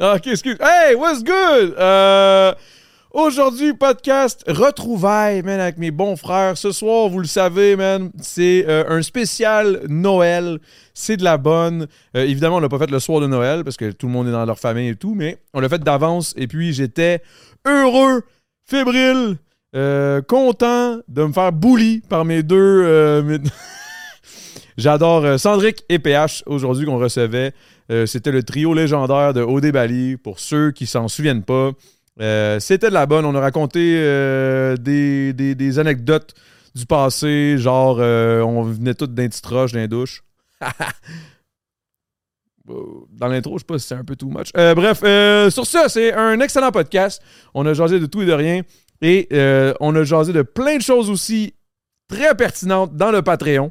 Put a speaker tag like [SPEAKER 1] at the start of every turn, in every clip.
[SPEAKER 1] ok, excuse. Hey, what's good? Euh, Aujourd'hui, podcast Retrouvailles, man, avec mes bons frères. Ce soir, vous le savez, man, c'est euh, un spécial Noël. C'est de la bonne. Euh, évidemment, on l'a pas fait le soir de Noël parce que tout le monde est dans leur famille et tout, mais on l'a fait d'avance. Et puis, j'étais heureux, fébrile, euh, content de me faire bully par mes deux. euh, mes- J'adore euh, Sandrick et PH aujourd'hui qu'on recevait. Euh, C'était le trio légendaire de Odé Bali. Pour ceux qui s'en souviennent pas, euh, c'était de la bonne. On a raconté euh, des, des- des anecdotes du passé, genre euh, on venait tous d'un petit roche, d'un douche. Dans l'intro, je sais pas si c'est un peu too much. Euh, bref, euh, sur ça, c'est un excellent podcast. On a jasé de tout et de rien. Et euh, on a jasé de plein de choses aussi très pertinentes dans le Patreon.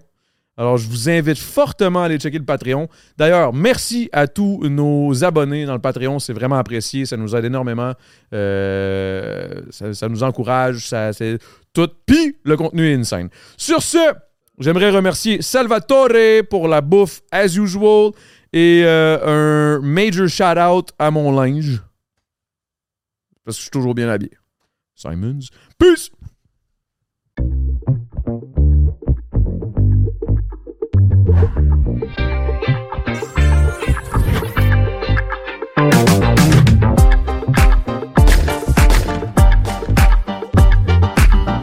[SPEAKER 1] Alors, je vous invite fortement à aller checker le Patreon. D'ailleurs, merci à tous nos abonnés dans le Patreon. C'est vraiment apprécié. Ça nous aide énormément. Euh, ça, ça nous encourage. Ça, c'est tout. Puis, le contenu est insane. Sur ce, j'aimerais remercier Salvatore pour la bouffe, as usual. Et euh, un major shout-out à mon linge. Parce que je suis toujours bien habillé. Simons. Peace!
[SPEAKER 2] salutations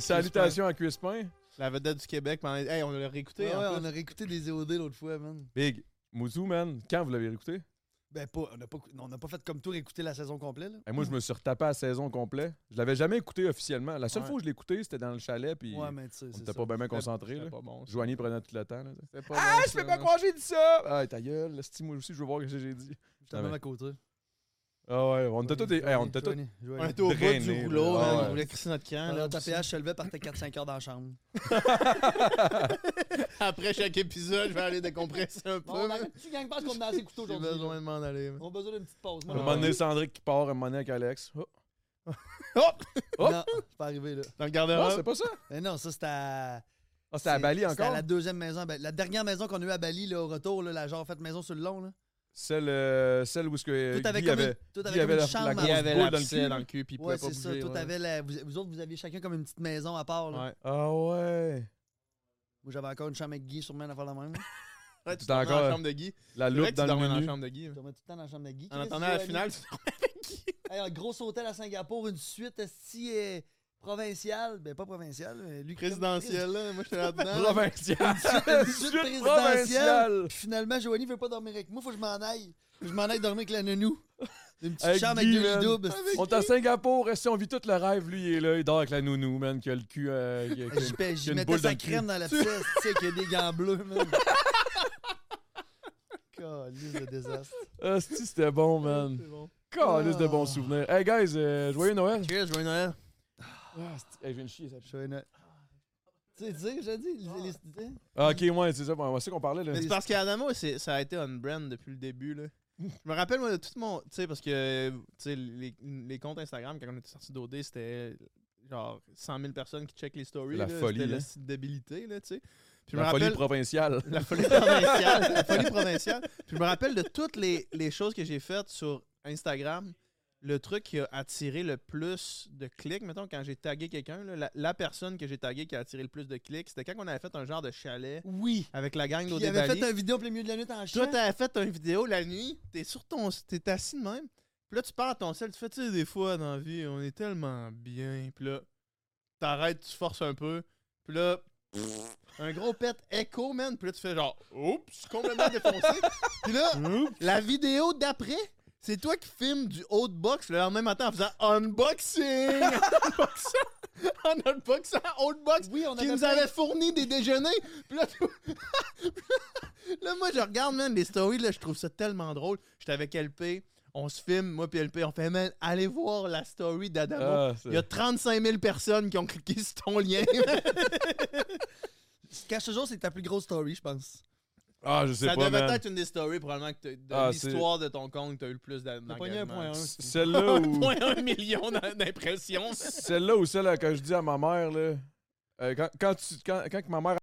[SPEAKER 1] salutations à Crispin.
[SPEAKER 2] La vedette du Québec. pendant- Hey, on l'a réécouté.
[SPEAKER 3] Ouais,
[SPEAKER 2] en
[SPEAKER 3] ouais,
[SPEAKER 2] plus.
[SPEAKER 3] on a réécouté les EOD l'autre fois, man.
[SPEAKER 1] Big. Mouzou, man, quand vous l'avez écouté?
[SPEAKER 3] Ben, pas, on n'a pas, on n'a pas fait comme tout réécouter la saison complète, là.
[SPEAKER 1] Et Eh, moi, je
[SPEAKER 2] Hmm.
[SPEAKER 1] me suis retapé à la saison complète. Je l'avais jamais écouté officiellement. La seule
[SPEAKER 2] Ouais.
[SPEAKER 1] fois où je l'ai écouté, c'était dans le chalet, puis
[SPEAKER 3] Ouais, mais tu sais,
[SPEAKER 1] on
[SPEAKER 3] c'est
[SPEAKER 1] n'était
[SPEAKER 3] ça.
[SPEAKER 1] pas bien
[SPEAKER 2] C'était-
[SPEAKER 1] concentré.
[SPEAKER 2] c'était
[SPEAKER 1] là.
[SPEAKER 2] pas bon. ça.
[SPEAKER 1] Joanie prenait tout le temps. là.
[SPEAKER 2] C'était pas
[SPEAKER 1] Ah,
[SPEAKER 2] bon,
[SPEAKER 1] je
[SPEAKER 2] ça.
[SPEAKER 1] peux pas croire j'ai dit ça! Ah, ta gueule, le steam, moi aussi, je veux voir ce que j'ai dit.
[SPEAKER 3] J'étais même à côté.
[SPEAKER 1] Ah ouais, on était tous... des- hey, on était tous-
[SPEAKER 2] On était au bas
[SPEAKER 1] Drainé,
[SPEAKER 2] du
[SPEAKER 1] là.
[SPEAKER 2] rouleau.
[SPEAKER 1] Ah
[SPEAKER 2] hein,
[SPEAKER 1] ouais.
[SPEAKER 2] On voulait crisser notre camp. là,
[SPEAKER 3] Ta
[SPEAKER 2] aussi.
[SPEAKER 3] PH se levait, partait 4-5 heures dans la chambre.
[SPEAKER 2] Après chaque épisode, je vais aller décompresser un peu.
[SPEAKER 3] Bon, ben, on a un petit gang qu'on a assez écouté
[SPEAKER 2] J'ai
[SPEAKER 3] aujourd'hui.
[SPEAKER 2] besoin
[SPEAKER 3] là.
[SPEAKER 2] de m'en aller. man.
[SPEAKER 3] On a besoin d'une petite pause.
[SPEAKER 1] À
[SPEAKER 3] moi,
[SPEAKER 1] un
[SPEAKER 3] là.
[SPEAKER 1] moment donné, Sandrick qui part, à un moment donné avec Alex. Oh, Hop!
[SPEAKER 3] Non, c'est pas arrivé, là.
[SPEAKER 2] Dans
[SPEAKER 1] Ah,
[SPEAKER 2] le garde-robe.
[SPEAKER 1] c'est pas ça?
[SPEAKER 3] Mais non, ça, c'était à...
[SPEAKER 1] Ah, c'était à
[SPEAKER 3] c'est-
[SPEAKER 1] Bali
[SPEAKER 3] C'était à
[SPEAKER 1] encore?
[SPEAKER 3] la deuxième maison. à Bali. la dernière maison qu'on a eue à Bali, là, au retour, là, la genre faite maison sur le long, là.
[SPEAKER 1] Celle, euh, celle où ce que
[SPEAKER 3] Tout avait
[SPEAKER 1] Guy
[SPEAKER 3] comme
[SPEAKER 1] avait...
[SPEAKER 3] une- tout avait
[SPEAKER 1] Guy
[SPEAKER 3] comme
[SPEAKER 1] avait
[SPEAKER 3] une
[SPEAKER 1] la-
[SPEAKER 3] chambre
[SPEAKER 1] la
[SPEAKER 3] à-
[SPEAKER 1] grosse
[SPEAKER 2] Il y avait
[SPEAKER 1] boule dans le
[SPEAKER 2] l'abcès
[SPEAKER 1] cul.
[SPEAKER 2] dans le cul, puis il pouvait
[SPEAKER 3] Ouais,
[SPEAKER 2] pas
[SPEAKER 3] c'est ça.
[SPEAKER 2] bouger.
[SPEAKER 3] tout
[SPEAKER 2] ouais.
[SPEAKER 3] avait la- vous, vous autres, vous aviez chacun comme une petite maison à part, là.
[SPEAKER 2] Ouais.
[SPEAKER 1] Ah ouais!
[SPEAKER 3] Moi, j'avais encore une chambre avec Guy, sûrement, à faire la même. Je
[SPEAKER 2] Ouais,
[SPEAKER 1] Tout
[SPEAKER 2] tu dormais dans
[SPEAKER 1] encore.
[SPEAKER 2] la chambre de Guy.
[SPEAKER 1] La
[SPEAKER 2] C'est vrai
[SPEAKER 1] loupe
[SPEAKER 2] que tu
[SPEAKER 1] dans
[SPEAKER 2] dormais dans
[SPEAKER 1] le
[SPEAKER 2] la
[SPEAKER 1] menu.
[SPEAKER 2] chambre de Guy. là.
[SPEAKER 3] dormais tout le temps dans la chambre de Guy.
[SPEAKER 2] En
[SPEAKER 3] Qu'est-ce
[SPEAKER 2] attendant
[SPEAKER 3] que
[SPEAKER 2] la
[SPEAKER 3] tu as,
[SPEAKER 2] finale, tu
[SPEAKER 3] Hey, un gros hôtel à Singapour, une suite esti euh, provinciale, ben pas provinciale, mais lui
[SPEAKER 2] présidentiel, là. Moi, j'étais là-dedans.
[SPEAKER 1] Provincial!
[SPEAKER 3] Une suite présidentielle.
[SPEAKER 1] provinciale.
[SPEAKER 3] Puis finalement, Joanie veut pas dormir avec moi, faut que je m'en aille. Faut que je m'en aille dormir avec la nounou. Une petite
[SPEAKER 1] Avec
[SPEAKER 3] chambre avec
[SPEAKER 1] Guy,
[SPEAKER 3] deux
[SPEAKER 1] man.
[SPEAKER 3] lits doubles. esti.
[SPEAKER 1] On est à Singapour, reste, on vit tout le rêve, lui, il est là, il dort avec la nounou, man, qui a le cul. euh, qui a- qui a-
[SPEAKER 3] J'y pèse-
[SPEAKER 1] qui a
[SPEAKER 3] J'y
[SPEAKER 1] une
[SPEAKER 3] mettais
[SPEAKER 1] boule dans
[SPEAKER 3] sa
[SPEAKER 1] le cul.
[SPEAKER 3] crème dans la pièce, tu sais, qu'il y a des gants bleus, man. Calice de désastre.
[SPEAKER 1] Ah, c'ti, c'était bon, man.
[SPEAKER 2] C'est bon.
[SPEAKER 1] Calice de bons
[SPEAKER 3] Ah.
[SPEAKER 1] souvenirs. Hey, guys, euh, joyeux Noël.
[SPEAKER 2] Chris, joyeux Noël.
[SPEAKER 1] Ah, c'ti, hey, je viens de chier, ça.
[SPEAKER 3] Joanie. Tu sais, tu sais, j'ai dit, les- les- hein?
[SPEAKER 1] Ah, ok, ouais, c'est ça, bon, c'est qu'on parlait, là.
[SPEAKER 2] Mais c'est parce qu'Adamo, c'est- ça a été on-brand depuis le début, là. Je me rappelle, moi, de tout mon. Tu sais, parce que tu sais, les, les comptes Instagram, quand on était sortis d'OD, c'était genre 100 000 personnes qui checkent les stories.
[SPEAKER 1] La
[SPEAKER 2] là.
[SPEAKER 1] folie,
[SPEAKER 2] C'était
[SPEAKER 1] hein.
[SPEAKER 2] la site d'habilité, là, tu sais. Puis je me
[SPEAKER 1] La folie
[SPEAKER 2] rappelle.
[SPEAKER 1] provinciale.
[SPEAKER 2] La folie provinciale. la folie provinciale. Puis je me rappelle de toutes les, les choses que j'ai faites sur Instagram. Le truc qui a attiré le plus de clics, mettons, quand j'ai tagué quelqu'un, là, la, la personne que j'ai tagué qui a attiré le plus de clics, c'était quand on avait fait un genre de chalet
[SPEAKER 3] Oui.
[SPEAKER 2] avec la gang
[SPEAKER 3] Puis
[SPEAKER 2] d'OD
[SPEAKER 3] Il avait
[SPEAKER 2] Valley.
[SPEAKER 3] fait un vidéo au plein milieu de la nuit en
[SPEAKER 2] Toi,
[SPEAKER 3] chien.
[SPEAKER 2] t'avais fait une vidéo la nuit, t'es sur ton. T'es assis de même. Puis là, tu parles à ton sel, tu fais, tu sais, des fois, dans la vie, on est tellement bien. Puis là, t'arrêtes, tu forces un peu. Puis là, un gros pet écho, man. Puis là, tu fais genre, oups, complètement défoncé. Puis là,
[SPEAKER 1] Ah,
[SPEAKER 2] la vidéo d'après, c'est toi qui filmes du haut de box le lendemain matin en faisant unboxing. unboxing. En unboxant haut de box
[SPEAKER 3] Oui, on
[SPEAKER 2] qui
[SPEAKER 3] avait
[SPEAKER 2] nous
[SPEAKER 3] plein-
[SPEAKER 2] avait fourni des déjeuners. Puis là, tout- là, moi, je regarde, man, les stories, là, je trouve ça tellement drôle. J'étais avec LP, on se filme, moi puis LP, on fait, man, allez voir la story d'Adamo.
[SPEAKER 1] Ah, c'est-
[SPEAKER 2] Il y a 35 000 personnes qui ont cliqué sur ton lien. man.
[SPEAKER 3] Ce qui cache toujours, c'est ta plus grosse story, je pense.
[SPEAKER 1] Ah, je sais
[SPEAKER 2] ça
[SPEAKER 1] pas,
[SPEAKER 2] devait
[SPEAKER 1] man.
[SPEAKER 2] être une des stories, probablement, que t'as- de
[SPEAKER 1] Ah,
[SPEAKER 2] l'histoire de ton compte, tu as eu le plus d'en-
[SPEAKER 3] pogné un
[SPEAKER 2] d'engagement.
[SPEAKER 3] point un.
[SPEAKER 1] Celle-là ou...
[SPEAKER 2] 1.1 million d'im- d'impressions.
[SPEAKER 1] Celle-là ou celle-là, quand je dis à ma mère, là... euh, quand, quand, tu- quand, quand que ma mère...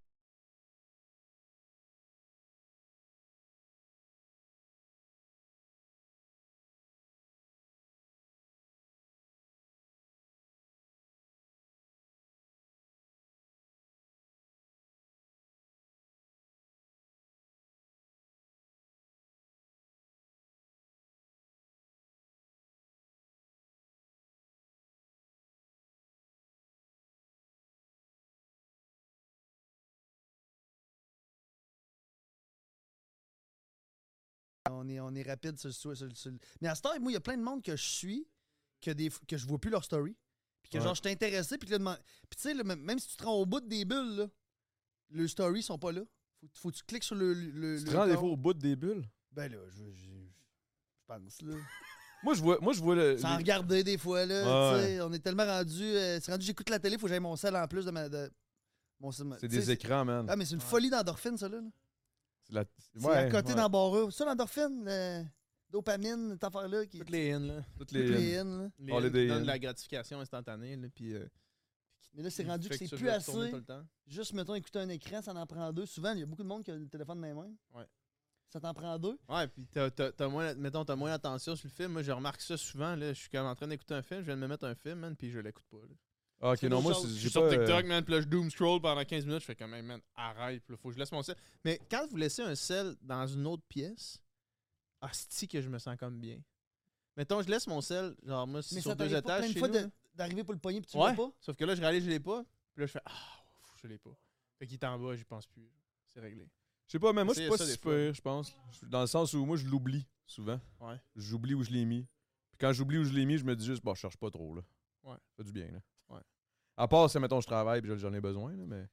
[SPEAKER 3] On est, on est rapide sur le, sou- sur le- sur le- Mais à ce temps, moi, il y a plein de monde que je suis, que, des, que je vois plus leur story. Puis que
[SPEAKER 1] Ouais.
[SPEAKER 3] genre, je t'ai intéressé, puis que là, demand- puis tu sais, là, même même si tu te rends au bout des bulles, là, leurs stories sont pas là. Faut, faut que tu cliques sur le. le,
[SPEAKER 1] Tu
[SPEAKER 3] le-
[SPEAKER 1] te rends des
[SPEAKER 3] le-
[SPEAKER 1] fois au bout des bulles?
[SPEAKER 3] Ben là, je, je, je pense, là.
[SPEAKER 1] Moi, je vois... Moi, je vois le...
[SPEAKER 3] Sans
[SPEAKER 1] les-
[SPEAKER 3] regarder des fois, là.
[SPEAKER 1] Ouais,
[SPEAKER 3] tu sais, On est tellement rendu. euh, c'est rendu, j'écoute la télé, faut que j'aille mon sel en plus de ma. de- mon sel-
[SPEAKER 1] C'est
[SPEAKER 3] tu sais,
[SPEAKER 1] des écrans, man.
[SPEAKER 3] Ah, mais c'est une
[SPEAKER 2] Ouais.
[SPEAKER 3] folie d'endorphine, ça, là. là.
[SPEAKER 1] C'est la-
[SPEAKER 3] C'est
[SPEAKER 1] ouais,
[SPEAKER 3] à côté
[SPEAKER 1] ouais.
[SPEAKER 3] dans Barra. Ça, l'endorphine, la dopamine, cette affaire-là qui.
[SPEAKER 2] Toutes les euh, in, là.
[SPEAKER 1] Toutes
[SPEAKER 3] toutes
[SPEAKER 1] les...
[SPEAKER 3] les in, là.
[SPEAKER 2] Les
[SPEAKER 1] Oh,
[SPEAKER 2] in
[SPEAKER 1] les
[SPEAKER 2] qui
[SPEAKER 1] des in.
[SPEAKER 2] donnent de la gratification instantanée, là, puis... euh,
[SPEAKER 3] Mais là, c'est
[SPEAKER 2] qui
[SPEAKER 3] rendu que
[SPEAKER 2] fait
[SPEAKER 3] c'est
[SPEAKER 2] tu
[SPEAKER 3] plus
[SPEAKER 2] veux retourner
[SPEAKER 3] assez.
[SPEAKER 2] tout le temps.
[SPEAKER 3] Juste, mettons, écouter un écran, ça en prend deux. Souvent, il y a beaucoup de monde qui a le téléphone dans les mains.
[SPEAKER 2] Ouais.
[SPEAKER 3] Ça t'en prend deux.
[SPEAKER 2] Ouais, puis t'as, t'as- t'as moins, mettons, t'as moins l'attention sur le film. Moi, je remarque ça souvent. Là, je suis comme en train d'écouter un film, je viens de me mettre un film, man, puis je l'écoute pas. Là.
[SPEAKER 1] Ah, ok,
[SPEAKER 3] C'est
[SPEAKER 1] non,
[SPEAKER 3] nous
[SPEAKER 1] moi,
[SPEAKER 3] autres.
[SPEAKER 1] c'est-
[SPEAKER 2] Je
[SPEAKER 1] j'ai
[SPEAKER 2] suis
[SPEAKER 1] pas...
[SPEAKER 2] sur
[SPEAKER 1] euh,
[SPEAKER 2] TikTok, man, puis là, je doom scroll pendant 15 minutes. Je fais comme, hey, man, arrête, puis là, faut que je laisse mon sel. Mais quand vous laissez un sel dans une autre pièce, asti que je me sens comme bien. Mettons, je laisse mon sel, genre, moi, c'est
[SPEAKER 3] Mais
[SPEAKER 2] sur
[SPEAKER 3] ça
[SPEAKER 2] deux
[SPEAKER 3] t'arrive
[SPEAKER 2] étages.
[SPEAKER 3] pas plein de
[SPEAKER 2] chez
[SPEAKER 3] fois
[SPEAKER 2] nous,
[SPEAKER 3] de-
[SPEAKER 2] là.
[SPEAKER 3] d'arriver pour le pogner, puis tu
[SPEAKER 2] Ouais.
[SPEAKER 3] vois pas.
[SPEAKER 2] Sauf que là, je réalise, je l'ai pas. Puis là, je fais, ah, ouf, je l'ai pas. Fait qu'il est en bas, j'y pense plus. C'est réglé.
[SPEAKER 1] Je sais pas, mais moi, je suis
[SPEAKER 2] Essayez
[SPEAKER 1] pas
[SPEAKER 2] ça des
[SPEAKER 1] si
[SPEAKER 2] fois.
[SPEAKER 1] pire, je pense. Je- Dans le sens où, moi, je l'oublie souvent.
[SPEAKER 2] Ouais.
[SPEAKER 1] J'oublie où je l'ai mis. Puis quand j'oublie où je l'ai mis, je me dis juste, bon, je cherche pas trop, là.
[SPEAKER 2] Ouais.
[SPEAKER 1] Fait du bien, là.
[SPEAKER 2] Ouais.
[SPEAKER 1] À part si, mettons, je travaille, puis j'en ai besoin, là, mais...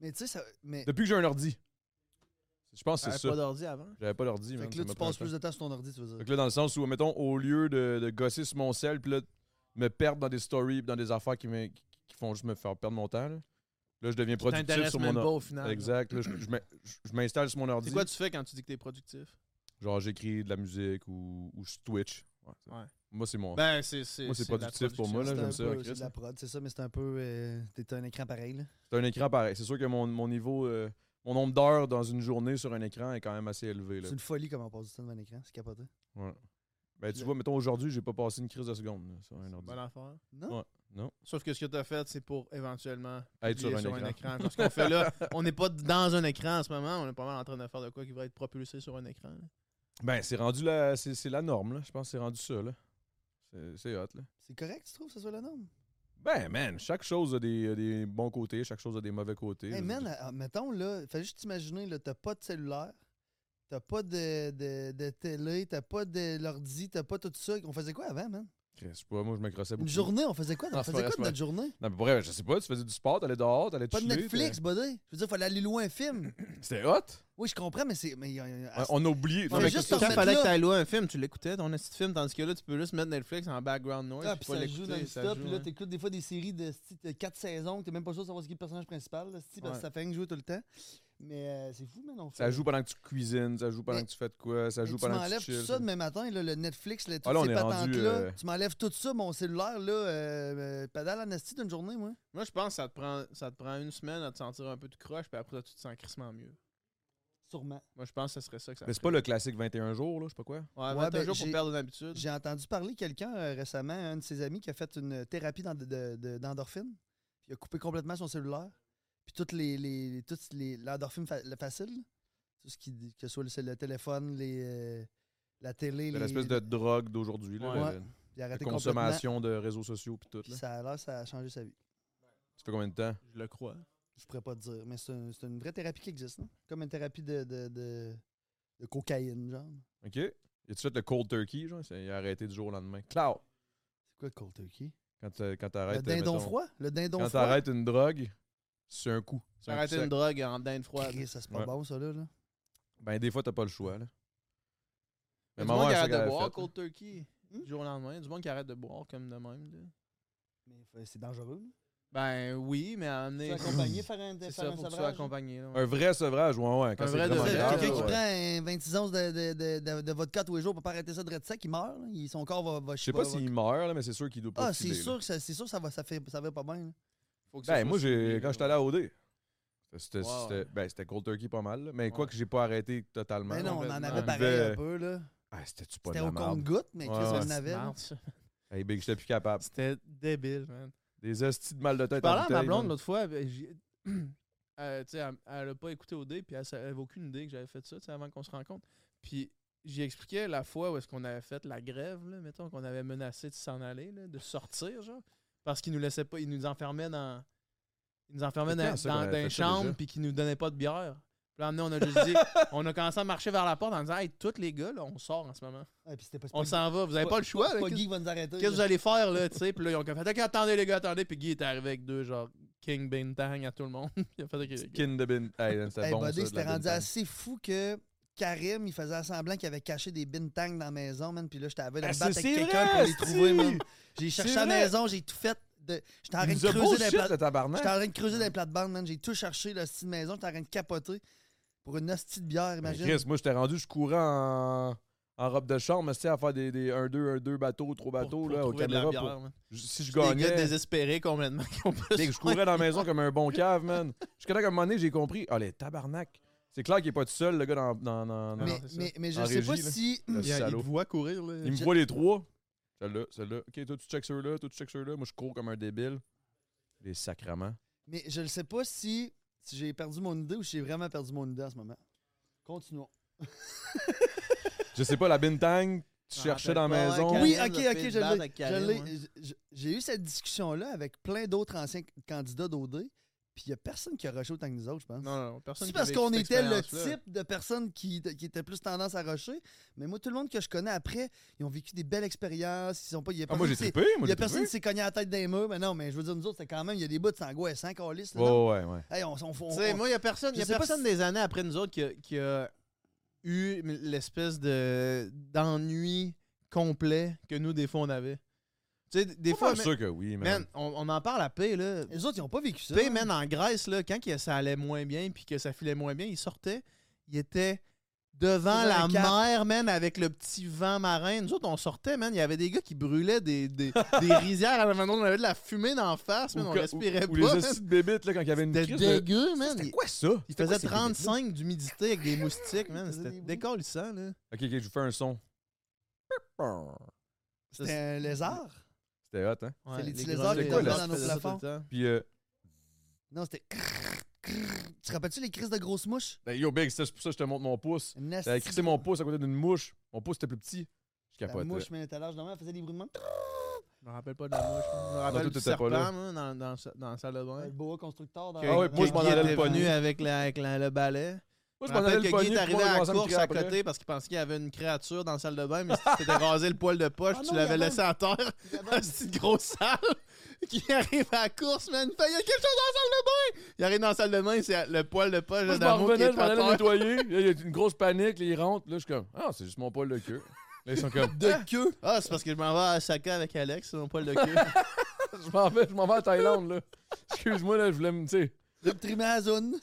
[SPEAKER 3] Mais tu sais, ça. Mais...
[SPEAKER 1] Depuis que j'ai un ordi. Je pense que
[SPEAKER 2] T'avais
[SPEAKER 1] c'est ça.
[SPEAKER 2] pas d'ordi avant.
[SPEAKER 1] J'avais pas l'ordi,
[SPEAKER 3] Fait
[SPEAKER 1] man,
[SPEAKER 3] que
[SPEAKER 1] ça
[SPEAKER 3] là,
[SPEAKER 1] m'a
[SPEAKER 3] tu
[SPEAKER 1] pris un
[SPEAKER 3] passes
[SPEAKER 1] temps.
[SPEAKER 3] plus de temps sur ton ordi, tu veux
[SPEAKER 1] Fait
[SPEAKER 3] dire.
[SPEAKER 1] que là, dans le sens où, mettons, au lieu de, de gosser sur mon sel, puis là, me perdre dans des stories, puis dans des affaires qui, me, qui qui font juste me faire perdre mon temps, là, là je deviens productif
[SPEAKER 2] T'intéresses
[SPEAKER 1] sur mon
[SPEAKER 2] même pas
[SPEAKER 1] ordi.
[SPEAKER 2] au final. là.
[SPEAKER 1] Exact. Là, je, je m'in- je- je m'installe sur mon ordi.
[SPEAKER 2] C'est quoi tu fais quand tu dis que t'es productif?
[SPEAKER 1] Genre, j'écris de la musique ou, ou je Twitch. Ouais, ça.
[SPEAKER 2] Ouais.
[SPEAKER 1] Moi, c'est mon.
[SPEAKER 2] Ben, c'est. c'est
[SPEAKER 1] Moi, c'est
[SPEAKER 2] de la
[SPEAKER 1] productif pour moi, là,
[SPEAKER 3] C'est
[SPEAKER 2] production.
[SPEAKER 1] j'aime
[SPEAKER 3] un
[SPEAKER 1] ça,
[SPEAKER 3] peu-
[SPEAKER 1] Chris,
[SPEAKER 3] c'est de la
[SPEAKER 1] là.
[SPEAKER 3] prod, c'est ça, mais c'est un peu. euh, T'es un écran pareil, là.
[SPEAKER 1] C'est un écran pareil. C'est sûr que mon, mon niveau. euh, mon nombre d'heures dans une journée sur un écran est quand même assez élevé. Là.
[SPEAKER 3] C'est une folie comment on passe du temps devant un écran, c'est capoté.
[SPEAKER 1] Ben, tu vois, mettons, aujourd'hui, j'ai pas passé une crise de seconde là, sur
[SPEAKER 2] C'est
[SPEAKER 1] un
[SPEAKER 2] une
[SPEAKER 1] ordi.
[SPEAKER 2] Bonne affaire.
[SPEAKER 3] Non?
[SPEAKER 1] Ouais. Non.
[SPEAKER 2] Sauf que ce que t'as fait, c'est pour éventuellement
[SPEAKER 1] Être sur
[SPEAKER 2] publier
[SPEAKER 1] un écran.
[SPEAKER 2] Parce qu'on fait là, on n'est pas dans un écran en ce moment, on est pas mal en train de faire de quoi qui va être propulsé sur un écran. là.
[SPEAKER 1] Ben, c'est rendu la. C'est c'est la norme, là. Je pense que c'est rendu ça, là. C'est- C'est hot, là.
[SPEAKER 3] C'est correct, tu trouves, que ce soit la norme?
[SPEAKER 1] Ben, man, chaque chose a des, a des bons côtés, chaque chose a des mauvais côtés.
[SPEAKER 3] Hey
[SPEAKER 1] Je-
[SPEAKER 3] man, ah, mettons là, fais juste t'imaginer, là, t'as pas de cellulaire, t'as pas de, de, de télé, t'as pas de l'ordi, t'as pas tout ça. On faisait quoi avant, man?
[SPEAKER 1] je sais pas, moi, je me crossais
[SPEAKER 3] euh, Une
[SPEAKER 1] beaucoup.
[SPEAKER 3] journée, on faisait quoi?
[SPEAKER 1] Ah,
[SPEAKER 3] On
[SPEAKER 1] c'est
[SPEAKER 3] faisait
[SPEAKER 1] pas
[SPEAKER 3] quoi
[SPEAKER 1] vrai,
[SPEAKER 3] de notre journée?
[SPEAKER 1] Non, mais pour vrai, je sais pas, tu faisais du sport, t'allais dehors, t'allais
[SPEAKER 3] Pas de
[SPEAKER 1] chiller,
[SPEAKER 3] Netflix, buddy. Je veux dire, fallait aller loin un film.
[SPEAKER 1] t'allais- C'était hot.
[SPEAKER 3] Oui, je comprends, mais c'est. Mais, euh,
[SPEAKER 1] Ouais, on a oublié.
[SPEAKER 3] mais
[SPEAKER 1] mais
[SPEAKER 3] juste
[SPEAKER 1] qu'est-ce que
[SPEAKER 3] te
[SPEAKER 2] quand
[SPEAKER 1] c'est?
[SPEAKER 3] remettre
[SPEAKER 2] fallait
[SPEAKER 3] là.
[SPEAKER 2] que t'ailles loin un film, tu l'écoutais, ton petit film, tandis que là, tu peux juste mettre Netflix en background noise.
[SPEAKER 3] ah,
[SPEAKER 2] puis
[SPEAKER 3] puis
[SPEAKER 2] pas
[SPEAKER 3] ça joue
[SPEAKER 2] l'écouter,
[SPEAKER 3] dans le
[SPEAKER 2] ça
[SPEAKER 3] stop,
[SPEAKER 2] joue,
[SPEAKER 3] puis là,
[SPEAKER 2] hein.
[SPEAKER 3] t'écoutes des fois des séries de 4 saisons, que t'es même pas sûr de savoir ce qui est le personnage principal, là, c'ti, parce
[SPEAKER 2] Ouais.
[SPEAKER 3] que ça fait un jouer tout le temps. Mais euh, c'est fou, man. On
[SPEAKER 1] Ça
[SPEAKER 3] fait-
[SPEAKER 1] joue pendant que tu cuisines, ça joue pendant
[SPEAKER 3] Mais-
[SPEAKER 1] que tu fais de quoi, ça
[SPEAKER 3] Mais
[SPEAKER 1] joue
[SPEAKER 3] tu
[SPEAKER 1] pendant que
[SPEAKER 3] m'enlèves
[SPEAKER 1] tu
[SPEAKER 3] tout
[SPEAKER 1] chilles.
[SPEAKER 3] ça demain matin, là, le Netflix, là, toutes
[SPEAKER 1] Ah, là, on
[SPEAKER 3] ces
[SPEAKER 1] est rendu,
[SPEAKER 3] patentes-là.
[SPEAKER 1] euh,
[SPEAKER 3] Tu m'enlèves tout ça, mon cellulaire, là, euh, euh, pédale en esti d'une journée, moi.
[SPEAKER 2] Moi, je pense que ça te, prend, ça te prend une semaine à te sentir un peu de croche, puis après, ça, tu te sens crissement mieux.
[SPEAKER 3] Sûrement.
[SPEAKER 2] Moi, je pense que ce serait ça que ça
[SPEAKER 1] Mais c'est pas le classique 21 jours, là, je sais pas quoi.
[SPEAKER 2] Ouais,
[SPEAKER 3] Ouais,
[SPEAKER 2] 21
[SPEAKER 3] ben,
[SPEAKER 2] jours pour
[SPEAKER 3] j'ai-
[SPEAKER 2] perdre une habitude.
[SPEAKER 3] J'ai entendu parler quelqu'un euh, récemment, un de ses amis, qui a fait une thérapie d'en- de- de- d'endorphine. Puis il a coupé complètement son cellulaire. Puis toutes les, les, les- toutes les l'endorphine fa- le facile, là. tout ce qui dit- que ce soit le, cell- le téléphone, les, euh, la télé,
[SPEAKER 1] C'est
[SPEAKER 3] les,
[SPEAKER 1] l'espèce de drogue d'aujourd'hui, là.
[SPEAKER 2] Ouais.
[SPEAKER 1] la-
[SPEAKER 3] il a
[SPEAKER 1] La
[SPEAKER 3] arrêté complètement.
[SPEAKER 1] consommation de réseaux sociaux puis tout,
[SPEAKER 3] Puis
[SPEAKER 1] là.
[SPEAKER 3] ça a l'air, ça a changé sa vie.
[SPEAKER 1] Ça fait combien de temps?
[SPEAKER 2] Je le crois.
[SPEAKER 3] Je pourrais pas te dire, mais c'est un- c'est une vraie thérapie qui existe, non? Comme une thérapie de, de, de, de cocaïne, genre.
[SPEAKER 1] OK. Et tu fait le cold turkey, genre? C'est- Il a arrêté du jour au lendemain. Cloud!
[SPEAKER 3] C'est quoi le cold turkey?
[SPEAKER 1] Quand t'a- quand
[SPEAKER 3] Le
[SPEAKER 1] t'arrêtes... euh,
[SPEAKER 3] dindon
[SPEAKER 1] mettons,
[SPEAKER 3] froid? Le dindon
[SPEAKER 1] Quand
[SPEAKER 3] froid?
[SPEAKER 1] t'arrêtes une drogue, c'est un coup. C'est un coup
[SPEAKER 2] Arrêter
[SPEAKER 1] sec.
[SPEAKER 2] une drogue en dinde froide.
[SPEAKER 3] Chris, ça c'est pas
[SPEAKER 1] Ouais.
[SPEAKER 3] bon, ça, là. là.
[SPEAKER 1] Ben, des fois, t'as pas le choix, là.
[SPEAKER 2] Il y a du
[SPEAKER 1] maman,
[SPEAKER 2] monde qui
[SPEAKER 1] elle, c'est
[SPEAKER 2] arrête
[SPEAKER 1] ce
[SPEAKER 2] de
[SPEAKER 1] qu'elle a
[SPEAKER 2] boire
[SPEAKER 1] fait,
[SPEAKER 2] cold turkey du jour au lendemain. Il y a Du monde qui arrête de boire comme de même. là.
[SPEAKER 3] Mais euh, c'est dangereux, là.
[SPEAKER 2] Ben oui, mais à
[SPEAKER 3] Tu
[SPEAKER 2] amener.
[SPEAKER 3] vas accompagner, faire un,
[SPEAKER 2] C'est
[SPEAKER 3] faire
[SPEAKER 2] ça,
[SPEAKER 3] un
[SPEAKER 2] faut que tu sois
[SPEAKER 3] sevrage, là?
[SPEAKER 2] accompagné. là, ouais.
[SPEAKER 1] Un vrai sevrage, ouais, ouais. Quand
[SPEAKER 2] Un
[SPEAKER 1] c'est
[SPEAKER 2] vrai de
[SPEAKER 1] vraiment
[SPEAKER 2] vrai,
[SPEAKER 1] grave,
[SPEAKER 3] Quelqu'un
[SPEAKER 1] ouais.
[SPEAKER 3] qui prend un 26 onces de, de, de, de, de vodka tous les jours pour pas arrêter ça de sec, il meurt. là. Il- Son corps va, va
[SPEAKER 1] Je sais pas s'il meurt, là, mais c'est sûr qu'il doit pas
[SPEAKER 3] Ah,
[SPEAKER 1] filer,
[SPEAKER 3] c'est
[SPEAKER 1] là.
[SPEAKER 3] sûr, que ça- c'est sûr que ça va, ça fait, ça va pas bien. là.
[SPEAKER 2] Faut que ça
[SPEAKER 1] Ben,
[SPEAKER 2] soit
[SPEAKER 1] moi, j'ai
[SPEAKER 2] suivi,
[SPEAKER 1] quand
[SPEAKER 2] là,
[SPEAKER 1] j'étais allé à OD, c'était
[SPEAKER 2] Ouais,
[SPEAKER 1] c'était-
[SPEAKER 2] ouais.
[SPEAKER 1] ben, c'était cold turkey pas mal, là. mais
[SPEAKER 2] Ouais.
[SPEAKER 1] quoi que j'ai pas arrêté totalement.
[SPEAKER 3] Mais non, on en
[SPEAKER 2] complètement.
[SPEAKER 3] avait
[SPEAKER 2] On
[SPEAKER 3] pareil
[SPEAKER 1] buvait-
[SPEAKER 3] un peu, là.
[SPEAKER 1] Ah, c'était-tu pas de
[SPEAKER 3] C'était
[SPEAKER 1] la
[SPEAKER 3] au
[SPEAKER 1] merde?
[SPEAKER 3] compte-goutte, mais
[SPEAKER 1] Ouais,
[SPEAKER 3] Chris, on
[SPEAKER 1] ouais.
[SPEAKER 3] en avait. là.
[SPEAKER 2] Merde, ça.
[SPEAKER 1] Hey, big, j'étais plus capable.
[SPEAKER 2] C'était débile, man.
[SPEAKER 1] Des hosties de mal de
[SPEAKER 2] Je
[SPEAKER 1] tête en
[SPEAKER 2] parlais à ma
[SPEAKER 1] bouteille,
[SPEAKER 2] blonde
[SPEAKER 1] man.
[SPEAKER 2] l'autre fois, ben, j'ai- euh, tu sais, elle, elle a pas écouté au dé, puis elle, sa- elle avait aucune idée que j'avais fait ça, tu sais, avant qu'on se rencontre. Puis j'ai expliqué la fois où est-ce qu'on avait fait la grève, là, mettons, qu'on avait menacé de s'en aller, là, de sortir, genre, parce qu'ils nous laissaient pas, ils nous enfermaient dans, ils nous enfermaient
[SPEAKER 1] C'est
[SPEAKER 2] dans,
[SPEAKER 1] quand ça qu'on
[SPEAKER 2] dans,
[SPEAKER 1] avait
[SPEAKER 2] dans
[SPEAKER 1] fait
[SPEAKER 2] une
[SPEAKER 1] ça déjà?
[SPEAKER 2] chambre, puis qu'ils nous donnaient pas de bière. Puis là, un moment donné, on a juste dit, on a commencé à marcher vers la porte en disant, hey, tous les gars, là, on sort en ce moment.
[SPEAKER 3] Ouais, puis c'était pas- c'est
[SPEAKER 2] On
[SPEAKER 3] pas-
[SPEAKER 2] s'en va, vous avez
[SPEAKER 3] c'est
[SPEAKER 2] pas le choix,
[SPEAKER 3] C'est
[SPEAKER 2] là,
[SPEAKER 3] pas
[SPEAKER 2] qu'est-ce-
[SPEAKER 3] Guy qui va nous arrêter.
[SPEAKER 2] Qu'est-ce que vous
[SPEAKER 3] là.
[SPEAKER 2] allez faire, là, tu sais? Puis là, ils ont comme fait, OK, attendez, les gars, attendez. Puis Guy est arrivé avec deux, genre, King Bintang à tout le monde. il a fait, OK, les gars.
[SPEAKER 1] Skin de bin. Hey, c'était
[SPEAKER 3] Hey,
[SPEAKER 1] bon. ça,
[SPEAKER 3] Buddy,
[SPEAKER 1] de la
[SPEAKER 3] c'était rendu
[SPEAKER 1] Bintang.
[SPEAKER 3] assez fou que Karim, il faisait semblant qu'il avait caché des bintangs dans la maison, man. Puis là, j'étais aveugle à
[SPEAKER 1] Ah,
[SPEAKER 3] me battre
[SPEAKER 1] c'est-
[SPEAKER 3] avec
[SPEAKER 1] c'est
[SPEAKER 3] quelqu'un
[SPEAKER 1] vrai,
[SPEAKER 3] pour les
[SPEAKER 1] c'est-
[SPEAKER 3] trouver, man. J'ai cherché
[SPEAKER 1] C'est
[SPEAKER 3] à la
[SPEAKER 1] vrai.
[SPEAKER 3] maison, j'ai tout fait. de- J'étais en train
[SPEAKER 1] Il
[SPEAKER 3] de
[SPEAKER 1] nous a
[SPEAKER 3] creuser des
[SPEAKER 1] bullshit,
[SPEAKER 3] plates.
[SPEAKER 1] le
[SPEAKER 3] J'étais en
[SPEAKER 1] tabarnak.
[SPEAKER 3] train de creuser dans les plates-bandes, man. J'ai tout cherché, la style maison. J'étais en train de capoter pour une hostie de bière,
[SPEAKER 1] Mais
[SPEAKER 3] imagine.
[SPEAKER 1] Chris, moi, j'étais rendu, je courais en... en robe de chambre, mais c'était à faire des, des 1-2, 1-2 bateaux, 3
[SPEAKER 2] Pour-
[SPEAKER 1] bateaux,
[SPEAKER 2] pour
[SPEAKER 1] là, au
[SPEAKER 2] trouver de la
[SPEAKER 1] caméra.
[SPEAKER 2] bière,
[SPEAKER 1] pour-
[SPEAKER 2] man.
[SPEAKER 1] J- Si je
[SPEAKER 2] Des gars
[SPEAKER 1] gagnais.
[SPEAKER 2] désespérés complètement qui ont pas
[SPEAKER 1] Dès que je courais dans la maison comme un bon cave, man. Jusqu'à là, comme un moment donné, j'ai compris. Ah, les tabarnak. C'est clair qu'il est pas tout seul, le gars, dans. dans, dans- dans-
[SPEAKER 3] mais,
[SPEAKER 2] c'est ça.
[SPEAKER 3] mais, mais je
[SPEAKER 1] En
[SPEAKER 3] sais pas
[SPEAKER 1] régie, là.
[SPEAKER 3] si.
[SPEAKER 1] Le
[SPEAKER 2] Il, il
[SPEAKER 1] salaud.
[SPEAKER 2] te voit courir, là.
[SPEAKER 1] Il me
[SPEAKER 3] Je-
[SPEAKER 1] voit les trois. Celle-là, celle-là. OK, toi, tu checks ceux-là, toi, tu checks ceux-là. Moi, je cours comme un débile. Les sacrements.
[SPEAKER 3] Mais je le sais pas si, si j'ai perdu mon idée ou si j'ai vraiment perdu mon idée en ce moment. Continuons.
[SPEAKER 1] Je sais pas, la bintang, tu
[SPEAKER 2] Je
[SPEAKER 1] cherchais
[SPEAKER 2] me
[SPEAKER 1] dans la
[SPEAKER 2] rappelle pas,
[SPEAKER 1] maison.
[SPEAKER 2] ouais,
[SPEAKER 3] Oui,
[SPEAKER 2] Karim
[SPEAKER 3] ok,
[SPEAKER 2] a
[SPEAKER 3] ok,
[SPEAKER 2] fait
[SPEAKER 3] je
[SPEAKER 2] une
[SPEAKER 3] l'ai.
[SPEAKER 2] batte à
[SPEAKER 3] je
[SPEAKER 2] Karim,
[SPEAKER 3] l'ai.
[SPEAKER 2] ouais.
[SPEAKER 3] Je- je- J'ai eu cette discussion-là avec plein d'autres anciens candidats d'OD, puis il n'y a personne qui a rushé autant que nous autres, je pense.
[SPEAKER 2] Non, non, personne
[SPEAKER 3] C'est
[SPEAKER 2] qui
[SPEAKER 3] parce
[SPEAKER 2] a
[SPEAKER 3] qu'on
[SPEAKER 2] vécu cette
[SPEAKER 3] était le
[SPEAKER 2] expérience-là.
[SPEAKER 3] type de personne qui, qui était plus tendance à rusher. Mais moi, tout le monde que je connais après, ils ont vécu des belles expériences. Ils sont pas. Il y a
[SPEAKER 1] Ah,
[SPEAKER 3] personne
[SPEAKER 1] moi, j'ai
[SPEAKER 3] qui s'est-
[SPEAKER 1] trippé.
[SPEAKER 3] il
[SPEAKER 1] Moi,
[SPEAKER 3] y a
[SPEAKER 1] j'ai
[SPEAKER 3] personne
[SPEAKER 1] trippé.
[SPEAKER 3] qui s'est cogné la tête des murs. Mais non, mais je veux dire, nous autres, c'est quand même. Il y a des bouts de angoisse, hein, câlisse, là, non?
[SPEAKER 1] Oh, ouais, ouais.
[SPEAKER 3] Hey, on, on,
[SPEAKER 2] Tu
[SPEAKER 3] on-
[SPEAKER 2] sais, moi, il n'y a personne,
[SPEAKER 3] Je
[SPEAKER 2] y a
[SPEAKER 3] sais pas
[SPEAKER 2] personne
[SPEAKER 3] si-
[SPEAKER 2] des années après nous autres qui a, qui a eu l'espèce de d'ennui complet que nous, des fois, on avait. Tu sais, des
[SPEAKER 1] Des
[SPEAKER 2] fois,
[SPEAKER 1] fois,
[SPEAKER 2] man,
[SPEAKER 1] sûr que oui, man.
[SPEAKER 2] man, on, on en parle à paix, là.
[SPEAKER 3] Les autres, ils n'ont pas vécu ça.
[SPEAKER 2] P, man, en Grèce, là, quand que ça allait moins bien puis que ça filait moins bien, il sortait, il était devant
[SPEAKER 3] Devant
[SPEAKER 2] la
[SPEAKER 3] un cap.
[SPEAKER 2] mer, man, avec le petit vent marin. Nous autres, on sortait, man, il y avait des gars qui brûlaient des, des, des rizières à la main. On avait de la fumée d'en face, man, on
[SPEAKER 1] que-
[SPEAKER 2] respirait
[SPEAKER 1] ou
[SPEAKER 2] pas.
[SPEAKER 1] les
[SPEAKER 2] man.
[SPEAKER 1] hosties de bébites, là, quand il y avait une
[SPEAKER 2] C'était
[SPEAKER 1] crise de...
[SPEAKER 2] dégueu, man.
[SPEAKER 1] C'était
[SPEAKER 2] Il-
[SPEAKER 1] quoi, ça?
[SPEAKER 2] Il
[SPEAKER 1] C'était quoi,
[SPEAKER 2] faisait
[SPEAKER 1] ces
[SPEAKER 2] 35 d'humidité avec des moustiques, man.
[SPEAKER 3] Il faisait
[SPEAKER 2] C'était
[SPEAKER 3] des bruits.
[SPEAKER 2] décollissant, là.
[SPEAKER 1] bébites-là? OK, OK, je vous fais un son.
[SPEAKER 3] C'était un lézard.
[SPEAKER 1] C'était hot, hein?
[SPEAKER 3] C'est les
[SPEAKER 2] grenouilles,
[SPEAKER 3] petits lézards
[SPEAKER 1] qui
[SPEAKER 2] les
[SPEAKER 1] tombent
[SPEAKER 2] grenouilles
[SPEAKER 3] dans nos
[SPEAKER 2] faisaient ça tout le temps.
[SPEAKER 1] Puis, euh,
[SPEAKER 3] Non, c'était. crrr, crrr. Tu te rappelles-tu les crises de grosses mouches?
[SPEAKER 1] ben, yo, Big, c'est pour ça que je te montre mon pouce.
[SPEAKER 3] Une
[SPEAKER 1] T'avais
[SPEAKER 3] asti-
[SPEAKER 1] crissé mon pouce à côté d'une mouche. Mon pouce était plus petit. Je
[SPEAKER 3] La
[SPEAKER 1] capotais.
[SPEAKER 3] mouche, mais elle était large dans la main, elle faisait des bruits de main.
[SPEAKER 2] Je me rappelle pas de la mouche. man. Je me
[SPEAKER 1] toi,
[SPEAKER 2] rappelle du
[SPEAKER 1] t'étais pas
[SPEAKER 2] serpent,
[SPEAKER 1] là.
[SPEAKER 2] moi, dans, dans, dans la salle de bain.
[SPEAKER 3] Le boa constructeur dans
[SPEAKER 2] Que-
[SPEAKER 1] Ah ouais, moi, je m'en
[SPEAKER 2] que Guy
[SPEAKER 1] allais le
[SPEAKER 2] était
[SPEAKER 1] pogner.
[SPEAKER 2] venu avec, la- avec la- le balai.
[SPEAKER 1] Moi,
[SPEAKER 2] Je
[SPEAKER 1] je
[SPEAKER 2] me
[SPEAKER 1] m'en allais
[SPEAKER 2] rappelle
[SPEAKER 1] le
[SPEAKER 2] que Guy
[SPEAKER 1] pogner.
[SPEAKER 2] est
[SPEAKER 1] puis
[SPEAKER 2] arrivé
[SPEAKER 1] moi,
[SPEAKER 2] à
[SPEAKER 1] je
[SPEAKER 2] la
[SPEAKER 1] commençais me
[SPEAKER 2] course
[SPEAKER 1] crier
[SPEAKER 2] à
[SPEAKER 1] après.
[SPEAKER 2] côté parce qu'il pensait qu'il y avait une créature dans la salle de bain, mais tu t'étais rasé le poil de poche,
[SPEAKER 3] Ah
[SPEAKER 2] puis tu
[SPEAKER 3] non, il y
[SPEAKER 2] l'avais
[SPEAKER 3] avait
[SPEAKER 2] laissé à terre. Un petit gros sale qui arrive à la course, man. Il fait, il y a quelque chose dans la salle de bain! Il arrive dans la salle de bain, c'est le poil de poche
[SPEAKER 1] Moi,
[SPEAKER 2] de
[SPEAKER 1] je m'en
[SPEAKER 2] Damo qui
[SPEAKER 1] revenais,
[SPEAKER 2] est
[SPEAKER 1] je m'en
[SPEAKER 2] à
[SPEAKER 1] allais
[SPEAKER 2] terre.
[SPEAKER 1] nettoyer. Là, Il y a une grosse panique, là, ils rentrent. Là, je suis comme, ah, c'est juste mon poil de queue. Là, ils sont comme,
[SPEAKER 3] De queue.
[SPEAKER 2] Ah, c'est parce que je m'en vais à Osaka avec Alex, c'est mon poil de queue.
[SPEAKER 1] je m'en vais, je m'en vais à Thaïlande, là. Excuse-moi, là, je voulais me, tu sais,
[SPEAKER 3] Le trimazone.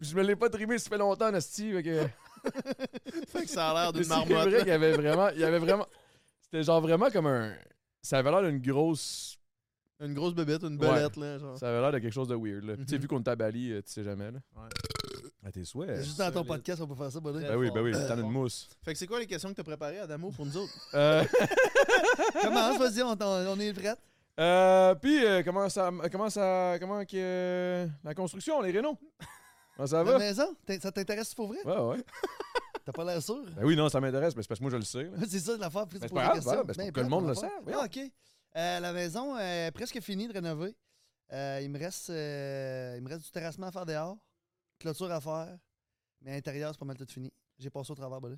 [SPEAKER 1] je me l'ai pas trimé, ça fait longtemps, Nasty. Fait que,
[SPEAKER 2] fait que ça a l'air
[SPEAKER 1] Mais
[SPEAKER 2] d'une
[SPEAKER 1] c'est
[SPEAKER 2] marmotte.
[SPEAKER 1] vrai
[SPEAKER 2] là.
[SPEAKER 1] qu'il y avait vraiment, il y avait vraiment, c'était genre vraiment comme un, ça avait l'air d'une grosse,
[SPEAKER 2] Une grosse bébête, une belette, là. Genre.
[SPEAKER 1] ça avait l'air de quelque chose de weird, là. Puis, tu sais,
[SPEAKER 2] Mhm.
[SPEAKER 1] vu qu'on est à Bali, euh, tu sais jamais, là.
[SPEAKER 2] Ouais.
[SPEAKER 1] À tes souhaits.
[SPEAKER 3] Juste dans ton
[SPEAKER 2] solide.
[SPEAKER 3] podcast, on peut faire ça, buddy.
[SPEAKER 1] Ben oui, ben oui,
[SPEAKER 2] Très
[SPEAKER 1] t'en as une
[SPEAKER 2] fort.
[SPEAKER 1] mousse.
[SPEAKER 2] Fait que c'est quoi les questions que t'as préparées, Adamo, pour nous autres?
[SPEAKER 1] Euh,
[SPEAKER 3] Commence, vas-y, on, t'en- on est prêts.
[SPEAKER 1] Euh, puis euh, comment ça comment ça comment que euh, la construction les rénaux comment ça
[SPEAKER 3] La
[SPEAKER 1] va
[SPEAKER 3] maison, t'in- ça t'intéresse pour vrai?
[SPEAKER 1] ouais ouais
[SPEAKER 3] T'as pas l'air sûr?
[SPEAKER 1] ben oui non ça m'intéresse mais c'est parce que moi je le sais là.
[SPEAKER 3] C'est ça l'affaire, plus
[SPEAKER 1] Ben, c'est
[SPEAKER 3] poser
[SPEAKER 1] pas
[SPEAKER 3] la
[SPEAKER 1] grave,
[SPEAKER 3] question.
[SPEAKER 1] ben, c'est
[SPEAKER 3] Ben,
[SPEAKER 1] pour que le
[SPEAKER 3] plate,
[SPEAKER 1] monde le
[SPEAKER 3] l'affaire.
[SPEAKER 1] sache,
[SPEAKER 3] Ah, OK. Euh, la maison est presque finie de rénover. Euh, il, me reste, euh, il me reste du terrassement à faire dehors, clôture à faire, mais à l'intérieur, c'est pas mal tout fini. J'ai passé au travers, ben là.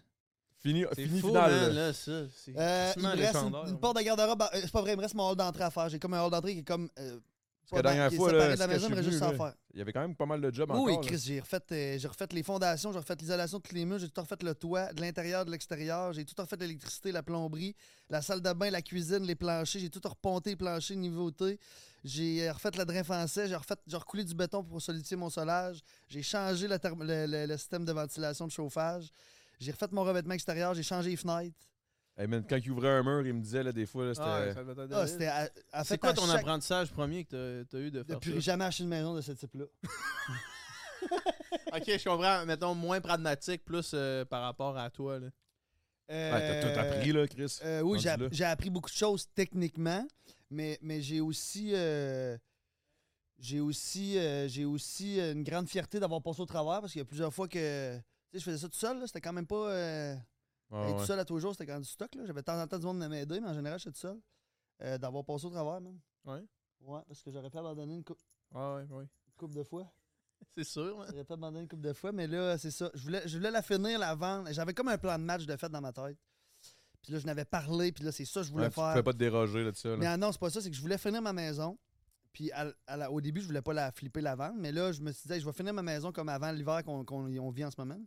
[SPEAKER 1] Fini,
[SPEAKER 2] C'est
[SPEAKER 1] fini
[SPEAKER 2] fou,
[SPEAKER 1] final.
[SPEAKER 2] man,
[SPEAKER 1] là.
[SPEAKER 2] Ah, là, ça. C'est
[SPEAKER 3] Euh, il
[SPEAKER 2] quasiment
[SPEAKER 3] me reste une,
[SPEAKER 2] légendaire,
[SPEAKER 3] une
[SPEAKER 2] man.
[SPEAKER 3] porte de garde-robe. à- euh, c'est pas vrai, il me reste mon hall d'entrée à faire. J'ai comme un hall d'entrée qui est comme. euh,
[SPEAKER 1] que la
[SPEAKER 3] pas
[SPEAKER 1] dernière
[SPEAKER 3] qui est
[SPEAKER 1] fois,
[SPEAKER 3] séparé
[SPEAKER 1] là,
[SPEAKER 3] de la
[SPEAKER 1] c'est que
[SPEAKER 3] maison,
[SPEAKER 1] je
[SPEAKER 3] il me reste
[SPEAKER 1] suis
[SPEAKER 3] juste ça à
[SPEAKER 1] venu,
[SPEAKER 3] faire.
[SPEAKER 1] Il y avait quand même pas mal de job
[SPEAKER 3] Oui,
[SPEAKER 1] encore. là.
[SPEAKER 3] Chris, j'ai refait, euh, j'ai refait les fondations, j'ai refait l'isolation de tous les murs, j'ai tout refait le toit, de l'intérieur, de l'extérieur, j'ai tout refait l'électricité, la plomberie, la salle de bain, la cuisine, les planchers, j'ai tout reponté les planchers, nouveauté. J'ai euh, refait le drain français, j'ai refait, j'ai recoulé du béton pour solidifier mon solage, j'ai changé le, therm- le- le- le système de ventilation de chauffage, j'ai refait mon revêtement extérieur, j'ai changé les fenêtres.
[SPEAKER 1] Hey, man, quand il ouvrait un mur, il me disait là, des fois, là, c'était.
[SPEAKER 2] Ah, ouais, ça doit être
[SPEAKER 3] Ah, c'était à- à
[SPEAKER 2] C'est
[SPEAKER 3] fait,
[SPEAKER 2] quoi
[SPEAKER 3] à
[SPEAKER 2] ton
[SPEAKER 3] chaque-
[SPEAKER 2] apprentissage premier que t'as as eu de
[SPEAKER 3] de
[SPEAKER 2] faire
[SPEAKER 3] plus jamais acheter une maison de ce type-là.
[SPEAKER 2] ça? Ok, je comprends. Mettons, moins pragmatique, plus euh, par rapport à toi. Là.
[SPEAKER 1] Ouais, t'as tout appris, là, Chris.
[SPEAKER 3] Euh, oui,
[SPEAKER 1] Rendu
[SPEAKER 3] j'ai,
[SPEAKER 1] là.
[SPEAKER 3] j'ai appris beaucoup de choses techniquement, mais, mais j'ai aussi, euh, j'ai, aussi euh, j'ai aussi euh, une grande fierté d'avoir passé au travers parce qu'il y a plusieurs fois que tu sais, je faisais ça tout seul. là, c'était quand même pas. euh,
[SPEAKER 1] Ah,
[SPEAKER 3] être
[SPEAKER 1] ouais.
[SPEAKER 3] tout seul à tous les jours, c'était quand même du stock. là. J'avais de temps en temps du monde à m'aider, mais en général, j'étais tout seul. Euh, d'avoir passé au travers, même.
[SPEAKER 2] Ouais.
[SPEAKER 3] Ouais, parce que j'aurais pu abandonner une, cou-
[SPEAKER 2] Ah, ouais, ouais.
[SPEAKER 3] une couple de fois.
[SPEAKER 2] C'est sûr. hein.
[SPEAKER 3] J'aurais pu abandonner une couple de fois, mais là, c'est ça. Je voulais, je voulais la finir, la vendre. J'avais comme un plan de match de fait dans ma tête. Puis là, je n'avais parlé, puis là, c'est ça que je voulais
[SPEAKER 1] Ouais, Tu
[SPEAKER 3] faire.
[SPEAKER 1] pouvais pas te déroger là-dessus. Là.
[SPEAKER 3] Mais ah non, c'est pas ça, c'est que je voulais finir ma maison. Puis à l- à la- au début, je voulais pas la flipper, la vendre. Mais là, je me suis dit, Hey, je vais finir ma maison comme avant l'hiver qu'on qu'on- on vit en ce moment.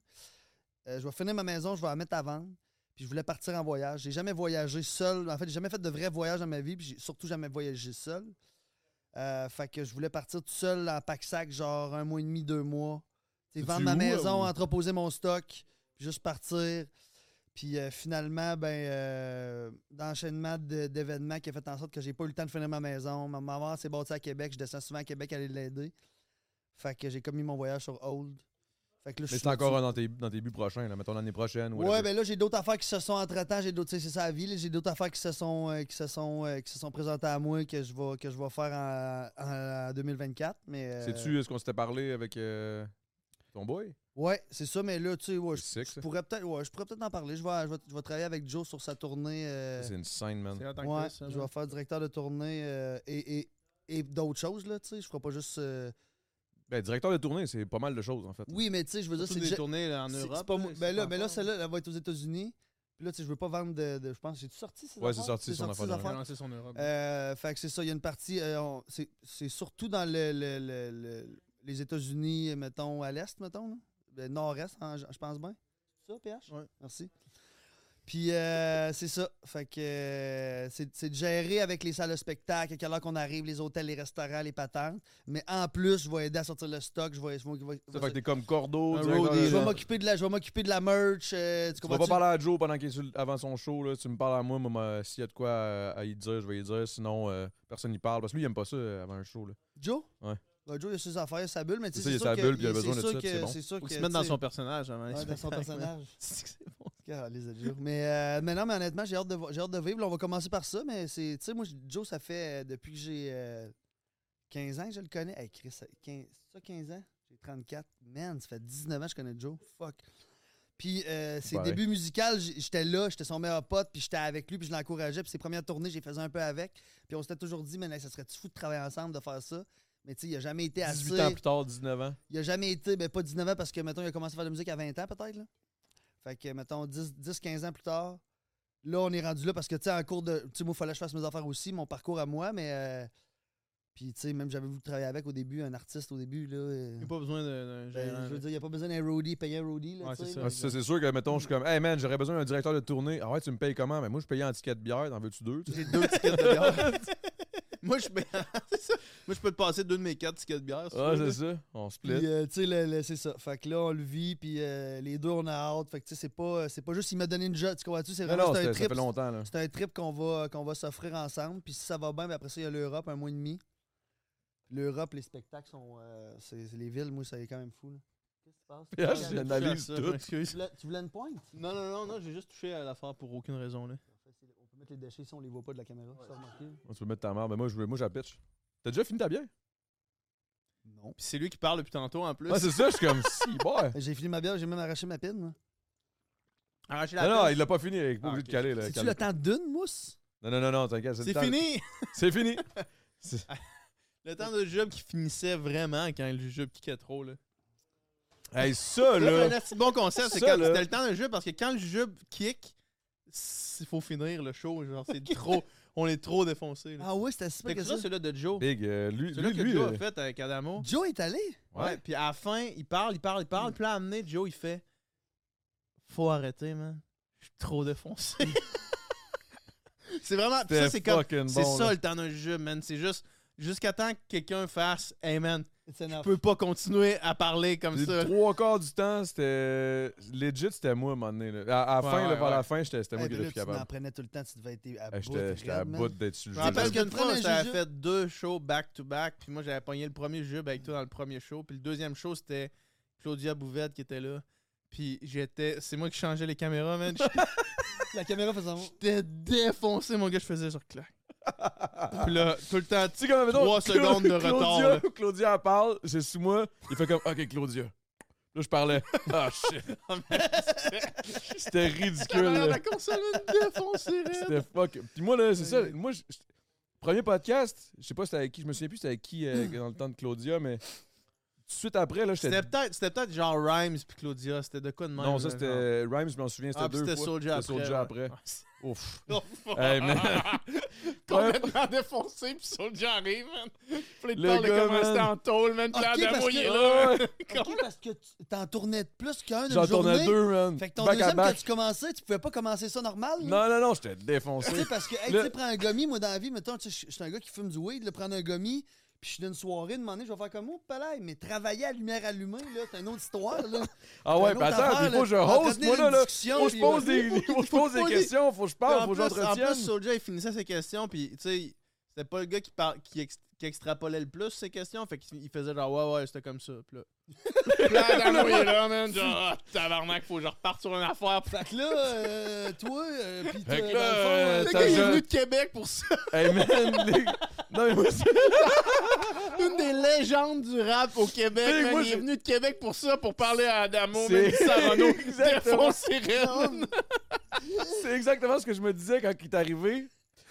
[SPEAKER 3] Euh, je vais finir ma maison, je vais la mettre à vendre. Puis je voulais partir en voyage. J'ai jamais voyagé seul. En fait, j'ai jamais fait de vrai voyage dans ma vie. Puis j'ai surtout jamais voyagé seul. Euh, fait que je voulais partir tout seul en pack-sac, genre un mois et demi, deux mois. Tu sais,
[SPEAKER 1] Tu
[SPEAKER 3] vendre ma
[SPEAKER 1] où,
[SPEAKER 3] maison,
[SPEAKER 1] ou-
[SPEAKER 3] entreposer mon stock, puis juste partir. Puis euh, finalement, ben, euh, d'enchaînement de- d'événements qui a fait en sorte que j'ai pas eu le temps de finir ma maison. Ma maman s'est bâtie à Québec, je descends souvent à Québec aller l'aider. Fait que j'ai commis mon voyage sur hold. Fait que là, je
[SPEAKER 1] Mais
[SPEAKER 3] suis
[SPEAKER 1] c'est encore
[SPEAKER 3] là-dessus.
[SPEAKER 1] un dans tes, dans tes buts prochains, là, mettons l'année prochaine.
[SPEAKER 3] Ouais,
[SPEAKER 1] whatever.
[SPEAKER 3] ben là, j'ai d'autres affaires qui se sont entre-temps, j'ai d'autres, tu sais, c'est ça la vie, là, j'ai d'autres affaires qui se sont euh, qui se sont euh, qui se sont présentées à moi que je vais que je vais faire en, en 2024, mais euh,
[SPEAKER 1] Sais-tu euh, ce qu'on s'était parlé avec euh, ton boy? hein?
[SPEAKER 3] Ouais, c'est ça, mais là, tu sais, ouais, je,
[SPEAKER 1] C'est sick,
[SPEAKER 3] je
[SPEAKER 1] ça.
[SPEAKER 3] pourrais peut-être ouais, je pourrais peut-être en parler, je vais, je vais je vais travailler avec Joe sur sa tournée euh,
[SPEAKER 1] C'est une scène, man.
[SPEAKER 2] C'est en tant que
[SPEAKER 3] Ouais,
[SPEAKER 2] tel, ça,
[SPEAKER 3] je vais
[SPEAKER 2] man.
[SPEAKER 3] faire directeur de tournée euh, et, et, et d'autres choses, là, tu sais. Je ferai pas juste. euh,
[SPEAKER 1] Ben, directeur de tournée, c'est pas mal de choses, en fait.
[SPEAKER 3] Oui, mais tu sais, je veux dire,
[SPEAKER 2] Surtout
[SPEAKER 3] c'est
[SPEAKER 2] des
[SPEAKER 3] déjà-
[SPEAKER 2] tournées là, en
[SPEAKER 3] c'est- c'est
[SPEAKER 2] Europe.
[SPEAKER 3] pas moi-
[SPEAKER 2] c'est
[SPEAKER 3] ben là,
[SPEAKER 2] pas
[SPEAKER 3] mais là,
[SPEAKER 2] encore.
[SPEAKER 3] celle-là, elle va être aux États-Unis. Puis là, tu sais, je veux pas vendre de. de- je pense, j'ai-tu sorti ces
[SPEAKER 1] Ouais,
[SPEAKER 3] affaires?
[SPEAKER 1] c'est sorti son
[SPEAKER 3] ces
[SPEAKER 1] affaire
[SPEAKER 2] On a
[SPEAKER 3] affaires.
[SPEAKER 2] lancé son Europe.
[SPEAKER 3] Euh, fait que c'est ça, il y a une partie. euh, on- c'est c'est surtout dans le, le- le- le- les États-Unis, mettons, à l'est, mettons. là. Le nord-est, en- je pense bien. C'est ça, PH?
[SPEAKER 2] Ouais.
[SPEAKER 3] Merci. Puis euh, c'est ça. Fait que euh, c'est c'est de gérer avec les salles de spectacle, à quelle heure qu'on arrive, les hôtels, les restaurants, les patentes. Mais en plus, je vais aider à sortir le stock. Je vais, je vais- je vais-
[SPEAKER 1] Ça fait que t'es comme cordeau.
[SPEAKER 2] Un
[SPEAKER 1] directeur
[SPEAKER 2] roadie,
[SPEAKER 1] de-
[SPEAKER 3] je vais
[SPEAKER 2] là.
[SPEAKER 3] m'occuper de la, je vais m'occuper de la merch. euh, tu
[SPEAKER 1] Tu vas
[SPEAKER 3] comprends?
[SPEAKER 1] pas parler à Joe pendant qu'il est sur le- avant son show. Là. Tu me parles à moi, moi, moi, s'il y a de quoi euh, à, y dire, je vais y dire. Sinon, euh, personne n'y parle. Parce que lui, il aime pas ça euh, avant un show. Là.
[SPEAKER 3] Joe?
[SPEAKER 1] Ouais.
[SPEAKER 3] Ben, Joe, il a ses affaires, sa bulle, mais tu sais,
[SPEAKER 1] C'est ça, il a sa
[SPEAKER 3] c'est sûr que-
[SPEAKER 1] bulle, puis il a
[SPEAKER 3] c'est
[SPEAKER 1] besoin de
[SPEAKER 3] sûr
[SPEAKER 1] ça,
[SPEAKER 3] que-
[SPEAKER 1] c'est bon.
[SPEAKER 3] c'est sûr
[SPEAKER 2] Faut
[SPEAKER 3] que,
[SPEAKER 2] qu'il se mette dans
[SPEAKER 3] tu sais,
[SPEAKER 2] son personnage. avant les
[SPEAKER 3] ouais, dans son
[SPEAKER 2] spectacles, man.
[SPEAKER 3] personnage.
[SPEAKER 2] C'est que c'est bon.
[SPEAKER 3] Calisse de Dieu. Mais, euh, mais non, mais honnêtement, j'ai hâte, de vo- j'ai hâte de vivre. Là, on va commencer par ça, mais c'est. Tu sais, moi, j- Joe, ça fait euh, depuis que j'ai euh, 15 ans que je le connais. Hey, Chris, ça- 15, c'est ça 15 ans? J'ai 34. Man, ça fait 19 ans que je connais Joe. Fuck. Puis euh, ses
[SPEAKER 1] Pareil.
[SPEAKER 3] débuts musicaux, j- j'étais là, j'étais son meilleur pote, puis j'étais avec lui, puis je l'encourageais, puis ses premières tournées, j'ai faisais un peu avec. Puis on s'était toujours dit, mais là, ça serait-tu fou de travailler ensemble, de faire ça? Mais tu sais, il a jamais été assez.
[SPEAKER 1] 18 ans plus tard, 19 ans.
[SPEAKER 3] Il a jamais été, ben pas 19 ans parce que, mettons, il a commencé à faire de la musique à 20 ans peut-être. Là. Fait que, mettons, 10-15 ans plus tard, là, on est rendu là parce que, tu sais, en cours de. Tu sais, moi, il fallait que je fasse mes affaires aussi, mon parcours à moi, mais. euh, puis, tu sais, même j'avais voulu travailler avec au début, un artiste au début, là. euh,
[SPEAKER 2] Il a pas besoin d'un
[SPEAKER 3] ben,
[SPEAKER 2] gérant.
[SPEAKER 3] je veux
[SPEAKER 2] là.
[SPEAKER 3] dire, il n'y a pas besoin d'un roadie, payer un roadie, là.
[SPEAKER 2] Ouais,
[SPEAKER 3] tu sais,
[SPEAKER 2] c'est
[SPEAKER 3] là.
[SPEAKER 1] Ah, ça, c'est sûr que, mettons, je suis comme, hey man, j'aurais besoin d'un directeur de tournée. Ah ouais, tu me payes comment? Ben, moi, je payais en ticket de bière. T'en veux-tu deux? tu sais?
[SPEAKER 3] J'ai deux tickets de bière.
[SPEAKER 2] Moi, je peux- c'est ça. Moi, je peux te passer deux de mes quatre tickets de bière. si
[SPEAKER 1] Ah,
[SPEAKER 2] tu veux,
[SPEAKER 1] c'est
[SPEAKER 2] là.
[SPEAKER 1] ça. On split.
[SPEAKER 3] Puis, euh, tu sais, le- le- c'est ça. Fait que là, on le vit, puis euh, les deux, on a hâte. Fait que, tu sais, c'est pas, c'est pas juste, il m'a donné une job, tu comprends-tu? C'est
[SPEAKER 1] Non,
[SPEAKER 3] vraiment
[SPEAKER 1] non,
[SPEAKER 3] c'est un
[SPEAKER 1] c'était- ça
[SPEAKER 3] trip.
[SPEAKER 1] fait longtemps. Là.
[SPEAKER 3] C'est un trip qu'on va, qu'on va s'offrir ensemble. Puis si ça va bien, ben après ça, il y a l'Europe, un mois et demi. L'Europe, les spectacles sont. euh, c'est c'est les villes, moi, ça est quand même fou. là. Qu'est-ce qui se passe?
[SPEAKER 1] Yeah,
[SPEAKER 3] Tu
[SPEAKER 1] j'ai
[SPEAKER 3] voulais-
[SPEAKER 1] analyse
[SPEAKER 2] Ça,
[SPEAKER 1] Ah, tout.
[SPEAKER 2] je m'excuse.
[SPEAKER 3] tu, voulais, tu voulais une pointe?
[SPEAKER 2] Non, non, non, non, j'ai juste touché à l'affaire pour aucune raison. Là.
[SPEAKER 3] On peut mettre les déchets si on les voit pas de la caméra. tu as remarqué?
[SPEAKER 1] Tu peux mettre ta mère. Ben, moi, je veux- moi, j'ai la pitch. T'as déjà fini ta bière?
[SPEAKER 3] Non.
[SPEAKER 2] Puis c'est lui qui parle depuis tantôt en plus.
[SPEAKER 1] Ouais, c'est ça. Je suis comme, si, boy.
[SPEAKER 3] J'ai fini ma bière, j'ai même arraché ma pine.
[SPEAKER 1] Euh,
[SPEAKER 3] moi.
[SPEAKER 2] Arracher
[SPEAKER 1] Non,
[SPEAKER 2] la
[SPEAKER 1] non,
[SPEAKER 2] tête.
[SPEAKER 1] il l'a pas fini. Il est pas
[SPEAKER 2] Ah,
[SPEAKER 1] obligé
[SPEAKER 2] ok.
[SPEAKER 1] de caler. Là,
[SPEAKER 3] C'est-tu
[SPEAKER 1] calme.
[SPEAKER 3] le temps d'une mousse?
[SPEAKER 1] Non, non, non, non, t'inquiète. le
[SPEAKER 2] C'est
[SPEAKER 1] temps.
[SPEAKER 2] fini!
[SPEAKER 1] C'est fini. C'est-
[SPEAKER 2] Le temps de job qui finissait vraiment quand le jeu piquait trop. Là.
[SPEAKER 1] Hey, ça,
[SPEAKER 2] Ça, c'est
[SPEAKER 1] Ah, là.
[SPEAKER 2] un assez bon concept, c'est
[SPEAKER 1] Ça,
[SPEAKER 2] quand
[SPEAKER 1] là.
[SPEAKER 2] c'était le temps de jeu parce que quand le jeu kick, il faut finir le show. Genre, c'est trop. On est trop défoncé. là.
[SPEAKER 3] Ah ouais, c'était super
[SPEAKER 2] Fait
[SPEAKER 3] que
[SPEAKER 2] que
[SPEAKER 3] ça.
[SPEAKER 2] ça, celui-là de Joe.
[SPEAKER 1] Big, euh, lui,
[SPEAKER 2] Celui-là
[SPEAKER 1] lui,
[SPEAKER 2] que
[SPEAKER 1] lui,
[SPEAKER 2] Joe
[SPEAKER 1] euh,
[SPEAKER 2] a fait avec Adamo.
[SPEAKER 3] Joe est allé?
[SPEAKER 2] Ouais, puis à la fin, il parle, il parle, il
[SPEAKER 1] Mm.
[SPEAKER 2] parle. Puis là, à amener, Joe, il fait Faut arrêter, man. Je suis trop défoncé. c'est vraiment. puis Ça,
[SPEAKER 1] C'était
[SPEAKER 2] c'est comme.
[SPEAKER 1] fucking
[SPEAKER 2] C'est
[SPEAKER 1] bon,
[SPEAKER 2] ça
[SPEAKER 1] là.
[SPEAKER 2] le temps d'un jeu, man. C'est juste. Jusqu'à temps que quelqu'un fasse Hey, man,
[SPEAKER 3] It's enough.
[SPEAKER 2] je peux pas continuer à parler comme
[SPEAKER 1] Les
[SPEAKER 2] ça.
[SPEAKER 1] trois quarts du temps, c'était. Legit, c'était moi à un moment donné. là. À, à la
[SPEAKER 2] Ouais,
[SPEAKER 1] fin, là,
[SPEAKER 2] ouais,
[SPEAKER 1] vers
[SPEAKER 2] ouais.
[SPEAKER 1] la fin, j'étais- c'était
[SPEAKER 3] Hey,
[SPEAKER 1] moi qui
[SPEAKER 3] puis
[SPEAKER 1] étais
[SPEAKER 3] là,
[SPEAKER 1] plus
[SPEAKER 3] tu en
[SPEAKER 1] capable.
[SPEAKER 3] prenais tout le temps, tu devais être à
[SPEAKER 1] Hey,
[SPEAKER 3] bout.
[SPEAKER 1] J'étais j'étais à
[SPEAKER 3] raide, man.
[SPEAKER 1] bout d'être sur le
[SPEAKER 2] Je me
[SPEAKER 1] jeu.
[SPEAKER 2] rappelle
[SPEAKER 3] parce que
[SPEAKER 2] qu'une
[SPEAKER 3] le premier
[SPEAKER 2] fois, ça a
[SPEAKER 3] jeu-
[SPEAKER 2] fait deux shows back-to-back. puis moi, j'avais pogné le premier jeu ben, avec toi dans le premier show. Puis le deuxième show, c'était Claudia Bouvette qui était là. Puis j'étais. C'est moi qui changeais les caméras, man.
[SPEAKER 3] La caméra faisait un mot.
[SPEAKER 2] J'étais défoncé, mon gars, je faisais genre clac. Puis là, tout le temps,
[SPEAKER 1] Tu sais, comme, mettons,
[SPEAKER 2] Trois secondes de
[SPEAKER 1] Claudia-
[SPEAKER 2] retard, là.
[SPEAKER 1] Claudia elle parle, c'est sous moi. Il fait comme, OK, Claudia. Là, je parlais. Ah, shit. C'était ridicule.
[SPEAKER 2] la,
[SPEAKER 1] là.
[SPEAKER 2] la console me défonçait.
[SPEAKER 1] C'était fuck. Puis moi, là, c'est ça. Moi, je- je- premier podcast, je sais pas c'était avec qui, je me souviens plus c'était avec qui euh, dans le temps de Claudia, mais tout de suite après, là, j'étais.
[SPEAKER 2] C'était peut-être c'était peut-être genre Rhymes puis Claudia, c'était de quoi de même?
[SPEAKER 1] Non, ça
[SPEAKER 2] là,
[SPEAKER 1] c'était
[SPEAKER 2] genre.
[SPEAKER 1] Rhymes, je m'en souviens, c'était
[SPEAKER 2] Ah, puis
[SPEAKER 1] deux
[SPEAKER 2] c'était
[SPEAKER 1] fois.
[SPEAKER 2] Soulja
[SPEAKER 1] C'était Soulja après.
[SPEAKER 2] après.
[SPEAKER 1] Ouf.
[SPEAKER 2] Soulja
[SPEAKER 1] Hey, man.
[SPEAKER 2] Complètement défoncé, puis Soulja arrive, man. Puis
[SPEAKER 1] Le
[SPEAKER 2] il te parle de
[SPEAKER 1] gars,
[SPEAKER 2] comment
[SPEAKER 1] man.
[SPEAKER 2] c'était en tôle, man. Puis
[SPEAKER 3] Ok,
[SPEAKER 2] Adamo, il
[SPEAKER 3] parce que-
[SPEAKER 2] est là. man.
[SPEAKER 3] Ok, parce que tu- t'en tournais plus qu'un une
[SPEAKER 1] J'en
[SPEAKER 3] journée.
[SPEAKER 1] tournais deux, man.
[SPEAKER 3] Fait que ton
[SPEAKER 1] Back à
[SPEAKER 3] deuxième
[SPEAKER 1] back.
[SPEAKER 3] que tu commençais, tu pouvais pas commencer ça normal. là.
[SPEAKER 1] Non, non, non, j'étais
[SPEAKER 3] Tu
[SPEAKER 1] défoncé.
[SPEAKER 3] sais, parce que, hey,
[SPEAKER 1] Le-
[SPEAKER 3] tu sais, prends un gommi, moi, dans la vie, mettons, tu sais, je je suis un gars qui fume du weed, là, prendre un gommi, puis je suis d'une soirée, demander, je vais faire comme, oh, palais, mais travailler à lumière allumée, là, c'est une autre histoire, là.
[SPEAKER 1] Ah ouais,
[SPEAKER 3] une
[SPEAKER 1] mais
[SPEAKER 3] autre
[SPEAKER 1] attends,
[SPEAKER 3] affaire,
[SPEAKER 1] il faut que je
[SPEAKER 3] là.
[SPEAKER 1] host,
[SPEAKER 3] Entretenir
[SPEAKER 1] moi, là,
[SPEAKER 3] une
[SPEAKER 1] là.
[SPEAKER 3] discussion,
[SPEAKER 1] Faut que je
[SPEAKER 3] puis-
[SPEAKER 1] pose des, faut que je pose des questions, faut que je
[SPEAKER 2] Puis
[SPEAKER 1] parle,
[SPEAKER 2] en
[SPEAKER 1] faut que
[SPEAKER 2] plus- En
[SPEAKER 1] j'entretienne.
[SPEAKER 2] plus, Soulja, il finissait ses questions, puis tu sais, il- c'était pas le gars qui, par- qui, ex- qui extrapolait le plus ses questions, fait qu'il il faisait genre ouais, ouais, c'était comme ça. Puis là, Puis là, Adamo, il est là, man, genre, ah, tabarnak, faut que je reparte sur une affaire. Puis
[SPEAKER 3] Fait que là, euh, toi, euh, puis
[SPEAKER 1] Fait
[SPEAKER 3] toi,
[SPEAKER 1] que là,
[SPEAKER 3] dans le fond,
[SPEAKER 1] euh,
[SPEAKER 3] euh,
[SPEAKER 2] le
[SPEAKER 1] t'as
[SPEAKER 2] gars, il est
[SPEAKER 1] jeune.
[SPEAKER 2] venu de Québec pour ça.
[SPEAKER 1] Hey, man, les- Non, mais moi, c'est-
[SPEAKER 3] euh,
[SPEAKER 2] Une des légendes du rap au Québec,
[SPEAKER 1] Mais
[SPEAKER 2] man,
[SPEAKER 1] moi,
[SPEAKER 2] il
[SPEAKER 1] je-
[SPEAKER 2] est venu de Québec pour ça, pour parler à Adamo,
[SPEAKER 1] C'est-
[SPEAKER 2] même Sarano,
[SPEAKER 1] Exactement.
[SPEAKER 2] défoncer Ren.
[SPEAKER 1] c'est exactement ce que je me disais quand il est arrivé.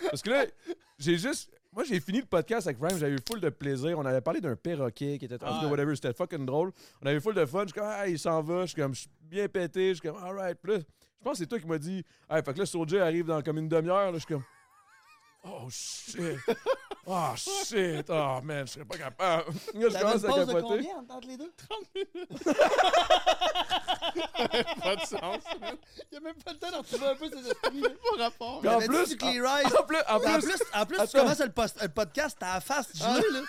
[SPEAKER 1] Parce que là, j'ai juste. Moi, j'ai fini le podcast avec Rhymes, j'avais eu full de plaisir. On avait parlé d'un perroquet qui était. en tout cas, whatever, c'était fucking drôle. On avait eu full de fun. Je suis comme, ah, il s'en va. Je suis comme, je suis bien pété. Je suis comme, alright. Puis là, je pense que c'est toi qui m'as dit, hey, fait que là, Soulja arrive dans comme une demi-heure. là. Je suis comme, oh shit. Oh shit. Oh man, je serais pas capable. Là, je
[SPEAKER 3] T'avais une
[SPEAKER 1] commence à
[SPEAKER 3] pause de
[SPEAKER 1] capoter.
[SPEAKER 3] combien entre les deux?
[SPEAKER 2] Pas de sens, man.
[SPEAKER 3] Il y a même pas le temps de retrouver un peu ses esprits. là.
[SPEAKER 2] Pas rapport.
[SPEAKER 1] Puis en
[SPEAKER 3] T'avais-tu
[SPEAKER 1] plus-
[SPEAKER 3] du Clear Eyes?
[SPEAKER 1] En plus, en
[SPEAKER 3] En
[SPEAKER 1] plus,
[SPEAKER 3] plus, en plus tu
[SPEAKER 1] Attends.
[SPEAKER 3] commences le, post- le podcast, t'as la face
[SPEAKER 1] Ah,
[SPEAKER 3] gelée, là.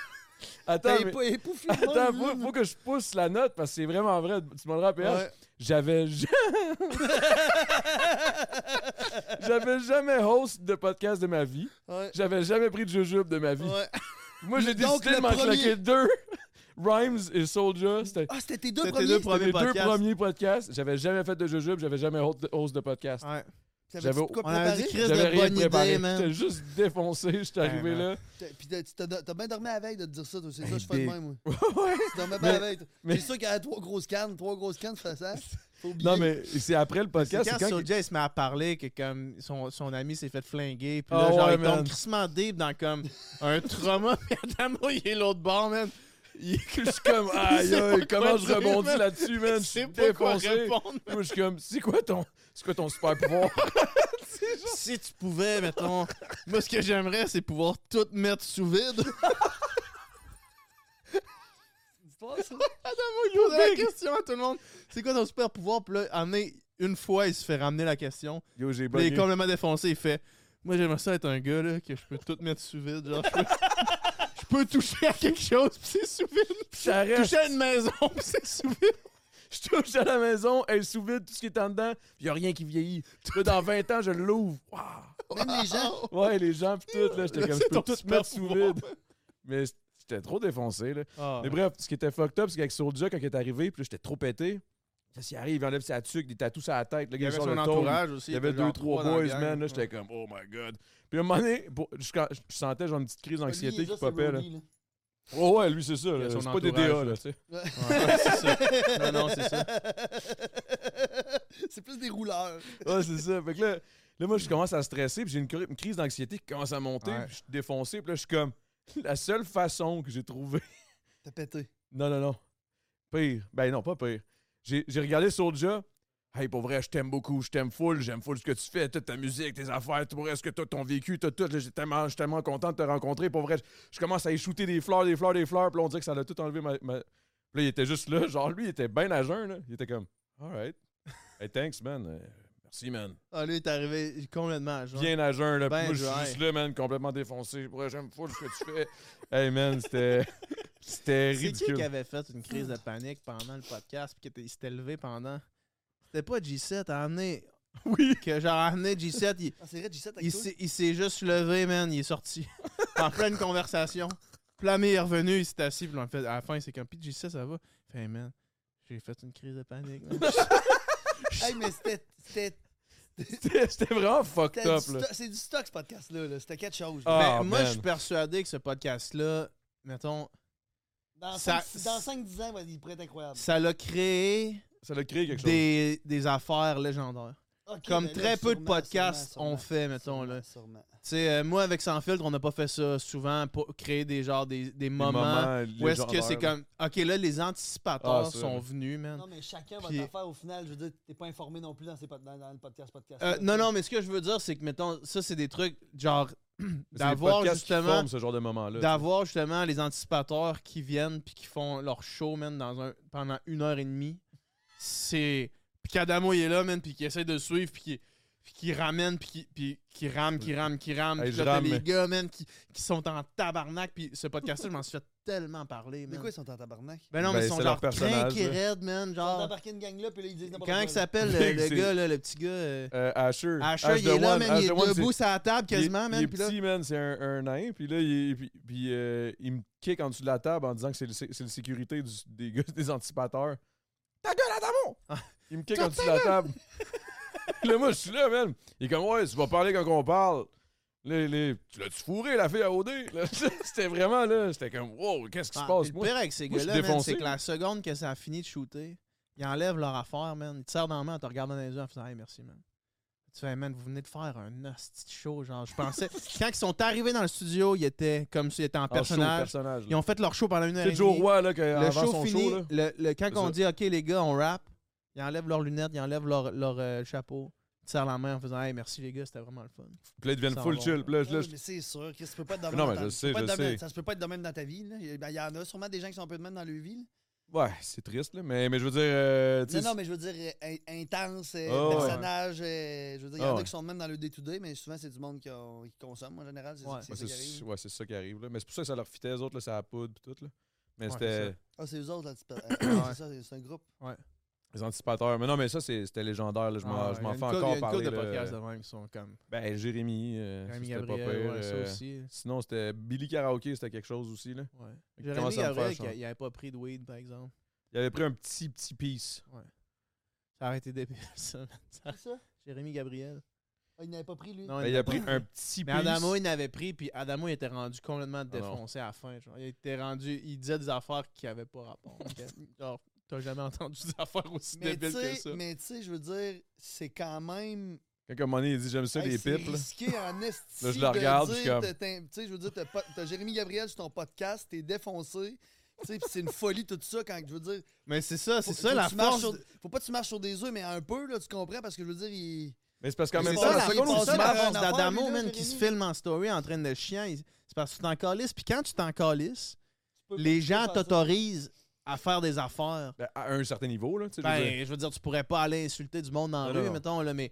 [SPEAKER 1] attends,
[SPEAKER 3] T'as
[SPEAKER 1] mais-
[SPEAKER 3] épa- époufflé.
[SPEAKER 1] Attends,
[SPEAKER 2] Oh,
[SPEAKER 1] faut, faut que je pousse la note parce que c'est vraiment vrai. Tu demanderas à PH.
[SPEAKER 3] Ouais.
[SPEAKER 1] J'avais ja- J'avais jamais host de podcast de ma vie.
[SPEAKER 3] Ouais.
[SPEAKER 1] J'avais jamais pris de jujube de ma vie.
[SPEAKER 2] Ouais.
[SPEAKER 1] Moi, j'ai
[SPEAKER 3] Donc,
[SPEAKER 1] décidé de
[SPEAKER 3] le
[SPEAKER 1] m'en
[SPEAKER 3] premier-
[SPEAKER 1] claquer deux. Rhymes et Soulja, c'était
[SPEAKER 3] Ah, c'était tes deux
[SPEAKER 2] C'était
[SPEAKER 3] premiers?
[SPEAKER 2] tes deux
[SPEAKER 1] c'était
[SPEAKER 2] premiers
[SPEAKER 1] les deux
[SPEAKER 2] podcasts.
[SPEAKER 1] premiers podcasts. J'avais jamais fait de jujube, j'avais jamais host host de podcast.
[SPEAKER 2] Ouais.
[SPEAKER 3] T'avais-tu
[SPEAKER 1] J'avais-
[SPEAKER 3] de quoi
[SPEAKER 2] On avait dit
[SPEAKER 3] préparer?
[SPEAKER 2] Ah, Chris
[SPEAKER 1] J'avais
[SPEAKER 2] de
[SPEAKER 1] rien
[SPEAKER 2] bonne
[SPEAKER 1] préparé.
[SPEAKER 2] idée, man.
[SPEAKER 1] J'étais juste défoncé, j'étais
[SPEAKER 2] Ouais,
[SPEAKER 1] arrivé
[SPEAKER 2] man.
[SPEAKER 1] là.
[SPEAKER 3] T'as- Puis t'as- tu t'as t'as bien dormi à la veille de te dire ça, toi. C'est ça,
[SPEAKER 1] Hey,
[SPEAKER 3] je fais de
[SPEAKER 1] big.
[SPEAKER 3] même, moi.
[SPEAKER 1] Ouais.
[SPEAKER 3] Tu dormais bien à la
[SPEAKER 1] Mais-
[SPEAKER 3] veille. toi.
[SPEAKER 1] mais-
[SPEAKER 3] C'est sûr qu'il y avait trois grosses cannes. Trois grosses cannes, tu fais ça. Faut oublier.
[SPEAKER 1] Non, mais c'est après le podcast.
[SPEAKER 2] C'est quand,
[SPEAKER 1] c'est quand-
[SPEAKER 2] Soulja il se met à parler que comme son, son ami s'est fait flinguer puis
[SPEAKER 1] Ah
[SPEAKER 2] là genre
[SPEAKER 1] ouais,
[SPEAKER 2] il
[SPEAKER 1] man.
[SPEAKER 2] tombe crissement deep dans comme un trauma puis Adamo il est l'autre bord man il est
[SPEAKER 1] Je suis comme, aïe,
[SPEAKER 2] sais pas
[SPEAKER 1] aïe, comment
[SPEAKER 2] quoi
[SPEAKER 1] je
[SPEAKER 2] dire,
[SPEAKER 1] rebondis
[SPEAKER 2] man.
[SPEAKER 1] là-dessus, man? Je suis
[SPEAKER 2] c'est pas quoi
[SPEAKER 1] défoncé.
[SPEAKER 2] répondre
[SPEAKER 1] Moi, je suis comme, c'est quoi ton, c'est quoi ton super pouvoir?
[SPEAKER 2] si tu pouvais mettons moi ce que j'aimerais c'est pouvoir tout mettre sous vide Adamo il pose la question à tout le monde c'est quoi ton super pouvoir puis là amener une fois il se fait ramener la question
[SPEAKER 1] Yo, j'ai
[SPEAKER 2] Puis là, il
[SPEAKER 1] bugué.
[SPEAKER 2] est complètement défoncé, il fait Moi j'aimerais ça être un gars là, que je peux tout mettre sous vide. Genre, je peux, je peux toucher à quelque chose, puis c'est sous vide.
[SPEAKER 1] J'arrête,
[SPEAKER 2] Toucher à une maison, puis c'est sous vide.
[SPEAKER 1] je touche à la maison, elle est sous vide, tout ce qui est en dedans, il y a rien qui vieillit. Là, dans 20 ans, je l'ouvre. Wow.
[SPEAKER 3] Même les gens.
[SPEAKER 1] Ouais, les gens pis tout, là, j'étais
[SPEAKER 2] Là,
[SPEAKER 1] comme,
[SPEAKER 2] c'est
[SPEAKER 1] je peux
[SPEAKER 2] ton
[SPEAKER 1] tout
[SPEAKER 2] super
[SPEAKER 1] mettre sous
[SPEAKER 2] pouvoir.
[SPEAKER 1] vide. Mais j'étais trop défoncé, là.
[SPEAKER 2] Ah,
[SPEAKER 1] Mais bref, ce qui était fucked up, c'est qu'avec Soulja, quand il est arrivé, puis là, j'étais trop pété, qu'est-ce qui arrive? Il enlève sa tuque, des tatous sur la tête, le
[SPEAKER 2] il y
[SPEAKER 1] gars
[SPEAKER 2] avait
[SPEAKER 1] sur
[SPEAKER 2] son
[SPEAKER 1] le tôle.
[SPEAKER 2] entourage aussi.
[SPEAKER 1] Il y avait
[SPEAKER 2] était genre
[SPEAKER 1] deux, trois
[SPEAKER 2] dans la
[SPEAKER 1] boys,
[SPEAKER 2] gang.
[SPEAKER 1] man. Là, j'étais comme, oh my god. Puis à un moment donné, pour- je, quand- je sentais genre une petite crise d'anxiété
[SPEAKER 3] Lui,
[SPEAKER 1] qui
[SPEAKER 3] là, c'est
[SPEAKER 1] popait. Là.
[SPEAKER 3] Brody, là.
[SPEAKER 1] Oh ouais, lui, c'est ça.
[SPEAKER 2] Il y
[SPEAKER 1] là.
[SPEAKER 2] a son
[SPEAKER 1] C'est pas des
[SPEAKER 2] entourage,
[SPEAKER 1] DA,
[SPEAKER 2] là.
[SPEAKER 1] là, tu sais.
[SPEAKER 2] Ouais, c'est ça. Non, non, c'est ça.
[SPEAKER 3] C'est plus des rouleurs.
[SPEAKER 1] Ouais, c'est ça. Fait que là, là, moi, je commence à stresser, puis j'ai une, cri- une crise d'anxiété qui commence à monter,
[SPEAKER 2] Mm. Ouais.
[SPEAKER 1] puis je suis défoncé, puis là, je suis comme, La seule façon que j'ai trouvé
[SPEAKER 3] T'as pété.
[SPEAKER 1] Non, non, non. Pire. Ben non, pas pire. J'ai j'ai regardé Soulja. Hey, pour vrai, je t'aime beaucoup, je t'aime full, j'aime full ce que tu fais, toute ta musique, tes affaires, tout pour vrai, ce que t'as, ton vécu, t'as tout. là, j'ai tellement- Je suis tellement content de te rencontrer. Pour vrai, je, je commence à y shooter des fleurs, des fleurs, des fleurs. Puis là, on dirait que ça l'a tout enlevé. Ma, ma- Puis là, il était juste là. Genre, lui, il était bien à jeun. Là. Il était comme, alright. Hey, thanks, man. Euh, Merci, man.
[SPEAKER 2] Ah, lui, il est arrivé complètement à jour.
[SPEAKER 1] Bien à jeun, là.
[SPEAKER 2] Ben
[SPEAKER 1] Moi, je suis
[SPEAKER 2] dry.
[SPEAKER 1] juste là, man, complètement défoncé. Pour vrai, j'aime full ce que tu fais. hey, man, c'était. C'était
[SPEAKER 2] C'est qui
[SPEAKER 1] ridicule.
[SPEAKER 2] qui avait fait une crise de panique pendant le podcast puis qu'il s'était levé pendant. C'était pas G7 à amener.
[SPEAKER 1] Oui.
[SPEAKER 2] Que genre à amener G7, il,
[SPEAKER 3] Ah, c'est vrai, G7 avec
[SPEAKER 2] il
[SPEAKER 3] toi.
[SPEAKER 2] s'est- il s'est juste levé, man, il est sorti. en pleine conversation. Plamé est revenu, il s'est assis, puis on fait, à la fin, c'est comme, pis G7, ça va. Il Fait, Hey, man, j'ai fait une crise de panique. man.
[SPEAKER 3] Hey, mais c'était- c'était.
[SPEAKER 1] C'était c'était vraiment fucked
[SPEAKER 3] c'était du
[SPEAKER 1] up, là.
[SPEAKER 3] sto- C'est du stock, ce podcast-là. là. C'était quelque chose. là.
[SPEAKER 1] Ah,
[SPEAKER 2] Ben, moi,
[SPEAKER 1] man.
[SPEAKER 2] je suis persuadé que ce podcast-là, mettons,
[SPEAKER 3] Dans
[SPEAKER 2] ça-
[SPEAKER 3] 5-10 ans, ouais, il pourrait être incroyable.
[SPEAKER 2] ça l'a créé
[SPEAKER 1] Ça l'a créé Ah, quelque chose.
[SPEAKER 2] des, des affaires légendaires.
[SPEAKER 3] Ok,
[SPEAKER 2] Comme
[SPEAKER 3] ben là,
[SPEAKER 2] très peu de
[SPEAKER 3] sûrement,
[SPEAKER 2] podcasts
[SPEAKER 3] sûrement,
[SPEAKER 2] ont fait, mettons,
[SPEAKER 3] sûrement,
[SPEAKER 2] là. Tu
[SPEAKER 3] sûrement.
[SPEAKER 2] sais, euh, moi, avec Sans Filtre, on n'a pas fait ça souvent pour créer des, genre, des, des
[SPEAKER 1] Des
[SPEAKER 2] moments, où est-ce que
[SPEAKER 1] légendaires, là.
[SPEAKER 2] c'est comme, OK, là, les anticipateurs
[SPEAKER 1] Ah, ça,
[SPEAKER 2] sont
[SPEAKER 1] ouais.
[SPEAKER 2] venus, man.
[SPEAKER 3] Non, mais chacun
[SPEAKER 2] Puis-
[SPEAKER 3] va t'en faire au final. Je veux dire, t'es pas informé non plus dans, ces pod- dans, dans le podcast. podcast
[SPEAKER 2] Euh, non, non, mais ce que je veux dire, c'est que, mettons, ça, c'est des trucs, genre,
[SPEAKER 1] C'est des
[SPEAKER 2] d'avoir
[SPEAKER 1] podcasts qui
[SPEAKER 2] justement,
[SPEAKER 1] forment ce genre de moment-là.
[SPEAKER 2] d'avoir justement les anticipateurs qui viennent puis qui font leur show, man, dans un, pendant une heure et demie. C'est. Puis qu'Adamo, il est là, man, puis qu'il essaie de le suivre, puis qu'il puis qu'il ramène, puis qu'il- puis qu'il rame, qu'il rame, qu'il rame.
[SPEAKER 1] Hey,
[SPEAKER 2] Puis
[SPEAKER 1] je
[SPEAKER 2] là, t'as
[SPEAKER 1] rame,
[SPEAKER 2] les
[SPEAKER 1] mais-
[SPEAKER 2] gars, man, qui, qui sont en tabarnak. Puis ce podcast-là, je m'en suis fait tellement parler,
[SPEAKER 3] Mais
[SPEAKER 2] man.
[SPEAKER 3] quoi, ils sont en tabarnak?
[SPEAKER 2] ben non,
[SPEAKER 1] Ben,
[SPEAKER 2] mais ils sont
[SPEAKER 1] c'est leur
[SPEAKER 2] genre
[SPEAKER 1] personnage,
[SPEAKER 2] crinqués
[SPEAKER 1] là.
[SPEAKER 2] raides, man.
[SPEAKER 3] Ils sont
[SPEAKER 2] Genre,
[SPEAKER 3] embarqués une gang là, puis là, ils disent n'importe
[SPEAKER 2] comment il
[SPEAKER 3] quoi, là.
[SPEAKER 2] s'appelle le, le
[SPEAKER 1] C'est-
[SPEAKER 2] gars, là, le petit gars euh,
[SPEAKER 1] Euh, Asher.
[SPEAKER 2] Asher, il est
[SPEAKER 1] the
[SPEAKER 2] là,
[SPEAKER 1] One,
[SPEAKER 2] man,
[SPEAKER 1] Ash
[SPEAKER 2] il est
[SPEAKER 1] the One,
[SPEAKER 2] debout sur la table
[SPEAKER 1] c'est-
[SPEAKER 2] quasiment,
[SPEAKER 1] il est-
[SPEAKER 2] man.
[SPEAKER 1] Il est
[SPEAKER 2] puis là-
[SPEAKER 1] petit, man, c'est un, un nain. Puis là, il, est- puis, puis, euh, il me kick en dessous de la table en disant que c'est le, sé- c'est le sécurité du- des gars, des anticipateurs. Ta gueule, Adamo! Il me kick en dessous de la table. là, moi, je suis là, man. Il est comme, ouais, tu vas parler quand on parle. Là, il est, tu l'as-tu fourré, la fille à OD? Là, C'était vraiment, là, c'était comme, wow, qu'est-ce qui se
[SPEAKER 2] Ah,
[SPEAKER 1] passe,
[SPEAKER 2] puis le
[SPEAKER 1] moi?
[SPEAKER 2] pire avec ces
[SPEAKER 1] moi, je suis
[SPEAKER 2] gars-là, man,
[SPEAKER 1] défoncé.
[SPEAKER 2] c'est que la seconde que ça a fini de shooter, ils enlèvent leur affaire, man. Ils te serrent dans la main en te regardant dans les yeux en faisant Hey, merci, man. Tu fais, man, vous venez de faire un hostie de show. Genre, je pensais. quand ils sont arrivés dans le studio, ils étaient comme s'ils étaient en
[SPEAKER 1] En Ah, show,
[SPEAKER 2] personnage.
[SPEAKER 1] personnage, là.
[SPEAKER 2] Ils ont fait leur show pendant une heure.
[SPEAKER 1] C'est
[SPEAKER 2] et
[SPEAKER 1] Joe
[SPEAKER 2] demie.
[SPEAKER 1] Roy, là, que
[SPEAKER 2] Le
[SPEAKER 1] avant
[SPEAKER 2] show
[SPEAKER 1] son
[SPEAKER 2] fini.
[SPEAKER 1] show, là.
[SPEAKER 2] le, le- quand
[SPEAKER 1] C'est
[SPEAKER 2] on
[SPEAKER 1] ça.
[SPEAKER 2] dit, OK, les gars, on rap, ils enlèvent leurs lunettes, ils enlèvent leur, leur euh, chapeau. Ils te serrent la main en faisant Hey, merci, les gars, c'était vraiment le fun.
[SPEAKER 1] Puis là, ils deviennent
[SPEAKER 2] Ça
[SPEAKER 1] full
[SPEAKER 2] va.
[SPEAKER 1] chill. Puis là, je-
[SPEAKER 3] Ah
[SPEAKER 1] là,
[SPEAKER 3] oui,
[SPEAKER 1] je-
[SPEAKER 3] mais c'est sûr que ça peut pas être de même.
[SPEAKER 1] Non, mais
[SPEAKER 3] dans-
[SPEAKER 1] je
[SPEAKER 3] ça
[SPEAKER 1] sais,
[SPEAKER 3] peut pas
[SPEAKER 1] je
[SPEAKER 3] être de même-
[SPEAKER 1] sais.
[SPEAKER 3] Ça se peut pas être de même dans ta vie. là. Il ben, il y en a sûrement des gens qui sont un peu de même dans leur vie. là.
[SPEAKER 1] ouais, c'est triste, là. Mais, mais je veux dire, euh, tu sais,
[SPEAKER 3] Non, non, mais je veux dire, euh, in- intense, euh,
[SPEAKER 2] Oh,
[SPEAKER 1] Ah ouais.
[SPEAKER 3] personnage. euh, je veux dire, il y
[SPEAKER 1] Ah
[SPEAKER 3] en a
[SPEAKER 1] ouais.
[SPEAKER 3] qui sont de même dans le day-to-day, mais souvent, c'est du monde qui, ont- qui consomme en général. C'est
[SPEAKER 2] Ouais.
[SPEAKER 3] c'est
[SPEAKER 1] ouais,
[SPEAKER 3] ça qui
[SPEAKER 1] c'est
[SPEAKER 3] arrive.
[SPEAKER 1] ouais, c'est ça qui arrive, là. Mais c'est pour ça que ça leur fitait, les autres, là, ça a poudre, puis tout, là. Mais
[SPEAKER 2] Ouais, c'est
[SPEAKER 1] c'était
[SPEAKER 2] ça.
[SPEAKER 3] Ah, c'est eux autres, là, tu parles.
[SPEAKER 2] Ouais.
[SPEAKER 3] C'est ça, c'est- c'est un groupe.
[SPEAKER 1] les anticipateurs. Mais non, mais ça, c'est- c'était légendaire, là. Je m'en
[SPEAKER 2] Ah,
[SPEAKER 1] je
[SPEAKER 2] il y
[SPEAKER 1] m'en
[SPEAKER 2] a une
[SPEAKER 1] fais
[SPEAKER 2] couple-
[SPEAKER 1] encore
[SPEAKER 2] Il y a
[SPEAKER 1] parler.
[SPEAKER 2] une couple de podcasts de
[SPEAKER 1] là.
[SPEAKER 2] même qui sont comme.
[SPEAKER 1] Ben, Jérémy, euh, ça,
[SPEAKER 2] Jérémy
[SPEAKER 1] c'était pas
[SPEAKER 2] Gabriel,
[SPEAKER 1] pire.
[SPEAKER 2] ouais, ça
[SPEAKER 1] euh,
[SPEAKER 2] aussi.
[SPEAKER 1] Sinon, c'était Billy Karaoke, c'était quelque chose aussi, là.
[SPEAKER 2] Ouais.
[SPEAKER 1] Il
[SPEAKER 2] Jérémy
[SPEAKER 1] commence à me faire
[SPEAKER 2] Gabriel,
[SPEAKER 1] changer.
[SPEAKER 2] qui- il avait pas pris de weed, par exemple.
[SPEAKER 1] Il avait pris un petit, petit piece.
[SPEAKER 2] Ça aurait été débile, ça. man. Ça-
[SPEAKER 3] C'est ça?
[SPEAKER 2] Jérémy Gabriel.
[SPEAKER 3] Ah, il n'avait pas pris, lui.
[SPEAKER 2] Non,
[SPEAKER 1] Ben, il a
[SPEAKER 2] était
[SPEAKER 1] pris
[SPEAKER 2] pas-
[SPEAKER 1] un petit piece.
[SPEAKER 2] Mais Adamo, il n'avait pris, puis Adamo, il était rendu complètement
[SPEAKER 1] non.
[SPEAKER 2] défoncé à la fin. Genre. Il était rendu... Il disait des affaires qui n'avaient pas rapport. ok? genre, t'as jamais entendu des affaires aussi
[SPEAKER 3] Mais tu
[SPEAKER 2] débiles que
[SPEAKER 3] sais,
[SPEAKER 2] ça.
[SPEAKER 3] mais tu sais, je veux dire, c'est quand même.
[SPEAKER 1] Quand à un moment donné, il dit J'aime ça,
[SPEAKER 3] Hey,
[SPEAKER 1] les
[SPEAKER 3] c'est
[SPEAKER 1] pipes, là.
[SPEAKER 3] risqué en esti.
[SPEAKER 1] Là, je le regarde,
[SPEAKER 3] de
[SPEAKER 1] je suis
[SPEAKER 3] dire,
[SPEAKER 1] comme-
[SPEAKER 3] t'as- t'as- Tu sais, je veux dire, t'as pas- t'as Jérémy Gabriel sur ton podcast, t'es défoncé. Tu sais, puis c'est une folie tout ça quand je veux dire.
[SPEAKER 2] Mais c'est ça,
[SPEAKER 3] faut-
[SPEAKER 2] c'est
[SPEAKER 3] faut
[SPEAKER 2] ça
[SPEAKER 3] que
[SPEAKER 2] la
[SPEAKER 3] tu marches
[SPEAKER 2] force.
[SPEAKER 3] sur-
[SPEAKER 2] de-
[SPEAKER 3] Faut pas que tu marches sur des œufs, mais un peu, là, tu comprends, parce que je veux dire, il.
[SPEAKER 1] Mais c'est parce qu'en
[SPEAKER 3] Mais
[SPEAKER 1] même
[SPEAKER 3] c'est
[SPEAKER 1] temps,
[SPEAKER 3] ça,
[SPEAKER 1] la
[SPEAKER 3] la
[SPEAKER 1] seconde où
[SPEAKER 3] réponse
[SPEAKER 1] tu
[SPEAKER 3] là,
[SPEAKER 1] marches-
[SPEAKER 2] la force
[SPEAKER 3] affaire, lui,
[SPEAKER 2] d'Adamo,
[SPEAKER 3] là,
[SPEAKER 2] man, qui se
[SPEAKER 3] Jérémy.
[SPEAKER 2] filme en story en train de chien. il- C'est parce que tu t'en calisses. Puis quand tu t'en calisses,
[SPEAKER 3] tu peux-
[SPEAKER 2] les
[SPEAKER 3] tu peux
[SPEAKER 2] gens
[SPEAKER 3] faire ça.
[SPEAKER 2] t'autorisent à faire des affaires
[SPEAKER 1] Ben, à un certain niveau, là. tu sais, je veux dire.
[SPEAKER 2] Ben, je veux dire, tu pourrais pas aller insulter du monde en
[SPEAKER 1] Non,
[SPEAKER 2] rue,
[SPEAKER 1] non, non.
[SPEAKER 2] mettons, là, mais,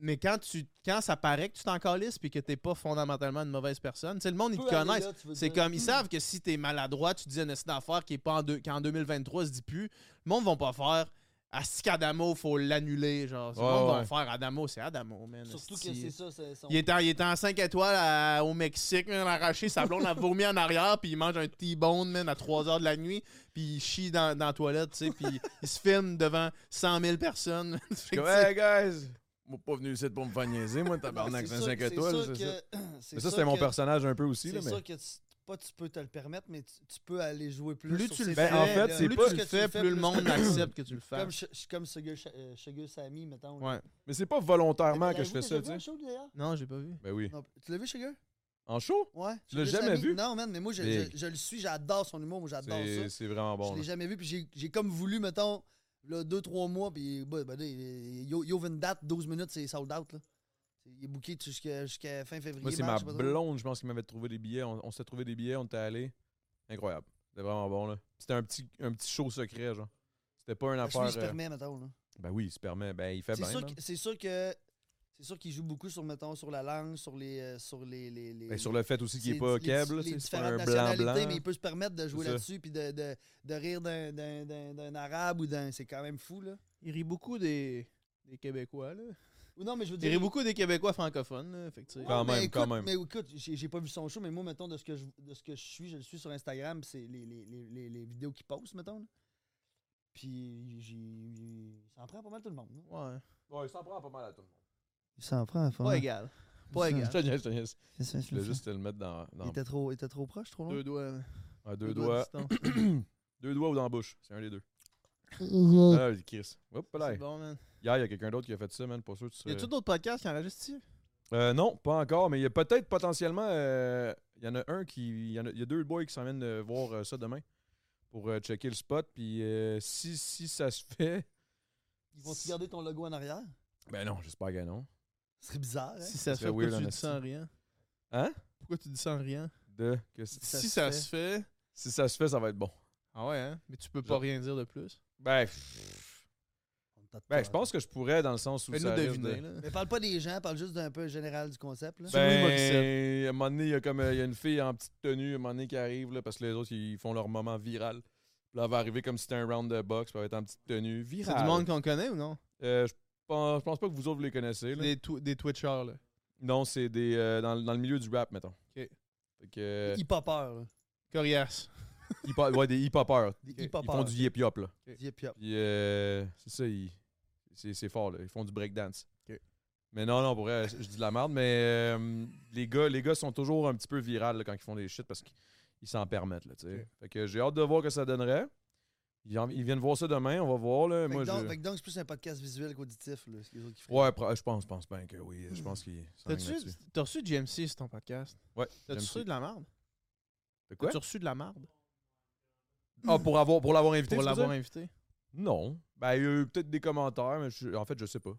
[SPEAKER 2] mais quand, tu, quand ça paraît que tu t'en calisses puis que t'es pas fondamentalement une mauvaise personne, tu sais, le monde,
[SPEAKER 3] Tu
[SPEAKER 2] ils te
[SPEAKER 3] peux aller
[SPEAKER 2] connaissent.
[SPEAKER 3] là, tu veux
[SPEAKER 2] C'est
[SPEAKER 3] dire. Hmm.
[SPEAKER 2] comme, ils savent que si t'es maladroit, tu dis une essai d'affaires qui est pas en, deux- qui en 2023 se dit plus, le monde va pas faire. Asti qu'Adamo, faut l'annuler. Genre, le
[SPEAKER 1] Ouais,
[SPEAKER 2] monde
[SPEAKER 1] ouais.
[SPEAKER 2] va faire Adamo, c'est Adamo, man.
[SPEAKER 3] Surtout
[SPEAKER 2] asti.
[SPEAKER 3] que c'est ça, c'est son.
[SPEAKER 2] Il était, en- il était en 5 étoiles à- au Mexique, man, arraché, sa blonde a vomi en arrière, puis il mange un T-bone, man, à 3 heures de la nuit, puis il chie dans, dans la toilette, tu sais, puis il se filme devant 100 000 personnes. Fait que,
[SPEAKER 1] Comme,
[SPEAKER 2] tu sais,
[SPEAKER 1] hey guys, moi pas venu ici pour me faire niaiser, moi, tabarnak,
[SPEAKER 3] Ah, C'est
[SPEAKER 1] 25
[SPEAKER 3] sûr- c'est
[SPEAKER 1] étoiles.
[SPEAKER 3] sûr
[SPEAKER 1] c'est ça.
[SPEAKER 3] que-
[SPEAKER 1] Mais ça, c'était mon
[SPEAKER 3] que-
[SPEAKER 1] personnage un peu aussi. Là,
[SPEAKER 3] C'est
[SPEAKER 1] mais...
[SPEAKER 3] sûr que tu, pas tu peux te le permettre, mais tu, tu peux aller jouer plus.
[SPEAKER 2] plus
[SPEAKER 3] sur
[SPEAKER 2] tu le
[SPEAKER 3] ces
[SPEAKER 2] fais,
[SPEAKER 1] Ben, en fait,
[SPEAKER 3] là.
[SPEAKER 1] c'est
[SPEAKER 2] plus
[SPEAKER 1] pas-
[SPEAKER 2] tu le
[SPEAKER 3] que
[SPEAKER 2] fais, plus le
[SPEAKER 3] tu-
[SPEAKER 2] monde accepte que tu le
[SPEAKER 3] Comme,
[SPEAKER 2] fasses.
[SPEAKER 3] Sh- sh- comme Sugar, Sh- euh, Sugar Sammy, mettons.
[SPEAKER 2] Ouais.
[SPEAKER 1] mais c'est pas volontairement
[SPEAKER 3] Mais
[SPEAKER 1] que je
[SPEAKER 3] l'avez-vous
[SPEAKER 1] fais ça,
[SPEAKER 3] déjà
[SPEAKER 1] tu sais.
[SPEAKER 3] vu en show, d'ailleurs?
[SPEAKER 2] Non, j'ai pas vu.
[SPEAKER 1] Ben oui.
[SPEAKER 3] Non, Tu l'as vu, Sugar?
[SPEAKER 1] En show?
[SPEAKER 3] Ouais.
[SPEAKER 1] Tu l'as
[SPEAKER 3] j'ai juste
[SPEAKER 1] jamais
[SPEAKER 3] ami-
[SPEAKER 1] vu?
[SPEAKER 3] Non, man, mais moi, je,
[SPEAKER 1] Big.
[SPEAKER 3] je- je le suis, j'adore son humour, moi, j'adore ça.
[SPEAKER 1] C'est c'est vraiment bon.
[SPEAKER 3] je l'ai
[SPEAKER 1] là.
[SPEAKER 3] jamais vu, puis j'ai- j'ai comme voulu, mettons, là, deux, trois mois, puis bah, bah, là, il il- il ouvre une date, 12 minutes, c'est sold out, là. Il est booké jusqu'à jusqu'à fin février.
[SPEAKER 1] Moi, c'est ma
[SPEAKER 3] mars, je sais pas trop.
[SPEAKER 1] blonde, je pense, qui m'avait trouvé des billets. On, on s'était trouvé des billets, on était allés. Incroyable. C'était vraiment bon, là. C'était un petit, un petit show secret, genre. C'était pas une
[SPEAKER 3] Parce que
[SPEAKER 1] affaire.
[SPEAKER 3] lui, Ah, il se
[SPEAKER 1] euh,
[SPEAKER 3] permet, mettons, là.
[SPEAKER 1] Ben oui, il se permet. Ben il fait
[SPEAKER 3] C'est
[SPEAKER 1] bien.
[SPEAKER 3] sûr,
[SPEAKER 1] man.
[SPEAKER 3] que- c'est sûr que c'est sûr qu'il joue beaucoup sur mettons sur la langue, sur les euh, sur les, les, les-
[SPEAKER 1] Ben, sur le fait aussi qu'il est
[SPEAKER 3] les-
[SPEAKER 1] pas
[SPEAKER 3] les-
[SPEAKER 1] câble, là,
[SPEAKER 3] les
[SPEAKER 1] tu sais, c'est pas
[SPEAKER 3] différentes
[SPEAKER 1] un blanc
[SPEAKER 3] nationalités,
[SPEAKER 1] blanc.
[SPEAKER 3] mais il peut se permettre de jouer
[SPEAKER 1] C'est ça.
[SPEAKER 3] là-dessus puis de, de, de rire d'un, d'un, d'un, d'un arabe ou d'un c'est quand même fou là.
[SPEAKER 2] Il rit beaucoup des, des Québécois, là.
[SPEAKER 3] Ou non mais je veux
[SPEAKER 2] Il
[SPEAKER 3] dire
[SPEAKER 2] rit beaucoup des Québécois francophones, là, fait que, tu sais.
[SPEAKER 3] Ouais,
[SPEAKER 1] Quand
[SPEAKER 3] mais
[SPEAKER 1] même,
[SPEAKER 3] écoute,
[SPEAKER 1] quand même.
[SPEAKER 3] Mais écoute, j'ai, j'ai pas vu son show, mais moi, mettons, de ce que je, de ce que je suis, je le suis sur Instagram, puis c'est les, les, les, les, les vidéos qu'il poste, mettons. là. Puis, j'ai, il s'en prend pas mal tout le monde. là.
[SPEAKER 2] Ouais.
[SPEAKER 1] Ouais, il s'en prend pas mal à tout le monde.
[SPEAKER 3] Il s'en prend,
[SPEAKER 2] Pas égal. Pas
[SPEAKER 3] Ça.
[SPEAKER 1] Je
[SPEAKER 2] égal.
[SPEAKER 1] te niaise, je te niaise. Je voulais juste te le mettre dans, dans-
[SPEAKER 3] était trop, il était trop proche, trop
[SPEAKER 2] Deux doigts. là.
[SPEAKER 1] à deux, doigts.
[SPEAKER 2] de distance.
[SPEAKER 1] deux doigts ou dans la bouche. C'est un des deux.
[SPEAKER 3] loin.
[SPEAKER 1] Ah, Chris. Hop là.
[SPEAKER 2] C'est bon, man.
[SPEAKER 1] Hier, il y a quelqu'un d'autre qui a fait ça, man. Pas sûr que tu
[SPEAKER 2] Y a-tu
[SPEAKER 1] serais-
[SPEAKER 2] d'autres podcasts qui enregistrent ici?
[SPEAKER 1] Euh, non, pas encore, mais il y a peut-être potentiellement. euh, Il y en a un qui. Il y, en a- il y a deux boys qui s'emmènent euh, voir euh, ça demain pour euh, checker le spot. Puis euh, si, si ça se fait.
[SPEAKER 3] Ils vont-tu garder ton logo en arrière?
[SPEAKER 1] Ben non, j'espère que non.
[SPEAKER 3] Ce serait bizarre, hein?
[SPEAKER 1] Ça
[SPEAKER 2] Si ça se fait,
[SPEAKER 1] serait
[SPEAKER 2] pourquoi
[SPEAKER 1] weird,
[SPEAKER 2] tu
[SPEAKER 1] en
[SPEAKER 2] dis ça en riant?
[SPEAKER 1] Hein?
[SPEAKER 2] Pourquoi tu dis ça en riant?
[SPEAKER 1] De, que si,
[SPEAKER 2] Si ça se fait...
[SPEAKER 1] si ça se fait, ça va être bon.
[SPEAKER 2] Ah ouais, hein? Mais tu peux pas
[SPEAKER 1] Genre-
[SPEAKER 2] rien dire de plus.
[SPEAKER 1] Ben, pff, ben, je pense que je pourrais dans le sens où
[SPEAKER 2] Fais-nous
[SPEAKER 1] ça risque
[SPEAKER 2] deviner,
[SPEAKER 1] de-
[SPEAKER 2] là.
[SPEAKER 3] Mais parle pas des gens, parle juste d'un peu général du concept, là.
[SPEAKER 2] Ben, Suis-nous,
[SPEAKER 1] Ben,
[SPEAKER 2] Morissette.
[SPEAKER 1] à un moment donné, il y a comme euh, il y a une fille en petite tenue, à un moment donné qui arrive là, parce que les autres ils font leur moment viral. Puis là, elle va arriver comme si c'était un round de boxe, puis elle va être en petite tenue
[SPEAKER 2] C'est
[SPEAKER 1] virale.
[SPEAKER 2] du monde qu'on connaît ou non?
[SPEAKER 1] Euh, je pense, je pense pas que vous autres vous les connaissez. là.
[SPEAKER 2] Des, tw- des Twitchers, là.
[SPEAKER 1] Non, c'est des euh, dans, le- dans le milieu du rap, mettons.
[SPEAKER 2] Ok.
[SPEAKER 1] Fait que,
[SPEAKER 3] Hip hopper, là.
[SPEAKER 2] Corias.
[SPEAKER 1] hip hop- ouais, des hip-hoppers.
[SPEAKER 3] Des
[SPEAKER 2] Ok.
[SPEAKER 3] hip
[SPEAKER 1] Ils font
[SPEAKER 3] hoppers.
[SPEAKER 1] du hip-hop, là.
[SPEAKER 3] Hip hop.
[SPEAKER 1] Puis, euh, c'est ça, ils- c'est, c'est fort, là. Ils font du breakdance.
[SPEAKER 2] Ok.
[SPEAKER 1] Mais non, non, pour vrai, je dis de la merde, mais euh, les, gars, les gars sont toujours un petit peu virales là, quand ils font des shit parce qu'ils ils s'en permettent, là, tu sais.
[SPEAKER 2] Ok.
[SPEAKER 1] Fait que j'ai hâte de voir que ça donnerait. Ils, en- ils viennent voir ça demain, on va voir, là.
[SPEAKER 3] Fait
[SPEAKER 1] Moi,
[SPEAKER 3] que
[SPEAKER 1] je-
[SPEAKER 3] donc, fait que donc, c'est plus un podcast visuel qu'auditif, là, ce que les autres qui font.
[SPEAKER 1] Ouais, pro- je pense, je pense bien que oui. Je pense qu'ils s'en
[SPEAKER 2] T'as-tu
[SPEAKER 1] là-dessus.
[SPEAKER 2] t'as reçu GMC sur ton podcast?
[SPEAKER 1] Ouais,
[SPEAKER 2] T'as-tu
[SPEAKER 1] j'aime
[SPEAKER 2] reçu
[SPEAKER 1] ça.
[SPEAKER 2] de la merde?
[SPEAKER 1] De quoi?
[SPEAKER 2] T'as-tu reçu de la merde?
[SPEAKER 1] Ah, pour, avoir, pour l'avoir invité,
[SPEAKER 2] Pour
[SPEAKER 1] tu veux
[SPEAKER 2] l'avoir
[SPEAKER 1] dire?
[SPEAKER 2] invité?
[SPEAKER 1] Non. Ben, il y a eu peut-être des commentaires, mais je- en fait, je sais pas.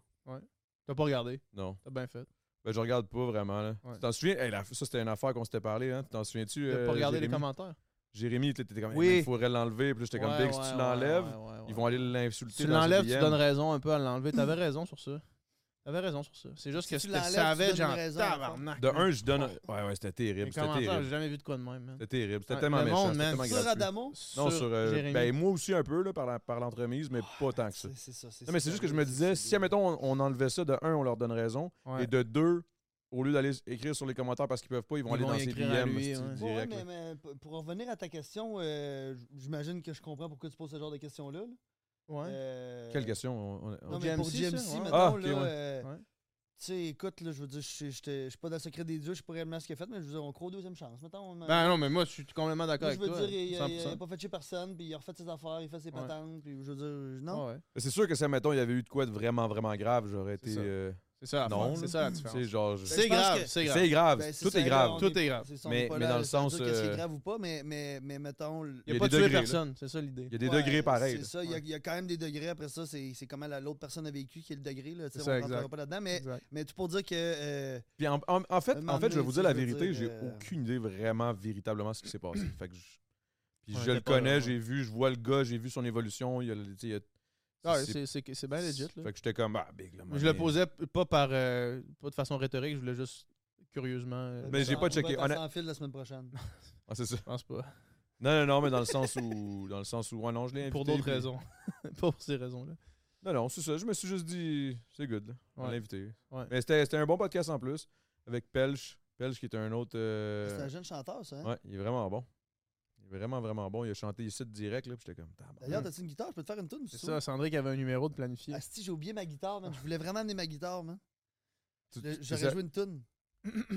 [SPEAKER 2] T'as pas regardé?
[SPEAKER 1] Non.
[SPEAKER 2] T'as bien fait.
[SPEAKER 1] Ben, je regarde pas vraiment, là.
[SPEAKER 2] Ouais.
[SPEAKER 1] Tu t'en souviens? Hey, la- ça, c'était une affaire qu'on s'était parlé, hein. Tu t'en souviens-tu?
[SPEAKER 2] T'as
[SPEAKER 1] euh,
[SPEAKER 2] pas regardé les
[SPEAKER 1] Jérémy?
[SPEAKER 2] commentaires?
[SPEAKER 1] Jérémy, t'étais comme,
[SPEAKER 2] Oui.
[SPEAKER 1] il faudrait l'enlever. Puis là, j'étais comme, Big, si tu l'enlèves, ils vont aller l'insulter.
[SPEAKER 2] Tu
[SPEAKER 1] dans ses
[SPEAKER 2] l'enlèves, tu
[SPEAKER 1] DM.
[SPEAKER 2] donnes raison un peu à l'enlever. T'avais raison sur ça. T'avais raison sur ça. C'est juste
[SPEAKER 3] Si
[SPEAKER 2] que
[SPEAKER 3] tu
[SPEAKER 2] c'était
[SPEAKER 3] l'enlèves,
[SPEAKER 2] savage
[SPEAKER 3] tu donnes
[SPEAKER 2] en
[SPEAKER 3] raison,
[SPEAKER 2] tabarnak.
[SPEAKER 1] De un, je donne. Ouais, ouais, c'était
[SPEAKER 2] les
[SPEAKER 1] terrible. C'était
[SPEAKER 2] commentaires, j'ai
[SPEAKER 1] terrible.
[SPEAKER 2] jamais vu de quoi de même, man.
[SPEAKER 1] C'était terrible. C'était
[SPEAKER 2] Ouais,
[SPEAKER 1] tellement
[SPEAKER 2] le
[SPEAKER 1] méchant.
[SPEAKER 2] monde,
[SPEAKER 1] c'était
[SPEAKER 2] man,
[SPEAKER 1] tellement
[SPEAKER 3] Sur
[SPEAKER 1] gratuit.
[SPEAKER 3] Adamo?
[SPEAKER 1] Non, sur. euh,
[SPEAKER 2] Jérémy.
[SPEAKER 1] ben, moi aussi, un peu, là, par la- par l'entremise, mais pas tant que ça.
[SPEAKER 3] C'est c'est ça.
[SPEAKER 1] Non, mais c'est juste que je me disais, si, admettons, on, on enlevait ça, de un, on leur donne raison.
[SPEAKER 2] Ouais.
[SPEAKER 1] Et de deux, au lieu d'aller écrire sur les commentaires parce qu'ils peuvent pas, ils vont
[SPEAKER 2] Ils
[SPEAKER 1] aller
[SPEAKER 2] vont
[SPEAKER 1] dans
[SPEAKER 2] y
[SPEAKER 1] ses
[SPEAKER 2] écrire à
[SPEAKER 1] DM
[SPEAKER 2] lui,
[SPEAKER 1] c'est-tu,
[SPEAKER 2] ouais.
[SPEAKER 3] Ouais, ouais,
[SPEAKER 1] direct.
[SPEAKER 3] mais,
[SPEAKER 1] là.
[SPEAKER 3] mais p- pour revenir à ta question, euh, j- j'imagine que je comprends pourquoi tu poses ce genre de questions-là. là.
[SPEAKER 2] Ouais.
[SPEAKER 3] Euh,
[SPEAKER 1] Quelle question on- on-
[SPEAKER 3] Non,
[SPEAKER 1] on-
[SPEAKER 3] mais pour
[SPEAKER 2] GMC, ça,
[SPEAKER 3] GMC,
[SPEAKER 2] ouais.
[SPEAKER 3] mettons,
[SPEAKER 1] Ah, ok,
[SPEAKER 3] là,
[SPEAKER 1] ouais.
[SPEAKER 3] euh,
[SPEAKER 2] Ouais.
[SPEAKER 3] tu sais, écoute, là, je veux dire, je suis- j'étais- je suis pas dans le secret des dieux, je sais pas réellement ce qu'il a fait, mais je veux dire, on croit aux deuxième chance. Mettons, on-
[SPEAKER 2] Ben non, mais moi, je suis complètement d'accord
[SPEAKER 3] moi, je
[SPEAKER 2] avec
[SPEAKER 3] veux
[SPEAKER 2] toi.
[SPEAKER 3] dire, il, a- il a- il a
[SPEAKER 2] 100%.
[SPEAKER 3] pas fait chez personne, puis il a refait ses affaires, il fait ses
[SPEAKER 2] Ouais.
[SPEAKER 3] patentes, puis je veux dire, non.
[SPEAKER 2] Ah ouais.
[SPEAKER 1] C'est sûr que si, admettons, il y avait eu de quoi de vraiment, vraiment grave, j'aurais
[SPEAKER 2] C'est
[SPEAKER 1] été.
[SPEAKER 2] ça.
[SPEAKER 1] euh,
[SPEAKER 2] C'est ça, la
[SPEAKER 1] Non,
[SPEAKER 2] différence.
[SPEAKER 1] là.
[SPEAKER 2] c'est ça la
[SPEAKER 1] tu
[SPEAKER 2] différence.
[SPEAKER 1] sais, genre. je-
[SPEAKER 2] C'est
[SPEAKER 3] je pense
[SPEAKER 2] grave,
[SPEAKER 3] que-
[SPEAKER 2] c'est grave.
[SPEAKER 1] C'est grave.
[SPEAKER 3] Ben, c'est
[SPEAKER 1] tout est
[SPEAKER 3] ça,
[SPEAKER 1] grave.
[SPEAKER 3] on
[SPEAKER 2] Tout est grave.
[SPEAKER 3] C'est ça, on
[SPEAKER 1] Mais-
[SPEAKER 3] est pas
[SPEAKER 1] mais
[SPEAKER 3] là
[SPEAKER 1] dans le
[SPEAKER 3] à savoir
[SPEAKER 1] sens,
[SPEAKER 3] Qu'est-ce qui est
[SPEAKER 1] euh,
[SPEAKER 3] grave ou pas, mais, mais, mais mettons. le-
[SPEAKER 2] Il
[SPEAKER 1] y
[SPEAKER 2] a
[SPEAKER 1] a
[SPEAKER 2] pas
[SPEAKER 1] des
[SPEAKER 2] tué
[SPEAKER 1] degrés, là.
[SPEAKER 2] personne, c'est ça l'idée.
[SPEAKER 1] Il y a des
[SPEAKER 3] Ouais,
[SPEAKER 1] degrés pareils.
[SPEAKER 3] C'est
[SPEAKER 1] là.
[SPEAKER 3] ça, il y a-
[SPEAKER 2] Ouais.
[SPEAKER 3] il y, a quand même des degrés. Après ça, c'est c'est comment la- l'autre personne a vécu qui est le degré. Là, tu sais,
[SPEAKER 2] C'est
[SPEAKER 3] on
[SPEAKER 2] ça,
[SPEAKER 3] ne
[SPEAKER 2] exact.
[SPEAKER 3] rentrera pas là-dedans. Mais,
[SPEAKER 2] Exact.
[SPEAKER 3] mais tout pour dire que. euh,
[SPEAKER 1] Puis en, en- en fait,
[SPEAKER 3] Un moment
[SPEAKER 1] en fait, je vais
[SPEAKER 3] donné,
[SPEAKER 1] vous
[SPEAKER 3] tu
[SPEAKER 1] dire
[SPEAKER 3] sais,
[SPEAKER 1] la
[SPEAKER 3] je veux
[SPEAKER 1] vérité,
[SPEAKER 3] dire,
[SPEAKER 1] j'ai
[SPEAKER 3] euh,
[SPEAKER 1] aucune idée vraiment, véritablement, ce qui s'est passé. fait que je, puis
[SPEAKER 2] Ouais,
[SPEAKER 1] je le
[SPEAKER 2] t'es pas là,
[SPEAKER 1] connais,
[SPEAKER 2] ouais.
[SPEAKER 1] j'ai vu, je vois le gars, j'ai vu son évolution. Il y a, le- tu sais, il y a-
[SPEAKER 2] Ah ouais, c'est- c'est c'est bien legit. Là.
[SPEAKER 1] Fait que j'étais comme, ah, big, là,
[SPEAKER 2] Je
[SPEAKER 1] man.
[SPEAKER 2] le posais p- pas par euh, pas de façon rhétorique, je voulais juste curieusement. euh,
[SPEAKER 1] Mais j'ai
[SPEAKER 3] on
[SPEAKER 1] pas
[SPEAKER 3] va
[SPEAKER 1] checké,
[SPEAKER 3] être à
[SPEAKER 1] honnête-
[SPEAKER 3] sans fil la semaine prochaine.
[SPEAKER 1] Ah, c'est ça.
[SPEAKER 2] Je pense pas.
[SPEAKER 1] Non, non, non, mais dans le sens où. Dans le sens où. Ouais, non, je l'ai
[SPEAKER 2] Pour
[SPEAKER 1] invité,
[SPEAKER 2] d'autres
[SPEAKER 1] puis-
[SPEAKER 2] raisons. pas pour ces raisons-là.
[SPEAKER 1] Non, non, c'est ça. Je me suis juste dit, c'est good, là. On
[SPEAKER 2] Ouais.
[SPEAKER 1] l'a invité.
[SPEAKER 2] Ouais.
[SPEAKER 1] Mais c'était c'était un bon podcast en plus, avec Pelch. Pelch qui est un autre. euh,
[SPEAKER 3] C'est un jeune chanteur, ça. hein?
[SPEAKER 1] Ouais, il est vraiment bon. Il est vraiment, vraiment bon. Il a chanté ici direct, là, puis j'étais comme, tabarnak.
[SPEAKER 3] D'ailleurs, t'as-tu une guitare Je peux te faire une tune
[SPEAKER 2] C'est ça, Sandré qui avait un numéro de planifié.
[SPEAKER 3] Asti, j'ai oublié ma guitare, man. Je voulais vraiment amener ma guitare, man.
[SPEAKER 1] Tu-
[SPEAKER 3] Le-
[SPEAKER 1] tu-
[SPEAKER 3] J'aurais
[SPEAKER 1] c'est-
[SPEAKER 3] joué une tune. Je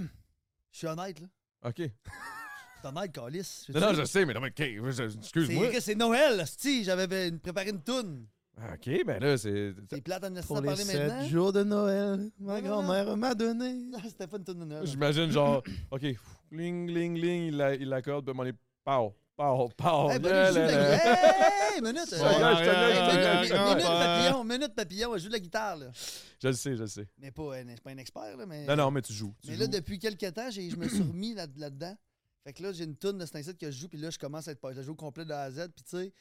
[SPEAKER 3] suis honnête, là.
[SPEAKER 1] Ok.
[SPEAKER 3] Je suis honnête, Calis.
[SPEAKER 1] Non, non, je sais, mais non, mais ok, je- je-
[SPEAKER 3] C'est
[SPEAKER 1] excuse-moi.
[SPEAKER 3] que c'est Noël, Asti. J'avais ben, préparé une tune.
[SPEAKER 1] Ah, OK, ben là, c'est.
[SPEAKER 3] C'est plate en esti
[SPEAKER 2] Pour
[SPEAKER 3] d'en
[SPEAKER 2] les
[SPEAKER 3] parler maintenant.
[SPEAKER 2] sept jours de Noël, ma
[SPEAKER 3] Non, non, non.
[SPEAKER 2] grand-mère m'a donné.
[SPEAKER 3] Ah, C'était pas une toune de Noël.
[SPEAKER 1] J'imagine genre, OK, pff, ling, ling, ling, il la- il l'accorde, puis mon est. Pow, pow, pow.
[SPEAKER 3] Hey, bonne
[SPEAKER 1] Yeah,
[SPEAKER 3] Eh, ben, joue Eh! de
[SPEAKER 1] là,
[SPEAKER 3] la
[SPEAKER 1] là.
[SPEAKER 3] guitare. Hey, minute.
[SPEAKER 1] Ouais,
[SPEAKER 3] euh,
[SPEAKER 1] ouais,
[SPEAKER 3] hey,
[SPEAKER 1] je te laisse,
[SPEAKER 3] minute,
[SPEAKER 1] ouais,
[SPEAKER 3] minute,
[SPEAKER 1] ouais,
[SPEAKER 3] minute,
[SPEAKER 1] ouais.
[SPEAKER 3] papillon, minute papillon, elle joue de la guitare là.
[SPEAKER 1] Je le sais, je le sais.
[SPEAKER 3] Mais pas, un- je suis pas un expert là, mais.
[SPEAKER 1] Non, non, mais tu joues. tu
[SPEAKER 3] Mais là,
[SPEAKER 1] joues.
[SPEAKER 3] depuis quelques temps, j'ai- je me suis remis là- là-dedans. fait que là, j'ai une toune de cet incite que je joue, puis là, je commence à être pas. Je la joue au complet de A à Z, puis tu sais,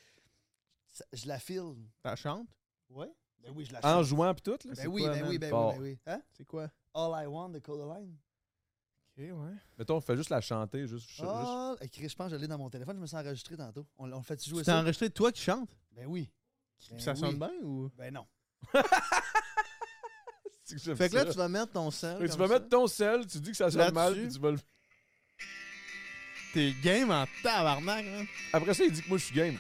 [SPEAKER 3] ça- je la file.
[SPEAKER 2] T'as chante?
[SPEAKER 3] Ouais? Ben oui, je la
[SPEAKER 1] En
[SPEAKER 3] chante.
[SPEAKER 1] jouant, puis tout, là.
[SPEAKER 3] Ben
[SPEAKER 1] c'est
[SPEAKER 3] oui,
[SPEAKER 1] quoi,
[SPEAKER 3] ben
[SPEAKER 1] man?
[SPEAKER 3] oui, ben
[SPEAKER 1] Bon.
[SPEAKER 3] oui, ben oui. Hein?
[SPEAKER 2] C'est quoi?
[SPEAKER 3] All I want de Codaline.
[SPEAKER 2] Ok, ouais.
[SPEAKER 1] Mettons, fais juste la chanter, juste. juste-
[SPEAKER 3] All... Eh, Chris, je pense que je l'ai dans mon téléphone, je me suis enregistré tantôt. On, on le fait-tu jouer
[SPEAKER 2] Tu t'es
[SPEAKER 3] ça?
[SPEAKER 2] enregistré toi qui chante?
[SPEAKER 3] Ben oui. Ben
[SPEAKER 2] ça
[SPEAKER 3] oui.
[SPEAKER 2] sonne bien ou?
[SPEAKER 3] Ben non.
[SPEAKER 1] C'est que j'aime
[SPEAKER 2] Fait que là,
[SPEAKER 1] ça.
[SPEAKER 2] tu vas mettre ton sel.
[SPEAKER 1] Fait que tu
[SPEAKER 2] comme
[SPEAKER 1] vas
[SPEAKER 2] ça.
[SPEAKER 1] mettre ton sel, tu dis que ça sonne mal,
[SPEAKER 2] Là-dessus.
[SPEAKER 1] puis tu vas le.
[SPEAKER 2] T'es game en tabarnak, hein?
[SPEAKER 1] Après ça, il dit que moi, je suis game.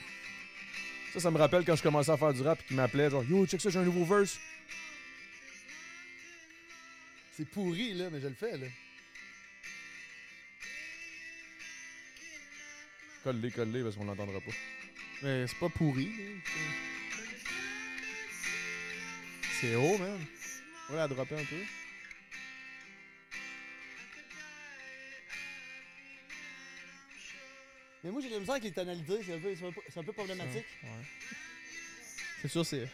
[SPEAKER 1] Ça, ça me rappelle quand je commençais à faire du rap et qu'il m'appelait, genre, yo, check ça, j'ai un nouveau verse.
[SPEAKER 3] C'est pourri, là, mais je le fais, là.
[SPEAKER 1] Colle-les, colle-les, parce qu'on l'entendra pas.
[SPEAKER 2] Mais c'est pas pourri. là. C'est haut, man. On la dropper un peu.
[SPEAKER 3] Mais moi, j'ai l'impression avec les tonalités, c'est un, peu- c'est un peu- c'est un peu
[SPEAKER 1] Ah.
[SPEAKER 3] problématique.
[SPEAKER 2] Ouais. C'est sûr, c'est.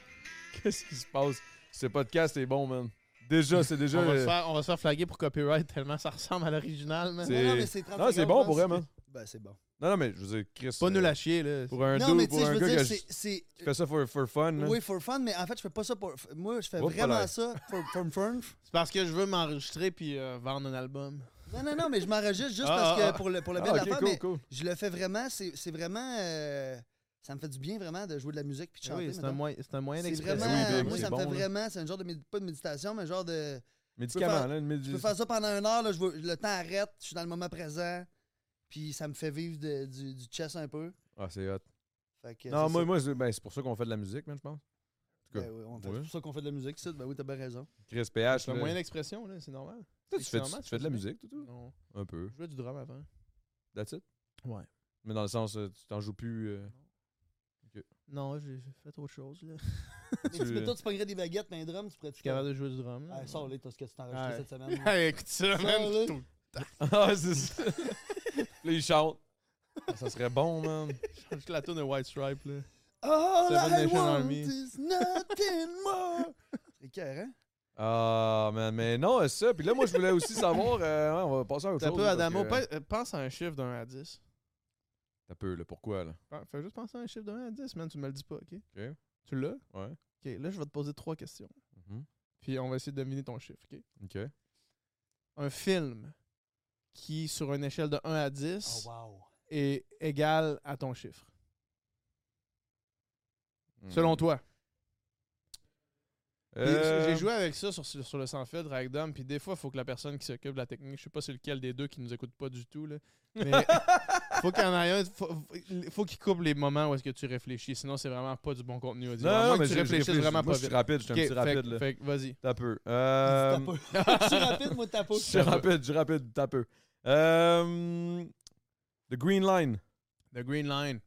[SPEAKER 1] Qu'est-ce qui se passe? Ce podcast est bon, man. Déjà, c'est déjà.
[SPEAKER 2] On, va se
[SPEAKER 1] euh,
[SPEAKER 2] faire, on va se faire flaguer pour copyright tellement ça ressemble à l'original, man.
[SPEAKER 1] C'est-
[SPEAKER 3] Non, non, mais c'est 30
[SPEAKER 1] Non, c'est
[SPEAKER 3] secondes,
[SPEAKER 1] bon
[SPEAKER 3] je
[SPEAKER 1] pour
[SPEAKER 3] pense
[SPEAKER 1] elle, hein. man.
[SPEAKER 3] Ben, c'est bon.
[SPEAKER 1] Non, non, mais je veux dire, Chris.
[SPEAKER 2] Pas
[SPEAKER 1] euh,
[SPEAKER 2] nul à chier, là.
[SPEAKER 1] Pour un
[SPEAKER 3] Non,
[SPEAKER 1] dude,
[SPEAKER 3] mais tu
[SPEAKER 1] pour
[SPEAKER 3] sais, je
[SPEAKER 1] un
[SPEAKER 3] veux
[SPEAKER 1] gars
[SPEAKER 3] dire,
[SPEAKER 1] que je-
[SPEAKER 3] c'est- c'est.
[SPEAKER 1] qui fait ça for, for fun, là.
[SPEAKER 3] Oui, for fun, mais en fait, je fais pas ça pour. Moi, je fais
[SPEAKER 1] Oups,
[SPEAKER 3] vraiment
[SPEAKER 1] là.
[SPEAKER 3] ça for, for fun.
[SPEAKER 2] C'est parce que je veux m'enregistrer puis euh, vendre un album.
[SPEAKER 3] Non, non, non, mais je m'enregistre juste
[SPEAKER 2] Ah,
[SPEAKER 3] parce
[SPEAKER 2] ah,
[SPEAKER 3] que
[SPEAKER 2] ah.
[SPEAKER 3] pour le, pour le
[SPEAKER 1] Ah,
[SPEAKER 3] bien de
[SPEAKER 1] ok,
[SPEAKER 3] l'affaire,
[SPEAKER 1] cool,
[SPEAKER 3] mais
[SPEAKER 1] cool.
[SPEAKER 3] je le fais vraiment. C'est c'est vraiment. euh, ça me fait du bien vraiment de jouer de la musique puis de
[SPEAKER 2] Ah
[SPEAKER 3] chanter.
[SPEAKER 2] oui, c'est un,
[SPEAKER 3] mettons.
[SPEAKER 2] moyen- c'est un moyen
[SPEAKER 3] C'est
[SPEAKER 2] d'expression.
[SPEAKER 3] vraiment.
[SPEAKER 1] Oui, ben,
[SPEAKER 3] moi,
[SPEAKER 1] c'est
[SPEAKER 3] ça me
[SPEAKER 1] bon,
[SPEAKER 3] fait
[SPEAKER 1] là.
[SPEAKER 3] vraiment. C'est un genre de. méd- Pas de méditation, mais genre de.
[SPEAKER 1] Médicament,
[SPEAKER 3] faire-
[SPEAKER 1] là. une médi-
[SPEAKER 3] Je peux faire ça pendant une heure, là, je vois- le temps arrête, je suis dans le moment présent, puis ça me fait vivre de- du, du chess un peu.
[SPEAKER 1] Ah, c'est hot.
[SPEAKER 3] Fait que
[SPEAKER 1] Non,
[SPEAKER 3] c'est
[SPEAKER 1] moi,
[SPEAKER 3] ça.
[SPEAKER 1] moi c'est ben, c'est pour ça qu'on fait de la musique, man, je pense.
[SPEAKER 3] Ben oui, on fait-
[SPEAKER 1] Ouais.
[SPEAKER 3] C'est pour ça qu'on fait de la musique, ça. Ben oui, t'as bien raison.
[SPEAKER 1] Chris PH,
[SPEAKER 2] C'est
[SPEAKER 1] là.
[SPEAKER 2] un moyen d'expression, là. C'est normal.
[SPEAKER 1] Toi, Tu fais, tu,
[SPEAKER 2] Extrêmement,
[SPEAKER 1] tu fais de la
[SPEAKER 2] c'est
[SPEAKER 1] musique, tout, tout?
[SPEAKER 2] Non.
[SPEAKER 1] Un peu.
[SPEAKER 2] Je jouais du drum avant.
[SPEAKER 1] That's it?
[SPEAKER 2] Ouais.
[SPEAKER 1] Mais dans le sens, euh, tu t'en joues plus. euh,
[SPEAKER 2] Non, j'ai j'ai fait autre chose, là.
[SPEAKER 3] Mais tu,
[SPEAKER 1] Tu-
[SPEAKER 3] mais toi, tu pognerais des baguettes, mais un drum, tu pourrais-tu.
[SPEAKER 2] Je suis capable de jouer du drum, là.
[SPEAKER 3] Ah, sors là, t'as ce que tu t'es enregistré
[SPEAKER 2] Ouais.
[SPEAKER 3] cette semaine.
[SPEAKER 2] Ah, écoute ça,
[SPEAKER 3] Ça,
[SPEAKER 2] man.
[SPEAKER 3] là.
[SPEAKER 2] Tout-
[SPEAKER 1] Ah, c'est ça. là, il chante. Ah, Ça serait bon, man.
[SPEAKER 2] Juste la tourne de White Stripe, là.
[SPEAKER 3] All
[SPEAKER 2] Seven
[SPEAKER 3] I
[SPEAKER 2] Nation
[SPEAKER 3] want
[SPEAKER 2] Army.
[SPEAKER 3] is nothing more. C'est écœurant.
[SPEAKER 1] Ah, man, mais non, c'est ça. Puis là, moi, je voulais aussi savoir. euh, ouais, on va passer à autre
[SPEAKER 2] T'as
[SPEAKER 1] chose.
[SPEAKER 2] peu,
[SPEAKER 1] là, parce
[SPEAKER 2] Adamo.
[SPEAKER 1] que-
[SPEAKER 2] pe- euh, Pense à un chiffre d'un à 10.
[SPEAKER 1] T'as peu, là. Pourquoi, là?
[SPEAKER 2] Pen- Fais juste penser à un chiffre d'un à 10, man. Tu me le dis pas, OK?
[SPEAKER 1] OK.
[SPEAKER 2] Tu l'as?
[SPEAKER 1] Ouais.
[SPEAKER 2] OK, là, je vais te poser trois questions.
[SPEAKER 1] Mhm.
[SPEAKER 2] Puis on va essayer de deviner ton chiffre, OK?
[SPEAKER 1] OK.
[SPEAKER 2] Un film qui, sur une échelle de 1 à 10,
[SPEAKER 3] Oh, wow.
[SPEAKER 2] est égal à ton chiffre. Selon
[SPEAKER 1] Hmm.
[SPEAKER 2] toi. Puis,
[SPEAKER 1] Euh,
[SPEAKER 2] J'ai joué avec ça sur, sur le sans fil, Ragdom, puis des fois, il faut que la personne qui s'occupe de la technique, je sais pas c'est lequel des deux qui nous écoute pas du tout, là, mais faut qu'il y en ait un, faut, faut qu'il coupe les moments où est-ce que tu réfléchis, sinon c'est vraiment pas du bon contenu. audio. À
[SPEAKER 1] Non,
[SPEAKER 2] moins
[SPEAKER 1] non,
[SPEAKER 2] que
[SPEAKER 1] mais
[SPEAKER 2] tu
[SPEAKER 1] je
[SPEAKER 2] réfléchisses
[SPEAKER 1] réfléchis
[SPEAKER 2] vraiment
[SPEAKER 1] moi,
[SPEAKER 2] pas
[SPEAKER 1] Je
[SPEAKER 2] vite.
[SPEAKER 1] suis rapide, je suis
[SPEAKER 2] Ok,
[SPEAKER 1] un petit
[SPEAKER 2] fait-
[SPEAKER 1] rapide, là.
[SPEAKER 2] fait que vas-y.
[SPEAKER 1] T'as peu. Euh,
[SPEAKER 3] Dis t'as pas- Je suis rapide, moi, t'as pas.
[SPEAKER 1] Je suis rapide, je suis rapide, t'as peu. Euh, The Green Line.
[SPEAKER 2] The Green Line.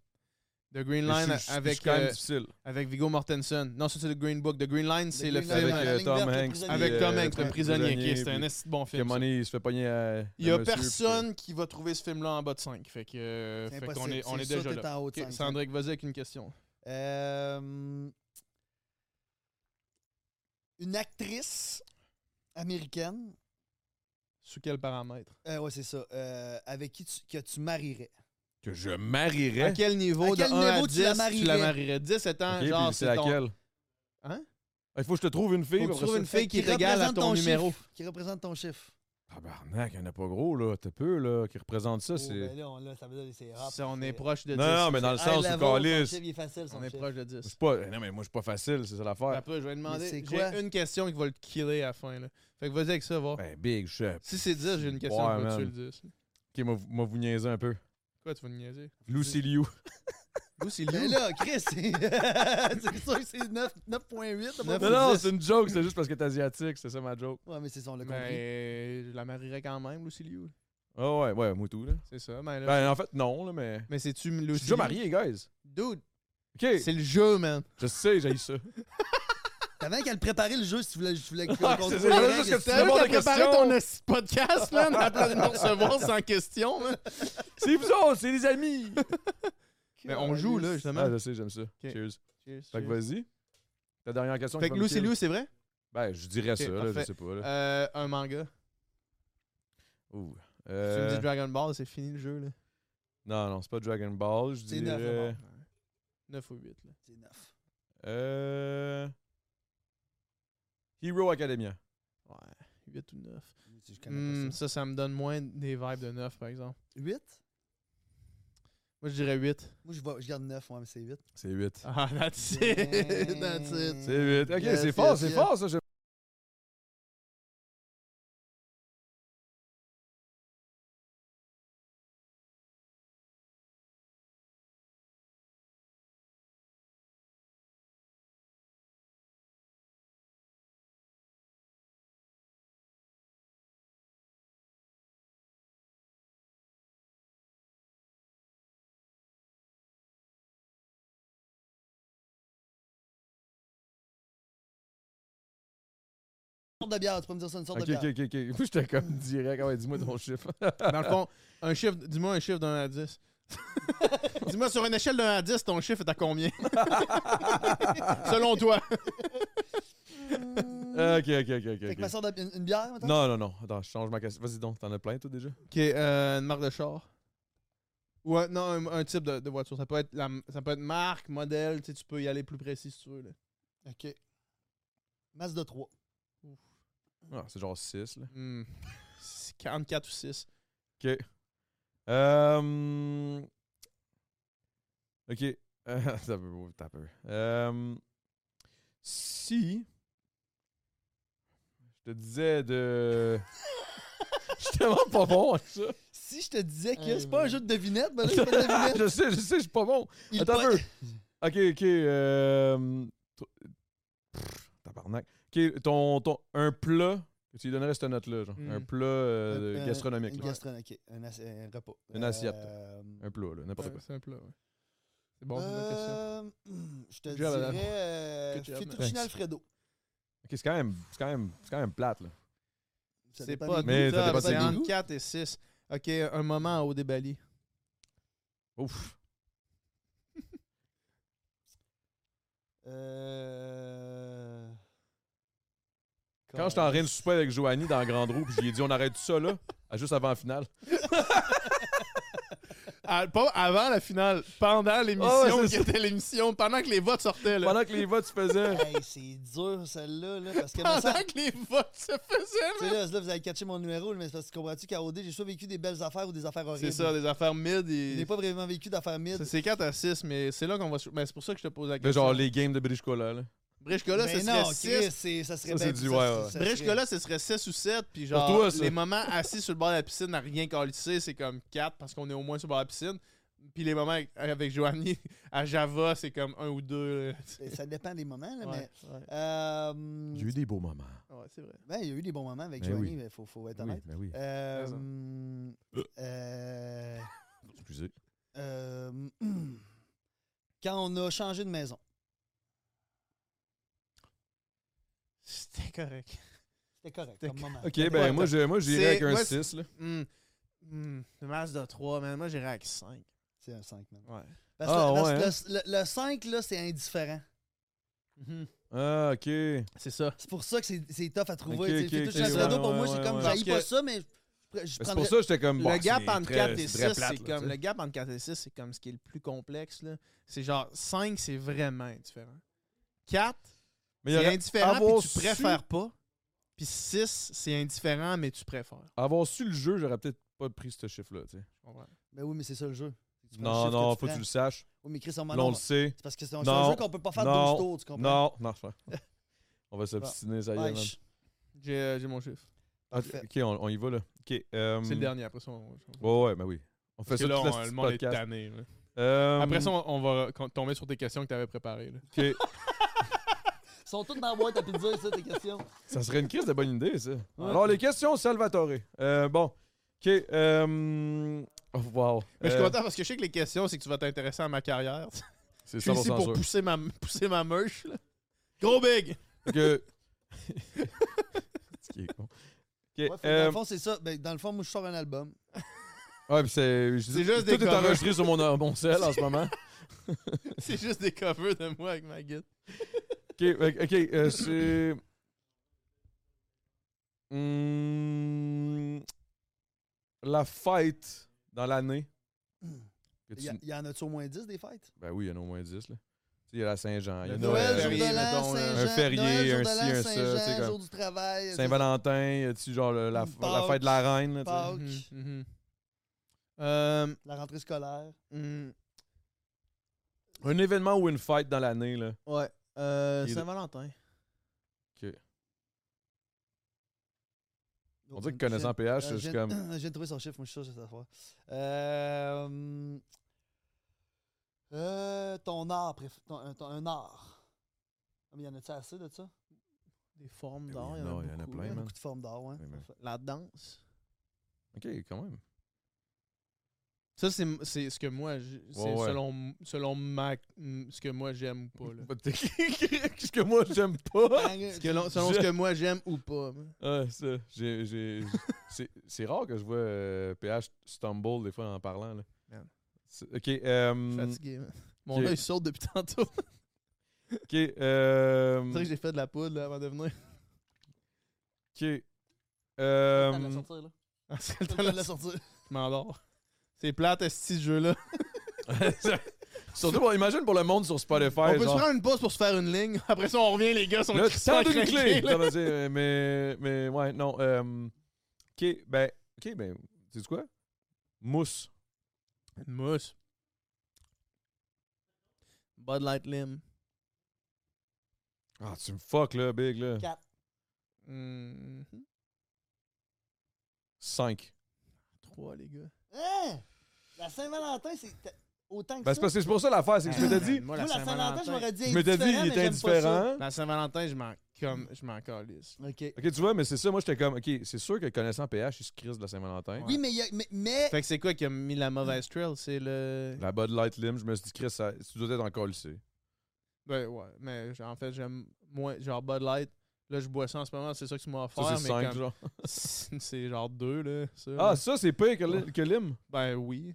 [SPEAKER 2] The Green
[SPEAKER 1] Mais
[SPEAKER 2] Line
[SPEAKER 1] c'est- c'est- c'est
[SPEAKER 2] avec,
[SPEAKER 1] quand même
[SPEAKER 2] euh,
[SPEAKER 1] difficile.
[SPEAKER 2] avec Viggo Mortensen. Non, ça c'est The Green Book. The Green Line, c'est le
[SPEAKER 3] Green Line,
[SPEAKER 2] film
[SPEAKER 1] Avec
[SPEAKER 3] la
[SPEAKER 1] euh,
[SPEAKER 3] ligne
[SPEAKER 1] Tom
[SPEAKER 3] verte, le
[SPEAKER 1] Hanks. puis,
[SPEAKER 3] prisonnier.
[SPEAKER 2] avec Tom
[SPEAKER 1] euh,
[SPEAKER 2] Hanks,
[SPEAKER 1] le
[SPEAKER 2] le prisonnier, qui est
[SPEAKER 1] puis
[SPEAKER 2] un esti de bon
[SPEAKER 1] Que
[SPEAKER 2] film. ça.
[SPEAKER 1] Money, il se fait pogner à.
[SPEAKER 2] Il y a
[SPEAKER 1] le monsieur, puis-
[SPEAKER 2] personne qui va trouver ce film-là en bas de 5. Fait que, euh,
[SPEAKER 3] C'est
[SPEAKER 2] fait qu'on
[SPEAKER 3] impossible,
[SPEAKER 2] est, on
[SPEAKER 3] c'est
[SPEAKER 2] est
[SPEAKER 3] sûr
[SPEAKER 2] déjà
[SPEAKER 3] que t'es
[SPEAKER 2] là.
[SPEAKER 3] en haut
[SPEAKER 2] Ok,
[SPEAKER 3] de cinq,
[SPEAKER 2] Sandrick, vas-y avec une question.
[SPEAKER 3] Euh, une actrice américaine,
[SPEAKER 2] Sous quel paramètre
[SPEAKER 3] euh, ouais, c'est ça, euh, avec qui tu, que tu marierais.
[SPEAKER 1] Que je
[SPEAKER 2] À
[SPEAKER 1] marierais.
[SPEAKER 2] quel niveau
[SPEAKER 3] À quel
[SPEAKER 2] de 1
[SPEAKER 3] niveau
[SPEAKER 2] à
[SPEAKER 3] tu
[SPEAKER 2] 10
[SPEAKER 3] la
[SPEAKER 2] tu la
[SPEAKER 3] marierais?
[SPEAKER 2] marierais 10 étant
[SPEAKER 1] Eh? Ok, puis
[SPEAKER 2] Ah, genre
[SPEAKER 1] c'est
[SPEAKER 2] c'est ton...
[SPEAKER 1] laquelle Ah,
[SPEAKER 2] Hein?
[SPEAKER 1] Il faut que je te trouve une fille.
[SPEAKER 2] Faut que tu
[SPEAKER 1] pour
[SPEAKER 2] trouves une fille qui
[SPEAKER 3] Fait que
[SPEAKER 2] régale à
[SPEAKER 3] Euh, représente
[SPEAKER 2] ton, numéro.
[SPEAKER 3] chiffre, qui représente ton chiffre.
[SPEAKER 1] Tabarnak, il n'y en a pas gros, là. T'as peu, là. Qui représente ça,
[SPEAKER 3] Oh,
[SPEAKER 1] c'est.
[SPEAKER 3] ben là, on, là, ça veut dire que c'est rap,
[SPEAKER 2] Ça, on
[SPEAKER 3] c'est-
[SPEAKER 2] est proche de 10.
[SPEAKER 1] Non, non, mais dans le
[SPEAKER 3] high
[SPEAKER 1] sens où
[SPEAKER 3] level, son
[SPEAKER 1] Calis.
[SPEAKER 3] chiffre, il est facile, son
[SPEAKER 2] On est
[SPEAKER 3] chiffre.
[SPEAKER 2] proche de
[SPEAKER 1] Je suis
[SPEAKER 2] 10.
[SPEAKER 1] pas. Non, mais moi, je suis pas facile, c'est ça l'affaire.
[SPEAKER 2] Après, je vais
[SPEAKER 3] Mais c'est
[SPEAKER 2] demander.
[SPEAKER 3] quoi?
[SPEAKER 2] J'ai une question qui va le killer à la fin. Là. Fait que vas-y avec ça, voir.
[SPEAKER 1] Ben, big shit.
[SPEAKER 2] Si c'est 10, j'ai une question
[SPEAKER 1] Ouais,
[SPEAKER 2] qui va
[SPEAKER 1] man.
[SPEAKER 2] tuer le 10.
[SPEAKER 1] Ok, moi, vous- moi, vous niaisez un peu.
[SPEAKER 2] Quoi, tu vas nous niaiser Ben,
[SPEAKER 1] Lucy Liu.
[SPEAKER 2] Où c'est
[SPEAKER 3] Mais
[SPEAKER 2] Lou
[SPEAKER 3] Ben là, Chris, c'est c'est sûr que c'est 9 9.8. t'as pas
[SPEAKER 1] Non,
[SPEAKER 2] Neuf-
[SPEAKER 3] compris?
[SPEAKER 1] non,
[SPEAKER 2] dix.
[SPEAKER 1] c'est Ben, une joke, c'est juste parce que t'es asiatique, c'est ça ma joke.
[SPEAKER 3] Ouais, mais c'est ça, on l'a compris.
[SPEAKER 2] Mais ben, je la marierais quand même, Lucy Liu.
[SPEAKER 1] Ah ouais, ouais, Moutou, là.
[SPEAKER 2] C'est ça. Mais, là-
[SPEAKER 1] Ben, en fait, non, là, mais.
[SPEAKER 2] mais c'est-tu
[SPEAKER 1] Ben, Je
[SPEAKER 2] Lucy
[SPEAKER 1] suis déjà marié,
[SPEAKER 2] Liu?
[SPEAKER 1] guys.
[SPEAKER 2] Dude,
[SPEAKER 1] Ok,
[SPEAKER 2] C'est le jeu, man.
[SPEAKER 1] je sais, j'ai ça.
[SPEAKER 3] T'avais qu'à le préparer le jeu si tu voulais, tu voulais que
[SPEAKER 1] Ouais,
[SPEAKER 3] qu'on
[SPEAKER 1] c'est
[SPEAKER 3] joue
[SPEAKER 1] ça,
[SPEAKER 3] les
[SPEAKER 1] juste
[SPEAKER 3] règles,
[SPEAKER 1] que tu
[SPEAKER 3] si tu
[SPEAKER 1] réponds
[SPEAKER 3] voulais.
[SPEAKER 1] à
[SPEAKER 2] T'as
[SPEAKER 1] des
[SPEAKER 2] préparé
[SPEAKER 1] questions.
[SPEAKER 2] ton esti de podcast, man, à plan de nous recevoir sans question, man.
[SPEAKER 1] C'est vous autres, c'est les amis!
[SPEAKER 2] Mais on joue, là, justement.
[SPEAKER 1] Ah, je sais, j'aime ça. Cheers. Ah, Fait que vas-y. Ta dernière question.
[SPEAKER 2] Fait que
[SPEAKER 1] qui va
[SPEAKER 2] Lou,
[SPEAKER 1] nous
[SPEAKER 2] c'est
[SPEAKER 1] kill.
[SPEAKER 2] Lou, c'est vrai?
[SPEAKER 1] Ben, je dirais ça, là, je
[SPEAKER 2] parfait.
[SPEAKER 1] sais pas. Là.
[SPEAKER 2] Euh, un manga.
[SPEAKER 1] Ouh.
[SPEAKER 2] Tu
[SPEAKER 1] Euh,
[SPEAKER 2] me dis Dragon Ball, c'est fini le jeu, là.
[SPEAKER 1] Non, non, c'est pas Dragon Ball. Je
[SPEAKER 3] C'est neuf,
[SPEAKER 1] dirais.
[SPEAKER 2] 9 ou 8, là.
[SPEAKER 3] C'est neuf.
[SPEAKER 1] Euh... Hero Academia.
[SPEAKER 2] Ouais, 8 ou 9.
[SPEAKER 3] Je
[SPEAKER 1] Hmm.
[SPEAKER 3] connais pas
[SPEAKER 2] ça,
[SPEAKER 3] ça.
[SPEAKER 2] ça me donne moins des vibes de 9, par exemple.
[SPEAKER 3] 8?
[SPEAKER 2] Moi, je dirais 8.
[SPEAKER 3] Moi, je, vois- je garde 9, ouais, mais c'est 8.
[SPEAKER 1] C'est 8.
[SPEAKER 2] Ah, that's it. that's it.
[SPEAKER 1] C'est 8. Ok,
[SPEAKER 3] Yes,
[SPEAKER 1] c'est
[SPEAKER 3] yes,
[SPEAKER 1] fort, c'est
[SPEAKER 3] yes.
[SPEAKER 1] fort, ça. je-
[SPEAKER 3] Une sorte de bière, tu peux me dire ça, une sorte
[SPEAKER 1] Ok,
[SPEAKER 3] de bière.
[SPEAKER 1] ok, ok, ok. Moi, j'étais comme direct. Ah Ouais, dis-moi ton chiffre.
[SPEAKER 2] Dans le fond, un chiffre, dis-moi un chiffre d'un à 10. dis-moi sur une échelle d'un à 10, ton chiffre est à combien? Selon toi.
[SPEAKER 1] ok, ok, ok, ok,
[SPEAKER 3] Fait
[SPEAKER 1] ok.
[SPEAKER 3] que ma sorte de, une, une bière, maintenant?
[SPEAKER 1] Non, non, non. Attends, je change ma question. Vas-y donc, t'en as plein, toi, déjà?
[SPEAKER 2] Ok, euh, une marque de char. Ou un- non, un, un type de, de voiture. Ça peut être, la, ça peut être marque, modèle. Tu, sais, tu peux y aller plus précis si tu veux. Là.
[SPEAKER 3] OK. Masse de 3.
[SPEAKER 1] Ah, c'est genre 6, là.
[SPEAKER 2] Hmm. C'est 44 ou 6.
[SPEAKER 1] Euh... Ok. Euh, T'as peu, t'as peu. Euh... Si... Je te disais de... Je suis tellement pas bon à ça.
[SPEAKER 3] Si je te disais que
[SPEAKER 2] Hey,
[SPEAKER 3] c'est pas un
[SPEAKER 2] man.
[SPEAKER 3] jeu de devinette, ben là, c'est pas une devinette.
[SPEAKER 1] je sais, je sais, je suis pas bon.
[SPEAKER 3] Il
[SPEAKER 1] Attends un
[SPEAKER 3] po-
[SPEAKER 1] peu. Ok, ok. Euh... to- Pff, tabarnak. Ok, ton, ton... Un plat... que Tu lui donnerais cette note-là, genre. Un
[SPEAKER 2] Mm.
[SPEAKER 1] plat euh,
[SPEAKER 3] Un- un-
[SPEAKER 1] gastronomique.
[SPEAKER 3] Une
[SPEAKER 1] là.
[SPEAKER 3] gastronomique, ok. Un, ass- un repas.
[SPEAKER 1] Une assiette.
[SPEAKER 3] Euh,
[SPEAKER 1] Un plat, là, n'importe
[SPEAKER 2] Ouais,
[SPEAKER 1] quoi.
[SPEAKER 2] C'est un plat, ouais. C'est bon, c'est une bonne question.
[SPEAKER 3] euh, hmm, je te
[SPEAKER 2] Good job, Adam.
[SPEAKER 3] dirais euh,
[SPEAKER 2] Good job, man.
[SPEAKER 3] fettuccine
[SPEAKER 1] Thanks.
[SPEAKER 3] alfredo.
[SPEAKER 1] Ok, c'est quand même, c'est quand même, c'est quand même plate, là.
[SPEAKER 3] Ça
[SPEAKER 2] C'est
[SPEAKER 3] dépend
[SPEAKER 2] pas
[SPEAKER 3] des
[SPEAKER 1] Mais
[SPEAKER 3] goûts.
[SPEAKER 1] ça
[SPEAKER 2] top,
[SPEAKER 1] dépend
[SPEAKER 2] c'est
[SPEAKER 1] des
[SPEAKER 2] entre
[SPEAKER 3] goûts.
[SPEAKER 2] 4 et 6. Ok, un moment au débali.
[SPEAKER 1] Ouf.
[SPEAKER 3] Euh...
[SPEAKER 1] Quand j'étais en train de souper avec Joanie dans Grande Roue, puis je lui ai dit on arrête tout ça là, à juste avant la finale.
[SPEAKER 2] Ah, pas avant la finale, pendant
[SPEAKER 1] Ah
[SPEAKER 2] l'émission,
[SPEAKER 1] ouais,
[SPEAKER 2] qui
[SPEAKER 1] c'est
[SPEAKER 2] était l'émission, pendant que les votes sortaient. Là.
[SPEAKER 1] Pendant que les votes se faisaient.
[SPEAKER 3] Hey, c'est dur celle-là, là, parce que
[SPEAKER 2] Pendant,
[SPEAKER 3] ma sœur-
[SPEAKER 2] que les votes se faisaient.
[SPEAKER 3] Tu
[SPEAKER 2] là.
[SPEAKER 3] sais, là, là, vous avez catché mon numéro, là, mais c'est parce que comprends-tu qu'à OD, j'ai soit vécu des belles affaires ou des affaires horribles.
[SPEAKER 2] C'est ça, des affaires mid.
[SPEAKER 3] Je
[SPEAKER 2] et-
[SPEAKER 3] n'ai pas vraiment vécu d'affaires mid.
[SPEAKER 2] Ça, C'est 4 à 6, mais c'est là qu'on va. Mais c'est pour ça que je te pose la
[SPEAKER 1] Mais
[SPEAKER 2] question.
[SPEAKER 1] genre les games de Brichcola là.
[SPEAKER 2] Brichcola,
[SPEAKER 3] Mais
[SPEAKER 2] ce
[SPEAKER 3] Ben non,
[SPEAKER 2] serait
[SPEAKER 3] Chris,
[SPEAKER 2] 6.
[SPEAKER 3] c'est- ça serait
[SPEAKER 1] Ça,
[SPEAKER 3] bien-
[SPEAKER 1] c'est du- ouais,
[SPEAKER 3] ça-
[SPEAKER 1] ouais.
[SPEAKER 3] ça serait-
[SPEAKER 2] Brichcola, ce serait 6 ou 7. Puis genre,
[SPEAKER 1] toi, ça.
[SPEAKER 2] les moments assis sur le bord de la piscine à rien câlisser, c'est comme 4 parce qu'on est au moins sur le bord de la piscine. Puis les moments avec, avec Joanie à Java, c'est comme 1 ou 2.
[SPEAKER 3] Ça dépend des moments, là, Ah, mais.
[SPEAKER 2] Ouais, ouais.
[SPEAKER 3] euh,
[SPEAKER 1] J'ai eu des beaux moments.
[SPEAKER 2] Ouais, c'est vrai.
[SPEAKER 3] ben, il y a eu des bons moments avec
[SPEAKER 1] Mais
[SPEAKER 3] Johnny,
[SPEAKER 1] oui.
[SPEAKER 3] mais faut, faut être
[SPEAKER 1] Oui,
[SPEAKER 3] honnête.
[SPEAKER 1] mais oui. ben
[SPEAKER 3] Euh,
[SPEAKER 2] raison.
[SPEAKER 3] hum, euh,
[SPEAKER 1] Excusez.
[SPEAKER 3] euh, hum. quand on a changé de maison,
[SPEAKER 2] C'était correct.
[SPEAKER 3] c'était correct
[SPEAKER 2] C'était
[SPEAKER 3] comme moment.
[SPEAKER 1] Ok,
[SPEAKER 3] C'était
[SPEAKER 1] ben
[SPEAKER 3] correct.
[SPEAKER 1] moi, je, moi j'irais
[SPEAKER 2] C'est-
[SPEAKER 1] avec un
[SPEAKER 2] moi,
[SPEAKER 1] 6 là.
[SPEAKER 2] Hum. Hum. Le match de 3, man. Moi, j'irais avec 5.
[SPEAKER 3] C'est un 5, man.
[SPEAKER 2] Ouais.
[SPEAKER 3] Parce
[SPEAKER 1] Ah,
[SPEAKER 3] que-
[SPEAKER 1] ouais,
[SPEAKER 3] parce que le, le- le 5, là, c'est indifférent.
[SPEAKER 1] Ah, ok.
[SPEAKER 2] C'est ça.
[SPEAKER 3] C'est pour ça que c'est c'est tough à trouver.
[SPEAKER 1] Ok,
[SPEAKER 3] tu
[SPEAKER 1] ok,
[SPEAKER 3] sais. Fais tout
[SPEAKER 1] ok,
[SPEAKER 3] le Alfredo,
[SPEAKER 1] ouais,
[SPEAKER 3] pour moi,
[SPEAKER 1] ouais,
[SPEAKER 3] c'est
[SPEAKER 1] ouais,
[SPEAKER 3] comme,
[SPEAKER 1] ouais.
[SPEAKER 3] j'haïs
[SPEAKER 2] Parce
[SPEAKER 3] pas
[SPEAKER 2] que-
[SPEAKER 3] ça, mais je, je
[SPEAKER 1] Mais C'est
[SPEAKER 3] prendrais-
[SPEAKER 1] pour ça que j'étais comme.
[SPEAKER 2] le
[SPEAKER 1] bon,
[SPEAKER 2] gap
[SPEAKER 1] c'est
[SPEAKER 2] entre
[SPEAKER 1] très-
[SPEAKER 2] 4 et
[SPEAKER 1] c'est très
[SPEAKER 2] 6,
[SPEAKER 1] plate,
[SPEAKER 2] c'est
[SPEAKER 1] là,
[SPEAKER 2] comme. Le gap entre 4 et 6, c'est comme ce qui est le plus complexe. là. C'est genre 5, c'est vraiment indifférent. 4,
[SPEAKER 1] Mais il y
[SPEAKER 2] c'est
[SPEAKER 1] aurait-
[SPEAKER 2] indifférent,
[SPEAKER 1] avoir
[SPEAKER 2] mais tu
[SPEAKER 1] su-
[SPEAKER 2] préfères pas. Puis 6, c'est indifférent, mais tu préfères.
[SPEAKER 1] Avoir su le jeu, j'aurais peut-être pas pris ce chiffre là, tu sais.
[SPEAKER 2] Je comprends.
[SPEAKER 3] Mais Ben oui, mais c'est ça le jeu. Tu prends le
[SPEAKER 1] Non,
[SPEAKER 3] chiffre
[SPEAKER 1] non,
[SPEAKER 3] tu
[SPEAKER 1] faut que
[SPEAKER 3] prends.
[SPEAKER 1] tu le saches.
[SPEAKER 3] Oui, mais Chris, on m'en
[SPEAKER 1] Là, on le sait.
[SPEAKER 3] C'est parce que c'est un, c'est
[SPEAKER 1] Non.
[SPEAKER 3] un jeu qu'on peut pas faire
[SPEAKER 1] Non.
[SPEAKER 3] 12 tours, tu comprends?
[SPEAKER 1] Non, non, c'est pas- On va s'obstiner, ça y est,
[SPEAKER 3] Ouais,
[SPEAKER 1] man.
[SPEAKER 3] je-
[SPEAKER 2] J'ai euh, j'ai mon chiffre.
[SPEAKER 1] Ah,
[SPEAKER 3] parfait.
[SPEAKER 1] Ok, on, on y va là. Ok. euh,
[SPEAKER 2] C'est le dernier. Après ça, on.
[SPEAKER 1] Ouais, ouais, mais oui. On fait
[SPEAKER 2] Parce
[SPEAKER 1] ça
[SPEAKER 2] que là,
[SPEAKER 1] toute la
[SPEAKER 2] on- le
[SPEAKER 1] petite
[SPEAKER 2] monde est
[SPEAKER 1] podcast.
[SPEAKER 2] tanné. là.
[SPEAKER 1] Euh,
[SPEAKER 2] Après ça, on, on va con- tomber sur tes questions que t'avais préparées. là.
[SPEAKER 1] ok.
[SPEAKER 3] Ils sont tous dans la boîte à pizza, ça, tes questions.
[SPEAKER 1] Ça serait une crise de bonne idée, ça. Alors, les questions, Salvatore. Euh, bon. OK. Euh... oh, Euh, wow.
[SPEAKER 2] Mais je
[SPEAKER 1] Euh,
[SPEAKER 2] suis content parce que je sais que les questions, c'est que tu vas t'intéresser à ma carrière.
[SPEAKER 1] C'est
[SPEAKER 2] Je suis ici
[SPEAKER 1] 100%
[SPEAKER 2] pour
[SPEAKER 1] sûr.
[SPEAKER 2] pousser ma, pousser ma meuche, là. Gros big!
[SPEAKER 1] Que... Ce qui est con. Ok,
[SPEAKER 3] Ouais, fait que Dans
[SPEAKER 1] euh,
[SPEAKER 3] le fond, c'est ça. Ben, dans le fond, moi, je sors un album.
[SPEAKER 1] ouais, puis c'est je dis-
[SPEAKER 2] C'est juste
[SPEAKER 1] tout
[SPEAKER 2] des
[SPEAKER 1] est
[SPEAKER 2] covers.
[SPEAKER 1] enregistré sur mon, euh, mon cell en ce moment.
[SPEAKER 2] C'est juste des covers de moi avec ma guide.
[SPEAKER 1] Ok, ok, ok, euh, c'est. Hmm, La fête dans l'année.
[SPEAKER 2] Hmm.
[SPEAKER 1] que
[SPEAKER 3] Il
[SPEAKER 1] tu-
[SPEAKER 3] y, a- il y en a-tu au moins 10 des fêtes?
[SPEAKER 1] Ben oui, il y en a au moins 10. Là. Tu sais, Il y a la Saint-Jean, il y a
[SPEAKER 2] Le
[SPEAKER 1] Euh, Noël,
[SPEAKER 2] Noël,
[SPEAKER 3] jour
[SPEAKER 2] férié,
[SPEAKER 3] de l'an,
[SPEAKER 2] mettons, là.
[SPEAKER 3] Saint-Jean,
[SPEAKER 1] Un férié,
[SPEAKER 3] Noël, jour
[SPEAKER 1] un
[SPEAKER 3] de
[SPEAKER 1] ci,
[SPEAKER 3] l'an,
[SPEAKER 1] un ça,
[SPEAKER 3] Saint-Jean,
[SPEAKER 1] tu sais, comme-
[SPEAKER 3] jour du travail. tu sais,
[SPEAKER 1] Saint-Valentin, y a-tu genre le- la,
[SPEAKER 3] Une
[SPEAKER 1] la fête de la reine? là, tu sais?
[SPEAKER 3] Pâques,
[SPEAKER 2] Mhm, mhm. Euh,
[SPEAKER 3] La rentrée scolaire.
[SPEAKER 2] hmm,
[SPEAKER 1] Un événement ou une fête dans l'année, là.
[SPEAKER 2] ouais. Euh,
[SPEAKER 1] Il est-
[SPEAKER 2] Saint-Valentin.
[SPEAKER 1] On dirait que connaissant PH, c'est
[SPEAKER 3] Euh,
[SPEAKER 1] juste
[SPEAKER 3] je viens-
[SPEAKER 1] comme.
[SPEAKER 3] Je viens de trouver son chiffre, moi je suis sûr que c'est ça. va. Euh, hum, euh, ton art, préf- ton, un, ton- un art. Ah, mais y en a-tu assez de ça?
[SPEAKER 2] Des formes
[SPEAKER 1] Ben
[SPEAKER 2] d'art,
[SPEAKER 1] oui,
[SPEAKER 2] il y en
[SPEAKER 1] non,
[SPEAKER 2] a
[SPEAKER 1] il y en a
[SPEAKER 2] beaucoup,
[SPEAKER 1] plein,
[SPEAKER 2] là.
[SPEAKER 3] Il y a
[SPEAKER 1] man.
[SPEAKER 3] beaucoup de formes d'art, ouais.
[SPEAKER 1] Oui, mais-
[SPEAKER 2] La danse.
[SPEAKER 1] Ok, quand même.
[SPEAKER 2] Ça, c'est m- c'est ce que moi, j- c'est
[SPEAKER 1] Ouais, ouais.
[SPEAKER 2] selon, m- selon ma, m- ce que moi j'aime ou pas. là.
[SPEAKER 1] Bah, t'es- Qu'est-ce que moi, j'aime pas?
[SPEAKER 2] Ce que l'on- selon
[SPEAKER 1] Je-
[SPEAKER 2] ce que moi j'aime ou pas. moi.
[SPEAKER 1] Ah, ça. J'ai, j'ai, c'est, c'est rare que je vois euh, PH stumble des fois en parlant, là.
[SPEAKER 2] Man.
[SPEAKER 1] C'est- Ok,
[SPEAKER 2] Je suis
[SPEAKER 1] euh,
[SPEAKER 2] fatigué. man. Mon
[SPEAKER 1] Ok.
[SPEAKER 2] œil saute depuis tantôt.
[SPEAKER 1] ok, euh,
[SPEAKER 2] C'est vrai que j'ai fait de la poudre là, avant de venir.
[SPEAKER 1] ok,
[SPEAKER 3] Euh,
[SPEAKER 1] euh,
[SPEAKER 3] t'as de la sortir, là.
[SPEAKER 2] Ah, c'est le
[SPEAKER 3] T'as
[SPEAKER 2] temps
[SPEAKER 3] le temps de
[SPEAKER 2] de
[SPEAKER 3] la
[SPEAKER 2] la-
[SPEAKER 3] sortir.
[SPEAKER 2] Je m'endors. C'est plate, ce jeu-là.
[SPEAKER 1] surtout, pour- imagine pour le monde sur Spotify,
[SPEAKER 2] On peut se
[SPEAKER 1] genre,
[SPEAKER 2] prendre une pause pour se faire une ligne. Après ça, on revient, les gars. Sont
[SPEAKER 1] le
[SPEAKER 2] crissement
[SPEAKER 1] temps d'une
[SPEAKER 2] craqués,
[SPEAKER 1] clé!
[SPEAKER 2] là.
[SPEAKER 1] Non, mais, c'est- euh, mais, mais, ouais, non, euh, ok, ben, ok, ben, tu sais quoi? Mousse.
[SPEAKER 2] Une mousse. Bud Light Lim.
[SPEAKER 1] Ah, tu me fuck, là, Big, là.
[SPEAKER 3] Quatre.
[SPEAKER 1] Hmm.
[SPEAKER 2] Mhm.
[SPEAKER 1] 5.
[SPEAKER 2] Trois, les gars.
[SPEAKER 3] Hein? La Saint-Valentin, c'est t'as- autant que
[SPEAKER 1] Ben,
[SPEAKER 3] ça.
[SPEAKER 1] c'est parce que c'est pour ça l'affaire, c'est que je m'étais dit,
[SPEAKER 2] Ah, Moi,
[SPEAKER 3] Moi, la Saint-Valentin, je m'aurais dit.
[SPEAKER 1] je m'étais dit, il était indifférent.
[SPEAKER 2] La Saint-Valentin, je m'en comme, je m'en calisse.
[SPEAKER 3] Ok.
[SPEAKER 1] Ok, tu vois, mais c'est ça, moi j'étais comme, ok, c'est sûr que connaissant PH, il se crisse de la Saint-Valentin.
[SPEAKER 3] Oui, mais il y a. mais- Mais.
[SPEAKER 2] Fait que c'est quoi qui a mis la mauvaise trail? C'est le.
[SPEAKER 1] La Bud Light Lim, je me suis dit, Chris, ça, tu dois être encore lycée.
[SPEAKER 2] Ben ouais, mais j- en fait, j'aime moins. Genre Bud Light. Là, je bois ça en ce moment, c'est ça que tu m'as offert.
[SPEAKER 1] Ça, c'est
[SPEAKER 2] mais
[SPEAKER 1] 5,
[SPEAKER 2] comme-
[SPEAKER 1] genre.
[SPEAKER 2] C'est genre deux, là. Ça,
[SPEAKER 1] Ah,
[SPEAKER 2] là.
[SPEAKER 1] ça, c'est pire que, li- que Lim.
[SPEAKER 2] Ben oui.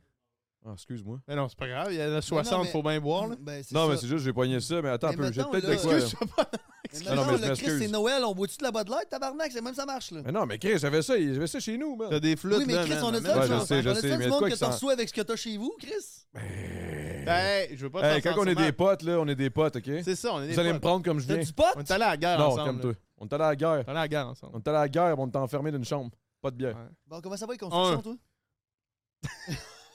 [SPEAKER 1] Ah, excuse-moi.
[SPEAKER 2] Mais non, c'est pas grave, il y en a 60,
[SPEAKER 3] mais-
[SPEAKER 2] faut bien boire, là.
[SPEAKER 3] Ben, c'est
[SPEAKER 1] Non,
[SPEAKER 3] ça.
[SPEAKER 1] mais c'est juste, j'ai poigné ça, mais attends
[SPEAKER 3] Mais
[SPEAKER 1] un peu, j'ai
[SPEAKER 3] mettons,
[SPEAKER 1] peut-être
[SPEAKER 3] là,
[SPEAKER 1] de quoi. là.
[SPEAKER 2] Excuse, je sais pas.
[SPEAKER 3] Mais
[SPEAKER 1] Ah non,
[SPEAKER 3] non,
[SPEAKER 1] mais je
[SPEAKER 3] le Christ,
[SPEAKER 1] m'excuse.
[SPEAKER 3] c'est Noël, on boit-tu de la Bud Light, tabarnak? C'est même ça marche, là.
[SPEAKER 1] Mais non, mais Chris, j'avais ça, il- j'avais ça chez nous, man.
[SPEAKER 2] T'as des flûtes,
[SPEAKER 3] Oui, mais
[SPEAKER 2] là,
[SPEAKER 3] Chris,
[SPEAKER 2] man,
[SPEAKER 3] on a
[SPEAKER 2] amène.
[SPEAKER 3] ça,
[SPEAKER 1] hein. Ouais,
[SPEAKER 3] genre,
[SPEAKER 1] je sais, je
[SPEAKER 3] on a
[SPEAKER 1] sais,
[SPEAKER 3] ça
[SPEAKER 1] mais
[SPEAKER 3] du
[SPEAKER 1] de quoi
[SPEAKER 3] monde que
[SPEAKER 1] qu'il s'en-
[SPEAKER 3] t'en reçois avec ce que t'as chez vous, Chris?
[SPEAKER 2] Ben, je veux pas te
[SPEAKER 1] Hey,
[SPEAKER 2] faire
[SPEAKER 1] quand on est
[SPEAKER 2] sentir
[SPEAKER 1] des
[SPEAKER 2] mal.
[SPEAKER 1] potes, là, on est des potes, ok?
[SPEAKER 2] C'est ça, on est
[SPEAKER 1] Vous allez
[SPEAKER 2] des
[SPEAKER 1] me
[SPEAKER 2] potes.
[SPEAKER 1] prendre comme je
[SPEAKER 3] T'as
[SPEAKER 1] viens.
[SPEAKER 3] du pot?
[SPEAKER 2] On est allé à la guerre
[SPEAKER 1] Non,
[SPEAKER 2] ensemble. là.
[SPEAKER 1] calme-toi. On est allé à la guerre.
[SPEAKER 2] On est allé à la guerre
[SPEAKER 1] On
[SPEAKER 2] ensemble.
[SPEAKER 1] est allé à la guerre, on t'a enfermé d'une chambre. Pas de bière.
[SPEAKER 2] Ouais.
[SPEAKER 3] Bon, comment ça va les constructions,
[SPEAKER 2] Un.
[SPEAKER 3] toi?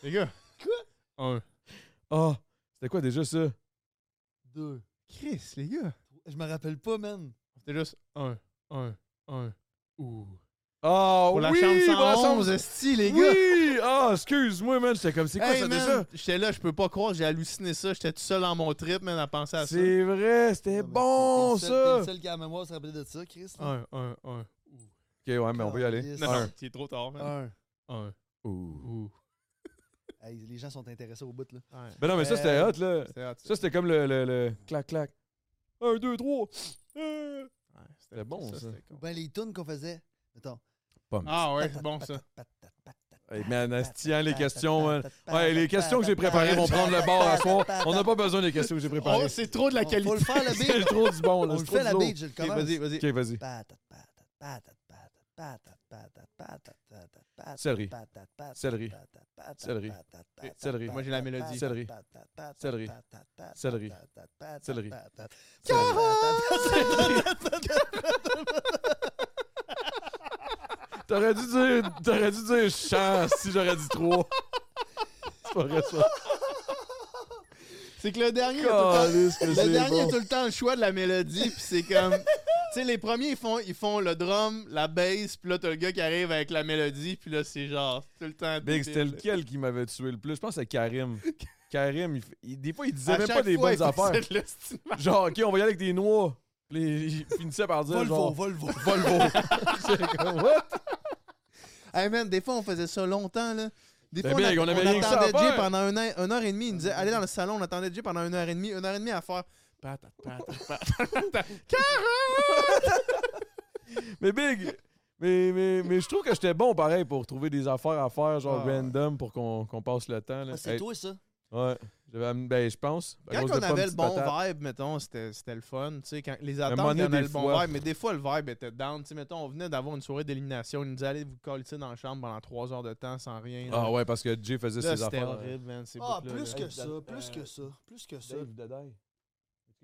[SPEAKER 2] Les gars.
[SPEAKER 3] Quoi?
[SPEAKER 2] Un.
[SPEAKER 1] Ah, c'était quoi déjà ça?
[SPEAKER 3] Deux.
[SPEAKER 2] Chris, les gars.
[SPEAKER 3] Je me rappelle pas, man.
[SPEAKER 2] C'était juste un, un, un. Ouh.
[SPEAKER 1] Ah,
[SPEAKER 2] Pour la
[SPEAKER 1] oui,
[SPEAKER 2] chambre
[SPEAKER 1] pour la chambre
[SPEAKER 2] 111, esti, les gars.
[SPEAKER 1] Oui! Ah, excuse-moi, man, j'étais comme, c'est quoi
[SPEAKER 2] Hey,
[SPEAKER 1] ça
[SPEAKER 2] man,
[SPEAKER 1] déjà?
[SPEAKER 2] J'étais là, je peux pas croire, j'ai halluciné ça. J'étais tout seul dans mon trip, man, à penser à ça. Ah, ben,
[SPEAKER 1] C'est vrai, c'était bon
[SPEAKER 3] Ah, ben, T'es le seul- t'es
[SPEAKER 1] ça!
[SPEAKER 3] le seul qui a la mémoire se rappeler de ça, Chris. là.
[SPEAKER 2] Un, un, un.
[SPEAKER 1] Ok, ouais, mais on peut y aller.
[SPEAKER 3] Caliste.
[SPEAKER 2] Non,
[SPEAKER 1] Un.
[SPEAKER 2] non, c'est trop tard, man.
[SPEAKER 3] Un.
[SPEAKER 2] Un.
[SPEAKER 1] Ouh.
[SPEAKER 2] Ouh.
[SPEAKER 3] Hey, les gens sont intéressés au bout, là.
[SPEAKER 2] Ouais.
[SPEAKER 1] Ben non, mais ça c'était
[SPEAKER 3] Euh,
[SPEAKER 1] hot là.
[SPEAKER 2] C'était hot,
[SPEAKER 1] Ça c'était comme le, le, le clac clac. Un, deux, trois. Euh.
[SPEAKER 2] Ouais,
[SPEAKER 1] C'était bon, ça.
[SPEAKER 2] c'était con.
[SPEAKER 3] Ou bien Ben, les tunes qu'on faisait. Attends.
[SPEAKER 2] Ah ouais, c'est bon ça.
[SPEAKER 1] Hey, man, asti, hein, les questions. hein. Ouais, les questions que j'ai préparées vont prendre le bord à soir. On n'a pas besoin des questions que j'ai
[SPEAKER 2] Oh,
[SPEAKER 1] préparées.
[SPEAKER 2] c'est trop de la
[SPEAKER 3] Faut
[SPEAKER 2] qualité.
[SPEAKER 3] le faire, le
[SPEAKER 1] C'est
[SPEAKER 3] beat.
[SPEAKER 1] trop du bon là.
[SPEAKER 3] On le
[SPEAKER 1] c'est trop
[SPEAKER 3] fait,
[SPEAKER 1] du
[SPEAKER 3] la
[SPEAKER 1] lourd.
[SPEAKER 3] beat, je le
[SPEAKER 2] Ok,
[SPEAKER 3] commence.
[SPEAKER 2] vas-y, vas-y.
[SPEAKER 1] Ok, vas-y.
[SPEAKER 3] Patate, patate, patate, patate, patate, patate, patate, patate, patate,
[SPEAKER 1] Céleri.
[SPEAKER 3] patate, patate,
[SPEAKER 1] Céleri.
[SPEAKER 3] patate, patate,
[SPEAKER 1] Céleri. Eh,
[SPEAKER 3] patate, patate,
[SPEAKER 1] Céleri.
[SPEAKER 3] patate,
[SPEAKER 2] Moi, j'ai la mélodie.
[SPEAKER 3] patate,
[SPEAKER 1] Céleri.
[SPEAKER 3] patate, patate,
[SPEAKER 1] Céleri.
[SPEAKER 3] patate, patate,
[SPEAKER 1] Céleri.
[SPEAKER 3] patate, patate,
[SPEAKER 1] Céleri.
[SPEAKER 3] patate,
[SPEAKER 1] Carotte.
[SPEAKER 3] patate,
[SPEAKER 1] T'aurais dû dire, t'aurais dû dire chance si j'aurais dit trois. C'est pas vrai ça.
[SPEAKER 2] C'est que le dernier, il y a tout le temps-
[SPEAKER 1] Caliste, que
[SPEAKER 2] le
[SPEAKER 1] c'est
[SPEAKER 2] dernier a
[SPEAKER 1] bon.
[SPEAKER 2] tout le temps le choix de la mélodie, puis c'est comme. Tu sais, les premiers, ils font, ils font le drum, la bass, puis là, t'as le gars qui arrive avec la mélodie, puis là, c'est genre tout le temps.
[SPEAKER 1] Big,
[SPEAKER 2] débile.
[SPEAKER 1] c'était lequel qui m'avait tué le plus? Je pense que c'est Karim. Karim, il fait- il- des fois, il disait
[SPEAKER 2] À
[SPEAKER 1] même
[SPEAKER 2] chaque
[SPEAKER 1] pas des
[SPEAKER 2] fois,
[SPEAKER 1] bonnes
[SPEAKER 2] il faisait
[SPEAKER 1] affaires.
[SPEAKER 2] de l'hostie de
[SPEAKER 1] Genre, OK, on va y aller avec des noix. Puis il finissait par dire,
[SPEAKER 3] Volvo,
[SPEAKER 1] genre,
[SPEAKER 3] Volvo.
[SPEAKER 1] Volvo. J'étais comme, What?
[SPEAKER 2] Hey man, des fois on faisait ça longtemps là. Des
[SPEAKER 1] Ben
[SPEAKER 2] fois, on,
[SPEAKER 1] big,
[SPEAKER 2] a-
[SPEAKER 1] on
[SPEAKER 2] on
[SPEAKER 1] avait rien que ça à
[SPEAKER 2] attendait Jay
[SPEAKER 1] faire.
[SPEAKER 2] pendant un an- une heure et demie. Il nous disait, allez dans le salon, on attendait Jay pendant une heure et demie. Une heure et demie à faire. Patate, patate, patate.
[SPEAKER 1] Mais Big, mais, mais, mais je trouve que j'étais bon pareil pour trouver des affaires à faire, genre
[SPEAKER 2] Ah ouais.
[SPEAKER 1] random, pour qu'on qu'on passe le temps. là.
[SPEAKER 3] Ah, c'est
[SPEAKER 1] Hey,
[SPEAKER 3] toi, ça.
[SPEAKER 1] Ouais. J'avais amené- ben, je pense. à
[SPEAKER 2] Quand
[SPEAKER 1] cause
[SPEAKER 2] on
[SPEAKER 1] de pommes,
[SPEAKER 2] avait le
[SPEAKER 1] petites
[SPEAKER 2] bon
[SPEAKER 1] patates.
[SPEAKER 2] vibe, mettons, c'était c'était le fun. Tu sais, quand les
[SPEAKER 1] moment
[SPEAKER 2] attentes, il
[SPEAKER 1] donné,
[SPEAKER 2] y en a
[SPEAKER 1] des
[SPEAKER 2] le bon
[SPEAKER 1] fois-
[SPEAKER 2] vibe. Mais des fois, le vibe était down. Tu sais, mettons, on venait d'avoir une soirée d'élimination. Ils nous disaient, allez vous coller dans la chambre pendant trois heures de temps sans rien.
[SPEAKER 1] Ah ouais, parce que Jay faisait
[SPEAKER 2] Là,
[SPEAKER 1] ses
[SPEAKER 2] c'était
[SPEAKER 1] affaires. euh.
[SPEAKER 2] horrible, man. ces
[SPEAKER 3] Ah,
[SPEAKER 2] bouts-là,
[SPEAKER 3] plus
[SPEAKER 2] là.
[SPEAKER 3] que
[SPEAKER 1] Dave
[SPEAKER 3] ça,
[SPEAKER 1] Dad-
[SPEAKER 3] plus que ça, plus que ça.
[SPEAKER 1] quelqu'un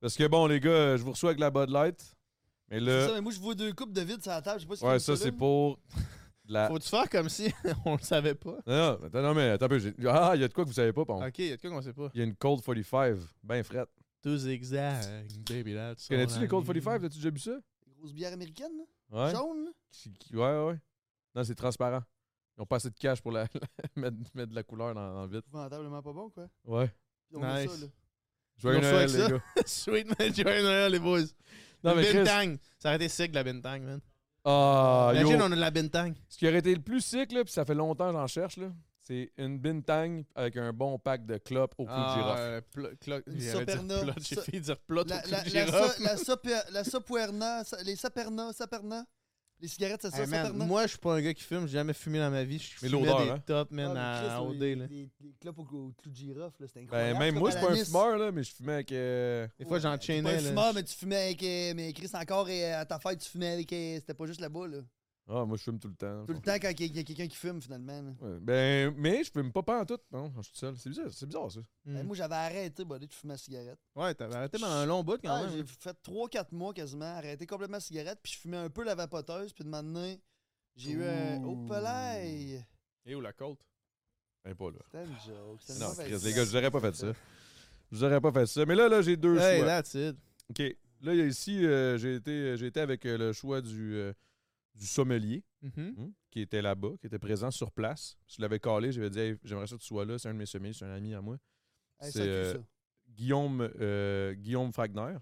[SPEAKER 1] Parce que bon, les gars, euh, je vous reçois avec la Bud Light. Mais
[SPEAKER 3] C'est
[SPEAKER 1] là,
[SPEAKER 3] ça, mais moi, je vois deux coupes de vide sur la table. Je sais pas si
[SPEAKER 1] ouais,
[SPEAKER 3] comme
[SPEAKER 1] ça,
[SPEAKER 3] là.
[SPEAKER 1] c'est pour de la.
[SPEAKER 2] Faut-tu faire comme si on le savait pas?
[SPEAKER 1] Non, non, attends, non, mais attends un peu. j'ai- Ah, il y a de quoi que vous savez pas, pardon.
[SPEAKER 2] Ok, y a de quoi qu'on sait pas?
[SPEAKER 1] Il y a une Cold 45, ben frette.
[SPEAKER 2] Tous exact, baby là.
[SPEAKER 1] Tu connais-tu les Cold 45? T'as-tu déjà bu ça?
[SPEAKER 3] Les grosses bières américaines, là.
[SPEAKER 1] Ouais.
[SPEAKER 3] Jaune, là.
[SPEAKER 1] Qui- qui- Ouais, ouais, ouais. Non, c'est transparent. Ils ont pas assez de cash pour la, mettre, mettre de la couleur dans, dans le vitre.
[SPEAKER 3] Épouvantable, pas bon, quoi.
[SPEAKER 1] Ouais.
[SPEAKER 3] Puis on a
[SPEAKER 2] Nice.
[SPEAKER 3] ça, là.
[SPEAKER 1] Joyeux
[SPEAKER 2] Ils ont ça
[SPEAKER 1] Noël,
[SPEAKER 2] avec
[SPEAKER 1] les
[SPEAKER 2] ça?
[SPEAKER 1] gars.
[SPEAKER 2] Sweet man, joyeux Noël, les boys.
[SPEAKER 1] Non, mais Chris.
[SPEAKER 2] bintang. Ça aurait été sick de la bintang, man.
[SPEAKER 1] Ah, yo.
[SPEAKER 2] Imagine, on a de la bintang.
[SPEAKER 1] Ce qui aurait été le plus sick, là, puis ça fait longtemps que j'en cherche, là, c'est une bintang avec un bon pack de clopes au clou de
[SPEAKER 2] Ah,
[SPEAKER 1] girafe.
[SPEAKER 2] euh, plo- clo-
[SPEAKER 3] Une
[SPEAKER 2] j'allais dire
[SPEAKER 3] soperna.
[SPEAKER 2] plot, J'ai
[SPEAKER 3] So-
[SPEAKER 2] failli dire plot
[SPEAKER 3] La,
[SPEAKER 2] au clou
[SPEAKER 3] la,
[SPEAKER 2] de
[SPEAKER 3] la,
[SPEAKER 2] girafe.
[SPEAKER 3] so- la, sope- euh, la soperna, sa- les saperna, saperna. Les cigarettes, c'est ça,
[SPEAKER 2] Hey, man,
[SPEAKER 3] saperna.
[SPEAKER 2] moi, je suis pas un gars qui fume. J'ai jamais fumé dans ma vie. Je
[SPEAKER 1] Mais
[SPEAKER 2] fumais des
[SPEAKER 1] l'odeur, hein?
[SPEAKER 2] tops,
[SPEAKER 3] Ah,
[SPEAKER 2] man,
[SPEAKER 3] mais Chris,
[SPEAKER 2] à
[SPEAKER 3] là,
[SPEAKER 2] OD.
[SPEAKER 3] les-
[SPEAKER 2] là.
[SPEAKER 3] Les les clopes au, au clou de girafe, là, c'était incroyable.
[SPEAKER 1] Ben, même
[SPEAKER 3] là,
[SPEAKER 1] moi,
[SPEAKER 3] à
[SPEAKER 1] je suis pas un
[SPEAKER 3] l'anis.
[SPEAKER 1] fumeur, là, mais je fumais avec. euh,
[SPEAKER 2] Des fois,
[SPEAKER 3] Ouais, T'es
[SPEAKER 2] j'enchaînais.
[SPEAKER 3] pas un
[SPEAKER 2] là.
[SPEAKER 3] fumeur, mais tu fumais avec. euh, Mais Chris, encore, et, euh, à ta fête, tu fumais avec. euh, C'était pas juste là-bas, là.
[SPEAKER 1] Ah, moi, je fume tout le temps.
[SPEAKER 3] Tout le temps, quand il y a- il y a quelqu'un qui fume, finalement.
[SPEAKER 2] Hmm.
[SPEAKER 3] là.
[SPEAKER 1] Ouais, Ben, mais je fume pas pas en tout. Non, je suis tout seul. C'est bizarre, c'est bizarre, ça.
[SPEAKER 3] Ben,
[SPEAKER 2] Mm.
[SPEAKER 3] moi, j'avais arrêté, buddy, de fumer la cigarette.
[SPEAKER 2] Ouais, t'avais arrêté pendant un long bout quand
[SPEAKER 3] Ah,
[SPEAKER 2] même. hein.
[SPEAKER 3] j'ai fait 3-4 mois quasiment, arrêté complètement la cigarette, puis je fumais un peu la vapoteuse, puis de maintenant, j'ai eu un. Oh,
[SPEAKER 1] Ouh.
[SPEAKER 3] pelaille!
[SPEAKER 1] Et où la côte? Ben, pas là.
[SPEAKER 3] C'était une joke. c'était une
[SPEAKER 1] Non,
[SPEAKER 3] mauvaise
[SPEAKER 1] Chris, les
[SPEAKER 3] blague.
[SPEAKER 1] gars, je n'aurais pas fait ça. Je n'aurais pas fait ça. Mais là, là, j'ai deux
[SPEAKER 2] Hey,
[SPEAKER 1] choix.
[SPEAKER 2] that's it.
[SPEAKER 1] OK. Là, il y a ici, euh, j'ai été, j'ai été avec euh, le choix du, euh, du sommelier.
[SPEAKER 2] Mhm.
[SPEAKER 1] Hmm, qui était là-bas, qui était présent sur place. Je l'avais collé, j'avais dit Hey, j'aimerais ça que tu sois là, c'est un de mes semis, c'est un ami à moi.
[SPEAKER 3] Hey,
[SPEAKER 1] c'est,
[SPEAKER 3] ça, cul,
[SPEAKER 1] euh,
[SPEAKER 3] ça.
[SPEAKER 1] Guillaume euh, Guillaume Fragner.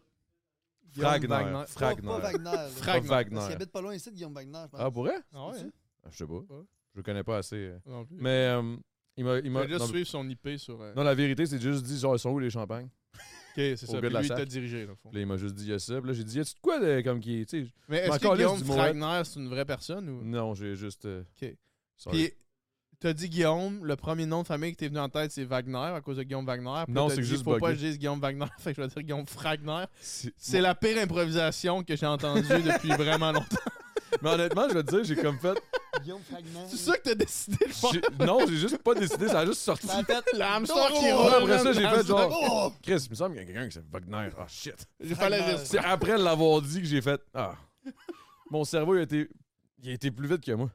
[SPEAKER 2] Guillaume
[SPEAKER 1] Fragner.
[SPEAKER 2] Wagner.
[SPEAKER 1] Fragner.
[SPEAKER 3] Pas, pas Wagner. là.
[SPEAKER 1] Pas
[SPEAKER 2] Fragner.
[SPEAKER 3] Parce qu'il
[SPEAKER 1] Wagner.
[SPEAKER 3] habite pas loin ici, Guillaume Wagner, je pense.
[SPEAKER 1] Ah, pour vrai?
[SPEAKER 2] Ah ouais? hein?
[SPEAKER 1] Ah, Je sais pas.
[SPEAKER 2] Ouais.
[SPEAKER 1] Je le connais pas assez. euh.
[SPEAKER 2] Non plus.
[SPEAKER 1] Mais euh, il m'a. il
[SPEAKER 2] Il
[SPEAKER 1] m'a-
[SPEAKER 2] juste
[SPEAKER 1] non,
[SPEAKER 2] suivre son IP sur. euh,
[SPEAKER 1] non, la vérité, c'est juste dit genre, ils sont où les champagnes
[SPEAKER 2] Ok, c'est ça.
[SPEAKER 1] gars
[SPEAKER 2] Puis
[SPEAKER 1] de la
[SPEAKER 2] lui, il t'a
[SPEAKER 1] sac.
[SPEAKER 2] dirigé, dans le fond.
[SPEAKER 1] Puis là, il m'a juste dit il y a ça. Puis là, j'ai dit y a-tu de quoi de- comme qui. Tu sais,
[SPEAKER 2] Mais
[SPEAKER 1] Ma
[SPEAKER 2] est-ce que
[SPEAKER 1] calisse
[SPEAKER 2] Guillaume
[SPEAKER 1] du Mourette.
[SPEAKER 2] Fragner, c'est une vraie personne ou.
[SPEAKER 1] Non, j'ai juste. euh,
[SPEAKER 2] Ok.
[SPEAKER 1] sorry.
[SPEAKER 2] Puis, t'as dit Guillaume, le premier nom de famille qui t'est venu en tête, c'est Wagner, à cause de Guillaume Wagner. Puis là,
[SPEAKER 1] Non,
[SPEAKER 2] t'as
[SPEAKER 1] c'est
[SPEAKER 2] dit,
[SPEAKER 1] juste
[SPEAKER 2] Faut pas
[SPEAKER 1] buggé.
[SPEAKER 2] que je dise Guillaume Wagner, fait que je vais dire Guillaume Fragner.
[SPEAKER 1] C'est-
[SPEAKER 2] C'est la pire improvisation que j'ai entendue depuis vraiment longtemps.
[SPEAKER 1] Mais honnêtement, je vais te dire, j'ai comme fait.
[SPEAKER 3] Guillaume Fragner.
[SPEAKER 2] C'est ça que t'as décidé de faire.
[SPEAKER 1] j'ai- Non, j'ai juste pas décidé, ça a juste sorti.
[SPEAKER 3] Dans la tête,
[SPEAKER 2] Le hamster qui
[SPEAKER 1] Oh,
[SPEAKER 2] roule.
[SPEAKER 1] après ça,
[SPEAKER 2] man,
[SPEAKER 1] j'ai
[SPEAKER 2] le
[SPEAKER 1] fait
[SPEAKER 2] hamster-
[SPEAKER 1] genre-
[SPEAKER 3] Oh!
[SPEAKER 1] Chris, il me semble qu'il y a quelqu'un qui s'appelle Wagner. Ah, shit.
[SPEAKER 2] J'ai fallu
[SPEAKER 3] Fragner.
[SPEAKER 2] dire ça.
[SPEAKER 1] C'est après l'avoir dit que j'ai fait Ah. Mon cerveau il a été. Il a été plus vite que moi.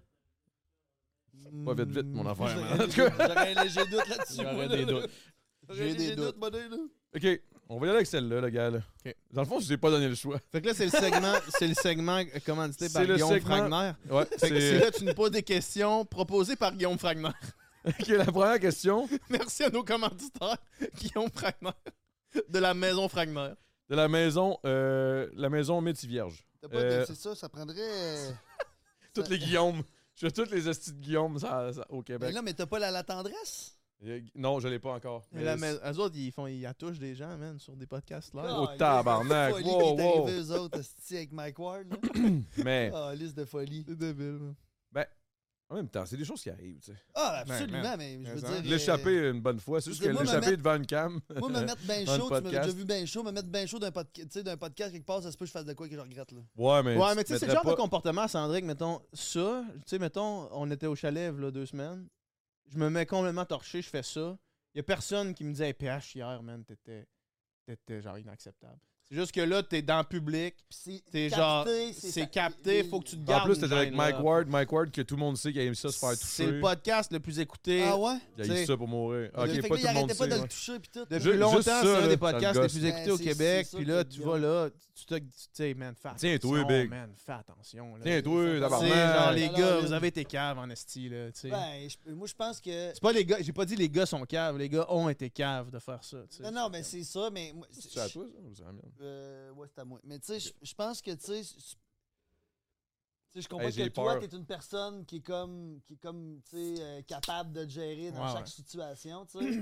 [SPEAKER 1] Pas vite, vite, mon affaire,
[SPEAKER 3] J'aurais-
[SPEAKER 1] man. En tout cas.
[SPEAKER 3] J'aurais un léger doute là-dessus.
[SPEAKER 1] J'aurais
[SPEAKER 3] moi,
[SPEAKER 1] des
[SPEAKER 3] là.
[SPEAKER 1] doutes.
[SPEAKER 3] J'aurais
[SPEAKER 2] J'ai
[SPEAKER 3] un léger
[SPEAKER 2] des
[SPEAKER 3] doute, buddy, là.
[SPEAKER 1] OK. On va y aller avec celle-là, le gars. Là.
[SPEAKER 2] OK.
[SPEAKER 1] Dans le fond, je t'ai pas donné le choix.
[SPEAKER 2] Fait que là, c'est le segment, c'est le segment euh, commandité
[SPEAKER 1] C'est
[SPEAKER 2] par
[SPEAKER 1] le
[SPEAKER 2] Guillaume
[SPEAKER 1] segment-
[SPEAKER 2] Fragner.
[SPEAKER 1] Ouais.
[SPEAKER 2] Fait que c'est
[SPEAKER 1] C'est
[SPEAKER 2] là que tu nous poses des questions proposées par Guillaume Fragner.
[SPEAKER 1] OK, la première question
[SPEAKER 2] Merci à nos commanditaires, Guillaume Fragner, de la maison Fragner.
[SPEAKER 1] de la maison euh, la maison Métis Vierge.
[SPEAKER 3] T'as pas
[SPEAKER 1] Euh,
[SPEAKER 3] de- C'est ça, ça prendrait. euh,
[SPEAKER 1] Toutes les Guillaumes. Je fais toutes les hosties de Guillaume ça- ça- au
[SPEAKER 3] Mais
[SPEAKER 1] Québec.
[SPEAKER 3] là, mais t'as pas la, la tendresse?
[SPEAKER 1] Il y a- Non, je l'ai pas encore.
[SPEAKER 2] Mais la
[SPEAKER 1] c'est-
[SPEAKER 2] maison, eux autres, ils font, ils attouchent des gens, man, sur des podcasts là.
[SPEAKER 1] Oh, tabarnak.
[SPEAKER 3] La folie
[SPEAKER 1] Wow,
[SPEAKER 3] qui est
[SPEAKER 1] wow.
[SPEAKER 3] arrivée aux autres, hostie, avec Mike Ward. là.
[SPEAKER 1] Mais
[SPEAKER 3] Ah, liste de folie.
[SPEAKER 2] C'est débile, man.
[SPEAKER 1] en même temps, c'est des choses qui arrivent. tu sais.
[SPEAKER 3] Ah,
[SPEAKER 2] Ben,
[SPEAKER 3] absolument,
[SPEAKER 2] man.
[SPEAKER 3] mais je
[SPEAKER 2] Mais
[SPEAKER 3] veux
[SPEAKER 2] ça.
[SPEAKER 3] dire.
[SPEAKER 1] L'échapper une bonne fois. C'est
[SPEAKER 3] je
[SPEAKER 1] juste que
[SPEAKER 3] veux moi me
[SPEAKER 1] l'échapper
[SPEAKER 3] mettre-
[SPEAKER 1] devant une cam.
[SPEAKER 3] euh, Moi, me mettre ben
[SPEAKER 1] Dans le
[SPEAKER 3] chaud, tu m'avais
[SPEAKER 1] podcast.
[SPEAKER 3] déjà vu ben chaud, me mettre ben chaud d'un podca- tu sais, d'un podcast quelque part, ça se peut que je fasse de quoi que je regrette, là.
[SPEAKER 1] Ouais, mais.
[SPEAKER 2] Ouais, mais tu sais, c'est le genre
[SPEAKER 1] mettrais
[SPEAKER 2] de
[SPEAKER 1] pas-
[SPEAKER 2] comportement, Sandrick, mettons, ça, tu sais, mettons, on était au chalet, là, deux semaines, je me mets complètement torché, je fais ça, Il a personne qui me disait Hey, PH hier, man, t'étais, t'étais genre inacceptable. C'est juste que là, t'es dans le public,
[SPEAKER 3] Puis c'est
[SPEAKER 2] t'es
[SPEAKER 3] capté,
[SPEAKER 2] genre.
[SPEAKER 3] ça-
[SPEAKER 2] C'est capté,
[SPEAKER 3] les-
[SPEAKER 2] faut que tu te
[SPEAKER 1] En
[SPEAKER 2] gardes.
[SPEAKER 1] plus, t'étais
[SPEAKER 2] une
[SPEAKER 1] avec
[SPEAKER 2] gêne,
[SPEAKER 1] Mike
[SPEAKER 2] là.
[SPEAKER 1] Ward. Mike Ward, que tout le monde sait qu'il aime ça se faire toucher.
[SPEAKER 2] C'est le podcast le plus écouté.
[SPEAKER 3] Ah ouais?
[SPEAKER 1] Il a eu
[SPEAKER 2] t'sais.
[SPEAKER 1] ça pour mourir. Ah,
[SPEAKER 3] Le
[SPEAKER 1] Ok, pas
[SPEAKER 3] fait que
[SPEAKER 1] tout
[SPEAKER 3] là,
[SPEAKER 1] le
[SPEAKER 3] il
[SPEAKER 1] monde
[SPEAKER 3] arrêtait pas
[SPEAKER 1] sait.
[SPEAKER 3] de
[SPEAKER 1] ouais.
[SPEAKER 3] le toucher puis tout.
[SPEAKER 2] Depuis
[SPEAKER 1] Ju-
[SPEAKER 2] longtemps,
[SPEAKER 1] juste
[SPEAKER 2] c'est
[SPEAKER 1] ça,
[SPEAKER 2] un
[SPEAKER 1] là,
[SPEAKER 2] des
[SPEAKER 1] ça me
[SPEAKER 2] podcasts les
[SPEAKER 1] gosse.
[SPEAKER 2] plus écoutés
[SPEAKER 3] Ben,
[SPEAKER 2] au
[SPEAKER 3] c'est-
[SPEAKER 2] Québec.
[SPEAKER 3] c'est ça
[SPEAKER 2] Puis
[SPEAKER 3] que
[SPEAKER 2] là,
[SPEAKER 3] je
[SPEAKER 2] tu
[SPEAKER 3] veux
[SPEAKER 2] vas
[SPEAKER 3] dire.
[SPEAKER 2] là, tu te. Tu sais, man, fais attention.
[SPEAKER 1] Tiens-toi, Big.
[SPEAKER 2] Man, fais attention. là.
[SPEAKER 1] Tiens-toi,
[SPEAKER 2] Tu sais,
[SPEAKER 1] tabarnak.
[SPEAKER 2] genre, les
[SPEAKER 3] Alors,
[SPEAKER 2] gars,
[SPEAKER 3] là-
[SPEAKER 2] vous avez été caves en esti, là, tu sais.
[SPEAKER 3] Ben, je- moi, je pense que.
[SPEAKER 2] C'est pas les gars, j'ai pas dit les gars sont caves, les gars ont été caves de faire ça, tu sais.
[SPEAKER 3] Non, non, mais c'est ça, mais. moi,
[SPEAKER 1] C'est à toi, ça ou c'est à la mienne?
[SPEAKER 3] Euh, ouais, c'est à moi. Mais tu sais, je- je pense que, tu sais, je- tu sais, je comprends
[SPEAKER 1] Hey, j'ai
[SPEAKER 3] que toi,
[SPEAKER 1] peur.
[SPEAKER 3] t'es une personne qui est comme, qui est comme tu sais, euh, capable de te gérer dans
[SPEAKER 2] Ouais,
[SPEAKER 3] chaque
[SPEAKER 2] ouais.
[SPEAKER 3] situation, tu sais.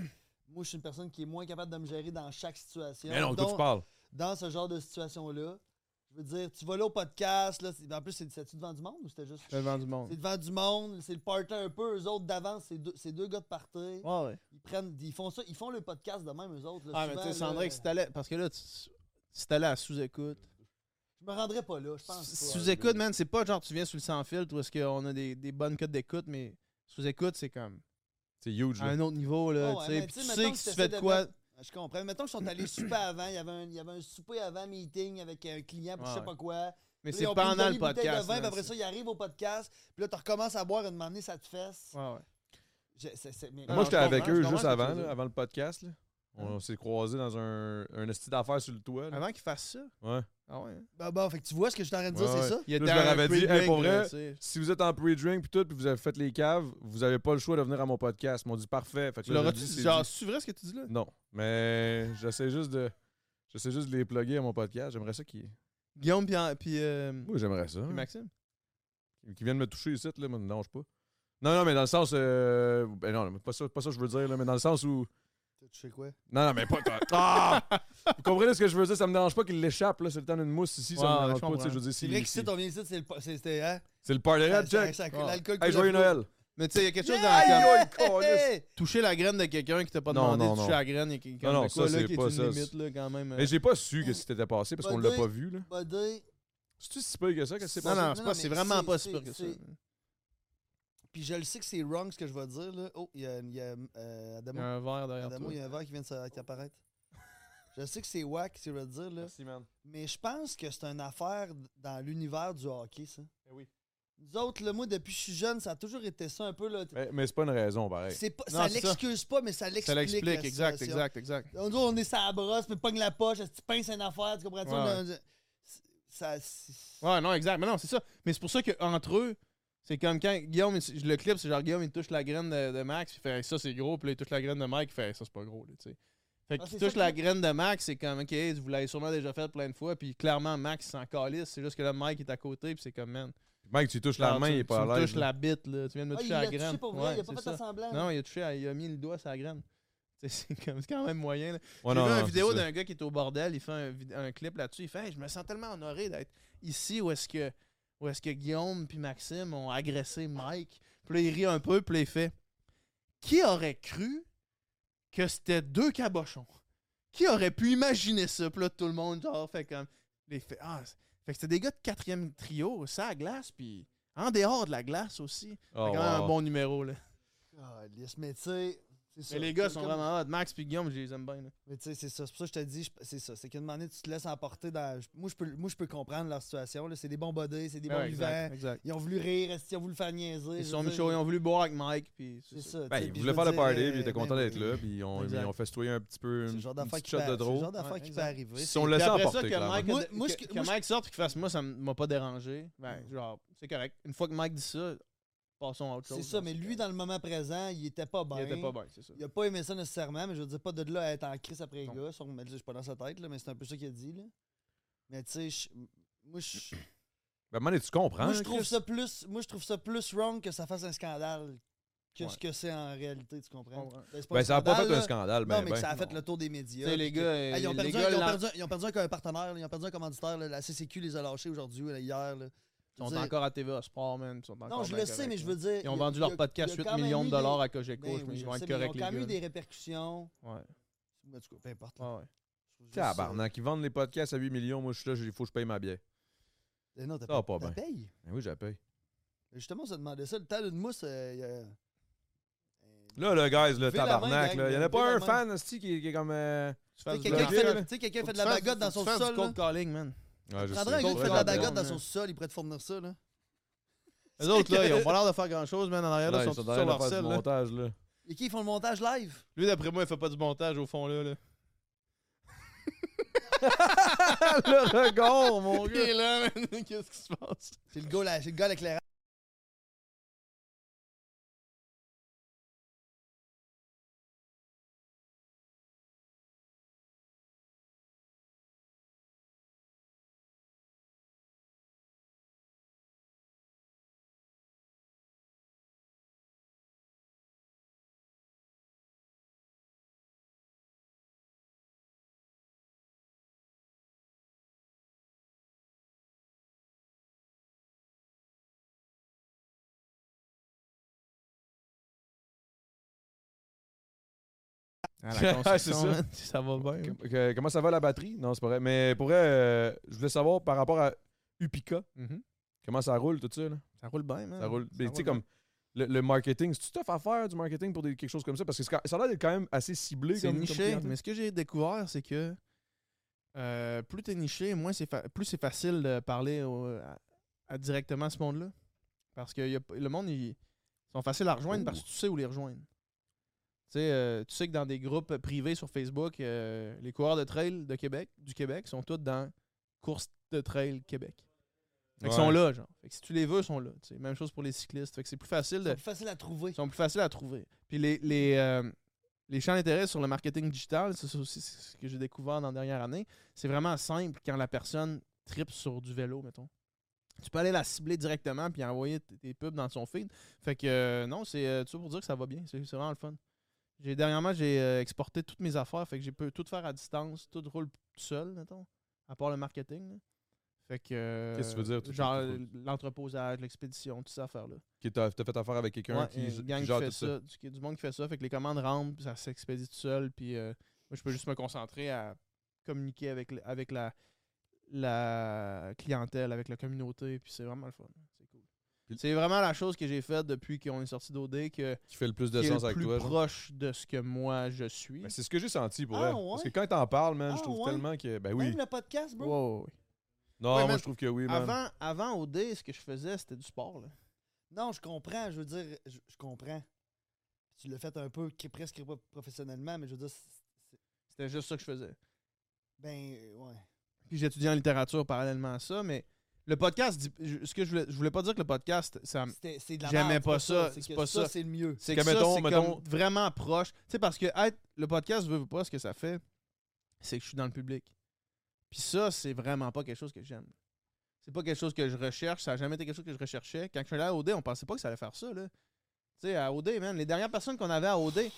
[SPEAKER 3] Moi, je suis une personne qui est moins capable de me gérer dans chaque situation.
[SPEAKER 1] Mais non, de quoi
[SPEAKER 3] Donc,
[SPEAKER 1] tu parles?
[SPEAKER 3] dans ce genre de situation-là, je veux dire, tu vas là au podcast, là, c'est- en plus, c'est c'est-tu devant du monde ou c'était juste...
[SPEAKER 2] Le vent du monde.
[SPEAKER 3] C'est devant du monde, c'est le party un peu, eux autres d'avance, c'est deux, c'est deux gars de party.
[SPEAKER 2] Ouais, ouais.
[SPEAKER 3] Ils prennent, ils font ça, ils font le podcast de même, eux autres. là,
[SPEAKER 2] Ah, mais tu
[SPEAKER 3] Ah, souvent,
[SPEAKER 2] sais,
[SPEAKER 3] là,
[SPEAKER 2] Sandrine, si t'allais. Parce que là, tu- si t'allais à sous-écoute.
[SPEAKER 3] je me rendrais pas là, je pense pas.
[SPEAKER 2] Sous-écoute, man, c'est pas genre tu viens sur le sans-fil, où est-ce qu'on a des, des bonnes cotes d'écoute, mais sous-écoute, c'est comme
[SPEAKER 1] C'est huge.
[SPEAKER 2] à
[SPEAKER 1] là.
[SPEAKER 2] un autre niveau, là,
[SPEAKER 3] Oh, ouais,
[SPEAKER 2] tu sais.
[SPEAKER 3] mais
[SPEAKER 2] Puis
[SPEAKER 3] tu
[SPEAKER 2] tu
[SPEAKER 3] sais,
[SPEAKER 2] sais que
[SPEAKER 3] mettons que
[SPEAKER 2] si tu
[SPEAKER 3] t'essaies
[SPEAKER 2] fais de
[SPEAKER 3] de
[SPEAKER 2] quoi.
[SPEAKER 3] mettre- Ah, Je comprends. Mettons qu'ils sont allés souper avant, il y avait un, il y avait un souper avant, meeting avec un client, puis je sais
[SPEAKER 2] Ouais.
[SPEAKER 3] pas quoi.
[SPEAKER 2] Mais
[SPEAKER 3] Là,
[SPEAKER 2] c'est
[SPEAKER 3] ils ont pris une
[SPEAKER 2] pendant
[SPEAKER 3] jolie
[SPEAKER 2] le
[SPEAKER 3] bouteille
[SPEAKER 2] podcast.
[SPEAKER 3] De vin,
[SPEAKER 2] man,
[SPEAKER 3] puis après ça, ils arrivent au podcast, puis là, tu recommences à boire, et demander ça te fesse.
[SPEAKER 2] c'est- Ouais, ouais.
[SPEAKER 3] Je- c'est- c'est- mais-
[SPEAKER 1] Moi,
[SPEAKER 2] Non,
[SPEAKER 1] j'étais
[SPEAKER 2] je
[SPEAKER 1] avec
[SPEAKER 2] comprends,
[SPEAKER 1] eux
[SPEAKER 2] je
[SPEAKER 1] juste
[SPEAKER 2] comprends ce que tu
[SPEAKER 1] avant,
[SPEAKER 2] veux
[SPEAKER 1] là,
[SPEAKER 2] dire.
[SPEAKER 1] avant le podcast. là. On s'est croisés dans un, un esti d'affaires sur le toit. là.
[SPEAKER 2] Avant qu'ils fassent ça.
[SPEAKER 1] Ouais.
[SPEAKER 2] Ah ouais. hein.
[SPEAKER 3] Bah, bah, fait que tu vois ce que je suis en train de dire,
[SPEAKER 1] Ouais, ouais.
[SPEAKER 3] c'est ça?
[SPEAKER 2] Il
[SPEAKER 1] Là,
[SPEAKER 2] était
[SPEAKER 1] je leur
[SPEAKER 2] à un
[SPEAKER 1] avais dit,
[SPEAKER 2] pre-drink,
[SPEAKER 1] hey, pour
[SPEAKER 2] là,
[SPEAKER 1] vrai,
[SPEAKER 2] euh, tu sais.
[SPEAKER 1] Si vous êtes en pre-drink puis tout, puis vous avez fait les caves, vous avez pas le choix de venir à mon podcast. Ils m'ont dit parfait. Fait que
[SPEAKER 2] Tu
[SPEAKER 1] là,
[SPEAKER 2] l'auras
[SPEAKER 1] j'ai dit,
[SPEAKER 2] dit,
[SPEAKER 1] c'est
[SPEAKER 2] genre,
[SPEAKER 1] dit.
[SPEAKER 2] c'est vrai ce que tu dis là?
[SPEAKER 1] Non, mais j'essaie juste de j'essaie juste de les plugger à mon podcast. J'aimerais ça qu'ils
[SPEAKER 2] Guillaume puis, en- puis, euh,
[SPEAKER 1] Oui, j'aimerais ça. hein,
[SPEAKER 2] puis Maxime.
[SPEAKER 1] Qu'ils viennent me toucher ici là, mais non, je sais pas. Non non, mais dans le sens euh, ben non, pas ça pas ça que je veux dire là, mais dans le sens où
[SPEAKER 3] Tu sais quoi?
[SPEAKER 1] Non non, mais pas ah! Vous comprenez ce que je veux dire, ça me dérange pas qu'il l'échappe là, c'est le temps d'une mousse ici, ça
[SPEAKER 2] Ouais,
[SPEAKER 1] me
[SPEAKER 2] ouais,
[SPEAKER 1] dérange
[SPEAKER 2] je
[SPEAKER 1] pas, tu sais,
[SPEAKER 2] comprends.
[SPEAKER 1] je veux dire
[SPEAKER 3] C'est
[SPEAKER 1] si-
[SPEAKER 3] vrai qu'ici,
[SPEAKER 1] si-
[SPEAKER 3] on vient ici, c'est le. pa- c'est- C'était. Hein?
[SPEAKER 1] C'est le party red
[SPEAKER 3] Ça- ça-
[SPEAKER 1] check.
[SPEAKER 3] ça-
[SPEAKER 2] Ouais.
[SPEAKER 3] L'alcool
[SPEAKER 1] Hey,
[SPEAKER 3] coule à
[SPEAKER 1] joyeux
[SPEAKER 3] flot.
[SPEAKER 1] Noël.
[SPEAKER 2] Mais tu sais, il y a quelque chose
[SPEAKER 3] Yeah!
[SPEAKER 2] dans la
[SPEAKER 1] Aïe,
[SPEAKER 2] carte.
[SPEAKER 1] aïe, câlisse.
[SPEAKER 2] Toucher la graine de quelqu'un qui t'a pas
[SPEAKER 1] Non,
[SPEAKER 2] demandé
[SPEAKER 1] non,
[SPEAKER 2] de
[SPEAKER 1] non.
[SPEAKER 2] toucher la graine, il y a quelqu'un
[SPEAKER 1] Non, non,
[SPEAKER 2] de quoi,
[SPEAKER 1] ça,
[SPEAKER 2] là,
[SPEAKER 1] c'est
[SPEAKER 2] qui est
[SPEAKER 1] pas
[SPEAKER 2] une
[SPEAKER 1] ça,
[SPEAKER 2] limite là, quand même. euh.
[SPEAKER 1] Mais j'ai pas su que c'était passé parce qu'on l'a pas vu là.
[SPEAKER 3] Buddy.
[SPEAKER 1] C'est-tu si peu que ça que c'est
[SPEAKER 2] Non,
[SPEAKER 1] passé?
[SPEAKER 2] non,
[SPEAKER 3] Non,
[SPEAKER 2] c'est
[SPEAKER 3] non,
[SPEAKER 2] pas- c'est
[SPEAKER 3] mais
[SPEAKER 2] vraiment
[SPEAKER 3] c'est-
[SPEAKER 2] pas
[SPEAKER 3] c'est-
[SPEAKER 2] super que ça.
[SPEAKER 3] c'est- Puis je le sais que c'est wrong ce que je vais dire, là. Oh, il y a, il y a euh,
[SPEAKER 2] Il y
[SPEAKER 3] Adamo.
[SPEAKER 2] a un verre derrière
[SPEAKER 3] Adamo,
[SPEAKER 2] toi.
[SPEAKER 3] il y a un verre qui vient de s'a- qui apparaître. je sais que c'est whack, ce que je veux dire, là.
[SPEAKER 1] Merci, man.
[SPEAKER 3] Mais je pense que c'est une affaire d- dans l'univers du hockey, ça.
[SPEAKER 1] Eh oui.
[SPEAKER 3] Nous autres, là, moi, depuis que je suis jeune, ça a toujours été ça un peu, là.
[SPEAKER 1] Mais, mais c'est pas une raison, pareil.
[SPEAKER 3] C'est pas,
[SPEAKER 2] Non,
[SPEAKER 3] ça
[SPEAKER 2] c'est ça.
[SPEAKER 3] l'excuse pas, mais ça l'explique.
[SPEAKER 2] Ça l'explique,
[SPEAKER 3] la
[SPEAKER 2] exact,
[SPEAKER 3] situation.
[SPEAKER 2] exact, exact.
[SPEAKER 3] On dit, on est sa brosse, mais pogne la poche, tu pinces une affaire, tu comprends-tu?
[SPEAKER 2] Ouais,
[SPEAKER 3] On a- c'est- Ça. c'est-
[SPEAKER 2] Ouais, non, exact. Mais non, c'est ça. Mais c'est pour ça qu'entre eux, c'est comme quand Guillaume, il- je le clip, c'est genre Guillaume, il touche la graine de, de Max, il fait ça, c'est gros, puis là, il touche la graine de Mike, il fait ça, c'est pas gros, là, tu sais. Fait
[SPEAKER 3] Ah,
[SPEAKER 2] qu'il
[SPEAKER 3] c'est
[SPEAKER 2] touche
[SPEAKER 3] ça
[SPEAKER 2] la
[SPEAKER 3] que-
[SPEAKER 2] graine de Max, c'est comme, ok, vous l'avez sûrement déjà fait plein de fois, puis clairement, Max il s'en calisse, c'est juste que là, Mike est à côté, puis c'est comme, man.
[SPEAKER 1] Mike, tu touches la
[SPEAKER 2] genre,
[SPEAKER 1] main,
[SPEAKER 2] tu-
[SPEAKER 1] il est pas
[SPEAKER 2] tu
[SPEAKER 1] à
[SPEAKER 2] me
[SPEAKER 1] l'aise.
[SPEAKER 2] touches
[SPEAKER 1] là.
[SPEAKER 2] la bite, là, tu viens de me
[SPEAKER 3] Ah,
[SPEAKER 2] toucher
[SPEAKER 3] il l'a
[SPEAKER 2] la
[SPEAKER 3] touché
[SPEAKER 2] graine.
[SPEAKER 3] pour vrai, il
[SPEAKER 2] Ouais,
[SPEAKER 3] a pas
[SPEAKER 2] c'est
[SPEAKER 3] fait
[SPEAKER 2] ça.
[SPEAKER 3] semblant.
[SPEAKER 2] Non, il a touché, à- il a mis le doigt sur la graine. Tu sais, C'est comme- c'est quand même moyen. là.
[SPEAKER 1] Ouais, non,
[SPEAKER 2] J'ai vu
[SPEAKER 1] non,
[SPEAKER 2] une
[SPEAKER 1] c'est
[SPEAKER 2] vidéo
[SPEAKER 1] ça.
[SPEAKER 2] d'un gars qui est au bordel, il fait un, vid- un clip là-dessus, il fait Hey, je me sens tellement honoré d'être ici où est-ce que où est-ce que Guillaume puis Maxime ont agressé Mike." Puis là, il rit un peu, puis là, il fait "Qui aurait cru que c'était deux cabochons Qui aurait pu imaginer ça Puis là, tout le monde genre fait comme les fait ah, c'est- fait que c'était des gars de quatrième trio, ça à glace puis en dehors de la glace aussi.
[SPEAKER 1] Oh,
[SPEAKER 2] C'est quand
[SPEAKER 1] wow.
[SPEAKER 2] même un bon numéro là.
[SPEAKER 3] Calisse, mais tu sais. c'est ça.
[SPEAKER 2] Mais les gars
[SPEAKER 3] Comme-
[SPEAKER 2] sont
[SPEAKER 3] comme-
[SPEAKER 2] vraiment hot. Max puis Guillaume, je les aime bien. là.
[SPEAKER 3] Mais tu sais, c'est ça. C'est pour ça que je te dis, je- c'est ça. C'est qu'une moment donné, tu te laisses emporter dans. je- Moi, je peux, moi, je peux comprendre leur situation. là. C'est des bons bodies, c'est des bons
[SPEAKER 2] Ouais,
[SPEAKER 3] vivants.
[SPEAKER 2] exact, exact.
[SPEAKER 3] Ils ont voulu rire, est-ce qu'ils ont voulu faire niaiser.
[SPEAKER 2] Ils
[SPEAKER 3] je
[SPEAKER 2] se sont
[SPEAKER 3] veux
[SPEAKER 2] mis
[SPEAKER 3] dire,
[SPEAKER 2] chaud, ils ont voulu boire avec Mike puis
[SPEAKER 3] C'est
[SPEAKER 2] ça.
[SPEAKER 3] ça.
[SPEAKER 1] Ben,
[SPEAKER 3] tu sais,
[SPEAKER 1] ils
[SPEAKER 3] puis
[SPEAKER 1] voulaient
[SPEAKER 3] je
[SPEAKER 1] faire
[SPEAKER 3] veux
[SPEAKER 1] le party,
[SPEAKER 3] dire,
[SPEAKER 1] puis ils étaient
[SPEAKER 3] ben
[SPEAKER 1] contents
[SPEAKER 3] oui.
[SPEAKER 1] d'être là, puis ils ont,
[SPEAKER 2] Exact.
[SPEAKER 1] ils ont festoyé un petit peu,
[SPEAKER 3] C'est
[SPEAKER 1] une
[SPEAKER 3] le genre d'affaire
[SPEAKER 1] petite
[SPEAKER 3] qui
[SPEAKER 1] shot
[SPEAKER 3] peut,
[SPEAKER 1] de
[SPEAKER 3] c'est le
[SPEAKER 1] drôle.
[SPEAKER 3] genre d'affaire
[SPEAKER 2] Ouais,
[SPEAKER 3] qui peut
[SPEAKER 2] exact.
[SPEAKER 3] arriver.
[SPEAKER 1] Ils sont
[SPEAKER 2] Puis
[SPEAKER 1] laissés
[SPEAKER 2] après ça,
[SPEAKER 1] emporter,
[SPEAKER 2] que
[SPEAKER 1] clairement.
[SPEAKER 2] Mike,
[SPEAKER 3] Moi-
[SPEAKER 2] que-
[SPEAKER 3] moi, ce
[SPEAKER 2] que,
[SPEAKER 3] que-
[SPEAKER 2] que
[SPEAKER 3] moi, ce-
[SPEAKER 2] Mike sorte et qu'il fasse moi, ça m- m'a pas dérangé. Ben, genre, c'est correct. Une fois que Mike dit ça, passons à autre chose.
[SPEAKER 3] C'est ça,
[SPEAKER 2] genre,
[SPEAKER 3] mais lui,
[SPEAKER 2] correct.
[SPEAKER 3] dans le moment présent, il était pas bon.
[SPEAKER 2] Il était pas bien, c'est ça.
[SPEAKER 3] Il a pas aimé ça nécessairement, mais je veux dire, pas de là à être en crise après les
[SPEAKER 2] Non.
[SPEAKER 3] gars. sûrement, Je suis pas dans sa tête, là, mais c'est un peu ça qu'il a dit. Là. Mais tu sais, je- moi, je
[SPEAKER 1] Ben, man, tu comprends?
[SPEAKER 3] Moi, je
[SPEAKER 1] hein,
[SPEAKER 3] trouve
[SPEAKER 1] Chris?
[SPEAKER 3] ça plus, moi, je trouve ça plus wrong que ça fasse un scandale que
[SPEAKER 2] Ouais.
[SPEAKER 3] ce que c'est en réalité, tu comprends?
[SPEAKER 2] Ouais.
[SPEAKER 3] Ben, c'est pas
[SPEAKER 1] Ben,
[SPEAKER 3] un
[SPEAKER 1] ça a pas fait
[SPEAKER 3] là.
[SPEAKER 1] un scandale, ben,
[SPEAKER 3] non, mais que
[SPEAKER 1] ben.
[SPEAKER 3] ça a fait
[SPEAKER 2] non.
[SPEAKER 3] le tour des
[SPEAKER 2] Tu
[SPEAKER 3] médias.
[SPEAKER 2] sais, les
[SPEAKER 3] puis que-
[SPEAKER 2] gars,
[SPEAKER 3] Ah, ils, ont
[SPEAKER 2] Euh, les
[SPEAKER 3] perdu, un-
[SPEAKER 2] gars,
[SPEAKER 3] ils ont
[SPEAKER 2] l'en-
[SPEAKER 3] perdu un- ils ont perdu un partenaire, là, ils ont perdu un commanditaire. là, la CCQ les a lâchés aujourd'hui, là, hier. là.
[SPEAKER 2] ils sont
[SPEAKER 3] Je veux dire-
[SPEAKER 2] encore à TVA Sport, man. ils sont encore
[SPEAKER 3] Non, je
[SPEAKER 2] bien
[SPEAKER 3] le sais,
[SPEAKER 2] corrects,
[SPEAKER 3] mais je
[SPEAKER 2] là.
[SPEAKER 3] veux dire.
[SPEAKER 2] Ils ont
[SPEAKER 3] il y a-
[SPEAKER 2] vendu
[SPEAKER 3] il y
[SPEAKER 2] leur
[SPEAKER 3] a-
[SPEAKER 2] podcast
[SPEAKER 3] il y a
[SPEAKER 2] 8
[SPEAKER 3] quand même
[SPEAKER 2] millions
[SPEAKER 3] eu
[SPEAKER 2] de
[SPEAKER 3] des-
[SPEAKER 2] dollars à
[SPEAKER 3] Ben
[SPEAKER 2] Cogeco.
[SPEAKER 3] oui,
[SPEAKER 2] je pense
[SPEAKER 3] je
[SPEAKER 2] qu'ils vont
[SPEAKER 3] sais,
[SPEAKER 2] être
[SPEAKER 3] mais
[SPEAKER 2] corrects,
[SPEAKER 3] Ils
[SPEAKER 2] les
[SPEAKER 3] ont quand même
[SPEAKER 2] gars.
[SPEAKER 3] eu des répercussions.
[SPEAKER 2] Ouais, ouais,
[SPEAKER 3] Mais en tout cas, peu importe. là.
[SPEAKER 2] ouais.
[SPEAKER 3] Je trouve juste ça-
[SPEAKER 1] Tabarnak, ils vendent les podcasts à 8 millions. Moi, je suis là, il faut que je paye ma bière.
[SPEAKER 3] Eh Non, t'as
[SPEAKER 1] Ça va
[SPEAKER 3] pas,
[SPEAKER 1] pas
[SPEAKER 3] t'as
[SPEAKER 1] bien.
[SPEAKER 3] paye.
[SPEAKER 1] Ben oui, je la paye.
[SPEAKER 3] Justement, on se demandait ça. Le talon de mousse, euh, il y a- euh,
[SPEAKER 1] Là, le guys, le
[SPEAKER 3] Levez la main,
[SPEAKER 1] tabarnak,
[SPEAKER 3] gang,
[SPEAKER 1] là. Il n'y en a
[SPEAKER 3] levez
[SPEAKER 1] pas
[SPEAKER 3] la
[SPEAKER 1] un
[SPEAKER 3] main.
[SPEAKER 1] fan, esti, qui, qui est comme. euh,
[SPEAKER 2] Tu
[SPEAKER 3] Tu
[SPEAKER 2] fais
[SPEAKER 3] sais,
[SPEAKER 2] du
[SPEAKER 3] Quelqu'un qui,
[SPEAKER 1] bloguer,
[SPEAKER 3] fait-
[SPEAKER 1] là.
[SPEAKER 3] tu sais, quelqu'un qui fait de la
[SPEAKER 2] Tu fais-
[SPEAKER 3] bagotte dans son
[SPEAKER 2] Tu fais
[SPEAKER 3] sol.
[SPEAKER 2] du
[SPEAKER 3] là.
[SPEAKER 2] cold calling, man.
[SPEAKER 1] ouais, je
[SPEAKER 3] Prendrais un
[SPEAKER 1] sais.
[SPEAKER 3] gars qui fait de la bagotte dans
[SPEAKER 2] Ouais.
[SPEAKER 3] son sol, il pourrait te fournir ça. Là.
[SPEAKER 2] Les autres, là, ils ont pas l'air de faire grand chose, man. En arrière, là,
[SPEAKER 1] Là,
[SPEAKER 2] ils
[SPEAKER 1] ils
[SPEAKER 2] sont
[SPEAKER 1] sont
[SPEAKER 2] tous
[SPEAKER 1] en
[SPEAKER 2] sur
[SPEAKER 1] train
[SPEAKER 2] leur
[SPEAKER 1] de faire
[SPEAKER 2] selle,
[SPEAKER 1] du
[SPEAKER 2] là.
[SPEAKER 1] montage, là.
[SPEAKER 3] Et qui ils font le montage live.
[SPEAKER 2] Lui, d'après moi, il fait pas du montage au fond, là. là.
[SPEAKER 1] le regard, mon
[SPEAKER 2] Il
[SPEAKER 1] gars.
[SPEAKER 2] est là, man. Qu'est-ce qui se passe?
[SPEAKER 3] C'est le gars, là, c'est le gars à l'éclairage.
[SPEAKER 2] Ah,
[SPEAKER 1] Hein, la construction, man,
[SPEAKER 2] ça va bien.
[SPEAKER 1] Com- que- Comment ça va la batterie? Non, c'est pas vrai. Mais pour vrai, euh, je voulais savoir par rapport à Upica, comment ça roule tout ça, là.
[SPEAKER 2] Ça roule bien, man.
[SPEAKER 1] Mhm. Ça roule. Mais tu sais,
[SPEAKER 2] roule
[SPEAKER 1] comme le, le marketing, c'est-tu tough à faire du marketing pour des- quelque chose comme ça? Parce que c'est quand- ça a l'air d'être quand même assez ciblé.
[SPEAKER 2] C'est
[SPEAKER 1] comme, comme
[SPEAKER 2] niché,
[SPEAKER 1] clientèle.
[SPEAKER 2] mais ce que j'ai découvert, c'est que euh, plus t'es niché, moins c'est fa- plus c'est facile de parler au- à, à directement à ce monde-là. Parce que y a p- le monde, ils sont faciles à rejoindre parce que
[SPEAKER 1] Oh.
[SPEAKER 2] tu sais où les rejoindre. Tu sais, euh, tu sais que dans des groupes privés sur Facebook, euh, les coureurs de trail de Québec, du Québec sont tous dans course de trail Québec. Fait qu'ils sont
[SPEAKER 1] Ouais.
[SPEAKER 2] là, genre. Fait que si tu les veux, ils sont là. tu sais. Même chose pour les cyclistes. Fait que c'est plus facile de
[SPEAKER 3] C'est plus facile à trouver.
[SPEAKER 2] sont plus faciles à trouver. Puis les, les, euh, les champs d'intérêt sur le marketing digital, c'est ça aussi c'est ce que j'ai découvert dans la dernière année, c'est vraiment simple quand la personne tripe sur du vélo, mettons. Tu peux aller la cibler directement puis envoyer t- tes pubs dans son feed. Fait que euh, non, c'est euh, tout ça pour dire que ça va bien. C'est c'est vraiment le fun. J'ai, dernièrement, j'ai euh, exporté toutes mes affaires. Fait que j'ai pu tout faire à distance. Tout roule tout seul, mettons. À part le marketing. là. Fait que. euh,
[SPEAKER 1] Qu'est-ce que tu veux dire, tout-
[SPEAKER 2] Genre
[SPEAKER 1] tout-
[SPEAKER 2] l'entreposage, l'expédition, toutes ces affaires-là.
[SPEAKER 1] Qui t'a t'as fait affaire avec quelqu'un
[SPEAKER 2] Ouais,
[SPEAKER 1] qui,
[SPEAKER 2] il y a
[SPEAKER 1] qui
[SPEAKER 2] une gang qui
[SPEAKER 1] gère
[SPEAKER 2] fait
[SPEAKER 1] tout
[SPEAKER 2] ça.
[SPEAKER 1] ça.
[SPEAKER 2] Du, qui- du monde qui fait ça. Fait que les commandes rentrent, puis ça s'expédie tout seul. Puis euh, moi, je peux juste me concentrer à communiquer avec, le- avec la, la clientèle, avec la communauté. Puis c'est vraiment le fun. C'est cool.
[SPEAKER 1] Puis-
[SPEAKER 2] C'est vraiment la chose que j'ai faite depuis qu'on est sorti d'OD que
[SPEAKER 1] Qui fait le plus de
[SPEAKER 2] qui est
[SPEAKER 1] sens
[SPEAKER 2] le
[SPEAKER 1] avec
[SPEAKER 2] plus
[SPEAKER 1] toi. genre.
[SPEAKER 2] proche de ce que moi je suis.
[SPEAKER 1] Ben, c'est ce que j'ai senti pour
[SPEAKER 3] Ah,
[SPEAKER 1] elle. Parce que
[SPEAKER 3] ouais?
[SPEAKER 1] quand t'en parles, man, je
[SPEAKER 3] Ah,
[SPEAKER 1] trouve
[SPEAKER 3] ouais?
[SPEAKER 1] tellement que. Ben oui.
[SPEAKER 3] Même le podcast, bro.
[SPEAKER 2] Wow, ouais.
[SPEAKER 1] Non,
[SPEAKER 2] Ouais,
[SPEAKER 1] moi
[SPEAKER 2] man.
[SPEAKER 1] je trouve que oui, man.
[SPEAKER 2] Avant, avant OD, ce que je faisais, c'était du sport. là.
[SPEAKER 3] Non, je comprends. Je veux dire, je, je comprends. Tu l'as fait un peu qui- presque pas professionnellement, mais je veux dire, c'est-
[SPEAKER 2] C'était juste ça que je faisais.
[SPEAKER 3] ben, euh, ouais.
[SPEAKER 2] Puis j'étudiais en littérature parallèlement à ça. Mais le podcast, dit- je- ce que je voulais, je voulais pas dire que le podcast, ça,
[SPEAKER 3] C'était- C'est de la
[SPEAKER 2] J'aimais
[SPEAKER 3] merde,
[SPEAKER 2] pas ça,
[SPEAKER 3] C'est
[SPEAKER 2] c'est
[SPEAKER 3] que
[SPEAKER 2] pas ça.
[SPEAKER 3] ça, c'est le mieux.
[SPEAKER 2] C'est
[SPEAKER 1] Que
[SPEAKER 2] que ça,
[SPEAKER 1] mettons-
[SPEAKER 2] c'est
[SPEAKER 1] mettons-
[SPEAKER 2] comme vraiment proche. Tu sais, parce que être, le podcast, je veux pas ce que ça fait, c'est que je suis dans le public. Puis ça, c'est vraiment pas quelque chose que j'aime. C'est pas quelque chose que je recherche. Ça a jamais été quelque chose que je recherchais. Quand je suis allé à OD, on pensait pas que ça allait faire ça, là. Tu sais, à OD, man, les dernières personnes qu'on avait à OD,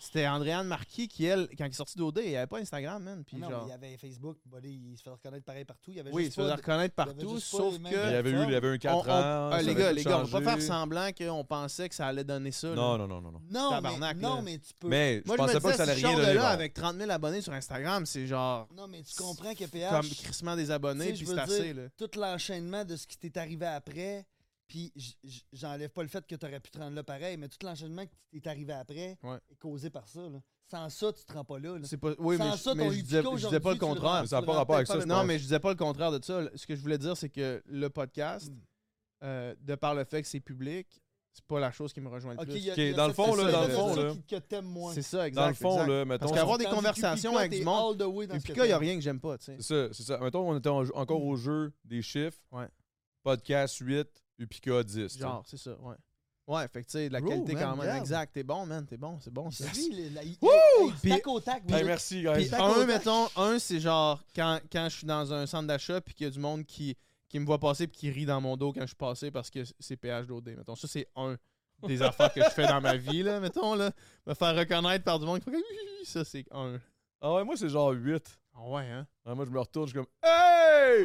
[SPEAKER 2] c'était Andréane Marquis qui, elle, quand elle est sortie d'OD, il avait pas Instagram, man. Puis
[SPEAKER 3] Ah non, mais
[SPEAKER 2] genre,
[SPEAKER 3] il y avait Facebook, bon, allez, il se fait reconnaître pareil partout. Il y avait
[SPEAKER 2] oui, il
[SPEAKER 3] juste
[SPEAKER 2] se faisait
[SPEAKER 3] pas de-
[SPEAKER 2] reconnaître
[SPEAKER 3] avait
[SPEAKER 2] partout,
[SPEAKER 3] juste pas
[SPEAKER 2] sauf
[SPEAKER 3] les
[SPEAKER 1] Il y
[SPEAKER 3] mêmes-
[SPEAKER 2] que.
[SPEAKER 1] avait eu, il y avait un 4 ans.
[SPEAKER 2] on- on- Ah,
[SPEAKER 1] ça
[SPEAKER 2] les
[SPEAKER 1] avait
[SPEAKER 2] gars,
[SPEAKER 1] tout
[SPEAKER 2] les gars, on va pas faire
[SPEAKER 1] changé.
[SPEAKER 2] semblant qu'on pensait que ça allait donner ça. là.
[SPEAKER 1] Non, non, non, non. non.
[SPEAKER 3] Non, mais,
[SPEAKER 2] Tabarnak, là.
[SPEAKER 3] non mais tu peux.
[SPEAKER 1] Mais je
[SPEAKER 2] Moi, je,
[SPEAKER 1] pensais
[SPEAKER 2] me
[SPEAKER 1] pas que
[SPEAKER 2] disais,
[SPEAKER 1] ça allait
[SPEAKER 2] ce
[SPEAKER 1] rien
[SPEAKER 2] genre de
[SPEAKER 1] donner.
[SPEAKER 2] là,
[SPEAKER 1] genre.
[SPEAKER 2] avec 30 000 abonnés sur Instagram, c'est genre
[SPEAKER 3] Non, mais tu comprends que PH,
[SPEAKER 2] comme crissement des abonnés,
[SPEAKER 3] Tu sais,
[SPEAKER 2] puis
[SPEAKER 3] je veux
[SPEAKER 2] c'est assez,
[SPEAKER 3] dire,
[SPEAKER 2] là.
[SPEAKER 3] tout l'enchaînement de ce qui t'est arrivé après, puis j- j- j'enlève pas le fait que tu aurais pu te rendre là pareil, mais tout l'enchaînement qui t'est arrivé après
[SPEAKER 2] Ouais.
[SPEAKER 3] est causé par ça. là. Sans ça, tu te rends pas là. là.
[SPEAKER 2] C'est pas... Oui, mais,
[SPEAKER 3] Sans
[SPEAKER 2] je,
[SPEAKER 3] ça,
[SPEAKER 2] mais
[SPEAKER 3] ton
[SPEAKER 2] je
[SPEAKER 3] Utica
[SPEAKER 2] disais, je
[SPEAKER 3] aujourd'hui,
[SPEAKER 2] disais pas le
[SPEAKER 3] tu le
[SPEAKER 2] contrat.
[SPEAKER 3] rends-
[SPEAKER 1] Mais ça a
[SPEAKER 3] tu
[SPEAKER 1] pas
[SPEAKER 3] le
[SPEAKER 1] rapport
[SPEAKER 3] rends
[SPEAKER 1] avec ça,
[SPEAKER 3] peut-être
[SPEAKER 1] je
[SPEAKER 3] pas
[SPEAKER 2] Non,
[SPEAKER 1] pense.
[SPEAKER 2] mais je disais pas le contraire de ça. Ce que je voulais dire, c'est que le podcast,
[SPEAKER 3] Mm.
[SPEAKER 2] euh, de par le fait que c'est public, c'est pas la chose qui me rejoint le
[SPEAKER 3] Ok, il
[SPEAKER 2] plus.
[SPEAKER 3] y a-
[SPEAKER 1] Ok,
[SPEAKER 3] il y a
[SPEAKER 1] dans le
[SPEAKER 3] cette
[SPEAKER 1] fond,
[SPEAKER 2] là,
[SPEAKER 3] personne
[SPEAKER 2] dans le fond,
[SPEAKER 3] ça
[SPEAKER 1] là.
[SPEAKER 3] qui- que t'aimes moins.
[SPEAKER 2] C'est ça, exact.
[SPEAKER 1] Dans le fond,
[SPEAKER 2] exact.
[SPEAKER 1] là, mettons.
[SPEAKER 2] Parce qu'avoir des
[SPEAKER 3] Tandis que
[SPEAKER 2] conversations
[SPEAKER 3] Upica,
[SPEAKER 2] avec
[SPEAKER 3] t'es
[SPEAKER 2] du monde,
[SPEAKER 3] all the way dans ce
[SPEAKER 2] puis il
[SPEAKER 3] que
[SPEAKER 2] y a
[SPEAKER 3] t'aimes.
[SPEAKER 2] rien que j'aime pas, tu sais.
[SPEAKER 1] C'est ça, c'est ça. Mettons, on était en- encore au jeu des chiffres.
[SPEAKER 2] Ouais.
[SPEAKER 1] Podcast 8, Upica 10. tu sais.
[SPEAKER 2] Genre, c'est ça, ouais. Ouais, fait que tu sais, de la
[SPEAKER 1] Bro,
[SPEAKER 2] qualité
[SPEAKER 1] man,
[SPEAKER 2] quand même.
[SPEAKER 1] regarde.
[SPEAKER 2] Exact, t'es bon, man, t'es bon, c'est bon. ça.
[SPEAKER 3] Lui, le- la- hey,
[SPEAKER 1] Wouh!
[SPEAKER 3] hey, Tac au tac, vous
[SPEAKER 1] Hey,
[SPEAKER 3] êtes-
[SPEAKER 1] merci, guys.
[SPEAKER 2] Puis
[SPEAKER 3] Tac
[SPEAKER 2] un,
[SPEAKER 3] au tac.
[SPEAKER 2] mettons, un, c'est genre quand, quand je suis dans un centre d'achat puis qu'il y a du monde qui, qui me voit passer puis qui rit dans mon dos quand je suis passé parce que c'est PH d'OD, mettons. Ça, c'est un des affaires que je fais dans ma vie, là, mettons, là. Me faire reconnaître par du monde qui fait comme, ça, c'est un.
[SPEAKER 1] Ah ouais, moi, c'est genre 8.
[SPEAKER 2] Ah ouais, hein?
[SPEAKER 1] Ah, moi, je me retourne, je suis comme Hey!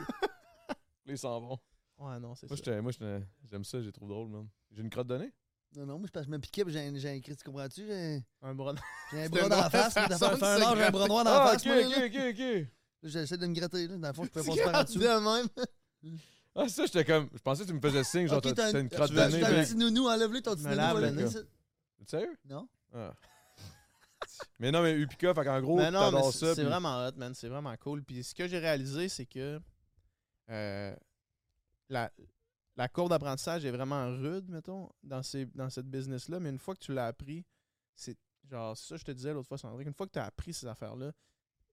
[SPEAKER 1] Les s'en vont.
[SPEAKER 2] Ouais, non, c'est
[SPEAKER 1] Moi,
[SPEAKER 2] ça.
[SPEAKER 1] j'étais- moi, j'étais- j'aime ça, j'ai trouve drôle, man. J'ai une crotte de nez?
[SPEAKER 3] Non, non, moi, je pense que je me piquais, puis j'ai un- j'ai un cri, tu comprends-tu? J'ai
[SPEAKER 2] Un bras de-
[SPEAKER 3] j'ai un
[SPEAKER 2] une
[SPEAKER 3] bras dans la face,
[SPEAKER 2] bonne
[SPEAKER 3] là, ça fait
[SPEAKER 2] façon de
[SPEAKER 3] un
[SPEAKER 2] se
[SPEAKER 3] large, j'ai un bras noir dans la
[SPEAKER 1] Ah,
[SPEAKER 3] face,
[SPEAKER 1] ok,
[SPEAKER 3] moi, là.
[SPEAKER 1] ok, ok, ok.
[SPEAKER 3] J'essaie de me gratter, là. Dans le fond, je peux
[SPEAKER 2] Tu
[SPEAKER 3] pas faire en
[SPEAKER 2] grattes
[SPEAKER 3] dessous.
[SPEAKER 2] de même.
[SPEAKER 1] Ah, ça, j'étais comme. Je pensais que tu me faisais signe, genre,
[SPEAKER 3] Ok,
[SPEAKER 1] t'as t'as une crotte
[SPEAKER 3] tu
[SPEAKER 1] de
[SPEAKER 3] veux-
[SPEAKER 1] nez.
[SPEAKER 3] t'as un
[SPEAKER 1] mais-
[SPEAKER 3] petit nounou, enlève-le ton
[SPEAKER 2] Je
[SPEAKER 3] petit
[SPEAKER 2] me
[SPEAKER 3] nounou.
[SPEAKER 2] lave
[SPEAKER 1] le
[SPEAKER 3] enlève-le,
[SPEAKER 1] nez.
[SPEAKER 3] ça-
[SPEAKER 1] Sérieux?
[SPEAKER 3] Non?
[SPEAKER 1] Ah. mais non, mais Upica, fait qu'en gros,
[SPEAKER 2] Mais non, mais
[SPEAKER 1] t'adores
[SPEAKER 2] c'est
[SPEAKER 1] ça.
[SPEAKER 2] c'est
[SPEAKER 1] puis-
[SPEAKER 2] vraiment hot, man. C'est vraiment cool. Puis ce que j'ai réalisé, c'est que euh, la, la courbe d'apprentissage est vraiment rude, mettons, dans, ces, dans cette business-là. Mais une fois que tu l'as appris, c'est genre, c'est ça que je te disais l'autre fois, Sandrine, une fois que tu as appris ces affaires-là,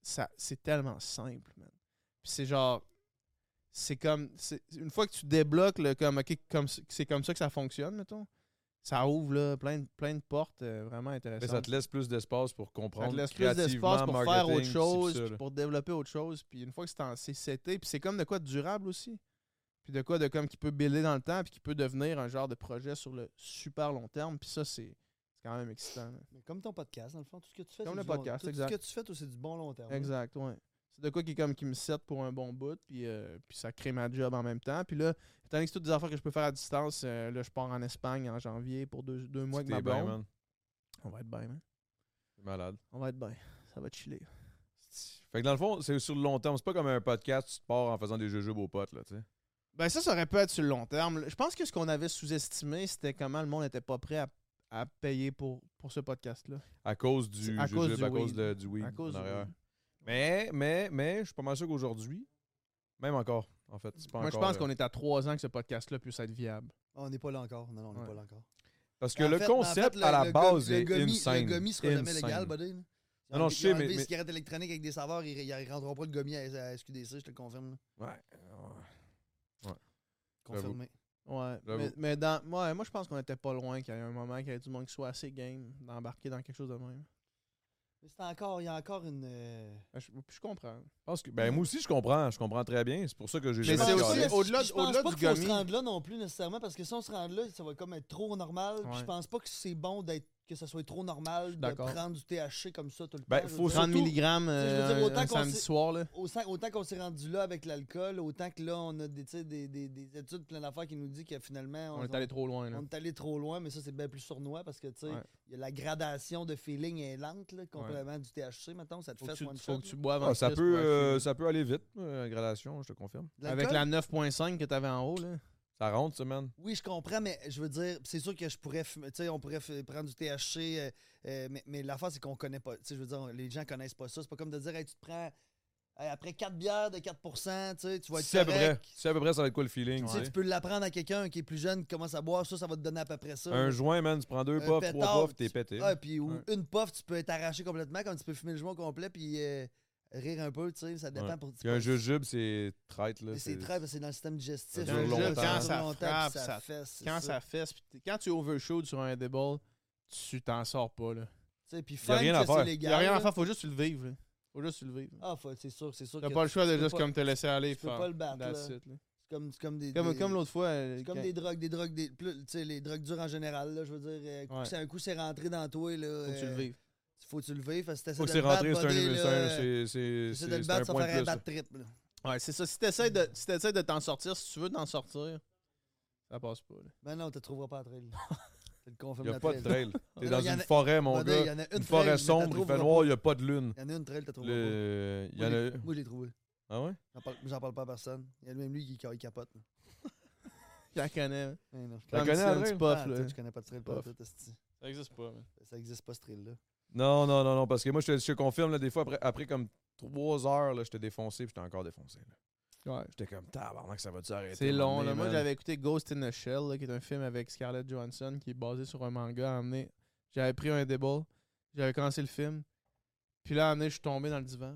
[SPEAKER 2] ça c'est tellement simple, man. Puis c'est genre, c'est comme, c'est- une fois que tu débloques le comme, ok, comme, c'est comme ça que ça fonctionne, mettons, ça ouvre là, plein, de- plein de portes euh, vraiment
[SPEAKER 1] Mais
[SPEAKER 2] intéressantes.
[SPEAKER 1] ça te laisse plus d'espace pour comprendre.
[SPEAKER 2] Ça te laisse plus
[SPEAKER 1] créativement,
[SPEAKER 2] d'espace pour faire
[SPEAKER 1] marketing,
[SPEAKER 2] autre
[SPEAKER 1] ci,
[SPEAKER 2] chose,
[SPEAKER 1] puis ça,
[SPEAKER 2] puis
[SPEAKER 1] là.
[SPEAKER 2] pour développer autre chose. Puis une fois que c'est en CCT, puis c'est comme de quoi de durable aussi. Puis de quoi de comme qui peut builder dans le temps, puis qui peut devenir un genre de projet sur le super long terme. Puis ça, c'est c'est quand même excitant. là.
[SPEAKER 3] Mais comme ton podcast, dans le fond, tout ce que tu fais,
[SPEAKER 2] Comme
[SPEAKER 3] c'est
[SPEAKER 2] le
[SPEAKER 3] du long-
[SPEAKER 2] podcast,
[SPEAKER 3] tout
[SPEAKER 2] exact.
[SPEAKER 3] ce que tu fais, toi, c'est du bon
[SPEAKER 1] Ah
[SPEAKER 3] long terme.
[SPEAKER 2] Exact, ouais. C'est de quoi qui, est comme, qui me set pour un bon bout, puis, euh, puis ça crée ma job en même temps. Puis là, étant donné que c'est toutes des affaires que je peux faire à distance, euh, là, je pars en Espagne en janvier pour deux, deux mois avec
[SPEAKER 1] T'es
[SPEAKER 2] ma
[SPEAKER 1] bien,
[SPEAKER 2] blonde.
[SPEAKER 1] man.
[SPEAKER 2] On va être bien, man.
[SPEAKER 1] T'es malade.
[SPEAKER 2] On va être bien. Ça va chiller.
[SPEAKER 1] Fait que dans le fond, c'est sur le long terme. C'est pas comme un podcast, tu te pars en faisant des jujubes aux potes, là, tu sais.
[SPEAKER 2] Ben ça, ça aurait pu être sur le long terme. Je pense que ce qu'on avait sous-estimé, c'était comment le monde n'était pas prêt à, à payer pour, pour ce podcast-là.
[SPEAKER 1] À cause du
[SPEAKER 2] À cause
[SPEAKER 1] jujube,
[SPEAKER 2] du
[SPEAKER 1] à cause
[SPEAKER 2] weed.
[SPEAKER 1] de- du weed.
[SPEAKER 2] À cause
[SPEAKER 1] en
[SPEAKER 2] du
[SPEAKER 1] arrière.
[SPEAKER 2] weed.
[SPEAKER 1] Mais, mais, mais, je suis pas mal sûr qu'aujourd'hui, même encore, en fait. c'est pas
[SPEAKER 2] Moi, je
[SPEAKER 1] encore,
[SPEAKER 2] pense
[SPEAKER 1] euh,
[SPEAKER 2] qu'on est à trois ans que ce podcast-là puisse être viable.
[SPEAKER 3] Ah, On n'est pas là encore. Non, non, on n'est
[SPEAKER 2] Ouais.
[SPEAKER 3] pas là encore.
[SPEAKER 1] Parce que
[SPEAKER 3] En
[SPEAKER 1] le
[SPEAKER 3] fait- en
[SPEAKER 1] concept,
[SPEAKER 3] fait, le-
[SPEAKER 1] à la
[SPEAKER 3] le gomi-
[SPEAKER 1] base,
[SPEAKER 3] le
[SPEAKER 1] est
[SPEAKER 3] gomi-
[SPEAKER 1] insane.
[SPEAKER 3] Le gomi sera jamais
[SPEAKER 1] Insane.
[SPEAKER 3] légal, buddy. là. Ils
[SPEAKER 1] Non,
[SPEAKER 3] ont
[SPEAKER 1] non,
[SPEAKER 3] enlevé-
[SPEAKER 1] je
[SPEAKER 3] ils
[SPEAKER 1] sais,
[SPEAKER 3] ont
[SPEAKER 1] mais-
[SPEAKER 3] enlevé les
[SPEAKER 1] mais-
[SPEAKER 3] cigarettes électroniques avec des saveurs, ils, ils rentreront pas de gomi à, à SQDC, je te le confirme. là.
[SPEAKER 1] Ouais. J'avoue.
[SPEAKER 3] Confirmé.
[SPEAKER 2] Ouais.
[SPEAKER 1] J'avoue.
[SPEAKER 2] Mais, mais dans, ouais, moi, je pense qu'on n'était pas loin qu'il y ait un moment qu'il y ait du monde qui soit assez game d'embarquer dans quelque chose de même. Ben,
[SPEAKER 3] Mais c'est encore, il y a encore une. euh,
[SPEAKER 2] Je, je comprends.
[SPEAKER 1] Parce que, ben, moi aussi, je comprends. Je comprends très bien. C'est pour ça que j'ai
[SPEAKER 2] Mais
[SPEAKER 1] jamais
[SPEAKER 2] c'est
[SPEAKER 3] pense
[SPEAKER 2] aussi-
[SPEAKER 1] chialé.
[SPEAKER 3] pas-
[SPEAKER 2] au-delà-
[SPEAKER 3] je pense
[SPEAKER 2] au-delà
[SPEAKER 3] pas
[SPEAKER 2] du
[SPEAKER 3] qu'il faut se
[SPEAKER 2] gummy.
[SPEAKER 3] rendre là non plus nécessairement parce que si on se rend là, ça va comme être trop normal. Puis
[SPEAKER 2] Ouais.
[SPEAKER 3] je pense pas que c'est bon d'être que ça soit trop normal de
[SPEAKER 2] d'accord.
[SPEAKER 3] prendre du THC comme ça tout le
[SPEAKER 1] Ben,
[SPEAKER 3] temps. je veux
[SPEAKER 1] faut
[SPEAKER 3] dire.
[SPEAKER 2] 30
[SPEAKER 1] surtout-
[SPEAKER 2] mg
[SPEAKER 3] Tu sais, je veux dire,
[SPEAKER 2] euh, un-
[SPEAKER 3] autant
[SPEAKER 2] un
[SPEAKER 3] qu'on
[SPEAKER 2] samedi
[SPEAKER 3] sait-
[SPEAKER 2] soir, là.
[SPEAKER 3] Autant, autant qu'on s'est rendu là avec l'alcool, autant que là on a des, tu sais, des, des- des études plein d'affaires qui nous disent que finalement
[SPEAKER 2] On est allé trop loin, là.
[SPEAKER 3] on est allé trop loin, mais ça c'est bien plus sournois parce que tu sais,
[SPEAKER 2] Ouais.
[SPEAKER 3] y a la gradation de feeling est lente, là, complément du THC, maintenant ça te
[SPEAKER 2] Faut
[SPEAKER 3] fait
[SPEAKER 2] que, tu,
[SPEAKER 3] one
[SPEAKER 2] faut
[SPEAKER 3] shot,
[SPEAKER 2] que tu boives en
[SPEAKER 1] Ah, ça,
[SPEAKER 2] crise
[SPEAKER 1] peut,
[SPEAKER 2] pour être
[SPEAKER 1] euh,
[SPEAKER 2] fou.
[SPEAKER 1] ça peut aller vite, euh, la gradation, je te confirme.
[SPEAKER 3] là.
[SPEAKER 2] Avec
[SPEAKER 3] L'alcool,
[SPEAKER 2] la 9.5 que t'avais en haut, là.
[SPEAKER 1] Ça rentre, ça, man.
[SPEAKER 3] Oui, je comprends, mais je veux dire, c'est sûr que je pourrais, fumer- tu sais, on pourrait f- prendre du THC, euh, euh, mais, mais l'affaire, c'est qu'on connaît pas. Tu sais, je veux dire, on- les gens connaissent pas ça. C'est pas comme de dire, Hey, tu te prends hey, après 4 bières de 4 tu sais, tu vas être
[SPEAKER 1] C'est à peu près.
[SPEAKER 3] correct.
[SPEAKER 1] C'est à peu près, ça va être quoi le feeling,
[SPEAKER 3] Tu
[SPEAKER 1] tu
[SPEAKER 3] sais,
[SPEAKER 1] sais.
[SPEAKER 3] tu peux l'apprendre à quelqu'un qui est plus jeune, qui commence à boire ça, ça va te donner à peu près ça.
[SPEAKER 1] Un joint, man, tu prends deux
[SPEAKER 3] Un
[SPEAKER 1] puffs,
[SPEAKER 3] pétard,
[SPEAKER 1] trois puffs, t'es
[SPEAKER 3] tu-
[SPEAKER 1] pété.
[SPEAKER 3] Ah, puis ou
[SPEAKER 1] Ouais.
[SPEAKER 3] une puff, tu peux être arraché complètement, comme tu peux fumer le joint au complet, puis euh, rire un peu, tu sais, ça dépend
[SPEAKER 1] Ouais.
[SPEAKER 3] pour.
[SPEAKER 1] Puis un jujube, c'est traite, là.
[SPEAKER 3] Mais c'est très, parce que c'est dans le système digestif.
[SPEAKER 1] Ça dure longtemps. Quand
[SPEAKER 2] ça
[SPEAKER 3] longtemps, puis
[SPEAKER 2] frappe,
[SPEAKER 3] ça
[SPEAKER 2] ça-
[SPEAKER 3] fesse, c'est
[SPEAKER 2] Quand ça fesse, pis t'es- quand tu overshoot sur un edible, tu t'en sors pas, là.
[SPEAKER 3] Tu sais, puis
[SPEAKER 1] Y a
[SPEAKER 3] fun
[SPEAKER 1] rien à
[SPEAKER 3] que c'est
[SPEAKER 1] faire.
[SPEAKER 2] Il n'y a
[SPEAKER 3] légal.
[SPEAKER 2] rien à
[SPEAKER 3] là.
[SPEAKER 2] faire, faut juste que tu le vives. là. Faut juste que tu le vives.
[SPEAKER 3] Ah, faut- c'est sûr, c'est sûr.
[SPEAKER 2] T'as
[SPEAKER 3] que
[SPEAKER 2] pas le choix de
[SPEAKER 3] peux
[SPEAKER 2] juste
[SPEAKER 3] pas-
[SPEAKER 2] comme te laisser aller.
[SPEAKER 3] tu peux
[SPEAKER 2] faire
[SPEAKER 3] pas le battre,
[SPEAKER 2] that's
[SPEAKER 3] là.
[SPEAKER 2] it, là.
[SPEAKER 3] C'est comme, c'est comme des.
[SPEAKER 2] Comme,
[SPEAKER 3] des-
[SPEAKER 2] comme l'autre fois. euh,
[SPEAKER 3] c'est comme
[SPEAKER 2] quand-
[SPEAKER 3] des drogues, des drogues, des, plus- tu sais, les drogues dures en général, là, je veux dire. euh, un coup,
[SPEAKER 2] Ouais.
[SPEAKER 3] c'est- un coup, c'est rentré dans toi, là.
[SPEAKER 2] Faut que tu le
[SPEAKER 3] euh,
[SPEAKER 2] vives.
[SPEAKER 3] Faut que tu le vives, parce que
[SPEAKER 1] Faut que
[SPEAKER 3] t'essaies de
[SPEAKER 1] c'est
[SPEAKER 3] le
[SPEAKER 1] rentré,
[SPEAKER 3] battre,
[SPEAKER 1] c'est un-
[SPEAKER 3] buddy,
[SPEAKER 1] c'est
[SPEAKER 3] là,
[SPEAKER 1] un-
[SPEAKER 3] euh,
[SPEAKER 1] c'est- c'est-
[SPEAKER 3] T'essaies
[SPEAKER 1] c'est-
[SPEAKER 3] de le
[SPEAKER 1] c'est un
[SPEAKER 3] battre, ça
[SPEAKER 1] point
[SPEAKER 3] va
[SPEAKER 1] de
[SPEAKER 3] faire un
[SPEAKER 1] plus. là.
[SPEAKER 3] bad trip, là.
[SPEAKER 2] Ouais, c'est ça. Si t'essayes de, si t'essayes de t'en sortir, si tu veux t'en sortir, ça passe pas. là.
[SPEAKER 3] Ben non, tu te trouveras pas à trail. Tu le confirmes
[SPEAKER 1] Il n'y a
[SPEAKER 3] la
[SPEAKER 1] pas de
[SPEAKER 3] trail.
[SPEAKER 1] trail. T'es
[SPEAKER 3] Non,
[SPEAKER 1] dans
[SPEAKER 3] y en
[SPEAKER 1] une
[SPEAKER 3] a-
[SPEAKER 1] forêt, mon
[SPEAKER 3] Buddy, il y
[SPEAKER 1] gars.
[SPEAKER 3] en a
[SPEAKER 1] Une
[SPEAKER 3] trail,
[SPEAKER 1] forêt
[SPEAKER 3] mais
[SPEAKER 1] sombre,
[SPEAKER 3] t'en
[SPEAKER 1] il fait
[SPEAKER 3] trouveras
[SPEAKER 1] noir,
[SPEAKER 3] pas.
[SPEAKER 1] il n'y a pas de lune.
[SPEAKER 3] Il y en a une trail, t'as trouvé.
[SPEAKER 1] Le- Il y en a.
[SPEAKER 3] Moi, je l'ai trouvé.
[SPEAKER 1] Ah ouais?
[SPEAKER 3] J'en parle, j'en parle pas à personne. Il y a même lui qui, qui capote. là.
[SPEAKER 2] Je la connais. là.
[SPEAKER 3] Hein, non, je
[SPEAKER 1] La
[SPEAKER 2] Un
[SPEAKER 1] connais,
[SPEAKER 2] petit- un
[SPEAKER 1] André?
[SPEAKER 2] petit
[SPEAKER 3] Ah,
[SPEAKER 2] puff,
[SPEAKER 3] toi,
[SPEAKER 2] là.
[SPEAKER 3] tu connais pas de trail, pas
[SPEAKER 1] Puff.
[SPEAKER 3] tout, esti.
[SPEAKER 2] Ça existe pas. man.
[SPEAKER 3] Ça existe pas, ce trail-là.
[SPEAKER 1] Non, non, non, non, parce que moi, je te, je te confirme, là, des fois, après, après comme trois heures, là, j'étais défoncé, puis j'étais encore défoncé. là. J'étais comme, tabarnak, ça va-tu arrêter?
[SPEAKER 2] C'est
[SPEAKER 1] un
[SPEAKER 2] long.
[SPEAKER 1] moment
[SPEAKER 2] là.
[SPEAKER 1] donné,
[SPEAKER 2] Moi,
[SPEAKER 1] man?
[SPEAKER 2] j'avais écouté Ghost in the Shell, là, qui est un film avec Scarlett Johansson, qui est basé sur un manga à emmener. J'avais pris un edible. J'avais commencé le film. Puis là, à un moment donné, je suis tombé dans le divan.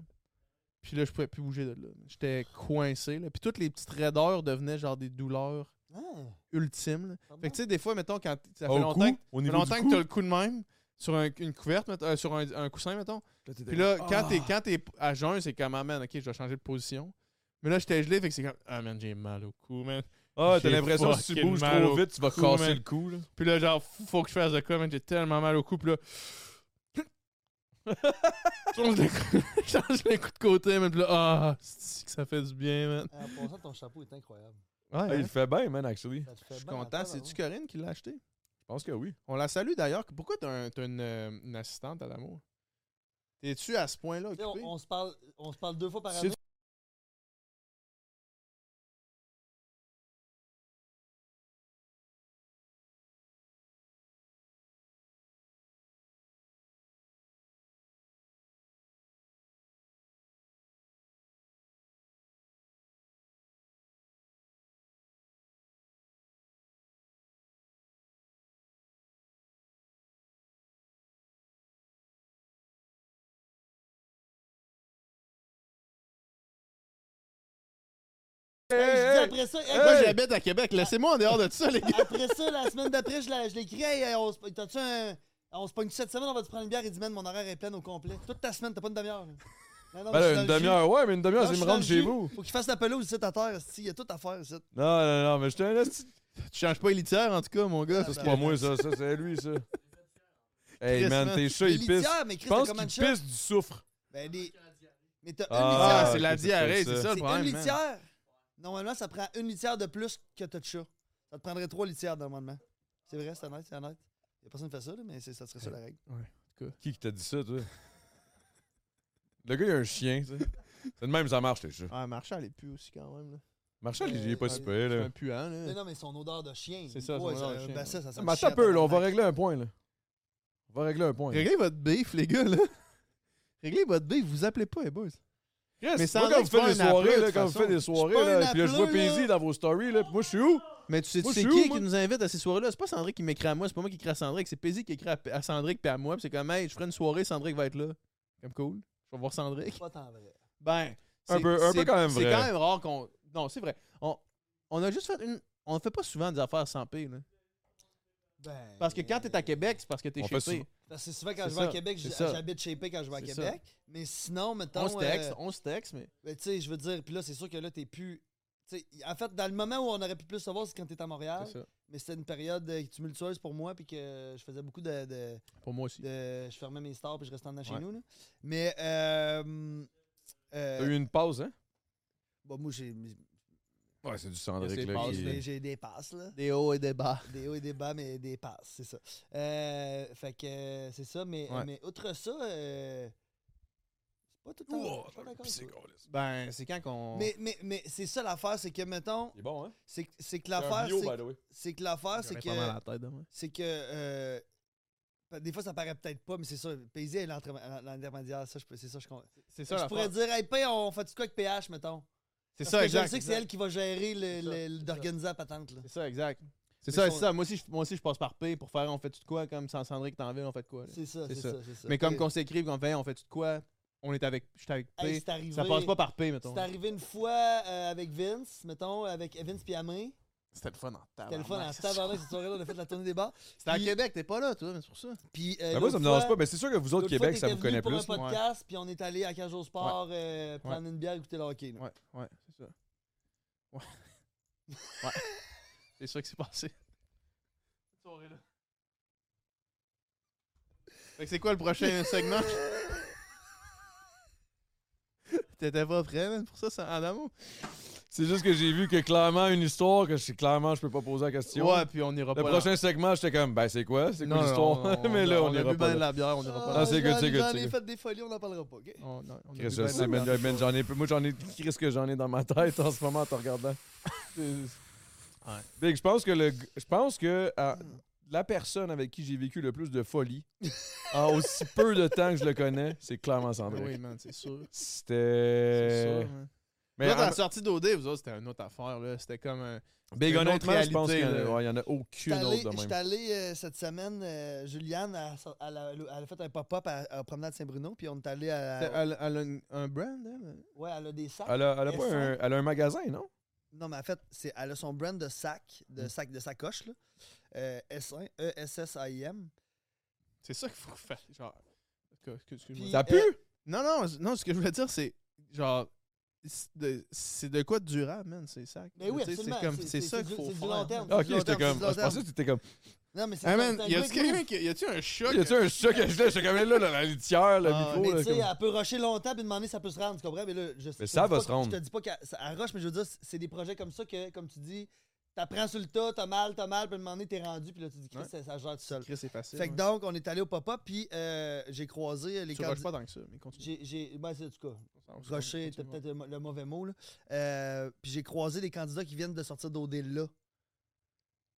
[SPEAKER 2] Puis là, je pouvais plus bouger de là. J'étais coincé. Là. Puis toutes les petites raideurs devenaient genre des douleurs
[SPEAKER 3] Ah,
[SPEAKER 2] ultimes. là.
[SPEAKER 3] pardon.
[SPEAKER 2] Fait que tu sais, des fois, mettons, quand t- ça fait
[SPEAKER 1] Au
[SPEAKER 2] longtemps
[SPEAKER 1] cou, au
[SPEAKER 2] que Ça fait
[SPEAKER 1] niveau
[SPEAKER 2] longtemps
[SPEAKER 1] du
[SPEAKER 2] que
[SPEAKER 1] cou,
[SPEAKER 2] t'as le coup de même sur un- une couverte, mettons, euh, sur un, un coussin, mettons.
[SPEAKER 1] là, t'étais
[SPEAKER 2] Puis là,
[SPEAKER 1] comme,
[SPEAKER 2] quand
[SPEAKER 1] ah!
[SPEAKER 2] t'es quand t'es à jeun, c'est comme, ah man, ok, je dois changer de position. Mais là, j'étais gelé, fait que c'est comme, ah man, j'ai mal au cou, man.
[SPEAKER 1] Ah, t'as
[SPEAKER 2] j'ai
[SPEAKER 1] l'impression que si tu
[SPEAKER 2] fucking
[SPEAKER 1] bouges
[SPEAKER 2] mal
[SPEAKER 1] trop
[SPEAKER 2] au
[SPEAKER 1] vite, tu vas
[SPEAKER 2] cou,
[SPEAKER 1] casser
[SPEAKER 2] man.
[SPEAKER 1] le cou, là.
[SPEAKER 2] Puis là, genre, faut, faut que je fasse de quoi, man, j'ai tellement mal au cou. Puis là, change les change les coups de côté, man. Puis là, ah, c'est que ça fait du bien, man.
[SPEAKER 3] Ah, pour ça, ton chapeau est incroyable.
[SPEAKER 1] Ah,
[SPEAKER 2] Ouais, hein?
[SPEAKER 1] il le fait bien, man, actually.
[SPEAKER 3] Ça te fait
[SPEAKER 2] je suis
[SPEAKER 3] bien hein. en
[SPEAKER 2] content.
[SPEAKER 3] tabarnak.
[SPEAKER 2] C'est-tu Corinne qui l'a acheté?
[SPEAKER 1] Je pense que oui.
[SPEAKER 2] On la salue d'ailleurs. Pourquoi t'as un- t'as une, euh, une assistante à l'amour? T'es-tu à ce point-là
[SPEAKER 3] Tu sais, on,
[SPEAKER 2] occupé?
[SPEAKER 3] on se parle, on se parle deux fois par
[SPEAKER 1] C'est
[SPEAKER 3] année. Hey, je dis
[SPEAKER 1] hey,
[SPEAKER 3] après ça, hey,
[SPEAKER 2] Moi,
[SPEAKER 3] moi, j'ai-
[SPEAKER 2] j'habite à Québec. Laissez-moi en dehors de ça, les gars.
[SPEAKER 3] après ça, la semaine d'après, je l'ai- je l'ai écrit, hey, on se t'as-tu un- on se pogne cette semaine, on va te prendre une bière. Il dit, man, mon horaire est plein au complet. Toute ta semaine, t'as pas une demi-heure. là. Non, non,
[SPEAKER 1] Ben
[SPEAKER 3] je
[SPEAKER 1] là,
[SPEAKER 3] suis dans
[SPEAKER 1] une
[SPEAKER 3] le jus.
[SPEAKER 1] demi-heure, ouais, mais une demi-heure, c'est
[SPEAKER 3] Non, je
[SPEAKER 1] me
[SPEAKER 3] suis dans
[SPEAKER 1] rendre
[SPEAKER 3] le
[SPEAKER 1] chez
[SPEAKER 3] jus.
[SPEAKER 1] vous.
[SPEAKER 3] Faut qu'il fasse la pelouse ici à terre. esti, Il y a tout à faire ici.
[SPEAKER 1] Non, non, non, mais j'étais un esti-
[SPEAKER 2] Tu changes pas les litières, en tout cas, mon gars.
[SPEAKER 3] Ça,
[SPEAKER 1] C'est
[SPEAKER 2] parce
[SPEAKER 3] c'est
[SPEAKER 2] que-
[SPEAKER 1] pas moi, ça, ça, c'est lui, ça. Hey,
[SPEAKER 2] Chris,
[SPEAKER 1] man,
[SPEAKER 2] man.
[SPEAKER 1] tes chats,
[SPEAKER 3] Les
[SPEAKER 1] ils pissent.
[SPEAKER 3] litières, ah, mais Chris,
[SPEAKER 1] Je
[SPEAKER 3] t'as
[SPEAKER 1] pense
[SPEAKER 3] comment de
[SPEAKER 1] qu'ils
[SPEAKER 3] chat?
[SPEAKER 1] pissent du soufre.
[SPEAKER 3] Ben, les- Mais t'as
[SPEAKER 2] Ah,
[SPEAKER 1] Ah,
[SPEAKER 2] c'est
[SPEAKER 3] une
[SPEAKER 2] la
[SPEAKER 1] ok, c'est
[SPEAKER 2] diarrhée,
[SPEAKER 1] ça.
[SPEAKER 2] c'est ça le
[SPEAKER 3] litière. C'est une
[SPEAKER 2] problème. man.
[SPEAKER 3] litière. Normalement, ça prend une litière de plus que t'as de chat. Ça te prendrait trois litières, normalement. C'est vrai, c'est honnête, c'est honnête. Y a personne qui fait ça, là, mais c'est- ça serait ça la règle.
[SPEAKER 1] Qui qui t'a dit ça, toi? Le gars, il a un chien, tu sais. C'est de même, ça marche, les chats.
[SPEAKER 2] Ah, Marchal, elle est plus aussi quand même. là.
[SPEAKER 1] Marchal, il est
[SPEAKER 3] Euh,
[SPEAKER 1] pas
[SPEAKER 3] ouais,
[SPEAKER 1] si pire,
[SPEAKER 2] C'est
[SPEAKER 1] là.
[SPEAKER 2] un puant, là.
[SPEAKER 3] Mais non, mais son odeur de chien.
[SPEAKER 2] C'est ça, son
[SPEAKER 3] Ouais,
[SPEAKER 2] odeur de chien,
[SPEAKER 3] Ben,
[SPEAKER 2] ouais.
[SPEAKER 3] ça, ça sent
[SPEAKER 1] Mais attends un peu, là, on va régler un point, là. On va régler un point.
[SPEAKER 2] Réglez votre bif, les gars, là. Réglez votre bif, vous appelez pas, les boys.
[SPEAKER 1] Chris,
[SPEAKER 2] Mais ça
[SPEAKER 1] moi, quand
[SPEAKER 2] enlève
[SPEAKER 1] vous faites
[SPEAKER 2] pas
[SPEAKER 1] des
[SPEAKER 2] un
[SPEAKER 1] soirées,
[SPEAKER 2] appel,
[SPEAKER 1] là,
[SPEAKER 2] de
[SPEAKER 1] quand vous
[SPEAKER 2] toute
[SPEAKER 1] faites des
[SPEAKER 2] façon.
[SPEAKER 1] soirées,
[SPEAKER 3] pas un
[SPEAKER 1] là, puis là, je vois
[SPEAKER 3] appel, là. Euh,
[SPEAKER 1] Paisy dans vos stories, là, puis moi, je suis où?
[SPEAKER 2] Mais tu sais,
[SPEAKER 1] Moi,
[SPEAKER 2] tu
[SPEAKER 1] je
[SPEAKER 2] sais
[SPEAKER 1] suis où,
[SPEAKER 2] qui
[SPEAKER 1] moi?
[SPEAKER 2] qui nous invite à ces soirées-là? C'est pas Sandrick qui m'écrit à moi, c'est pas moi qui écris à Sandrick, c'est Paisy qui écrit à, à Sandrick puis à moi, puis c'est comme, hey, je ferai une soirée, Sandrick va être là. Comme cool. Je vais voir Sandrick.
[SPEAKER 3] Pas tant vrai.
[SPEAKER 2] Ben,
[SPEAKER 1] Un
[SPEAKER 2] c'est-
[SPEAKER 1] peu- un peu
[SPEAKER 2] c'est-
[SPEAKER 1] quand même
[SPEAKER 2] C'est
[SPEAKER 1] vrai.
[SPEAKER 2] quand même rare qu'on. Non, c'est vrai. On, on a juste fait une. On fait pas souvent des affaires sans P, là.
[SPEAKER 3] Ben,
[SPEAKER 2] Parce que quand t'es à Québec, c'est parce que t'es
[SPEAKER 1] On
[SPEAKER 2] chez
[SPEAKER 1] fait
[SPEAKER 2] P.
[SPEAKER 1] souvent-
[SPEAKER 3] Parce que c'est souvent quand
[SPEAKER 2] C'est
[SPEAKER 3] je vais à
[SPEAKER 2] ça,
[SPEAKER 3] Québec,
[SPEAKER 2] c'est
[SPEAKER 3] j'-
[SPEAKER 2] ça.
[SPEAKER 3] j'habite chez P quand je vais à
[SPEAKER 2] C'est
[SPEAKER 3] Québec. Mais sinon, mettons.
[SPEAKER 2] On se texte,
[SPEAKER 3] euh,
[SPEAKER 2] on se texte, mais.
[SPEAKER 3] ben, tu sais, je veux dire, puis là, c'est sûr que là, t'es plus. tu sais, en fait, dans le moment où on aurait pu plus se voir, c'est quand t'es à Montréal.
[SPEAKER 2] C'est ça.
[SPEAKER 3] Mais c'était une période euh, tumultueuse pour moi, puis que je faisais beaucoup de- de,
[SPEAKER 2] Pour moi aussi.
[SPEAKER 3] de- je fermais mes stars puis je restais en dedans chez
[SPEAKER 2] Ouais.
[SPEAKER 3] nous. là. Mais euh, euh,
[SPEAKER 1] T'as eu une pause, hein?
[SPEAKER 3] bon, moi, j'ai mes-
[SPEAKER 1] Ouais, c'est du
[SPEAKER 2] Il y a
[SPEAKER 1] Sandrick,
[SPEAKER 2] ses
[SPEAKER 1] là.
[SPEAKER 2] passes,
[SPEAKER 1] qui-
[SPEAKER 3] j'ai- j'ai des passes, là.
[SPEAKER 2] Des hauts et des bas.
[SPEAKER 3] Des hauts et des bas, mais des passes, c'est ça. Euh, fait que euh, c'est ça, mais,
[SPEAKER 2] Ouais.
[SPEAKER 3] mais outre ça, euh, c'est pas tout le temps.
[SPEAKER 1] Ouah,
[SPEAKER 3] je suis pas d'accord
[SPEAKER 1] c'est
[SPEAKER 3] avec toi.
[SPEAKER 1] gros, là.
[SPEAKER 2] Ben, c'est quand qu'on.
[SPEAKER 3] Mais, mais, mais c'est ça l'affaire, c'est que, mettons,
[SPEAKER 1] Il est bon, hein?
[SPEAKER 3] c'est que- c'est que
[SPEAKER 1] C'est un
[SPEAKER 3] l'affaire,
[SPEAKER 1] bio,
[SPEAKER 3] c'est-
[SPEAKER 1] by the way.
[SPEAKER 3] c'est que l'affaire, c'est que.
[SPEAKER 2] J'aurais pas mal à la tête, hein, moi.
[SPEAKER 3] c'est que euh, pa- des fois ça paraît peut-être pas, mais c'est ça. Paisy est l'entre- l'intermédiaire, ça je peux, c'est ça je comprends.
[SPEAKER 2] C'est ça,
[SPEAKER 3] je
[SPEAKER 2] la
[SPEAKER 3] pourrais dire, hey, P, on fait du quoi avec PH, mettons.
[SPEAKER 2] C'est
[SPEAKER 3] Parce
[SPEAKER 2] ça,
[SPEAKER 3] que je
[SPEAKER 2] exact.
[SPEAKER 3] le sais que c'est elle qui va gérer le-
[SPEAKER 2] C'est ça,
[SPEAKER 3] le-
[SPEAKER 2] c'est
[SPEAKER 3] le-
[SPEAKER 2] ça.
[SPEAKER 3] d'organiser la patente. Là.
[SPEAKER 2] C'est ça, exact. C'est
[SPEAKER 3] Mais
[SPEAKER 2] ça,
[SPEAKER 3] ils
[SPEAKER 2] c'est
[SPEAKER 3] sont-
[SPEAKER 2] ça. Moi aussi, je, moi aussi, je passe par P pour faire on fait-tu de quoi, comme sans Sandrick t'en ville, on fait de quoi. là.
[SPEAKER 3] C'est ça, c'est
[SPEAKER 2] C'est
[SPEAKER 3] ça, c'est ça.
[SPEAKER 2] Mais comme
[SPEAKER 3] Et-
[SPEAKER 2] qu'on s'écrive, qu'on fait hey, on fait-tu de quoi, on est avec. Je suis avec P.
[SPEAKER 3] hey, c'est arrivé,
[SPEAKER 2] ça passe pas par P, mettons.
[SPEAKER 3] C'est arrivé une fois euh, avec Vince, mettons, avec Vince puis Amé.
[SPEAKER 2] C'était le fun en table.
[SPEAKER 3] C'était le fun en tabarnak cette soirée-là, on a fait la tournée des bars.
[SPEAKER 2] C'était à
[SPEAKER 3] Puis-
[SPEAKER 2] Québec, t'es pas là, toi, mais c'est pour ça.
[SPEAKER 3] Puis, euh,
[SPEAKER 1] Ben moi, ça
[SPEAKER 3] l'autre
[SPEAKER 1] me dérange
[SPEAKER 3] fois-
[SPEAKER 1] pas, mais c'est sûr que vous autres,
[SPEAKER 3] l'autre fois,
[SPEAKER 1] Québec, ça
[SPEAKER 3] t'étais
[SPEAKER 1] vous connaît
[SPEAKER 3] venu pour
[SPEAKER 1] plus.
[SPEAKER 3] un podcast, puis on est allé à Cage au Sport euh, prendre une bière, goûter le hockey. là.
[SPEAKER 2] Ouais, ouais, c'est ça. Ouais. ouais. C'est ça qui s'est passé. Cette soirée-là. Fait que c'est quoi le prochain segment? T'étais pas prêt, man, pour ça, ça en amour?
[SPEAKER 1] C'est juste que j'ai vu que clairement une histoire que je sais clairement je peux pas poser la question.
[SPEAKER 2] Ouais, puis on ira
[SPEAKER 1] le
[SPEAKER 2] pas
[SPEAKER 1] prochain segment, j'étais comme ben c'est quoi C'est quoi l'histoire Mais là on
[SPEAKER 2] ira
[SPEAKER 1] ira
[SPEAKER 2] pas.
[SPEAKER 1] pas.
[SPEAKER 2] de
[SPEAKER 1] là.
[SPEAKER 2] la bière, on ira pas.
[SPEAKER 3] Ah,
[SPEAKER 1] Non, c'est good,
[SPEAKER 3] j'en-
[SPEAKER 1] c'est good,
[SPEAKER 3] J'en
[SPEAKER 1] c'est
[SPEAKER 3] ai
[SPEAKER 1] good.
[SPEAKER 3] fait des folies, on n'en parlera pas, ok?
[SPEAKER 2] On- non, on a
[SPEAKER 1] Ah. Chris, euh,
[SPEAKER 2] bu
[SPEAKER 1] je
[SPEAKER 2] ben
[SPEAKER 1] sais,
[SPEAKER 2] de la
[SPEAKER 1] man,
[SPEAKER 2] bière.
[SPEAKER 1] man, j'en ai moi j'en ai Chris que j'en ai dans ma tête en ce moment en te regardant. Big, je pense que le g- je pense que ah, la personne avec qui j'ai vécu le plus de folie en aussi peu de temps que je le connais, c'est clairement
[SPEAKER 2] Ben
[SPEAKER 1] Sandrine.
[SPEAKER 2] Oui, man, c'est sûr. C'est
[SPEAKER 1] C'était
[SPEAKER 2] sûr, man.
[SPEAKER 1] Euh, mais
[SPEAKER 2] là, dans
[SPEAKER 1] en-
[SPEAKER 2] la sortie d'OD, vous autres, c'était une autre affaire. là. C'était comme un.
[SPEAKER 1] Big
[SPEAKER 2] une autre
[SPEAKER 1] honnêtement, je pense qu'il y
[SPEAKER 2] réalité,
[SPEAKER 1] en a-
[SPEAKER 2] là.
[SPEAKER 1] ouais, il y en a
[SPEAKER 3] Je
[SPEAKER 1] aucune
[SPEAKER 3] allé,
[SPEAKER 1] autre de même.
[SPEAKER 3] j'étais allé, euh, cette semaine, euh, Juliane, elle, sort- elle a, elle a fait un pop-up à, à Promenade Saint-Bruno, puis on est allé
[SPEAKER 1] Ah
[SPEAKER 3] à.
[SPEAKER 2] C'était- Elle, elle a une- un brand, elle?
[SPEAKER 3] ouais, elle a des sacs.
[SPEAKER 1] Elle a, elle a pas
[SPEAKER 3] F1.
[SPEAKER 1] un, elle a un magasin, non?
[SPEAKER 3] Non, mais en fait, c'est, elle a son brand de sac,
[SPEAKER 1] Hmm.
[SPEAKER 3] de sac de sacoche, là. Euh, S1, E-S-S-A-I-M.
[SPEAKER 2] C'est ça qu'il faut faire. Genre. en tout cas, Excuse-moi.
[SPEAKER 3] Puis-
[SPEAKER 1] Ça pue!
[SPEAKER 3] euh,
[SPEAKER 2] Non, non, c- non, ce que je voulais dire, c'est. Genre. C'est de, c'est de quoi de durable, man, ces sacs.
[SPEAKER 3] Mais Ben oui,
[SPEAKER 2] Tu sais,
[SPEAKER 3] absolument.
[SPEAKER 2] C'est comme.
[SPEAKER 3] C'est-
[SPEAKER 2] C'est
[SPEAKER 3] c'est-
[SPEAKER 2] ça
[SPEAKER 3] c'est
[SPEAKER 2] qu'il
[SPEAKER 3] du-
[SPEAKER 2] faut
[SPEAKER 3] c'est du
[SPEAKER 2] faire.
[SPEAKER 3] long terme.
[SPEAKER 1] Ah, ok,
[SPEAKER 3] C'est du long
[SPEAKER 1] j'étais
[SPEAKER 3] terme,
[SPEAKER 1] comme.
[SPEAKER 3] c'est du long
[SPEAKER 1] ah, Je pensais
[SPEAKER 3] terme.
[SPEAKER 1] que Ah, t'étais comme.
[SPEAKER 3] Non, mais c'est
[SPEAKER 2] Hey,
[SPEAKER 3] ça,
[SPEAKER 2] man,
[SPEAKER 3] c'est un
[SPEAKER 2] y
[SPEAKER 3] gars
[SPEAKER 2] a-tu
[SPEAKER 3] qui-
[SPEAKER 2] quelqu'un qui. Y a-tu un choc?
[SPEAKER 1] Y a-tu un chat que je lèche? J'étais comme là, là, dans la litière, le
[SPEAKER 2] Ah,
[SPEAKER 1] micro.
[SPEAKER 3] Mais
[SPEAKER 1] Oh, là,
[SPEAKER 3] tu sais,
[SPEAKER 1] comme-
[SPEAKER 3] elle peut rusher longtemps puis demander si ça peut se rendre, tu comprends? Mais là, je, je te
[SPEAKER 1] ça
[SPEAKER 3] dis
[SPEAKER 1] va
[SPEAKER 3] pas
[SPEAKER 1] se
[SPEAKER 3] que-
[SPEAKER 1] rendre.
[SPEAKER 3] Je te dis pas qu'elle ça- elle rush, mais je veux dire, c'est- c'est des projets comme ça que, comme tu dis, t'apprends sur le tas, t'as mal, t'as mal, puis demander, t'es rendu, puis là, tu dis, Chris, hein.
[SPEAKER 2] Ouais.
[SPEAKER 3] ça, ça se gère tout seul.
[SPEAKER 2] Chris, c'est facile.
[SPEAKER 3] Fait que
[SPEAKER 2] ouais.
[SPEAKER 3] donc, on est allé au papa, puis euh, j'ai croisé les
[SPEAKER 2] Tu rushes
[SPEAKER 3] candidats.
[SPEAKER 2] pas tant que ça, mais continue.
[SPEAKER 3] J'ai, j'ai, ben, c'est en tout cas,
[SPEAKER 2] On s'en-
[SPEAKER 3] rusher,
[SPEAKER 2] continue,
[SPEAKER 3] c'était
[SPEAKER 2] ouais.
[SPEAKER 3] peut-être le, mo- le mauvais mot, là. Euh, puis j'ai croisé les candidats qui viennent de sortir d'OD là.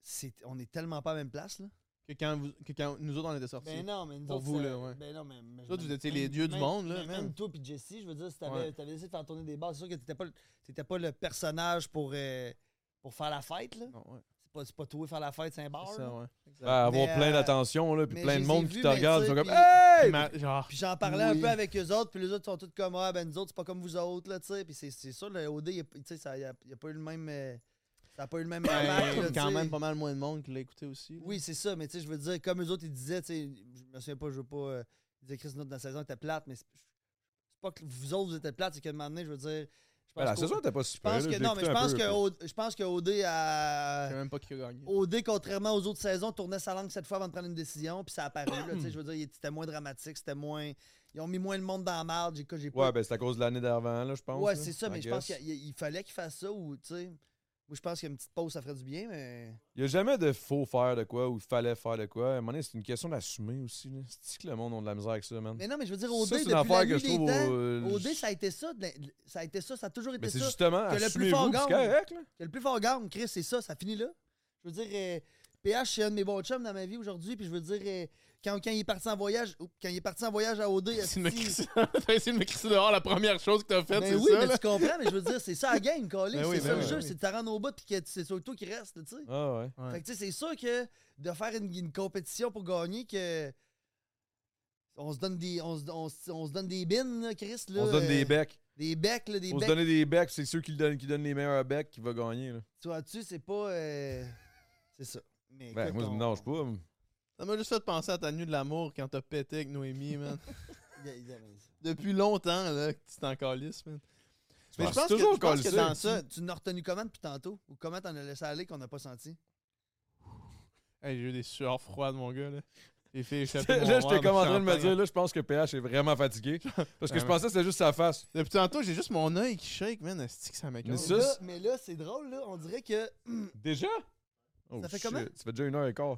[SPEAKER 3] C'est, on est tellement pas à la même place, là.
[SPEAKER 2] Que quand, vous, que quand nous autres, on était sortis.
[SPEAKER 3] Ben non, mais nous
[SPEAKER 2] Pour
[SPEAKER 3] autres,
[SPEAKER 2] vous,
[SPEAKER 3] ça-
[SPEAKER 2] là, ouais.
[SPEAKER 3] Ben non, mais. mais-
[SPEAKER 2] Vous autres, vous étiez
[SPEAKER 3] même-
[SPEAKER 2] les dieux du
[SPEAKER 3] même-
[SPEAKER 2] monde, là,
[SPEAKER 3] Même,
[SPEAKER 2] man.
[SPEAKER 3] même toi puis Jesse, je veux dire, si t'avais
[SPEAKER 2] Ouais.
[SPEAKER 3] t'avais essayé de faire tourner des bars, c'est sûr que t'étais pas, le- t'étais pas le personnage pour, euh, pour faire la fête, là.
[SPEAKER 2] Non, ouais.
[SPEAKER 3] C'est pas, c'est pas toi faire la fête, c'est un bar.
[SPEAKER 2] C'est
[SPEAKER 3] là.
[SPEAKER 2] ça, ouais.
[SPEAKER 1] Ben, avoir
[SPEAKER 3] Mais,
[SPEAKER 1] plein
[SPEAKER 3] euh,
[SPEAKER 1] d'attention, là, puis
[SPEAKER 3] mais
[SPEAKER 1] plein
[SPEAKER 3] je
[SPEAKER 1] de
[SPEAKER 3] les
[SPEAKER 1] monde
[SPEAKER 3] ai
[SPEAKER 1] qui
[SPEAKER 3] vus,
[SPEAKER 1] te
[SPEAKER 3] mais
[SPEAKER 1] regarde,
[SPEAKER 3] tu
[SPEAKER 1] ils
[SPEAKER 3] sais,
[SPEAKER 1] sont comme
[SPEAKER 3] puis-
[SPEAKER 1] Hey!
[SPEAKER 2] Ma- genre,
[SPEAKER 3] Puis j'en parlais un
[SPEAKER 2] Oui.
[SPEAKER 3] peu avec eux autres, puis les autres sont tous comme ah ben nous autres c'est pas comme vous autres là, tu sais. Puis c'est c'est sûr le OD, il a- tu sais, ça y a, il a pas eu le même, euh, ça a pas eu le même impact. là,
[SPEAKER 2] ben,
[SPEAKER 3] tu
[SPEAKER 2] quand
[SPEAKER 3] sais.
[SPEAKER 2] même pas mal moins de monde qui l'a écouté aussi. là.
[SPEAKER 3] Oui c'est ça, mais tu sais je veux dire comme eux autres ils disaient, tu sais, je me souviens pas, je veux pas, euh, ils disaient Chris notre dans la saison était plate, mais c'est c'est pas que vous autres vous étiez plate, c'est qu'à un moment donné je veux dire, je pense
[SPEAKER 1] Ben, La
[SPEAKER 3] qu'au-
[SPEAKER 1] saison était pas
[SPEAKER 3] je
[SPEAKER 1] super.
[SPEAKER 3] pense
[SPEAKER 1] là,
[SPEAKER 3] que
[SPEAKER 1] l'ai
[SPEAKER 3] non, mais
[SPEAKER 1] écouté
[SPEAKER 3] je
[SPEAKER 1] un
[SPEAKER 3] pense
[SPEAKER 1] peu,
[SPEAKER 3] que
[SPEAKER 1] là.
[SPEAKER 3] O- je pense que OD a
[SPEAKER 2] Je sais même pas qui a gagné.
[SPEAKER 3] OD, contrairement aux autres saisons, tournait sa langue cette fois avant de prendre une décision, puis ça a apparu. là, tu sais, je veux dire, il- c'était moins dramatique, c'était moins. Ils ont mis moins le monde dans la marde. J'ai, j'ai pas-
[SPEAKER 1] Ouais, ben c'est à cause de l'année d'avant, là, je pense.
[SPEAKER 3] Ouais,
[SPEAKER 1] là,
[SPEAKER 3] c'est ça,
[SPEAKER 1] I
[SPEAKER 3] mais je pense
[SPEAKER 1] guess.
[SPEAKER 3] qu'il il- il fallait qu'il fasse ça ou, tu sais. Moi, je pense qu'une petite pause, ça ferait du bien, mais.
[SPEAKER 1] Il n'y a jamais de faut faire de quoi ou il fallait faire de quoi. À un moment donné, c'est une question d'assumer aussi. là. C'est que le monde a de la misère avec ça, man.
[SPEAKER 3] Mais non, mais je veux dire, OD,
[SPEAKER 1] Ça, c'est une
[SPEAKER 3] depuis la
[SPEAKER 1] affaire
[SPEAKER 3] nuit
[SPEAKER 1] que je
[SPEAKER 3] des
[SPEAKER 1] trouve.
[SPEAKER 3] temps,
[SPEAKER 1] euh,
[SPEAKER 3] OD, ça a été ça. de la- Ça a été ça, ça a toujours été
[SPEAKER 1] Mais c'est
[SPEAKER 3] ça.
[SPEAKER 1] justement,
[SPEAKER 3] que le plus
[SPEAKER 1] assumez-vous,
[SPEAKER 3] fort
[SPEAKER 1] puis c'est
[SPEAKER 3] gagne.
[SPEAKER 1] correct, là.
[SPEAKER 3] Que le plus fort gagne, Chris, c'est ça, ça finit là. Je veux dire, euh, PH, c'est un de mes bons chums dans ma vie aujourd'hui, puis je veux dire, euh, quand, quand il est parti en voyage, ou- quand il est parti en voyage à OD,
[SPEAKER 2] T'as essayé de me
[SPEAKER 3] esti,
[SPEAKER 2] crisser- t'as essayé de me crisser dehors la première chose que t'as faite,
[SPEAKER 3] Ben
[SPEAKER 2] c'est
[SPEAKER 3] oui,
[SPEAKER 2] ça?
[SPEAKER 3] mais
[SPEAKER 2] là?
[SPEAKER 3] tu comprends, mais je veux dire, c'est ça la game, Colin.
[SPEAKER 2] Ben
[SPEAKER 3] c'est
[SPEAKER 2] oui,
[SPEAKER 3] ça
[SPEAKER 2] ben
[SPEAKER 3] le
[SPEAKER 2] oui,
[SPEAKER 3] jeu,
[SPEAKER 2] ben
[SPEAKER 3] c'est de t'arrendre au bout puis que c'est surtout qui reste, tu sais.
[SPEAKER 1] Ah ouais.
[SPEAKER 2] Ouais.
[SPEAKER 3] Fait que tu sais, c'est sûr que de faire une, une compétition pour gagner que. On se donne des. On se, on se- on se donne des bines, là, Chris, là.
[SPEAKER 1] On se donne
[SPEAKER 3] euh,
[SPEAKER 1] des becs.
[SPEAKER 3] Des becs, là, des
[SPEAKER 1] Faut se
[SPEAKER 3] becs.
[SPEAKER 1] donner des becs, c'est ceux qui le donnent, qui donnent les meilleurs becs qui va gagner. Là.
[SPEAKER 3] Tu vois, tu c'est pas. euh, C'est ça. Mais
[SPEAKER 1] Ben,
[SPEAKER 3] écoute,
[SPEAKER 1] moi, Ah, je
[SPEAKER 3] on-
[SPEAKER 1] me mélange pas.
[SPEAKER 2] Ça m'a juste fait penser à ta nuit de l'amour quand t'as pété avec Noémie, man.
[SPEAKER 3] y a- y a-
[SPEAKER 2] Depuis longtemps, là, que tu t'en calisses, man. Mais je
[SPEAKER 1] penses
[SPEAKER 2] pense que,
[SPEAKER 1] toujours
[SPEAKER 2] je pense que
[SPEAKER 1] calissé.
[SPEAKER 2] dans ça...
[SPEAKER 3] Tu, tu n'as retenu comment depuis tantôt Ou comment t'en as laissé aller qu'on n'a pas senti
[SPEAKER 2] Hey, j'ai eu des sueurs froides, mon gars, là. Les filles échappaient mon
[SPEAKER 1] là,
[SPEAKER 2] verre
[SPEAKER 1] j'étais comme en train de me
[SPEAKER 2] champagne.
[SPEAKER 1] dire, là, je pense que PH est vraiment fatigué. Parce que je
[SPEAKER 2] Ouais,
[SPEAKER 1] pensais que c'était juste sa face.
[SPEAKER 2] Depuis tantôt, j'ai juste mon œil qui shake, man. Asti que ça
[SPEAKER 1] Mais
[SPEAKER 2] m'écoeure.
[SPEAKER 1] ça,
[SPEAKER 3] Là,
[SPEAKER 1] c'est-
[SPEAKER 3] Mais là, c'est drôle, là. On dirait que.
[SPEAKER 1] Déjà? Oh,
[SPEAKER 3] Ça fait
[SPEAKER 1] shit.
[SPEAKER 3] comment?
[SPEAKER 1] Ça fait déjà une heure et quart.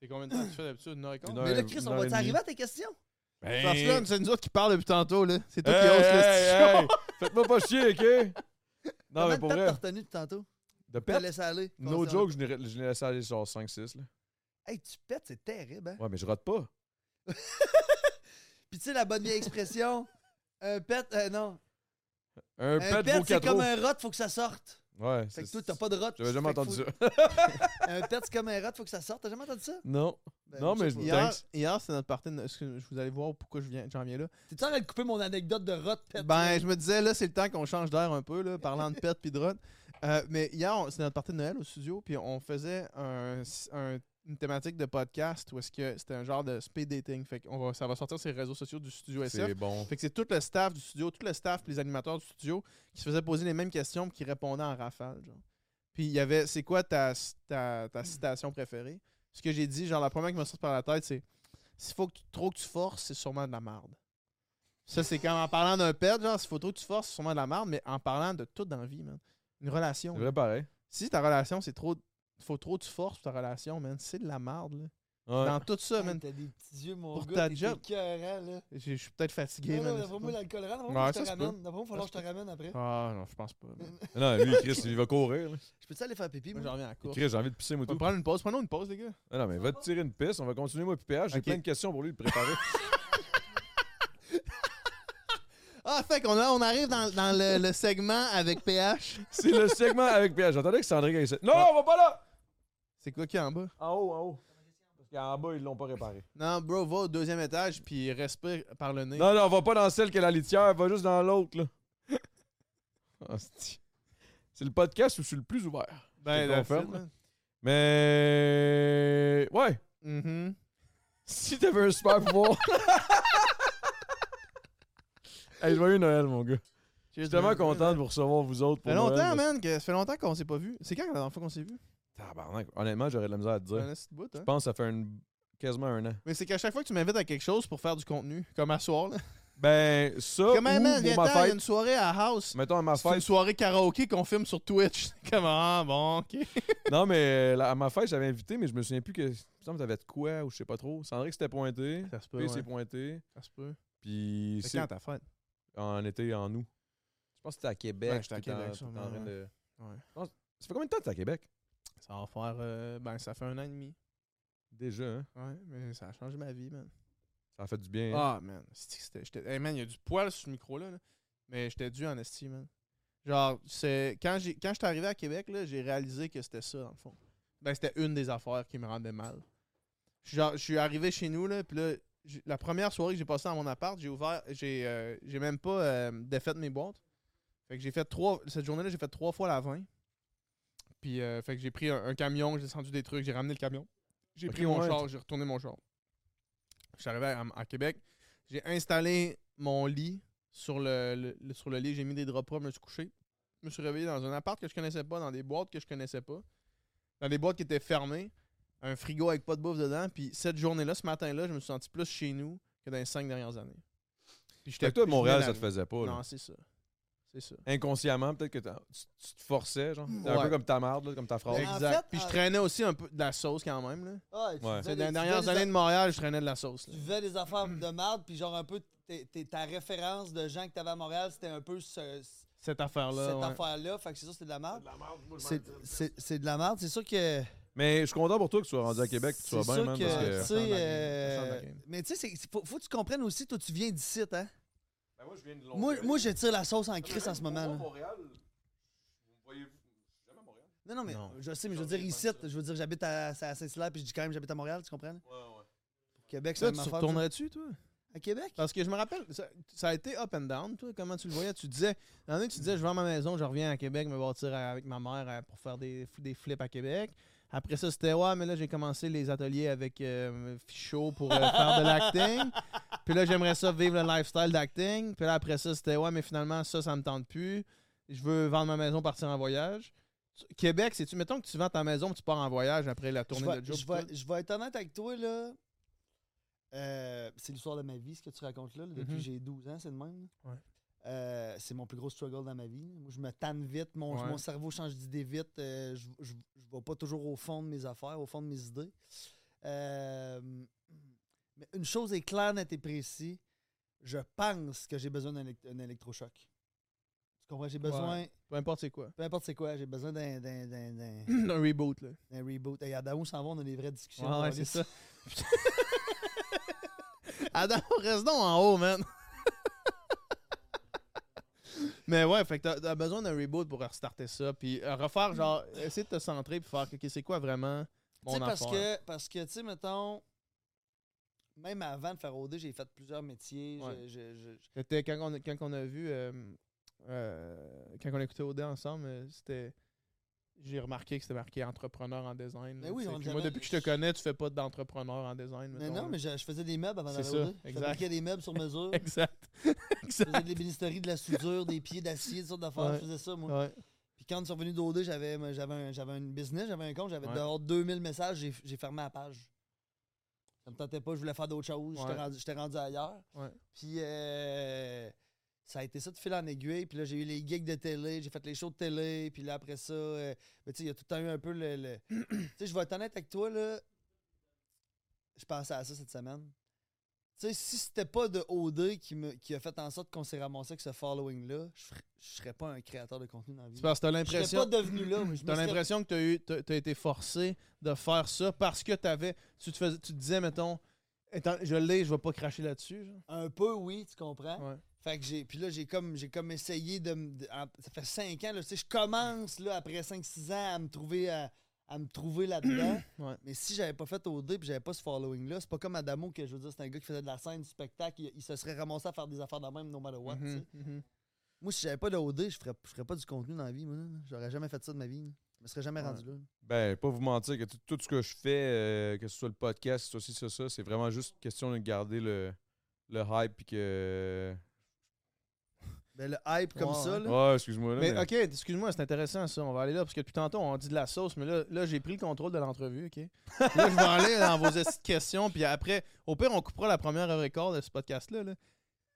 [SPEAKER 2] C'est combien de temps que tu fais d'habitude? Une heure et quart?
[SPEAKER 1] Une heure
[SPEAKER 3] Mais là,
[SPEAKER 1] et-
[SPEAKER 3] Chris,
[SPEAKER 1] une
[SPEAKER 3] on
[SPEAKER 1] heure et
[SPEAKER 3] va
[SPEAKER 1] demie.
[SPEAKER 3] t'arriver à tes questions
[SPEAKER 1] Ben,
[SPEAKER 2] Parce que là, c'est nous autres qui parlent depuis tantôt, là. C'est toi qui
[SPEAKER 1] hey,
[SPEAKER 2] hausse
[SPEAKER 1] hey,
[SPEAKER 2] le
[SPEAKER 1] hey, Faites-moi pas chier, OK? Non,
[SPEAKER 3] Combien
[SPEAKER 1] mais
[SPEAKER 3] de
[SPEAKER 1] pour
[SPEAKER 3] temps
[SPEAKER 1] vrai.
[SPEAKER 3] t'as retenu depuis tantôt
[SPEAKER 1] De
[SPEAKER 3] T'as
[SPEAKER 1] pète?
[SPEAKER 3] laissé aller
[SPEAKER 1] No
[SPEAKER 3] Conscient-
[SPEAKER 1] joke, je n'ai je n'ai laissé aller genre 5-6. là.
[SPEAKER 3] Hey, tu pètes, c'est terrible, hein?
[SPEAKER 1] Ouais, mais je rate pas.
[SPEAKER 3] Puis tu sais, la bonne vieille expression, un pet, euh, non,
[SPEAKER 1] Un
[SPEAKER 3] un
[SPEAKER 1] pet vaut
[SPEAKER 3] pet, c'est
[SPEAKER 1] 4
[SPEAKER 3] comme
[SPEAKER 1] euros.
[SPEAKER 3] un rot, faut que ça sorte.
[SPEAKER 1] Ouais.
[SPEAKER 3] Fait que
[SPEAKER 1] c'est-
[SPEAKER 3] toi, t'as pas de rot.
[SPEAKER 1] J'avais jamais
[SPEAKER 3] fait que
[SPEAKER 1] entendu ça.
[SPEAKER 3] faut- Un pet, c'est comme un rot, faut que ça sorte. T'as jamais entendu ça?
[SPEAKER 1] Non.
[SPEAKER 3] Ben,
[SPEAKER 1] Non,
[SPEAKER 3] je
[SPEAKER 1] mais
[SPEAKER 3] sais pas.
[SPEAKER 1] je-
[SPEAKER 2] Hier,
[SPEAKER 1] Thanks.
[SPEAKER 2] hier c'est notre partie. de- excuse- Vous allez voir pourquoi je viens- j'en viens là.
[SPEAKER 3] T'es-tu en train de couper mon anecdote de rot, pet?
[SPEAKER 2] Ben, je me disais, là, c'est le temps qu'on change d'air un peu, là, parlant de pète puis de rot. Euh, mais hier, on- c'était notre partie de Noël au studio, puis on faisait un, un- une thématique de podcast où est-ce que c'était un genre de speed dating. Fait qu'on va, ça va sortir sur les réseaux sociaux du studio SF.
[SPEAKER 1] E C'est bon.
[SPEAKER 2] Fait que c'est tout le staff du studio, tout le staff puis les animateurs du studio qui se faisaient poser les mêmes questions puis qui répondaient en rafale. Genre. Puis il y avait c'est quoi ta, ta, ta citation préférée Ce que j'ai dit, genre la première qui me sort par la tête, c'est s'il faut que tu- trop que tu forces, c'est sûrement de la merde. Ça, c'est quand en parlant d'un pet, genre s'il faut trop que tu forces, c'est sûrement de la merde, mais en parlant de tout dans la vie, man. Une relation.
[SPEAKER 1] C'est
[SPEAKER 2] là.
[SPEAKER 1] vrai pareil.
[SPEAKER 2] Si ta relation, c'est trop. Faut trop que tu forces pour ta relation, man. C'est de la merde, là.
[SPEAKER 1] Ouais.
[SPEAKER 2] Dans tout ça,
[SPEAKER 3] Hey,
[SPEAKER 2] man.
[SPEAKER 3] T'as des petits yeux, mon
[SPEAKER 2] Pour
[SPEAKER 3] gars.
[SPEAKER 2] ta
[SPEAKER 3] t'es
[SPEAKER 2] job.
[SPEAKER 3] écœurant, là.
[SPEAKER 2] Je je suis peut-être fatigué,
[SPEAKER 3] Non,
[SPEAKER 2] man, je
[SPEAKER 3] non,
[SPEAKER 2] sais
[SPEAKER 3] d'après
[SPEAKER 2] pas.
[SPEAKER 3] moi, l'alcool rare, d'après
[SPEAKER 2] Ouais,
[SPEAKER 3] moi, je
[SPEAKER 2] ça
[SPEAKER 3] te
[SPEAKER 2] se peut.
[SPEAKER 3] ramène. D'après moi, il va falloir que je te ramène après.
[SPEAKER 2] Ah, non, je pense pas. man.
[SPEAKER 1] Non, lui, Chris, il va courir. là.
[SPEAKER 3] Je peux-tu aller faire pipi,
[SPEAKER 2] Moi,
[SPEAKER 3] moi?
[SPEAKER 2] j'en reviens à la course.
[SPEAKER 1] Chris, j'ai envie de pisser, moi,
[SPEAKER 2] On
[SPEAKER 1] tout.
[SPEAKER 2] peut prendre une pause. Prenons une pause, les gars.
[SPEAKER 1] Non, non, mais va te tirer une piste. On va continuer, moi, puis PH. J'ai
[SPEAKER 2] Ok.
[SPEAKER 1] plein de questions pour lui de préparer.
[SPEAKER 2] Ah, fait qu'on a- on arrive dans, dans le, le segment avec PH.
[SPEAKER 1] C'est le segment avec PH. J'entendais que Sandrine allait se- Non, on va pas là!
[SPEAKER 2] C'est quoi qu'il y a en bas?
[SPEAKER 1] En haut, en haut. Parce qu'en bas, ils l'ont pas réparé.
[SPEAKER 2] Non, bro, va au deuxième étage puis respire par le nez.
[SPEAKER 1] Non, non, on va pas dans celle qui a la litière. Va juste dans l'autre, là. Hostie. C'est le podcast où je suis le plus ouvert.
[SPEAKER 2] ben,
[SPEAKER 1] je te
[SPEAKER 2] that's it,
[SPEAKER 1] confirme.
[SPEAKER 2] man.
[SPEAKER 1] Mais. Ouais.
[SPEAKER 2] Mhm.
[SPEAKER 1] Si t'avais un super pouvoir. hey, joyeux Noël, mon gars. Je suis tellement content de vous recevoir, vous autres. Pour
[SPEAKER 2] Ça fait
[SPEAKER 1] Noël, parce-
[SPEAKER 2] longtemps, man. Que, ça fait longtemps qu'on s'est pas vu. C'est quand la dernière fois qu'on s'est vu?
[SPEAKER 1] Tabarnak. Honnêtement, j'aurais de la misère à te dire.
[SPEAKER 2] Un petit bout, hein?
[SPEAKER 1] Je pense que ça fait une- quasiment un an.
[SPEAKER 2] Mais c'est qu'à chaque fois que tu m'invites à quelque chose pour faire du contenu, comme à soir, là.
[SPEAKER 1] Ben, ça, ou
[SPEAKER 2] Comme, hey, man,
[SPEAKER 1] pour
[SPEAKER 2] viens-t'en,
[SPEAKER 1] ma
[SPEAKER 2] il y a
[SPEAKER 1] fête.
[SPEAKER 2] une soirée à House.
[SPEAKER 1] Mettons, à ma
[SPEAKER 2] C'est une
[SPEAKER 1] fête.
[SPEAKER 2] soirée karaoké qu'on filme sur Twitch. Comment? Bon, ok.
[SPEAKER 1] Non, mais euh, la- à ma fête, j'avais invité, mais je me souviens plus que. Ça me t'avais de quoi ou je sais pas trop. Sandrine c'était pointé.
[SPEAKER 2] Ça se peut,
[SPEAKER 1] P s'est
[SPEAKER 2] ouais.
[SPEAKER 1] pointé.
[SPEAKER 2] Ça se peut.
[SPEAKER 1] Puis
[SPEAKER 2] C'est
[SPEAKER 1] c'est
[SPEAKER 2] quand ta fête?
[SPEAKER 1] en été, en août. Je pense que c'était à Québec.
[SPEAKER 2] Ouais, j'étais à
[SPEAKER 1] puis t'es en-
[SPEAKER 2] Québec,
[SPEAKER 1] t'es en
[SPEAKER 2] sûrement,
[SPEAKER 1] train
[SPEAKER 2] ouais.
[SPEAKER 1] de-
[SPEAKER 2] Ouais.
[SPEAKER 1] Je pense- Ça fait combien de temps que t'es à Québec?
[SPEAKER 2] Ça va faire... euh, ben, ça fait un an et demi.
[SPEAKER 1] Déjà, hein?
[SPEAKER 2] Ouais, mais ça a changé ma vie, man.
[SPEAKER 1] Ça a fait du bien. hein?
[SPEAKER 2] Ah, man. c'est-tu que c'était- j'étais- Hey, man, il y a du poil sur le micro-là. là. Mais j'étais dû en estime, man. Genre, c'est... Quand, j'ai... Quand j'étais arrivé à Québec, là, j'ai réalisé que c'était ça, dans le fond. Ben, c'était une des affaires qui me rendait mal. Je suis genre- je suis arrivé chez nous, là, puis là, j'ai- la première soirée que j'ai passée dans mon appart, j'ai ouvert, j'ai euh, j'ai même pas euh, défait mes boîtes. Fait que j'ai fait trois, cette journée-là, j'ai fait trois fois la 20. Puis, euh, fait que j'ai pris un, un camion, j'ai descendu des trucs, j'ai ramené le camion. J'ai
[SPEAKER 1] Ok,
[SPEAKER 2] pris mon
[SPEAKER 1] ouais.
[SPEAKER 2] char, j'ai retourné mon char. Je suis arrivé à, à Québec, j'ai installé mon lit sur le, le- le- sur le lit, j'ai mis des draps propres, je me suis couché. Je me suis réveillé dans un appart que je connaissais pas, dans des boîtes que je connaissais pas, dans des boîtes qui étaient fermées, un frigo avec pas de bouffe dedans. Puis cette journée-là, ce matin-là, je me suis senti plus chez nous que dans les cinq dernières années. Puis j'étais
[SPEAKER 1] Fait que toi,
[SPEAKER 2] plus
[SPEAKER 1] Montréal, ça
[SPEAKER 2] mélané.
[SPEAKER 1] te faisait pas. là.
[SPEAKER 2] Non, c'est ça. C'est ça.
[SPEAKER 1] Inconsciemment, peut-être que t'as- tu, tu te forçais, genre. C'était un
[SPEAKER 2] Ouais.
[SPEAKER 1] peu comme ta marde, là, comme ta phrase.
[SPEAKER 3] Mais- en
[SPEAKER 2] Exact.
[SPEAKER 3] fait,
[SPEAKER 2] Puis je
[SPEAKER 3] en-
[SPEAKER 2] traînais aussi un peu de la sauce quand même. Là.
[SPEAKER 3] Ah, et tu
[SPEAKER 1] Ouais.
[SPEAKER 3] faisais
[SPEAKER 2] C'est
[SPEAKER 3] des-
[SPEAKER 2] dans les
[SPEAKER 3] tu
[SPEAKER 2] dernières
[SPEAKER 3] faisais des
[SPEAKER 2] années de Montréal, je traînais de la sauce. là.
[SPEAKER 3] tu faisais des affaires de merde, puis genre un peu t'es- t'es- ta référence de gens que t'avais à Montréal, c'était un peu ce-
[SPEAKER 2] Cette affaire-là.
[SPEAKER 3] cette
[SPEAKER 2] ouais.
[SPEAKER 3] affaire-là. Fait que c'est sûr, c'est de la merde. C'est- C'est c'est de la merde. C'est sûr que.
[SPEAKER 1] Mais je suis content pour toi que tu sois rendu à Québec, que tu sois
[SPEAKER 3] C'est
[SPEAKER 1] bien,
[SPEAKER 3] sûr
[SPEAKER 1] man,
[SPEAKER 3] que,
[SPEAKER 1] parce que.
[SPEAKER 3] tu sais,
[SPEAKER 2] Ça change la game.
[SPEAKER 3] euh,
[SPEAKER 2] Ça change la game.
[SPEAKER 3] mais tu sais, c'est- c'est- faut, faut que tu comprennes aussi, toi, tu viens d'ici, hein?
[SPEAKER 1] Ben, moi, je viens de
[SPEAKER 3] Moi, moi, je tire la sauce en crise en ce moment. là.
[SPEAKER 1] Montréal, vous voyez jamais Montréal.
[SPEAKER 3] Non, non, mais
[SPEAKER 2] Non.
[SPEAKER 3] je sais, mais je veux dire ici, je veux dire, j'habite à, à Saint-Hilaire, puis je dis quand même, j'habite à Montréal, tu comprends? là? Québec, c'est
[SPEAKER 2] Ça,
[SPEAKER 3] la
[SPEAKER 2] tu
[SPEAKER 3] même affaire,
[SPEAKER 2] retournerais-tu, toi?
[SPEAKER 3] ça. À Québec?
[SPEAKER 2] Parce que je me rappelle, ça, ça a été up and down, toi. Comment tu le voyais? Tu disais, il y en a qui tu disais, je vends ma maison, je reviens à Québec, me bâtir à- avec ma mère à- pour faire des, des flips à Québec. Après ça, c'était, ouais, mais là, j'ai commencé les ateliers avec euh, Fichot pour euh, faire de l'acting. Puis là, j'aimerais ça vivre le lifestyle d'acting. Puis là, après ça, c'était, ouais, mais finalement, ça, ça me tente plus. Je veux vendre ma maison, partir en voyage. Tu- Québec, c'est-tu, mettons que tu vends ta maison, puis tu pars en voyage après la
[SPEAKER 3] Je
[SPEAKER 2] tournée
[SPEAKER 3] vais,
[SPEAKER 2] de Joe.
[SPEAKER 3] je, vais, je vais être honnête avec toi, là. Euh, c'est l'histoire de ma vie, ce que tu racontes là, là, depuis
[SPEAKER 2] Mhm.
[SPEAKER 3] que j'ai 12 ans, c'est le même. là.
[SPEAKER 2] Ouais.
[SPEAKER 3] Euh, c'est mon plus gros struggle dans ma vie. Moi, je me tanne vite, mon,
[SPEAKER 2] Ouais.
[SPEAKER 3] mon cerveau change d'idée vite, euh, je je je vais pas toujours au fond de mes affaires, au fond de mes idées. Euh, mais une chose est claire, nette et précise, je pense que j'ai besoin d'un élect- un électrochoc. Tu comprends? J'ai besoin,
[SPEAKER 2] Peu importe c'est quoi.
[SPEAKER 3] peu importe c'est quoi, j'ai besoin d'un- d'un- d'un d'un-
[SPEAKER 2] Un reboot, là.
[SPEAKER 3] d'un reboot. Hey, Adam, où s'en va, on a des vraies discussions.
[SPEAKER 2] Ouais, ouais,
[SPEAKER 3] Alice.
[SPEAKER 2] c'est ça. Adam, reste donc en haut, man. Mais ouais, fait que t'as- t'as besoin d'un reboot pour restarter ça, puis euh, refaire genre, essayer de te centrer puis faire, ok, c'est quoi vraiment
[SPEAKER 3] Mm. Tu sais,
[SPEAKER 2] mon
[SPEAKER 3] parce
[SPEAKER 2] affaire?
[SPEAKER 3] que, parce que, tu sais, mettons, même avant de faire OD, j'ai fait plusieurs métiers.
[SPEAKER 2] Ouais.
[SPEAKER 3] je- je- je-
[SPEAKER 2] C'était quand on, quand on a vu, euh, euh, quand on écoutait Odé ensemble, euh, c'était, j'ai remarqué que c'était marqué entrepreneur en design.
[SPEAKER 3] Mais
[SPEAKER 2] là,
[SPEAKER 3] oui,
[SPEAKER 2] tu sais.
[SPEAKER 3] on
[SPEAKER 2] Puis moi,
[SPEAKER 3] dirait-
[SPEAKER 2] depuis que je te connais, tu fais pas d'entrepreneur en design.
[SPEAKER 3] mais
[SPEAKER 2] mettons,
[SPEAKER 3] non,
[SPEAKER 2] là.
[SPEAKER 3] mais je, je faisais des meubles avant
[SPEAKER 2] C'est
[SPEAKER 3] d'aller
[SPEAKER 2] ça,
[SPEAKER 3] OD. Je
[SPEAKER 2] exact.
[SPEAKER 3] fabriquais des meubles sur mesure. je
[SPEAKER 2] Exact. exact.
[SPEAKER 3] faisais de l'ébénisterie, de la soudure, des pieds d'acier, des sortes d'affaires.
[SPEAKER 2] Ouais.
[SPEAKER 3] Je faisais ça, moi.
[SPEAKER 2] Ouais.
[SPEAKER 3] Puis quand ils sont venus d'OD, j'avais moi, j'avais un, j'avais un business, j'avais un compte, j'avais
[SPEAKER 2] Ouais.
[SPEAKER 3] dehors 2000 messages, j'ai- j'ai fermé la page. Ça me tentait pas, je voulais faire d'autres choses, j'étais
[SPEAKER 2] Ouais.
[SPEAKER 3] rendu, j'étais rendu ailleurs.
[SPEAKER 2] Ouais.
[SPEAKER 3] Puis euh, ça a été ça de fil en aiguille. Puis là, j'ai eu les gigs de télé, j'ai fait les shows de télé. Puis là, après ça, euh, mais tu sais, il y a tout le temps eu un peu le. le- tu sais, je vais être honnête avec toi, là. Je pensais à ça cette semaine. Tu sais, si c'était pas de OD qui, me, qui a fait en sorte qu'on s'est ramassé avec ce following-là, je ferais- je serais pas un créateur de contenu dans la vie.
[SPEAKER 2] C'est parce que t'as
[SPEAKER 3] Je
[SPEAKER 2] l'impression.
[SPEAKER 3] serais pas devenu là. moi, je me
[SPEAKER 2] Hum, T'as
[SPEAKER 3] serais-
[SPEAKER 2] l'impression que t'as eu, t'as- t'as été forcé de faire ça parce que t'avais, tu te faisais, tu te disais mettons, étant- je l'ai, je vais pas cracher là-dessus. genre.
[SPEAKER 3] Un peu, oui, tu comprends.
[SPEAKER 2] Ouais.
[SPEAKER 3] Fait que j'ai. Puis là, j'ai comme, j'ai comme essayé de, me- de- en- Ça fait 5 ans, là, tu sais, je commence, là, après 5-6 ans, à me trouver à, à me trouver là-dedans.
[SPEAKER 2] Ouais.
[SPEAKER 3] Mais si j'avais pas fait OD puis j'avais pas ce following-là, c'est pas comme Adamo que je veux dire, c'est un gars qui faisait de la scène, du spectacle, il, il se serait ramassé à faire des affaires de même, no matter what. tu sais.
[SPEAKER 2] Mhm, mhm.
[SPEAKER 3] Moi, si j'avais pas de OD, je ferais, je ferais pas du contenu dans la vie, moi. là. J'aurais jamais fait ça de ma vie. là. Je me serais jamais
[SPEAKER 1] Ouais.
[SPEAKER 3] rendu là.
[SPEAKER 1] Ben, pas vous mentir que tout, tout ce que je fais, euh, que ce soit le podcast, que ce soit ci, ça, ça, c'est vraiment juste question de garder le, le hype puis que.
[SPEAKER 3] Ben, le hype comme
[SPEAKER 2] Ouais,
[SPEAKER 3] ça,
[SPEAKER 2] ouais.
[SPEAKER 3] là.
[SPEAKER 1] Ah, excuse-moi là.
[SPEAKER 2] Mais
[SPEAKER 1] mais-
[SPEAKER 2] ok, excuse-moi, c'est intéressant ça. On va aller là parce que depuis tantôt on dit de la sauce, mais là, là j'ai pris le contrôle de l'entrevue, ok. là je vais aller dans vos petites questions, puis après, au pire on coupera la première heure et quart de ce podcast là.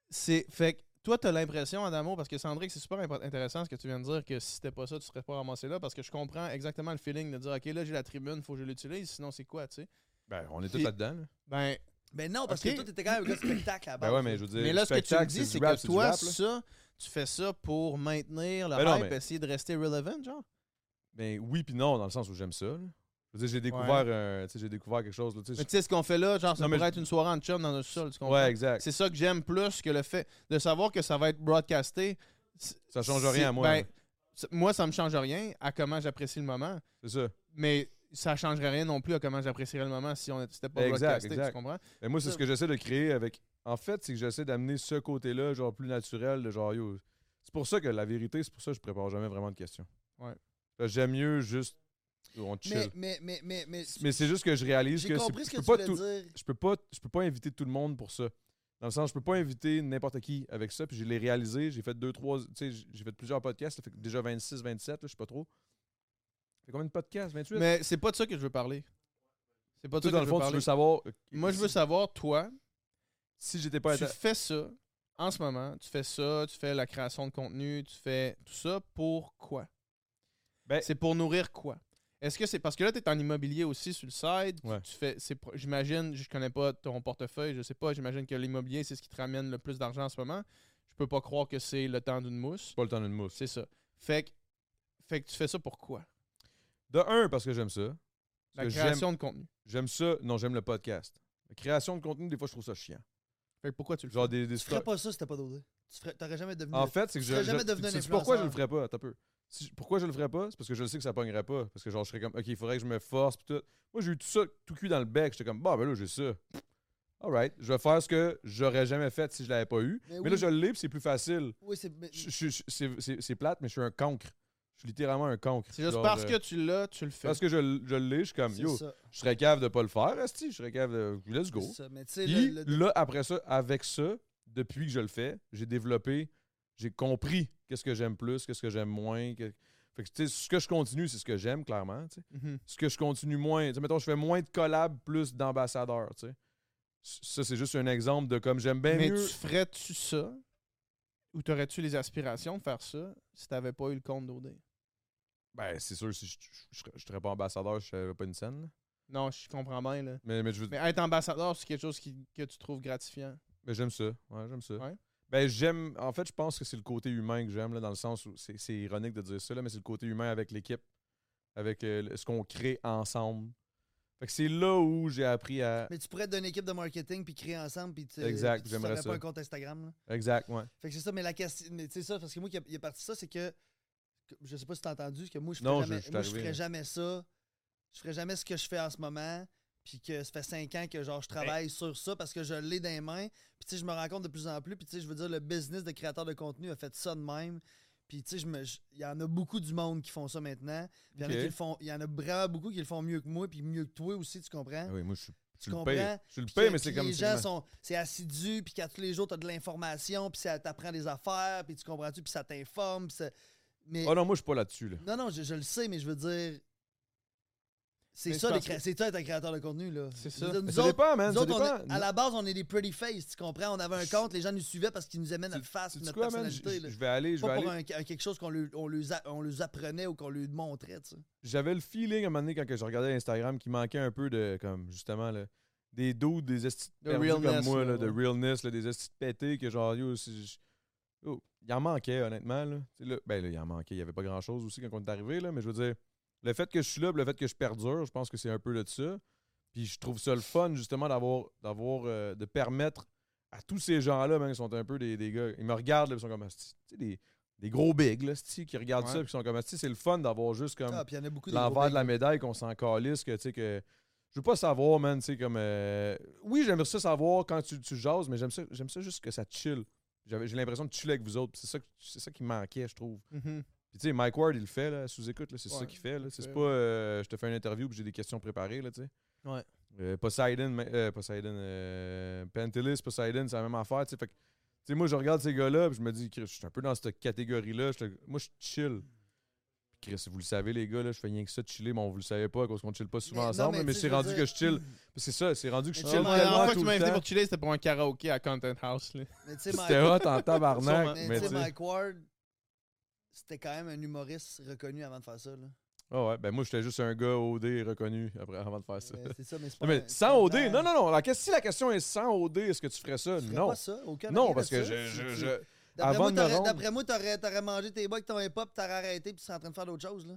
[SPEAKER 2] C'est fait que toi t'as l'impression Adamo parce que Sandrick c'est super impo- intéressant ce que tu viens de dire que si c'était pas ça tu serais pas ramassé là parce que je comprends exactement le feeling de dire ok là j'ai la tribune, faut que je l'utilise, sinon c'est quoi tu sais.
[SPEAKER 1] Ben, on est tous
[SPEAKER 2] Puis-
[SPEAKER 1] là-dedans. là.
[SPEAKER 2] Ben
[SPEAKER 3] Ben non, parce
[SPEAKER 2] Ok.
[SPEAKER 3] que toi, t'étais quand même un gars de spectacle à la base.
[SPEAKER 1] Ben ouais, mais je veux dire.
[SPEAKER 2] Ah, Mais là, ce que tu me
[SPEAKER 1] spectacle,
[SPEAKER 2] dis,
[SPEAKER 1] du
[SPEAKER 2] c'est
[SPEAKER 1] rap,
[SPEAKER 2] que
[SPEAKER 1] du
[SPEAKER 2] toi,
[SPEAKER 1] rap, là.
[SPEAKER 2] ça, tu fais ça pour maintenir le
[SPEAKER 1] Ben non,
[SPEAKER 2] hype,
[SPEAKER 1] mais-
[SPEAKER 2] essayer de rester relevant, genre.
[SPEAKER 1] Ben oui, puis non, dans le sens où j'aime ça. là. Je veux dire, j'ai découvert, un- tu sais, j'ai découvert quelque chose. Là, tu sais,
[SPEAKER 2] Mais tu sais, ce qu'on fait là, genre, ça
[SPEAKER 1] Non, mais
[SPEAKER 2] pourrait
[SPEAKER 1] je-
[SPEAKER 2] être une soirée en chum dans un sol, tu
[SPEAKER 1] je-
[SPEAKER 2] comprends?
[SPEAKER 1] ouais, exact.
[SPEAKER 2] C'est ça que j'aime plus que le fait de savoir que ça va être broadcasté.
[SPEAKER 1] Ça change
[SPEAKER 2] C'est-
[SPEAKER 1] rien à moi.
[SPEAKER 2] ben,
[SPEAKER 1] là.
[SPEAKER 2] c'est- moi, ça me change rien à comment j'apprécie le moment.
[SPEAKER 1] C'est ça.
[SPEAKER 2] Mais ça changerait rien non plus à comment j'apprécierais le moment si on était- c'était pas
[SPEAKER 1] Exact,
[SPEAKER 2] broadcasté,
[SPEAKER 1] exact.
[SPEAKER 2] tu comprends?
[SPEAKER 1] Mais moi, c'est ce que j'essaie de créer avec. En fait, c'est que j'essaie d'amener ce côté-là, genre plus naturel, de genre yo. C'est pour ça que la vérité, c'est pour ça que je prépare jamais vraiment de questions.
[SPEAKER 2] Ouais.
[SPEAKER 1] Parce que J'aime mieux juste. On chill.
[SPEAKER 3] Mais,
[SPEAKER 1] Mais,
[SPEAKER 3] mais, mais, mais, mais,
[SPEAKER 1] c'est juste que je réalise
[SPEAKER 3] j'ai
[SPEAKER 1] que, c'est-
[SPEAKER 3] compris ce
[SPEAKER 1] je
[SPEAKER 3] que tu
[SPEAKER 1] peux pas
[SPEAKER 3] voulais
[SPEAKER 1] tout.
[SPEAKER 3] dire.
[SPEAKER 1] je peux pas je peux pas inviter tout le monde pour ça. Dans le sens, je peux pas inviter n'importe qui avec ça. Puis je l'ai réalisé, j'ai fait deux, trois, tu sais, j- j'ai fait plusieurs podcasts, ça fait que déjà 26, 27, là, je sais pas trop. Ça fait combien de podcasts? 28?
[SPEAKER 2] Mais c'est pas de ça que je veux parler. C'est pas de
[SPEAKER 1] Toi,
[SPEAKER 2] ça
[SPEAKER 1] dans
[SPEAKER 2] que
[SPEAKER 1] le
[SPEAKER 2] je veux
[SPEAKER 1] fond, tu
[SPEAKER 2] parler.
[SPEAKER 1] veux savoir euh,
[SPEAKER 2] Moi, je veux savoir, toi,
[SPEAKER 1] si j'étais pas
[SPEAKER 2] tu
[SPEAKER 1] atta-
[SPEAKER 2] fais ça en ce moment, tu fais ça, tu fais la création de contenu, tu fais tout ça pour quoi?
[SPEAKER 1] Ben-
[SPEAKER 2] c'est pour nourrir quoi? Est-ce que c'est parce que là, tu es en immobilier aussi sur le side? tu-
[SPEAKER 1] Ouais.
[SPEAKER 2] Tu, fais, c'est pro- j'imagine, je connais pas ton portefeuille, je sais pas, j'imagine que l'immobilier, c'est ce qui te ramène le plus d'argent en ce moment. Je peux pas croire que c'est le temps d'une mousse.
[SPEAKER 1] pas le temps d'une mousse.
[SPEAKER 2] C'est ça. Fait que, fait que tu fais ça pour quoi?
[SPEAKER 1] De un, parce que j'aime ça.
[SPEAKER 2] La
[SPEAKER 1] que j'aime-
[SPEAKER 2] création de contenu.
[SPEAKER 1] J'aime ça. Non, j'aime le podcast. La création de contenu, des fois, je trouve ça chiant.
[SPEAKER 2] Fait que pourquoi tu le fais?
[SPEAKER 1] Genre des, des
[SPEAKER 3] Tu ferais pas ça si t'as pas d'OD. Tu ferais- t'aurais jamais devenu.
[SPEAKER 1] En fait, c'est que
[SPEAKER 3] tu
[SPEAKER 1] je.
[SPEAKER 3] serais
[SPEAKER 1] je-
[SPEAKER 3] jamais devenu un
[SPEAKER 1] sais-tu pourquoi je le
[SPEAKER 3] influenceur.
[SPEAKER 1] ferais pas, Attends un peu. Si je- pourquoi je le ferais pas, c'est parce que je le sais que ça pognerait pas. Parce que genre, je serais comme, OK, il faudrait que je me force. Pis tout. Moi, j'ai eu tout ça tout cuit dans le bec. J'étais comme, bah, ben là, j'ai ça. Alright, je vais faire ce que j'aurais jamais fait si je l'avais pas eu.
[SPEAKER 3] Mais
[SPEAKER 1] Mais,
[SPEAKER 3] oui.
[SPEAKER 1] là, je l'ai, pis c'est plus facile.
[SPEAKER 3] Oui, c'est. mais-
[SPEAKER 1] Je- je- je- c'est- C'est c'est plate, mais je suis un cancre. Je suis littéralement un cancre.
[SPEAKER 2] C'est juste
[SPEAKER 1] Genre,
[SPEAKER 2] parce
[SPEAKER 1] euh,
[SPEAKER 2] que tu l'as, tu le fais.
[SPEAKER 1] Parce que je, l- je l'ai, je suis comme,
[SPEAKER 3] c'est
[SPEAKER 1] yo,
[SPEAKER 3] ça,
[SPEAKER 1] je serais cave de pas le faire, Asti. Je serais cave de. Let's go.
[SPEAKER 3] c'est ça. Mais tu sais,
[SPEAKER 1] Puis
[SPEAKER 3] le- le-
[SPEAKER 1] là, après ça, avec ça, depuis que je le fais, j'ai développé, j'ai compris qu'est-ce que j'aime plus, qu'est-ce que j'aime moins. que- Fait que, tu sais, ce que je continue, c'est ce que j'aime, clairement. tu sais.
[SPEAKER 2] Mhm.
[SPEAKER 1] Ce que je continue moins, tu sais, mettons, je fais moins de collabs, plus d'ambassadeurs, tu sais. C- Ça, c'est juste un exemple de comme j'aime bien
[SPEAKER 2] Mais
[SPEAKER 1] Ben mieux.
[SPEAKER 2] tu ferais-tu ça ou t'aurais-tu les aspirations de faire ça si t'avais pas eu le compte d'OD?
[SPEAKER 1] Ben, c'est sûr, si je je- je serais- je serais pas ambassadeur, je serais pas une scène. là.
[SPEAKER 2] Non, je comprends bien, là.
[SPEAKER 1] Mais, mais je veux-
[SPEAKER 2] Mais être ambassadeur, c'est quelque chose qui- que tu trouves gratifiant.
[SPEAKER 1] mais j'aime ça. Ouais, j'aime ça.
[SPEAKER 2] Ouais.
[SPEAKER 1] Ben, j'aime. En fait, je pense que c'est le côté humain que j'aime, là, dans le sens où c'est c'est ironique de dire ça, là, mais c'est le côté humain avec l'équipe, avec euh, le- ce qu'on crée ensemble. Fait que c'est là où j'ai appris à.
[SPEAKER 3] mais tu pourrais être d'une équipe de marketing puis créer ensemble puis tu.
[SPEAKER 1] Exact,
[SPEAKER 3] puis tu
[SPEAKER 1] j'aimerais
[SPEAKER 3] t'aurais
[SPEAKER 1] ça.
[SPEAKER 3] pas un compte Instagram. là.
[SPEAKER 1] Exact, ouais.
[SPEAKER 3] Fait que c'est ça, mais la question. Mais tu sais ça, parce que moi, qui a- il est parti ça, c'est que. que- Je sais pas si t'as entendu, que moi, je
[SPEAKER 1] Non,
[SPEAKER 3] ferais
[SPEAKER 1] je-
[SPEAKER 3] jamais,
[SPEAKER 1] je suis
[SPEAKER 3] moi, je
[SPEAKER 1] arrivé, hein.
[SPEAKER 3] ferais
[SPEAKER 1] là.
[SPEAKER 3] jamais ça. Je ferais jamais ce que je fais en ce moment. Puis que ça fait cinq ans que genre
[SPEAKER 1] Ben
[SPEAKER 3] je travaille sur ça parce que je l'ai dans les mains. Puis tu sais, je me rends compte de plus en plus. Puis tu sais, je veux dire, le business de créateur de contenu a fait ça de même. Puis tu sais, je me- je- il y en a beaucoup du monde qui font ça maintenant. Puis il y en a
[SPEAKER 1] Ok.
[SPEAKER 3] qui le font. Il y en a vraiment beaucoup qui le font mieux que moi, puis mieux que toi aussi, tu comprends?
[SPEAKER 1] Ah oui, moi, je suis. Je suis le
[SPEAKER 3] comprends?
[SPEAKER 1] pire. Je suis le
[SPEAKER 3] Puis
[SPEAKER 1] pire,
[SPEAKER 3] que-
[SPEAKER 1] mais c'est
[SPEAKER 3] puis
[SPEAKER 1] comme
[SPEAKER 3] les
[SPEAKER 1] c'est
[SPEAKER 3] gens
[SPEAKER 1] ma-
[SPEAKER 3] sont c'est assidu puis qu'à tous les jours t'as de l'information puis ça t'apprend des affaires puis tu comprends tu puis ça t'informe puis ça- mais
[SPEAKER 1] Oh non, moi, je suis pas là-dessus, là.
[SPEAKER 3] non non je, je le sais mais je veux dire c'est
[SPEAKER 2] Mais
[SPEAKER 3] ça
[SPEAKER 2] c'est
[SPEAKER 3] les
[SPEAKER 2] parce
[SPEAKER 3] cré- c'est toi être un créateur de contenu là
[SPEAKER 2] C'est
[SPEAKER 3] Je veux
[SPEAKER 2] ça.
[SPEAKER 3] dire,
[SPEAKER 1] Mais
[SPEAKER 3] nous
[SPEAKER 1] ça
[SPEAKER 3] autres,
[SPEAKER 1] dépend, man.
[SPEAKER 3] nous
[SPEAKER 1] Ça
[SPEAKER 3] autres, on est-
[SPEAKER 1] dépend.
[SPEAKER 3] à la base on est des pretty face tu comprends on avait un compte les gens nous suivaient parce qu'ils nous aimaient notre face
[SPEAKER 1] Sais-tu
[SPEAKER 3] notre
[SPEAKER 1] quoi, man?
[SPEAKER 3] personnalité
[SPEAKER 1] Je
[SPEAKER 3] là.
[SPEAKER 1] je vais aller. Je vais
[SPEAKER 3] pas pour
[SPEAKER 1] aller.
[SPEAKER 3] un, un quelque chose qu'on leur on leur a- on leur apprenait ou qu'on leur montrait tu sais.
[SPEAKER 1] j'avais le feeling à un moment donné quand que je regardais Instagram qu'il manquait un peu de comme justement là, des doutes, des estis de
[SPEAKER 2] De
[SPEAKER 1] perdus comme
[SPEAKER 2] realness,
[SPEAKER 1] moi,
[SPEAKER 2] là,
[SPEAKER 1] là, de
[SPEAKER 2] ouais.
[SPEAKER 1] realness, là, des estis de pétés que genre yo, si je- yo, il en manquait honnêtement là. Tu sais, là, ben là, il en manquait, il y avait pas grand chose aussi quand on est arrivé là, mais je veux dire le fait que je suis là, puis le fait que je perdure, je pense que c'est un peu de ça. Puis je trouve ça le fun justement d'avoir d'avoir euh, de permettre à tous ces gens-là, même qui sont un peu des, des gars, ils me regardent, là, puis ils sont comme, Asti, tu sais, des, des gros bigs, là, asti, qui regardent ça,
[SPEAKER 2] Ouais.
[SPEAKER 1] puis ils sont comme, Asti, c'est le fun d'avoir juste comme
[SPEAKER 3] Ah, puis il y en a beaucoup des gros
[SPEAKER 1] l'envers de la
[SPEAKER 3] becs, là.
[SPEAKER 1] médaille qu'on s'en calisse, que tu sais que. Je veux pas savoir, man, tu sais, comme. euh, Oui, j'aime ça savoir quand tu, tu jases, mais j'aime ça, j'aime ça juste que ça chill. J'avais, j'ai l'impression de chiller avec vous autres. puis C'est ça, que- c'est ça qui manquait, je trouve. Puis tu sais, Mike Ward, il le fait, là, sous écoute, là, c'est ça
[SPEAKER 2] Ouais,
[SPEAKER 1] qu'il fait. Là.
[SPEAKER 2] il
[SPEAKER 1] C'est
[SPEAKER 2] fait.
[SPEAKER 1] pas euh, je te fais une interview puis j'ai des questions préparées, là, tu sais.
[SPEAKER 2] Ouais.
[SPEAKER 1] Euh, Poseidon, mais- euh, Poseidon, euh, Pantelis, Poseidon, c'est la même affaire, tu sais. Fait que, tu sais, moi, je regarde ces gars-là puis je me dis, Chris, je suis un peu dans cette catégorie-là. je te- Moi, je chill. Puis Chris, vous le savez, les gars, là, je fais rien que ça de chiller, mais on vous le savait pas, parce qu'on chill pas souvent
[SPEAKER 3] Mais- non,
[SPEAKER 1] ensemble,
[SPEAKER 3] mais
[SPEAKER 1] mais
[SPEAKER 3] tu sais,
[SPEAKER 1] c'est
[SPEAKER 3] je veux
[SPEAKER 1] rendu
[SPEAKER 3] dire-
[SPEAKER 1] que je chill. C'est ça, c'est rendu que je
[SPEAKER 3] Mais
[SPEAKER 1] chill
[SPEAKER 3] tu sais,
[SPEAKER 2] la dernière
[SPEAKER 1] tellement
[SPEAKER 2] fois que
[SPEAKER 1] tout
[SPEAKER 2] tu m'as
[SPEAKER 1] le
[SPEAKER 2] invité
[SPEAKER 1] temps.
[SPEAKER 2] pour chiller, c'était pour un karaoké à Content House. là.
[SPEAKER 3] mais tu sais Mike-
[SPEAKER 1] C'était hot en tabarnak,
[SPEAKER 2] Sûrement.
[SPEAKER 3] Mais,
[SPEAKER 1] Ah, mais
[SPEAKER 3] tu sais,
[SPEAKER 1] tu sais.
[SPEAKER 3] Mike Ward, c'était quand même un humoriste reconnu avant de faire ça. Là.
[SPEAKER 1] Ah ouais, ben moi, j'étais juste un gars OD reconnu après, avant de faire ça.
[SPEAKER 3] Mais Euh, c'est ça, mais c'est pas.
[SPEAKER 1] Non, Ah, mais
[SPEAKER 3] un-
[SPEAKER 1] sans OD,
[SPEAKER 3] un-
[SPEAKER 1] non, non, non. La que- si la question est sans OD, est-ce que tu ferais ça?
[SPEAKER 3] tu ferais
[SPEAKER 1] non.
[SPEAKER 3] pas ça, aucun
[SPEAKER 1] non,
[SPEAKER 3] rien
[SPEAKER 1] parce
[SPEAKER 3] de
[SPEAKER 1] que
[SPEAKER 3] ça.
[SPEAKER 1] je.
[SPEAKER 3] Tu-
[SPEAKER 1] je-
[SPEAKER 3] tu-
[SPEAKER 1] je-
[SPEAKER 3] D'après
[SPEAKER 1] avant
[SPEAKER 3] moi,
[SPEAKER 1] de me
[SPEAKER 3] t'aurais-
[SPEAKER 1] rendre-
[SPEAKER 3] D'après moi, t'aurais t'aurais mangé tes bois avec ton hip-hop, t'aurais arrêté, puis tu serais en train de faire d'autres choses. Là.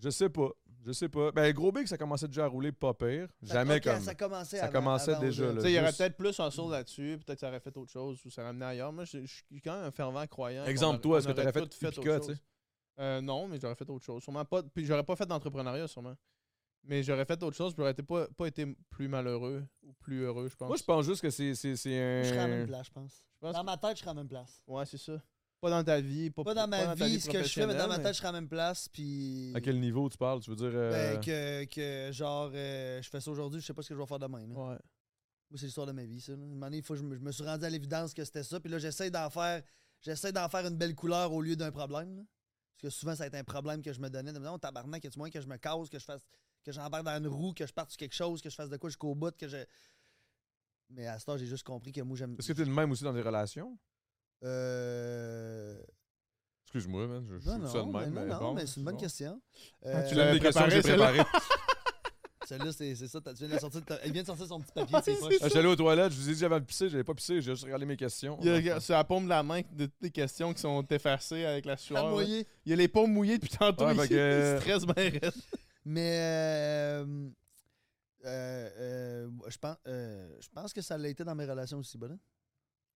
[SPEAKER 1] je sais pas. Je sais pas. Ben, gros big, ça commençait déjà à rouler pas pire.
[SPEAKER 3] Ça-
[SPEAKER 1] Jamais
[SPEAKER 3] ok,
[SPEAKER 1] comme.
[SPEAKER 3] Ça commençait,
[SPEAKER 1] ça
[SPEAKER 3] avant-
[SPEAKER 1] commençait
[SPEAKER 3] avant
[SPEAKER 1] déjà,
[SPEAKER 3] Odell.
[SPEAKER 1] là.
[SPEAKER 2] Tu sais, Il y aurait
[SPEAKER 1] juste-
[SPEAKER 2] peut-être plus un sourd là-dessus, peut-être ça aurait fait autre chose ou ça ramenait ailleurs. Moi, je je suis quand même un fervent croyant. qu'on
[SPEAKER 1] Exemple,
[SPEAKER 2] aurait-
[SPEAKER 1] toi, est-ce
[SPEAKER 2] on
[SPEAKER 1] que t'aurais
[SPEAKER 2] aurait
[SPEAKER 1] fait
[SPEAKER 2] tout autre
[SPEAKER 1] Upica, tu
[SPEAKER 2] chose.
[SPEAKER 1] sais?
[SPEAKER 2] Euh, Non, mais j'aurais fait autre chose. Sûrement pas. Puis j'aurais pas fait d'entrepreneuriat, sûrement. Mais j'aurais fait autre chose, j'aurais été pas, pas été plus malheureux ou plus heureux, je pense.
[SPEAKER 1] Moi, je pense juste que c'est, c'est, c'est un.
[SPEAKER 3] Je serais à la même place, je pense.
[SPEAKER 2] Je pense
[SPEAKER 3] Dans ma tête, je serais à la même place.
[SPEAKER 2] Ouais, c'est ça. Pas dans ta vie, pas,
[SPEAKER 3] Pas dans ma
[SPEAKER 2] ta
[SPEAKER 3] vie, ce que je fais, mais dans ma
[SPEAKER 2] professionnelle,
[SPEAKER 3] tête, je serais à la même place. Puis.
[SPEAKER 1] À quel niveau tu parles Tu veux dire. euh,
[SPEAKER 3] Ben, que, que genre, euh, je fais ça aujourd'hui, je sais pas ce que je vais faire demain. là.
[SPEAKER 2] Ouais.
[SPEAKER 3] Moi, c'est l'histoire de ma vie, ça. là. Une année, faut que je, me, je me suis rendu à l'évidence que c'était ça. Puis là, j'essaie d'en faire. J'essaie d'en faire une belle couleur au lieu d'un problème. là. Parce que souvent, ça a été un problème que je me donnais. De me dire, oh, tabarnak, est-ce moins que je me cause, que je fasse. que j'embarque dans une roue, que je parte sur quelque chose, que je fasse de quoi jusqu'au bout, que je. Mais à ce temps, j'ai juste compris que moi, j'aime.
[SPEAKER 1] Est-ce que t'es le même aussi dans tes relations
[SPEAKER 3] Euh.
[SPEAKER 1] Excuse-moi, man. Je, je
[SPEAKER 3] Non,
[SPEAKER 1] trouve ça de
[SPEAKER 3] non, mais
[SPEAKER 1] même.
[SPEAKER 3] non, non,
[SPEAKER 1] bon,
[SPEAKER 3] mais c'est une bonne
[SPEAKER 1] bon. Ah,
[SPEAKER 3] question.
[SPEAKER 1] Tu
[SPEAKER 3] Euh,
[SPEAKER 1] l'as
[SPEAKER 2] l'avais
[SPEAKER 1] des questions que j'ai
[SPEAKER 2] préparé,
[SPEAKER 1] préparées.
[SPEAKER 3] Celle-là, c'est c'est ça. t'as- Tu viens de la sortir de ta- Elle vient de sortir son petit papier de ses poches.
[SPEAKER 1] Ah, J'allais aux toilettes, je vous ai dit j'avais pissé, j'avais pas pissé, j'ai juste regardé mes questions.
[SPEAKER 2] Il y a, regarde, sur la paume de la main, de toutes les questions qui sont effacées avec la
[SPEAKER 3] Ah,
[SPEAKER 2] sueur. là.
[SPEAKER 3] moyen.
[SPEAKER 2] Il y a les paumes mouillées depuis tantôt.
[SPEAKER 1] Ouais,
[SPEAKER 2] il,
[SPEAKER 1] fait que-
[SPEAKER 2] il stresse bien raide.
[SPEAKER 3] Mais euh, euh, euh, je pense, euh, je pense que ça l'a été dans mes relations aussi, bon. hein.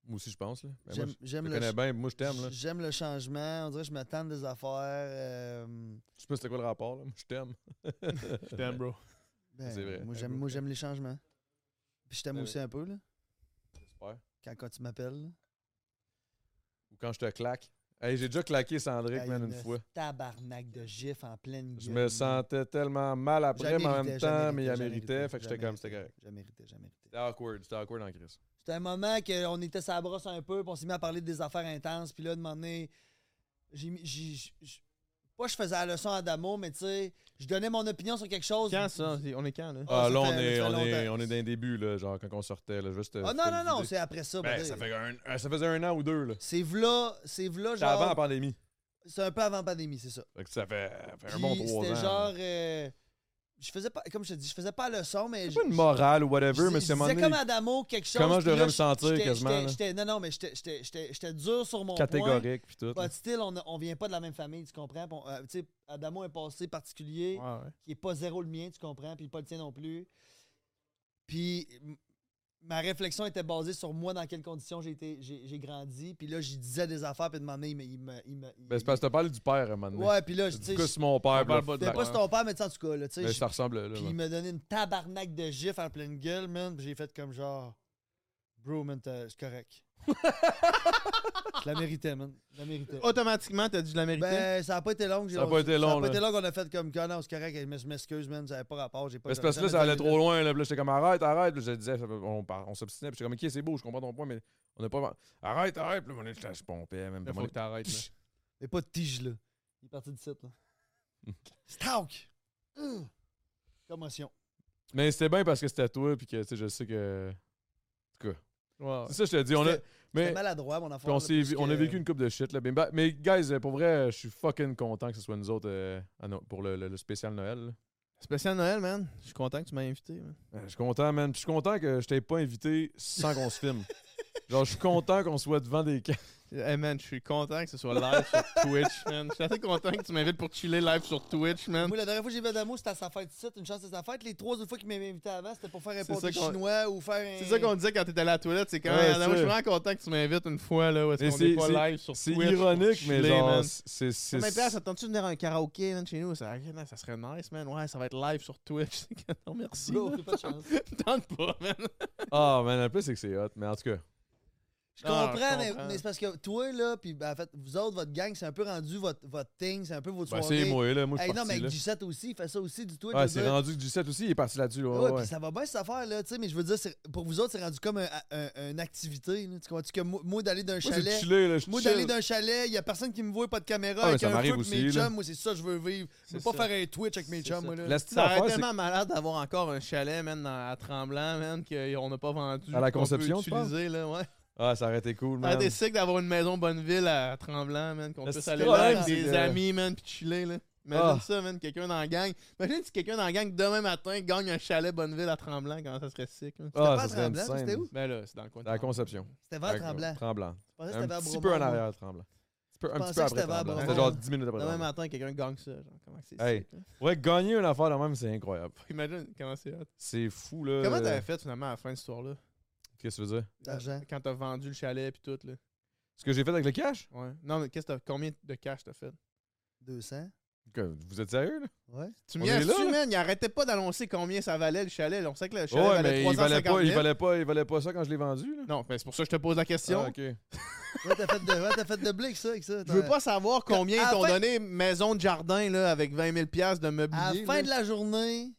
[SPEAKER 1] Moi aussi, je pense. Là. Ben,
[SPEAKER 3] J'aime-
[SPEAKER 1] moi, je
[SPEAKER 3] J'aime
[SPEAKER 1] te
[SPEAKER 3] le,
[SPEAKER 1] connais bien, moi je t'aime. Là.
[SPEAKER 3] ch- j'aime le changement. On dirait que je me tente des affaires. euh,
[SPEAKER 1] Je sais pas c'était quoi le rapport, là. Moi, je t'aime.
[SPEAKER 2] Je t'aime, bro.
[SPEAKER 3] ben,
[SPEAKER 1] C'est vrai.
[SPEAKER 3] Moi, j'aime, moi, j'aime les changements. Puis je t'aime
[SPEAKER 1] Ah
[SPEAKER 3] aussi un peu, là,
[SPEAKER 1] J'espère.
[SPEAKER 3] quand, quand tu m'appelles. là.
[SPEAKER 1] Ou quand je te claque. Hey, j'ai déjà claqué Sandrick,
[SPEAKER 3] Hey,
[SPEAKER 1] man, une
[SPEAKER 3] une
[SPEAKER 1] fois.
[SPEAKER 3] Tabarnak de gif en pleine
[SPEAKER 1] Je
[SPEAKER 3] gueule,
[SPEAKER 1] me
[SPEAKER 3] là.
[SPEAKER 1] sentais tellement mal après,
[SPEAKER 3] J'en
[SPEAKER 1] mais en même
[SPEAKER 3] méritais, j'en
[SPEAKER 1] temps, mais il a
[SPEAKER 3] méritais, j'en
[SPEAKER 1] mérité,
[SPEAKER 3] méritais,
[SPEAKER 1] fait que
[SPEAKER 3] j'en
[SPEAKER 1] j'étais comme,
[SPEAKER 3] méritais,
[SPEAKER 1] c'était correct.
[SPEAKER 3] J'en méritais, j'en méritais.
[SPEAKER 1] C'était awkward, c'était awkward en crise.
[SPEAKER 3] C'était un moment qu'on était sur la brosse un peu, puis on s'est mis à parler des affaires intenses, puis là, de un moment donné, j'ai mis. j'ai- j'ai- j'ai- Pas je faisais la leçon à Damo, mais tu sais, je donnais mon opinion sur quelque chose.
[SPEAKER 2] Quand ça On est quand, là
[SPEAKER 1] Ah,
[SPEAKER 3] Ah, ça
[SPEAKER 1] là, on
[SPEAKER 3] fait- ça
[SPEAKER 1] est,
[SPEAKER 3] fait
[SPEAKER 1] on, est,
[SPEAKER 3] longtemps.
[SPEAKER 1] on est d'un début, là, genre quand on sortait. Là, juste, euh,
[SPEAKER 3] Ah non, non, non, c'est après ça.
[SPEAKER 1] Ben,
[SPEAKER 3] bordel.
[SPEAKER 1] ça, fait un, euh, ça faisait un an ou deux, là.
[SPEAKER 3] C'est v'là, c'est v'là,
[SPEAKER 1] C'était avant la
[SPEAKER 3] genre.
[SPEAKER 1] pandémie.
[SPEAKER 3] C'est un peu avant pandémie, c'est ça.
[SPEAKER 1] Fait que ça fait, ça fait un
[SPEAKER 3] Puis
[SPEAKER 1] bon trois ans. hein.
[SPEAKER 3] C'était
[SPEAKER 1] là.
[SPEAKER 3] genre. euh, je faisais pas, comme je te dis, je faisais pas la leçon, mais.
[SPEAKER 1] C'est
[SPEAKER 3] je-
[SPEAKER 1] pas une
[SPEAKER 3] je-
[SPEAKER 1] morale ou
[SPEAKER 3] Je
[SPEAKER 1] whatever,
[SPEAKER 3] dis-
[SPEAKER 1] mais
[SPEAKER 3] je
[SPEAKER 1] c'est un moment
[SPEAKER 3] disais comme
[SPEAKER 1] donné,
[SPEAKER 3] à Damo quelque chose.
[SPEAKER 1] comment je
[SPEAKER 3] puis là,
[SPEAKER 1] devrais me sentir
[SPEAKER 3] j'étais-
[SPEAKER 1] quasiment,
[SPEAKER 3] j'étais-
[SPEAKER 1] là.
[SPEAKER 3] j'étais- Non, non, mais j'étais- j'étais j'étais- j'étais dur sur mon point.
[SPEAKER 1] catégorique puis tout. là.
[SPEAKER 3] Pas de style, on, on vient pas de la même famille, tu comprends? Puis on- euh, tu sais, Adamo est passé particulier, qui est pas zéro le mien, tu comprends? Puis pas le tien non plus. Puis m- ma réflexion était basée sur moi, dans quelles conditions j'ai été- j'ai j'ai grandi. Puis là, j'y disais des affaires, puis de moment donné, il me. Il me, il me- il-
[SPEAKER 1] Ben, c'est parce que t'as parlé du père à un moment donné.
[SPEAKER 3] Ouais, puis là, je
[SPEAKER 1] Je
[SPEAKER 3] tu sais,
[SPEAKER 1] dis que c'est mon père.
[SPEAKER 2] on parle
[SPEAKER 1] puis
[SPEAKER 2] pas de
[SPEAKER 3] je-
[SPEAKER 1] là,
[SPEAKER 3] c'était pas
[SPEAKER 2] Ouais.
[SPEAKER 3] sur ton père, mais tu sais, en tout cas, là, tu sais.
[SPEAKER 1] hein. ben,
[SPEAKER 3] je-
[SPEAKER 1] ça ressemble là.
[SPEAKER 3] Puis
[SPEAKER 1] là.
[SPEAKER 3] il me donnait une tabarnak de gif en pleine gueule, man. Puis j'ai fait comme genre. Bro, man, t'as- c'est correct. je la méritais, man. Je la méritais.
[SPEAKER 2] Automatiquement, t'as dû la mériter.
[SPEAKER 3] Ben, ça n'a pas été long. j'ai-
[SPEAKER 1] Ça a pas été long,
[SPEAKER 3] Ça a pas
[SPEAKER 1] là.
[SPEAKER 3] été long qu'on a fait comme quand non, c'est correct, mais je m'excuse, man, ça n'avait pas rapport, j'ai pas
[SPEAKER 1] Ben, c'est parce que là, ça allait trop loin. Là, Puis là, j'étais comme arrête, arrête. Puis là, je disais, ça- on, par- on s'obstinait. Puis j'étais comme, ok, c'est beau, je comprends ton point, mais on n'a pas. Arrête, arrête. Puis là, mon je pompais. Même,
[SPEAKER 2] Il faut que t'arrêtes, là.
[SPEAKER 3] Mais pas de tige, là. Il est parti de site, là. Stalk! Hum. Commotion.
[SPEAKER 1] mais c'était bien parce que c'était toi. Puis que tu sais, je sais que.
[SPEAKER 2] Ouais, ouais.
[SPEAKER 1] C'est ça, je te dis. On a...
[SPEAKER 3] C'était-
[SPEAKER 1] Mais
[SPEAKER 3] C'était maladroit, mon
[SPEAKER 1] Puis
[SPEAKER 3] enfant.
[SPEAKER 1] on,
[SPEAKER 3] là,
[SPEAKER 1] s'est
[SPEAKER 3] parce
[SPEAKER 1] vu- on a
[SPEAKER 3] que-
[SPEAKER 1] vécu une coupe de shit. Là. Mais, bah- mais guys, euh, pour vrai, euh, je suis fucking content que ce soit nous autres euh, à No- pour le, le- le spécial Noël. là.
[SPEAKER 2] Spécial Noël, man. Je suis content que tu m'as invité. man.
[SPEAKER 1] Euh, Je suis content, man. Puis je suis content que je t'ai pas invité sans qu'on se filme. Genre, je suis content qu'on soit devant des cams.
[SPEAKER 2] Hey, man, je suis content que ce soit live sur Twitch, man. Je suis assez content que tu m'invites pour chiller live sur Twitch, man.
[SPEAKER 3] Moi, la dernière fois que j'ai vu Adamo, c'était à sa fête ici. Une chance, c'était à sa fête. Les trois autres fois qu'il m'avait invité avant, c'était pour faire un
[SPEAKER 2] C'est
[SPEAKER 3] pâté
[SPEAKER 2] ça qu'on-
[SPEAKER 3] chinois ou faire un.
[SPEAKER 2] C'est ça qu'on disait quand t'étais à la toilette, c'est quand
[SPEAKER 1] Ouais,
[SPEAKER 2] même. Je
[SPEAKER 1] c'est
[SPEAKER 2] suis vraiment content que tu m'invites une fois, là, où
[SPEAKER 1] Mais
[SPEAKER 2] est-ce qu'on
[SPEAKER 1] c'est-
[SPEAKER 2] est pas
[SPEAKER 1] c'est-
[SPEAKER 2] live sur Twitch.
[SPEAKER 1] C'est
[SPEAKER 2] pour
[SPEAKER 1] ironique, mais
[SPEAKER 2] chiller,
[SPEAKER 1] genre,
[SPEAKER 2] man.
[SPEAKER 1] c'est. c'est-
[SPEAKER 2] Mais même place,
[SPEAKER 1] c'est-
[SPEAKER 2] attends-tu de venir à un karaoké, man, chez nous? Ça, ah, man, ça serait nice, man. Ouais, ça va être live sur Twitch. C'est que- non, merci.
[SPEAKER 3] Bro,
[SPEAKER 2] là.
[SPEAKER 3] t'as pas de chance.
[SPEAKER 2] Tente pas, man.
[SPEAKER 1] Ah, man, le plus, c'est que c'est hot. Mais en tout cas,
[SPEAKER 3] Je
[SPEAKER 2] Ah,
[SPEAKER 3] comprends,
[SPEAKER 2] je
[SPEAKER 3] mais-
[SPEAKER 2] comprends.
[SPEAKER 3] mais, c'est parce que toi, là, puis ben, en fait, vous autres, votre gang, c'est un peu rendu votre, votre thing, c'est un peu votre
[SPEAKER 1] ben,
[SPEAKER 3] soirée.
[SPEAKER 1] c'est moi, là. Moi, je
[SPEAKER 3] Hey,
[SPEAKER 1] suis
[SPEAKER 3] non, mais
[SPEAKER 1] parti,
[SPEAKER 3] avec
[SPEAKER 1] là.
[SPEAKER 3] G7 aussi, il fait ça aussi du Twitch.
[SPEAKER 1] Ouais,
[SPEAKER 3] le
[SPEAKER 1] c'est
[SPEAKER 3] gars.
[SPEAKER 1] rendu que G7 aussi, il est parti là-dessus. ouais,
[SPEAKER 3] Ouais,
[SPEAKER 1] ouais,
[SPEAKER 3] puis
[SPEAKER 1] ouais.
[SPEAKER 3] ça va bien cette affaire-là, tu sais, mais je veux dire, c'est- pour vous autres, c'est rendu comme un- un- un- une activité. là. Tu comprends-tu que moi, moi, d'aller d'un
[SPEAKER 1] Moi, c'est de
[SPEAKER 3] chalet.
[SPEAKER 1] chiller, là. je
[SPEAKER 3] Moi,
[SPEAKER 1] chill.
[SPEAKER 3] d'aller d'un chalet, il n'y a personne qui me voit, pas de caméra,
[SPEAKER 1] Ah, mais
[SPEAKER 3] avec
[SPEAKER 1] ça
[SPEAKER 3] un
[SPEAKER 1] m'arrive
[SPEAKER 3] feu avec mes
[SPEAKER 1] aussi, là.
[SPEAKER 3] chums. Moi, c'est ça que je veux vivre. Je veux
[SPEAKER 2] C'est
[SPEAKER 3] pas
[SPEAKER 2] ça.
[SPEAKER 3] faire un Twitch avec mes
[SPEAKER 2] C'est
[SPEAKER 3] chums,
[SPEAKER 2] ça.
[SPEAKER 3] moi, là.
[SPEAKER 1] La petite
[SPEAKER 2] Ça aurait
[SPEAKER 1] affaire,
[SPEAKER 2] été
[SPEAKER 1] c'est
[SPEAKER 2] tellement malade d'avoir encore un chalet, man, dans- à Tremblant, man, qu'on n'a pas vendu.
[SPEAKER 1] À la
[SPEAKER 2] qu'on peut
[SPEAKER 1] Conception, tu penses?
[SPEAKER 2] utiliser, là, ouais.
[SPEAKER 1] Ah, ça aurait été cool,
[SPEAKER 2] Ça aurait
[SPEAKER 1] man.
[SPEAKER 2] été sick d'avoir une maison Bonneville à Tremblant, man, qu'on
[SPEAKER 1] Le
[SPEAKER 2] puisse
[SPEAKER 1] petit
[SPEAKER 2] aller là
[SPEAKER 1] problème,
[SPEAKER 2] avec
[SPEAKER 1] c'est
[SPEAKER 2] des
[SPEAKER 1] que-
[SPEAKER 2] amis, man, puis chiller, là.
[SPEAKER 1] Ah.
[SPEAKER 2] Imagine ça, man, quelqu'un dans la gang. Imagine si quelqu'un dans la gang, demain matin, gagne un chalet Bonneville à Tremblant, comment ça serait sick, là.
[SPEAKER 3] C'était
[SPEAKER 1] Ah,
[SPEAKER 3] pas
[SPEAKER 1] ça
[SPEAKER 3] à
[SPEAKER 1] serait une
[SPEAKER 3] Tremblant, ça,
[SPEAKER 1] scène.
[SPEAKER 3] c'était où?
[SPEAKER 2] Ben là, c'est dans le coin. de
[SPEAKER 1] À la
[SPEAKER 2] Tremblant.
[SPEAKER 1] conception.
[SPEAKER 3] C'était vers
[SPEAKER 1] Avec- euh,
[SPEAKER 3] Tremblant.
[SPEAKER 1] Tremblant.
[SPEAKER 3] Je pensais que
[SPEAKER 1] Un
[SPEAKER 3] c'était vers
[SPEAKER 1] petit peu en
[SPEAKER 3] Bromont, moi.
[SPEAKER 1] arrière, tremblant. Un petit peu-
[SPEAKER 3] Je
[SPEAKER 1] Un petit
[SPEAKER 3] pensais
[SPEAKER 1] peu
[SPEAKER 3] que
[SPEAKER 1] après
[SPEAKER 3] c'était vers
[SPEAKER 1] tremblant.
[SPEAKER 3] Bromont.
[SPEAKER 1] C'était genre 10 minutes après
[SPEAKER 2] Demain
[SPEAKER 1] tremblant.
[SPEAKER 2] matin, quelqu'un gagne ça, genre, comment c'est
[SPEAKER 1] Hey.
[SPEAKER 2] sick, là.
[SPEAKER 1] Ouais, gagner une affaire de même, c'est incroyable.
[SPEAKER 2] Imagine comment c'est hot.
[SPEAKER 1] C'est fou, là.
[SPEAKER 2] Comment t'avais fait finalement à la fin de cette histoire-là?
[SPEAKER 1] Qu'est-ce que tu veux dire?
[SPEAKER 3] D'argent.
[SPEAKER 2] Quand t'as vendu le chalet puis tout, là.
[SPEAKER 1] Ce que j'ai fait avec le cash?
[SPEAKER 2] Ouais. Non, mais qu'est-ce que t'as- combien de cash t'as fait?
[SPEAKER 3] 200.
[SPEAKER 1] Que- Vous êtes sérieux, là?
[SPEAKER 3] Ouais.
[SPEAKER 2] Tu
[SPEAKER 1] On
[SPEAKER 2] me
[SPEAKER 1] est là,
[SPEAKER 2] dis,
[SPEAKER 1] là?
[SPEAKER 2] man, il arrêtait pas d'annoncer combien ça valait le chalet. là. On sait que le chalet
[SPEAKER 1] Ouais,
[SPEAKER 2] valait
[SPEAKER 1] mais il
[SPEAKER 2] 350
[SPEAKER 1] valait, pas,
[SPEAKER 2] 000.
[SPEAKER 1] il, valait pas, il valait pas ça quand je l'ai vendu, là.
[SPEAKER 2] Non, mais c'est pour ça que je te pose la question.
[SPEAKER 1] Ah, ok.
[SPEAKER 3] Ouais, t'as fait de, ouais, t'as fait de blick, ça, avec ça.
[SPEAKER 2] Je veux pas savoir combien
[SPEAKER 3] À
[SPEAKER 2] ils
[SPEAKER 3] la
[SPEAKER 2] t'ont
[SPEAKER 3] fin-
[SPEAKER 2] donné maison de jardin là, avec 20 000 piastres de meublier.
[SPEAKER 3] À la
[SPEAKER 2] là.
[SPEAKER 3] fin de la journée,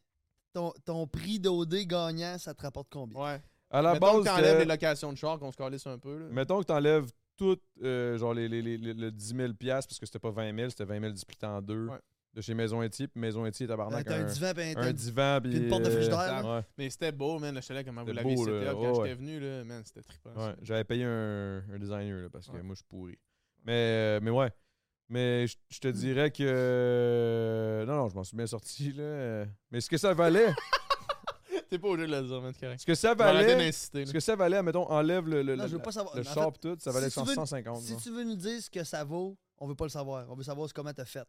[SPEAKER 3] ton, ton prix d'OD gagnant, ça te rapporte combien?
[SPEAKER 2] Ouais.
[SPEAKER 1] À la
[SPEAKER 2] Mettons
[SPEAKER 1] base,
[SPEAKER 2] que t'enlèves
[SPEAKER 1] euh,
[SPEAKER 2] les locations de char, qu'on se calisse un peu. Là.
[SPEAKER 1] mettons que t'enlèves tout, euh, genre les, les, les, les- le 10 000 piastres, parce que c'était pas 20 000, c'était 20 000 disputé en deux
[SPEAKER 2] Ouais.
[SPEAKER 1] de chez Maison Etier, puis Maison Etier,
[SPEAKER 3] Ouais,
[SPEAKER 1] tabarnak,
[SPEAKER 3] T'as un
[SPEAKER 1] un,
[SPEAKER 3] divan, ben, t'as
[SPEAKER 1] un
[SPEAKER 3] une-
[SPEAKER 1] divan, puis...
[SPEAKER 3] puis une porte de
[SPEAKER 1] euh,
[SPEAKER 3] frigidaire. là.
[SPEAKER 1] Ouais,
[SPEAKER 2] Mais c'était beau, man, le chalet, comment vous
[SPEAKER 1] C'était
[SPEAKER 2] l'avez
[SPEAKER 1] beau,
[SPEAKER 2] c'était
[SPEAKER 1] là.
[SPEAKER 2] up.
[SPEAKER 1] Ouais,
[SPEAKER 2] Quand
[SPEAKER 1] ouais.
[SPEAKER 2] j'étais venu, là, man, c'était trippant. ça.
[SPEAKER 1] ouais. J'avais payé un, un designer, là, parce que
[SPEAKER 2] Ouais.
[SPEAKER 1] moi, je suis pourri. Mais, euh, mais ouais. Mais je- je te dirais que... euh, Non, non, je m'en suis bien sorti, là. Mais ce que ça valait...
[SPEAKER 2] T'es pas obligé de le dire, man, c'est correct.
[SPEAKER 1] ce que ça
[SPEAKER 2] Tu vas arrêter
[SPEAKER 1] valait...
[SPEAKER 2] d'insister.
[SPEAKER 1] Ce
[SPEAKER 2] là.
[SPEAKER 1] que ça valait, mettons, enlève le, le,
[SPEAKER 3] Non,
[SPEAKER 1] le-
[SPEAKER 3] je veux pas savoir.
[SPEAKER 1] le
[SPEAKER 3] En fait,
[SPEAKER 1] char pis tout, ça valait
[SPEAKER 3] si tu veux-
[SPEAKER 1] 150.
[SPEAKER 3] si
[SPEAKER 1] genre.
[SPEAKER 3] tu veux nous dire ce que ça vaut, on veut pas le savoir. On veut savoir comment t'as fait.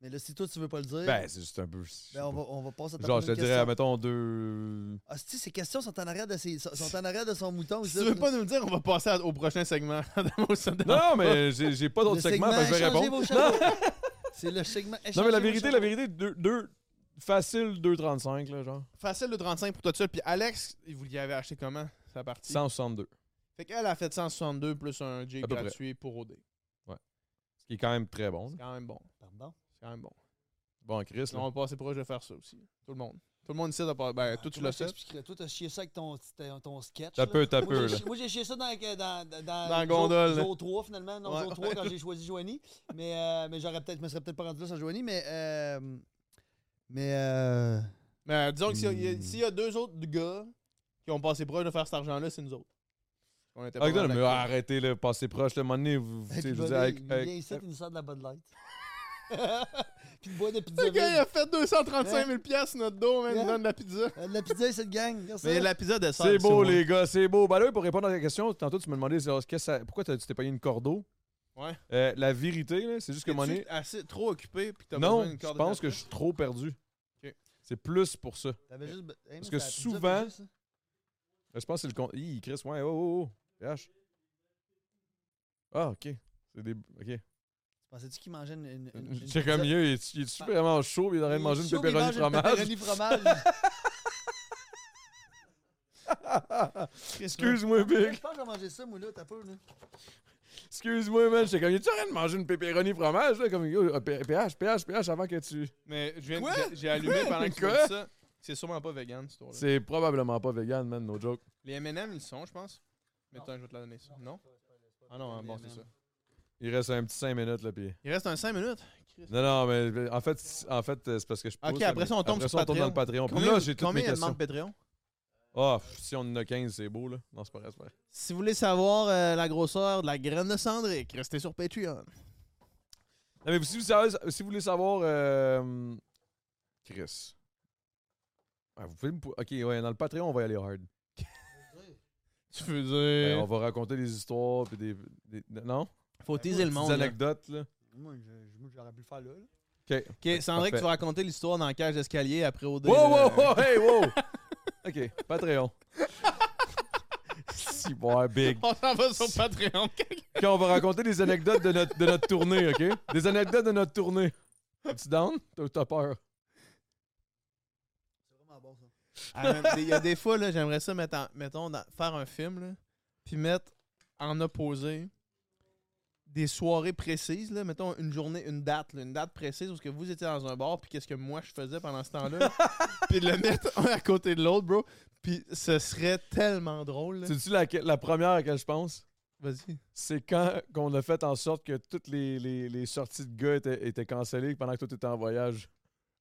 [SPEAKER 3] Mais là, si toi, tu veux pas le dire,
[SPEAKER 1] Ben, c'est juste un peu...
[SPEAKER 3] ben, on, va, on va passer à ta
[SPEAKER 1] Genre, je te
[SPEAKER 3] prochaine
[SPEAKER 1] dirais,
[SPEAKER 3] question.
[SPEAKER 1] mettons, deux...
[SPEAKER 3] Ah, si ces questions sont en arrière de, ses- sont- sont en arrière de son mouton.
[SPEAKER 2] Si
[SPEAKER 3] ça,
[SPEAKER 2] tu veux
[SPEAKER 3] là.
[SPEAKER 2] pas nous le dire, on va passer à- au prochain segment. Adamo, ça te dérange
[SPEAKER 1] Non,
[SPEAKER 2] pas?
[SPEAKER 1] mais j'ai j'ai pas
[SPEAKER 3] Le
[SPEAKER 1] d'autres segments, fait que je vais
[SPEAKER 3] échangez
[SPEAKER 1] répondre.
[SPEAKER 3] vos chapeaux. C'est le segment.
[SPEAKER 1] Non, mais la
[SPEAKER 3] échangez vos
[SPEAKER 1] vérité,
[SPEAKER 3] chapeaux.
[SPEAKER 1] la vérité, deux, deux facile 2,35, là, genre.
[SPEAKER 2] Facile de 35 pour toi tout seul. Puis Alex, il vous l'y avait acheté comment, sa partie
[SPEAKER 1] 162.
[SPEAKER 2] Fait qu'elle a fait 162 plus un J
[SPEAKER 1] À peu près.
[SPEAKER 2] gratuit pour OD.
[SPEAKER 1] Ce qui est quand même très bon. là.
[SPEAKER 2] C'est quand même bon.
[SPEAKER 3] Pardon.
[SPEAKER 2] C'est quand même bon.
[SPEAKER 1] Bon, Chris,
[SPEAKER 2] Là, on
[SPEAKER 1] là.
[SPEAKER 2] va passer proche de faire ça aussi. Tout le monde. Tout le monde ici, t'as pas- ben, toi, tu
[SPEAKER 3] Ah, Comment
[SPEAKER 2] l'as
[SPEAKER 3] je
[SPEAKER 2] fait.
[SPEAKER 3] t'expliquerais? Toi, t'as chié ça avec ton, ton, ton sketch.
[SPEAKER 1] T'as
[SPEAKER 3] là.
[SPEAKER 1] peu, t'as
[SPEAKER 3] Moi, j'ai
[SPEAKER 1] peu, là.
[SPEAKER 3] chi- Moi, j'ai chié ça dans, dans, dans,
[SPEAKER 2] la gondole, là.
[SPEAKER 3] Jour 3, finalement. Non,
[SPEAKER 2] Ouais.
[SPEAKER 3] jour 3, quand j'ai choisi Joanie. Mais, euh, mais j'aurais peut-être, je me serais peut-être pas rendu là sans Joanie. Mais, euh, mais euh,
[SPEAKER 2] Mais euh, disons que s'il y, a-
[SPEAKER 1] Hmm.
[SPEAKER 2] s'il y a deux autres gars qui ont passé proche de faire cet argent-là, c'est nous autres. On était
[SPEAKER 1] Ah,
[SPEAKER 2] mal
[SPEAKER 1] non, mais
[SPEAKER 2] d'accord.
[SPEAKER 1] arrêtez, là, passez proche, le moment donné, vous, vous- tu sais,
[SPEAKER 3] puis
[SPEAKER 1] je veux
[SPEAKER 3] Johnny,
[SPEAKER 1] dire, avec-
[SPEAKER 3] il
[SPEAKER 1] avec-
[SPEAKER 3] vient ici, puis il nous sort de la Bud Light. puis il boit de pizza.
[SPEAKER 2] Le gars, il
[SPEAKER 3] vide.
[SPEAKER 2] a fait 235 000 piastres sur notre dos, man, il
[SPEAKER 3] Yeah.
[SPEAKER 2] donne de la pizza.
[SPEAKER 3] Euh, de La pizza, c'est de gang. regarde ça.
[SPEAKER 2] Mais la pizza dessert.
[SPEAKER 1] C'est beau, les gars, c'est beau. Ben là, pour répondre à ta question, tantôt, tu me demandais genre, qu'est-ce que ça- pourquoi t'as- tu t'es payé une cordeau.
[SPEAKER 2] Ouais.
[SPEAKER 1] Euh, la vérité, là, c'est juste que,
[SPEAKER 2] que
[SPEAKER 1] mon
[SPEAKER 2] tu assez trop occupé puis t'as
[SPEAKER 1] Non,
[SPEAKER 2] besoin d'une
[SPEAKER 1] je
[SPEAKER 2] corde
[SPEAKER 1] pense que je
[SPEAKER 2] d'attache?
[SPEAKER 1] suis trop perdu.
[SPEAKER 2] Ok.
[SPEAKER 1] C'est plus pour ça.
[SPEAKER 3] T'avais juste- Hey, man,
[SPEAKER 1] Parce
[SPEAKER 3] c'est
[SPEAKER 1] que
[SPEAKER 3] la pizza,
[SPEAKER 1] souvent-
[SPEAKER 3] t'as juste ça.
[SPEAKER 1] Euh, Je pense que c'est le con. Hi, Chris, ouais, oh, oh, oh. PH. Ah, ok. C'est des. Ok.
[SPEAKER 3] Pensais-tu qu'il mangeait une. une, une- une
[SPEAKER 1] C'est comme
[SPEAKER 3] pizza?
[SPEAKER 1] mieux, il est, il est vraiment chaud, puis il est en train de manger
[SPEAKER 3] Il
[SPEAKER 1] une
[SPEAKER 3] est chaud, puis il
[SPEAKER 1] pepperoni
[SPEAKER 3] mange une
[SPEAKER 1] fromage.
[SPEAKER 3] pepperoni fromage.
[SPEAKER 1] Excuse-moi,
[SPEAKER 3] Je
[SPEAKER 1] Big.
[SPEAKER 3] pense que j'ai mangé ça, moi, là, t'as peur, là.
[SPEAKER 1] Excuse-moi, man. J'étais comme, es-tu en train de manger une pepperoni fromage, là? Comme, yo, ah, P- PH, PH, PH, avant que tu.
[SPEAKER 2] Mais je viens de-
[SPEAKER 1] Quoi?
[SPEAKER 2] j'ai- j'ai allumé pendant que tu
[SPEAKER 1] Quoi?
[SPEAKER 2] m'as dit ça. C'est sûrement pas vegan, ce tour-là.
[SPEAKER 1] C'est probablement pas vegan, man, no joke.
[SPEAKER 2] Les M&M, ils le sont, je pense. Mais attends, je vais te la donner ça. Non? Ah non, hein, bon, c'est ça.
[SPEAKER 1] Il reste un petit 5 minutes, là, puis.
[SPEAKER 2] Il reste un 5 minutes.
[SPEAKER 1] Non, non, mais en fait, c'est- en fait euh, c'est parce que je pousse,
[SPEAKER 2] Ok,
[SPEAKER 1] là,
[SPEAKER 2] après
[SPEAKER 1] mais-
[SPEAKER 2] ça, on tombe
[SPEAKER 1] après
[SPEAKER 2] sur
[SPEAKER 1] ça, on tombe dans le Patreon. Puis là, j'ai toutes mes
[SPEAKER 2] combien il
[SPEAKER 1] questions.
[SPEAKER 2] demande Patreon?
[SPEAKER 1] Ah, pff, si on en a 15, c'est beau, là. Non, c'est pas vrai, c'est pas vrai.
[SPEAKER 2] Si vous voulez savoir euh, la grosseur de la graine de cendrique, restez sur Patreon.
[SPEAKER 1] Non, mais si vous, savez- si vous voulez savoir. euh, Chris. Ah, vous pouvez me pou- Ok, ouais, dans le Patreon, on va y aller hard.
[SPEAKER 2] Tu veux
[SPEAKER 1] Ouais,
[SPEAKER 2] dire...
[SPEAKER 1] Ben, on va raconter des histoires, puis des. des- non?
[SPEAKER 2] Faut teaser le
[SPEAKER 1] Des
[SPEAKER 2] monde. là.
[SPEAKER 1] anecdotes, là.
[SPEAKER 3] Moi, je- moi, j'aurais pu le faire là. là.
[SPEAKER 1] Ok.
[SPEAKER 2] Ok, Cendrique,
[SPEAKER 1] Parfait.
[SPEAKER 2] tu vas raconter l'histoire dans la cage d'escalier après au dé.
[SPEAKER 1] Wow,
[SPEAKER 2] là.
[SPEAKER 1] wow, wow, hey, wow! ok, Patreon. si, bon, big.
[SPEAKER 2] On s'en va sur Patreon.
[SPEAKER 1] Ok, on va raconter des anecdotes de notre, de notre tournée, ok? Des anecdotes de notre tournée. Es-tu down? T'as- T'as peur?
[SPEAKER 3] C'est vraiment bon, ça.
[SPEAKER 2] Ah, man, Il y a des fois, là, j'aimerais ça, mettre en- mettons, dans- faire un film, là, puis mettre en opposé des soirées précises, là, mettons une journée, une date, là, une date précise où ce que vous étiez dans un bar, puis qu'est-ce que moi je faisais pendant ce temps-là, là. puis de le mettre un à côté de l'autre, bro, puis ce serait tellement drôle. là.
[SPEAKER 1] C'est-tu la, la première à laquelle je pense?
[SPEAKER 2] Vas-y.
[SPEAKER 1] C'est quand qu'on a fait en sorte que toutes les, les, les sorties de gars étaient, étaient cancellées pendant que toi t'étais en voyage.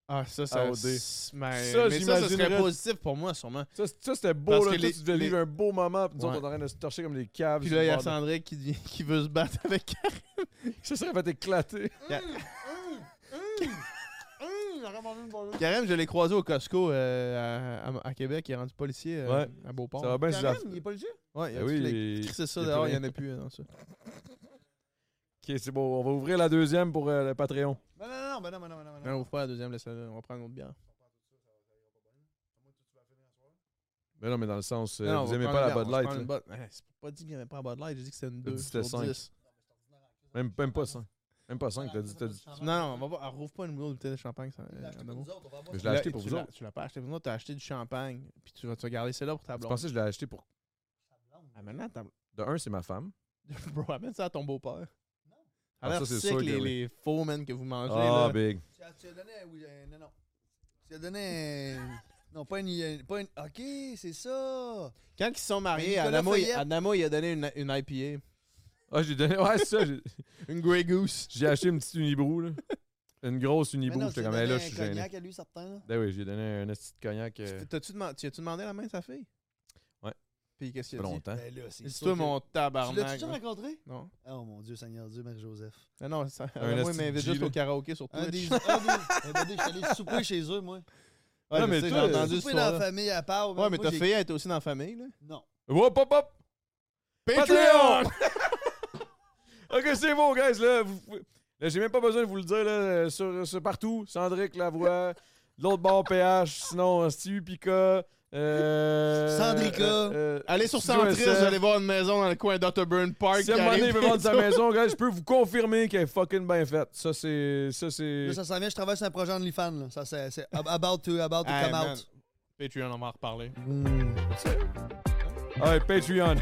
[SPEAKER 2] Ah, ça, ça.
[SPEAKER 1] Ah, au dé.
[SPEAKER 2] s- Mais,
[SPEAKER 1] Ça,
[SPEAKER 2] mais ça, ça serait
[SPEAKER 1] j'imaginerais-
[SPEAKER 2] positif pour moi, sûrement.
[SPEAKER 1] Ça, c- ça, c'était beau,
[SPEAKER 2] Parce
[SPEAKER 1] là.
[SPEAKER 2] que
[SPEAKER 1] Toi,
[SPEAKER 2] les-
[SPEAKER 1] tu devais
[SPEAKER 2] les-
[SPEAKER 1] vivre un beau moment, puis nous
[SPEAKER 2] Ouais.
[SPEAKER 1] autres, on est en train de se torcher comme des caves.
[SPEAKER 2] Puis
[SPEAKER 1] sur
[SPEAKER 2] là,
[SPEAKER 1] le
[SPEAKER 2] il y a
[SPEAKER 1] bord de-
[SPEAKER 2] Sandré qui, dit- qui veut se battre avec
[SPEAKER 1] Ça serait fait éclater.
[SPEAKER 3] Hum, j'aurais mangé une bonne.
[SPEAKER 2] Carême, je l'ai croisé au Costco euh, à, à- à Québec. Il est rendu policier euh,
[SPEAKER 1] Ouais.
[SPEAKER 2] à Beauport.
[SPEAKER 1] Ça va bien,
[SPEAKER 3] Carême,
[SPEAKER 1] c'est
[SPEAKER 3] il est pas le jeu.
[SPEAKER 2] Ouais, il a
[SPEAKER 1] Eh
[SPEAKER 2] dit
[SPEAKER 1] oui,
[SPEAKER 2] qu'il a
[SPEAKER 1] il-
[SPEAKER 2] crissé ça
[SPEAKER 1] il a
[SPEAKER 2] dehors,
[SPEAKER 1] plus
[SPEAKER 2] il n'y en
[SPEAKER 1] rien.
[SPEAKER 2] a plus euh, dans ça.
[SPEAKER 1] Ok, c'est bon. On va ouvrir la deuxième pour euh, le Patreon.
[SPEAKER 3] Non, non, non, ben non, ben non, ben non, ben non.
[SPEAKER 2] Non, on ouvre pas la deuxième, laisse on va prendre une autre bière.
[SPEAKER 1] Mais non, mais dans le sens, euh,
[SPEAKER 2] non, on
[SPEAKER 1] vous
[SPEAKER 2] va
[SPEAKER 1] aimez
[SPEAKER 2] prendre
[SPEAKER 1] pas la
[SPEAKER 2] une bière,
[SPEAKER 1] Bud
[SPEAKER 2] on va se
[SPEAKER 1] Light.
[SPEAKER 2] prendre
[SPEAKER 1] là.
[SPEAKER 2] une Bud- Ouais, C'est pas dit qu'il n'y avait pas la Bud Light, j'ai dit que c'était une 2
[SPEAKER 1] dit que c'était
[SPEAKER 2] sur
[SPEAKER 1] cinq.
[SPEAKER 2] 10.
[SPEAKER 1] Même, même pas ça. Même pas 5, t'as dit. t'as dit-
[SPEAKER 2] Non, on va pas. rouvre pas une nouvelle bouteille de champagne. Ça, euh, en amour.
[SPEAKER 1] Je l'ai acheté pour
[SPEAKER 2] tu
[SPEAKER 1] vous
[SPEAKER 2] l'as-
[SPEAKER 1] autres.
[SPEAKER 2] Tu l'as pas acheté pour nous autres, t'as acheté du champagne. Puis tu vas te garder celle-là pour ta
[SPEAKER 1] Je
[SPEAKER 2] blonde.
[SPEAKER 1] pensais que je l'ai acheté pour.
[SPEAKER 2] Ah, maintenant, ta blonde.
[SPEAKER 1] De un, c'est ma femme.
[SPEAKER 2] Bro, amène ça à ton beau-père.
[SPEAKER 1] Ah,
[SPEAKER 2] Ah,
[SPEAKER 1] ça,
[SPEAKER 2] l'air
[SPEAKER 1] c'est
[SPEAKER 2] sick,
[SPEAKER 1] sûr que
[SPEAKER 2] les,
[SPEAKER 1] oui.
[SPEAKER 2] les faux men que vous mangez.
[SPEAKER 1] Ah,
[SPEAKER 2] là.
[SPEAKER 1] big.
[SPEAKER 3] Tu as, tu as donné. Oui, euh, non, non. Tu as donné. un- non, pas une, euh, pas une. Ok, c'est ça.
[SPEAKER 2] Quand ils se sont mariés,
[SPEAKER 3] Nicolas
[SPEAKER 2] Adamo, il,
[SPEAKER 3] Fayette.
[SPEAKER 2] Adamo, il a donné une, une IPA.
[SPEAKER 1] Ah, j'ai donné. Ouais, c'est ça. j'ai-
[SPEAKER 2] Une Grey Goose.
[SPEAKER 1] J'ai acheté une petite unibrou, là. Une grosse
[SPEAKER 3] Mais
[SPEAKER 1] unibrou.
[SPEAKER 3] non,
[SPEAKER 1] J'étais
[SPEAKER 3] tu as
[SPEAKER 1] comme, Eh, là,
[SPEAKER 3] donné
[SPEAKER 1] je suis
[SPEAKER 3] un
[SPEAKER 1] gêné.
[SPEAKER 3] cognac à lui, certain. Là.
[SPEAKER 1] Ben oui, j'ai donné un petit cognac. euh,
[SPEAKER 2] T'as-tu deman- tu as-tu demandé la main de sa fille?
[SPEAKER 1] Ouais.
[SPEAKER 2] Puis qu'est-ce
[SPEAKER 1] Ça
[SPEAKER 2] qu'il
[SPEAKER 1] fait
[SPEAKER 2] a dit?
[SPEAKER 1] longtemps.
[SPEAKER 3] Ben là, c'est
[SPEAKER 2] C'est toi, mon
[SPEAKER 3] Tu l'as
[SPEAKER 2] tabarnak.
[SPEAKER 3] toujours rencontré?
[SPEAKER 2] Non.
[SPEAKER 3] Oh mon Dieu, Seigneur Dieu, Marie-Joseph.
[SPEAKER 2] Ah non, ça,
[SPEAKER 1] Un
[SPEAKER 2] Adamo, il
[SPEAKER 1] esti de
[SPEAKER 2] m'invite
[SPEAKER 1] G,
[SPEAKER 2] juste
[SPEAKER 1] là.
[SPEAKER 2] au karaoké sur
[SPEAKER 3] Un
[SPEAKER 2] Twitch.
[SPEAKER 3] des. un des- Regardez, je suis allé souper chez eux, moi.
[SPEAKER 2] Ouais,
[SPEAKER 1] Non,
[SPEAKER 2] je
[SPEAKER 1] mais
[SPEAKER 2] sais,
[SPEAKER 1] toi, euh,
[SPEAKER 2] j'ai entendu ce
[SPEAKER 3] euh, Souper dans la
[SPEAKER 2] soir-là.
[SPEAKER 3] famille à part. ben,
[SPEAKER 2] Ouais, mais
[SPEAKER 3] moi,
[SPEAKER 2] ta
[SPEAKER 3] j'ai-
[SPEAKER 2] fille, elle était aussi dans la famille, là.
[SPEAKER 3] Non.
[SPEAKER 1] Hop, hop, hop! Patreon! ok, c'est beau, guys. Là, vous- vous- là, j'ai même pas besoin de vous le dire. Là, euh, sur, sur partout, Cendric Lavoie, de l'autre bord PH, sinon Stevie Pica. Euh,
[SPEAKER 3] Cendrica.
[SPEAKER 2] Allez sur
[SPEAKER 1] Studio
[SPEAKER 2] Centris,
[SPEAKER 1] SF.
[SPEAKER 2] allez voir une maison dans le coin d'Otterburn Park.
[SPEAKER 1] Si à un
[SPEAKER 2] qui
[SPEAKER 1] moment donné, il
[SPEAKER 2] arrive
[SPEAKER 1] veut vendre sa
[SPEAKER 2] bientôt.
[SPEAKER 1] maison, guys, je peux vous confirmer qu'elle est fucking bien faite. Ça, c'est. Ça, c'est.
[SPEAKER 3] Là, ça s'en vient, je travaille sur un projet OnlyFans. Là. Ça, c'est c'est ab- about to, about to
[SPEAKER 2] Hey,
[SPEAKER 3] come
[SPEAKER 2] man.
[SPEAKER 3] out.
[SPEAKER 2] Patreon, on va en reparler.
[SPEAKER 1] ah Ouais, Patreon.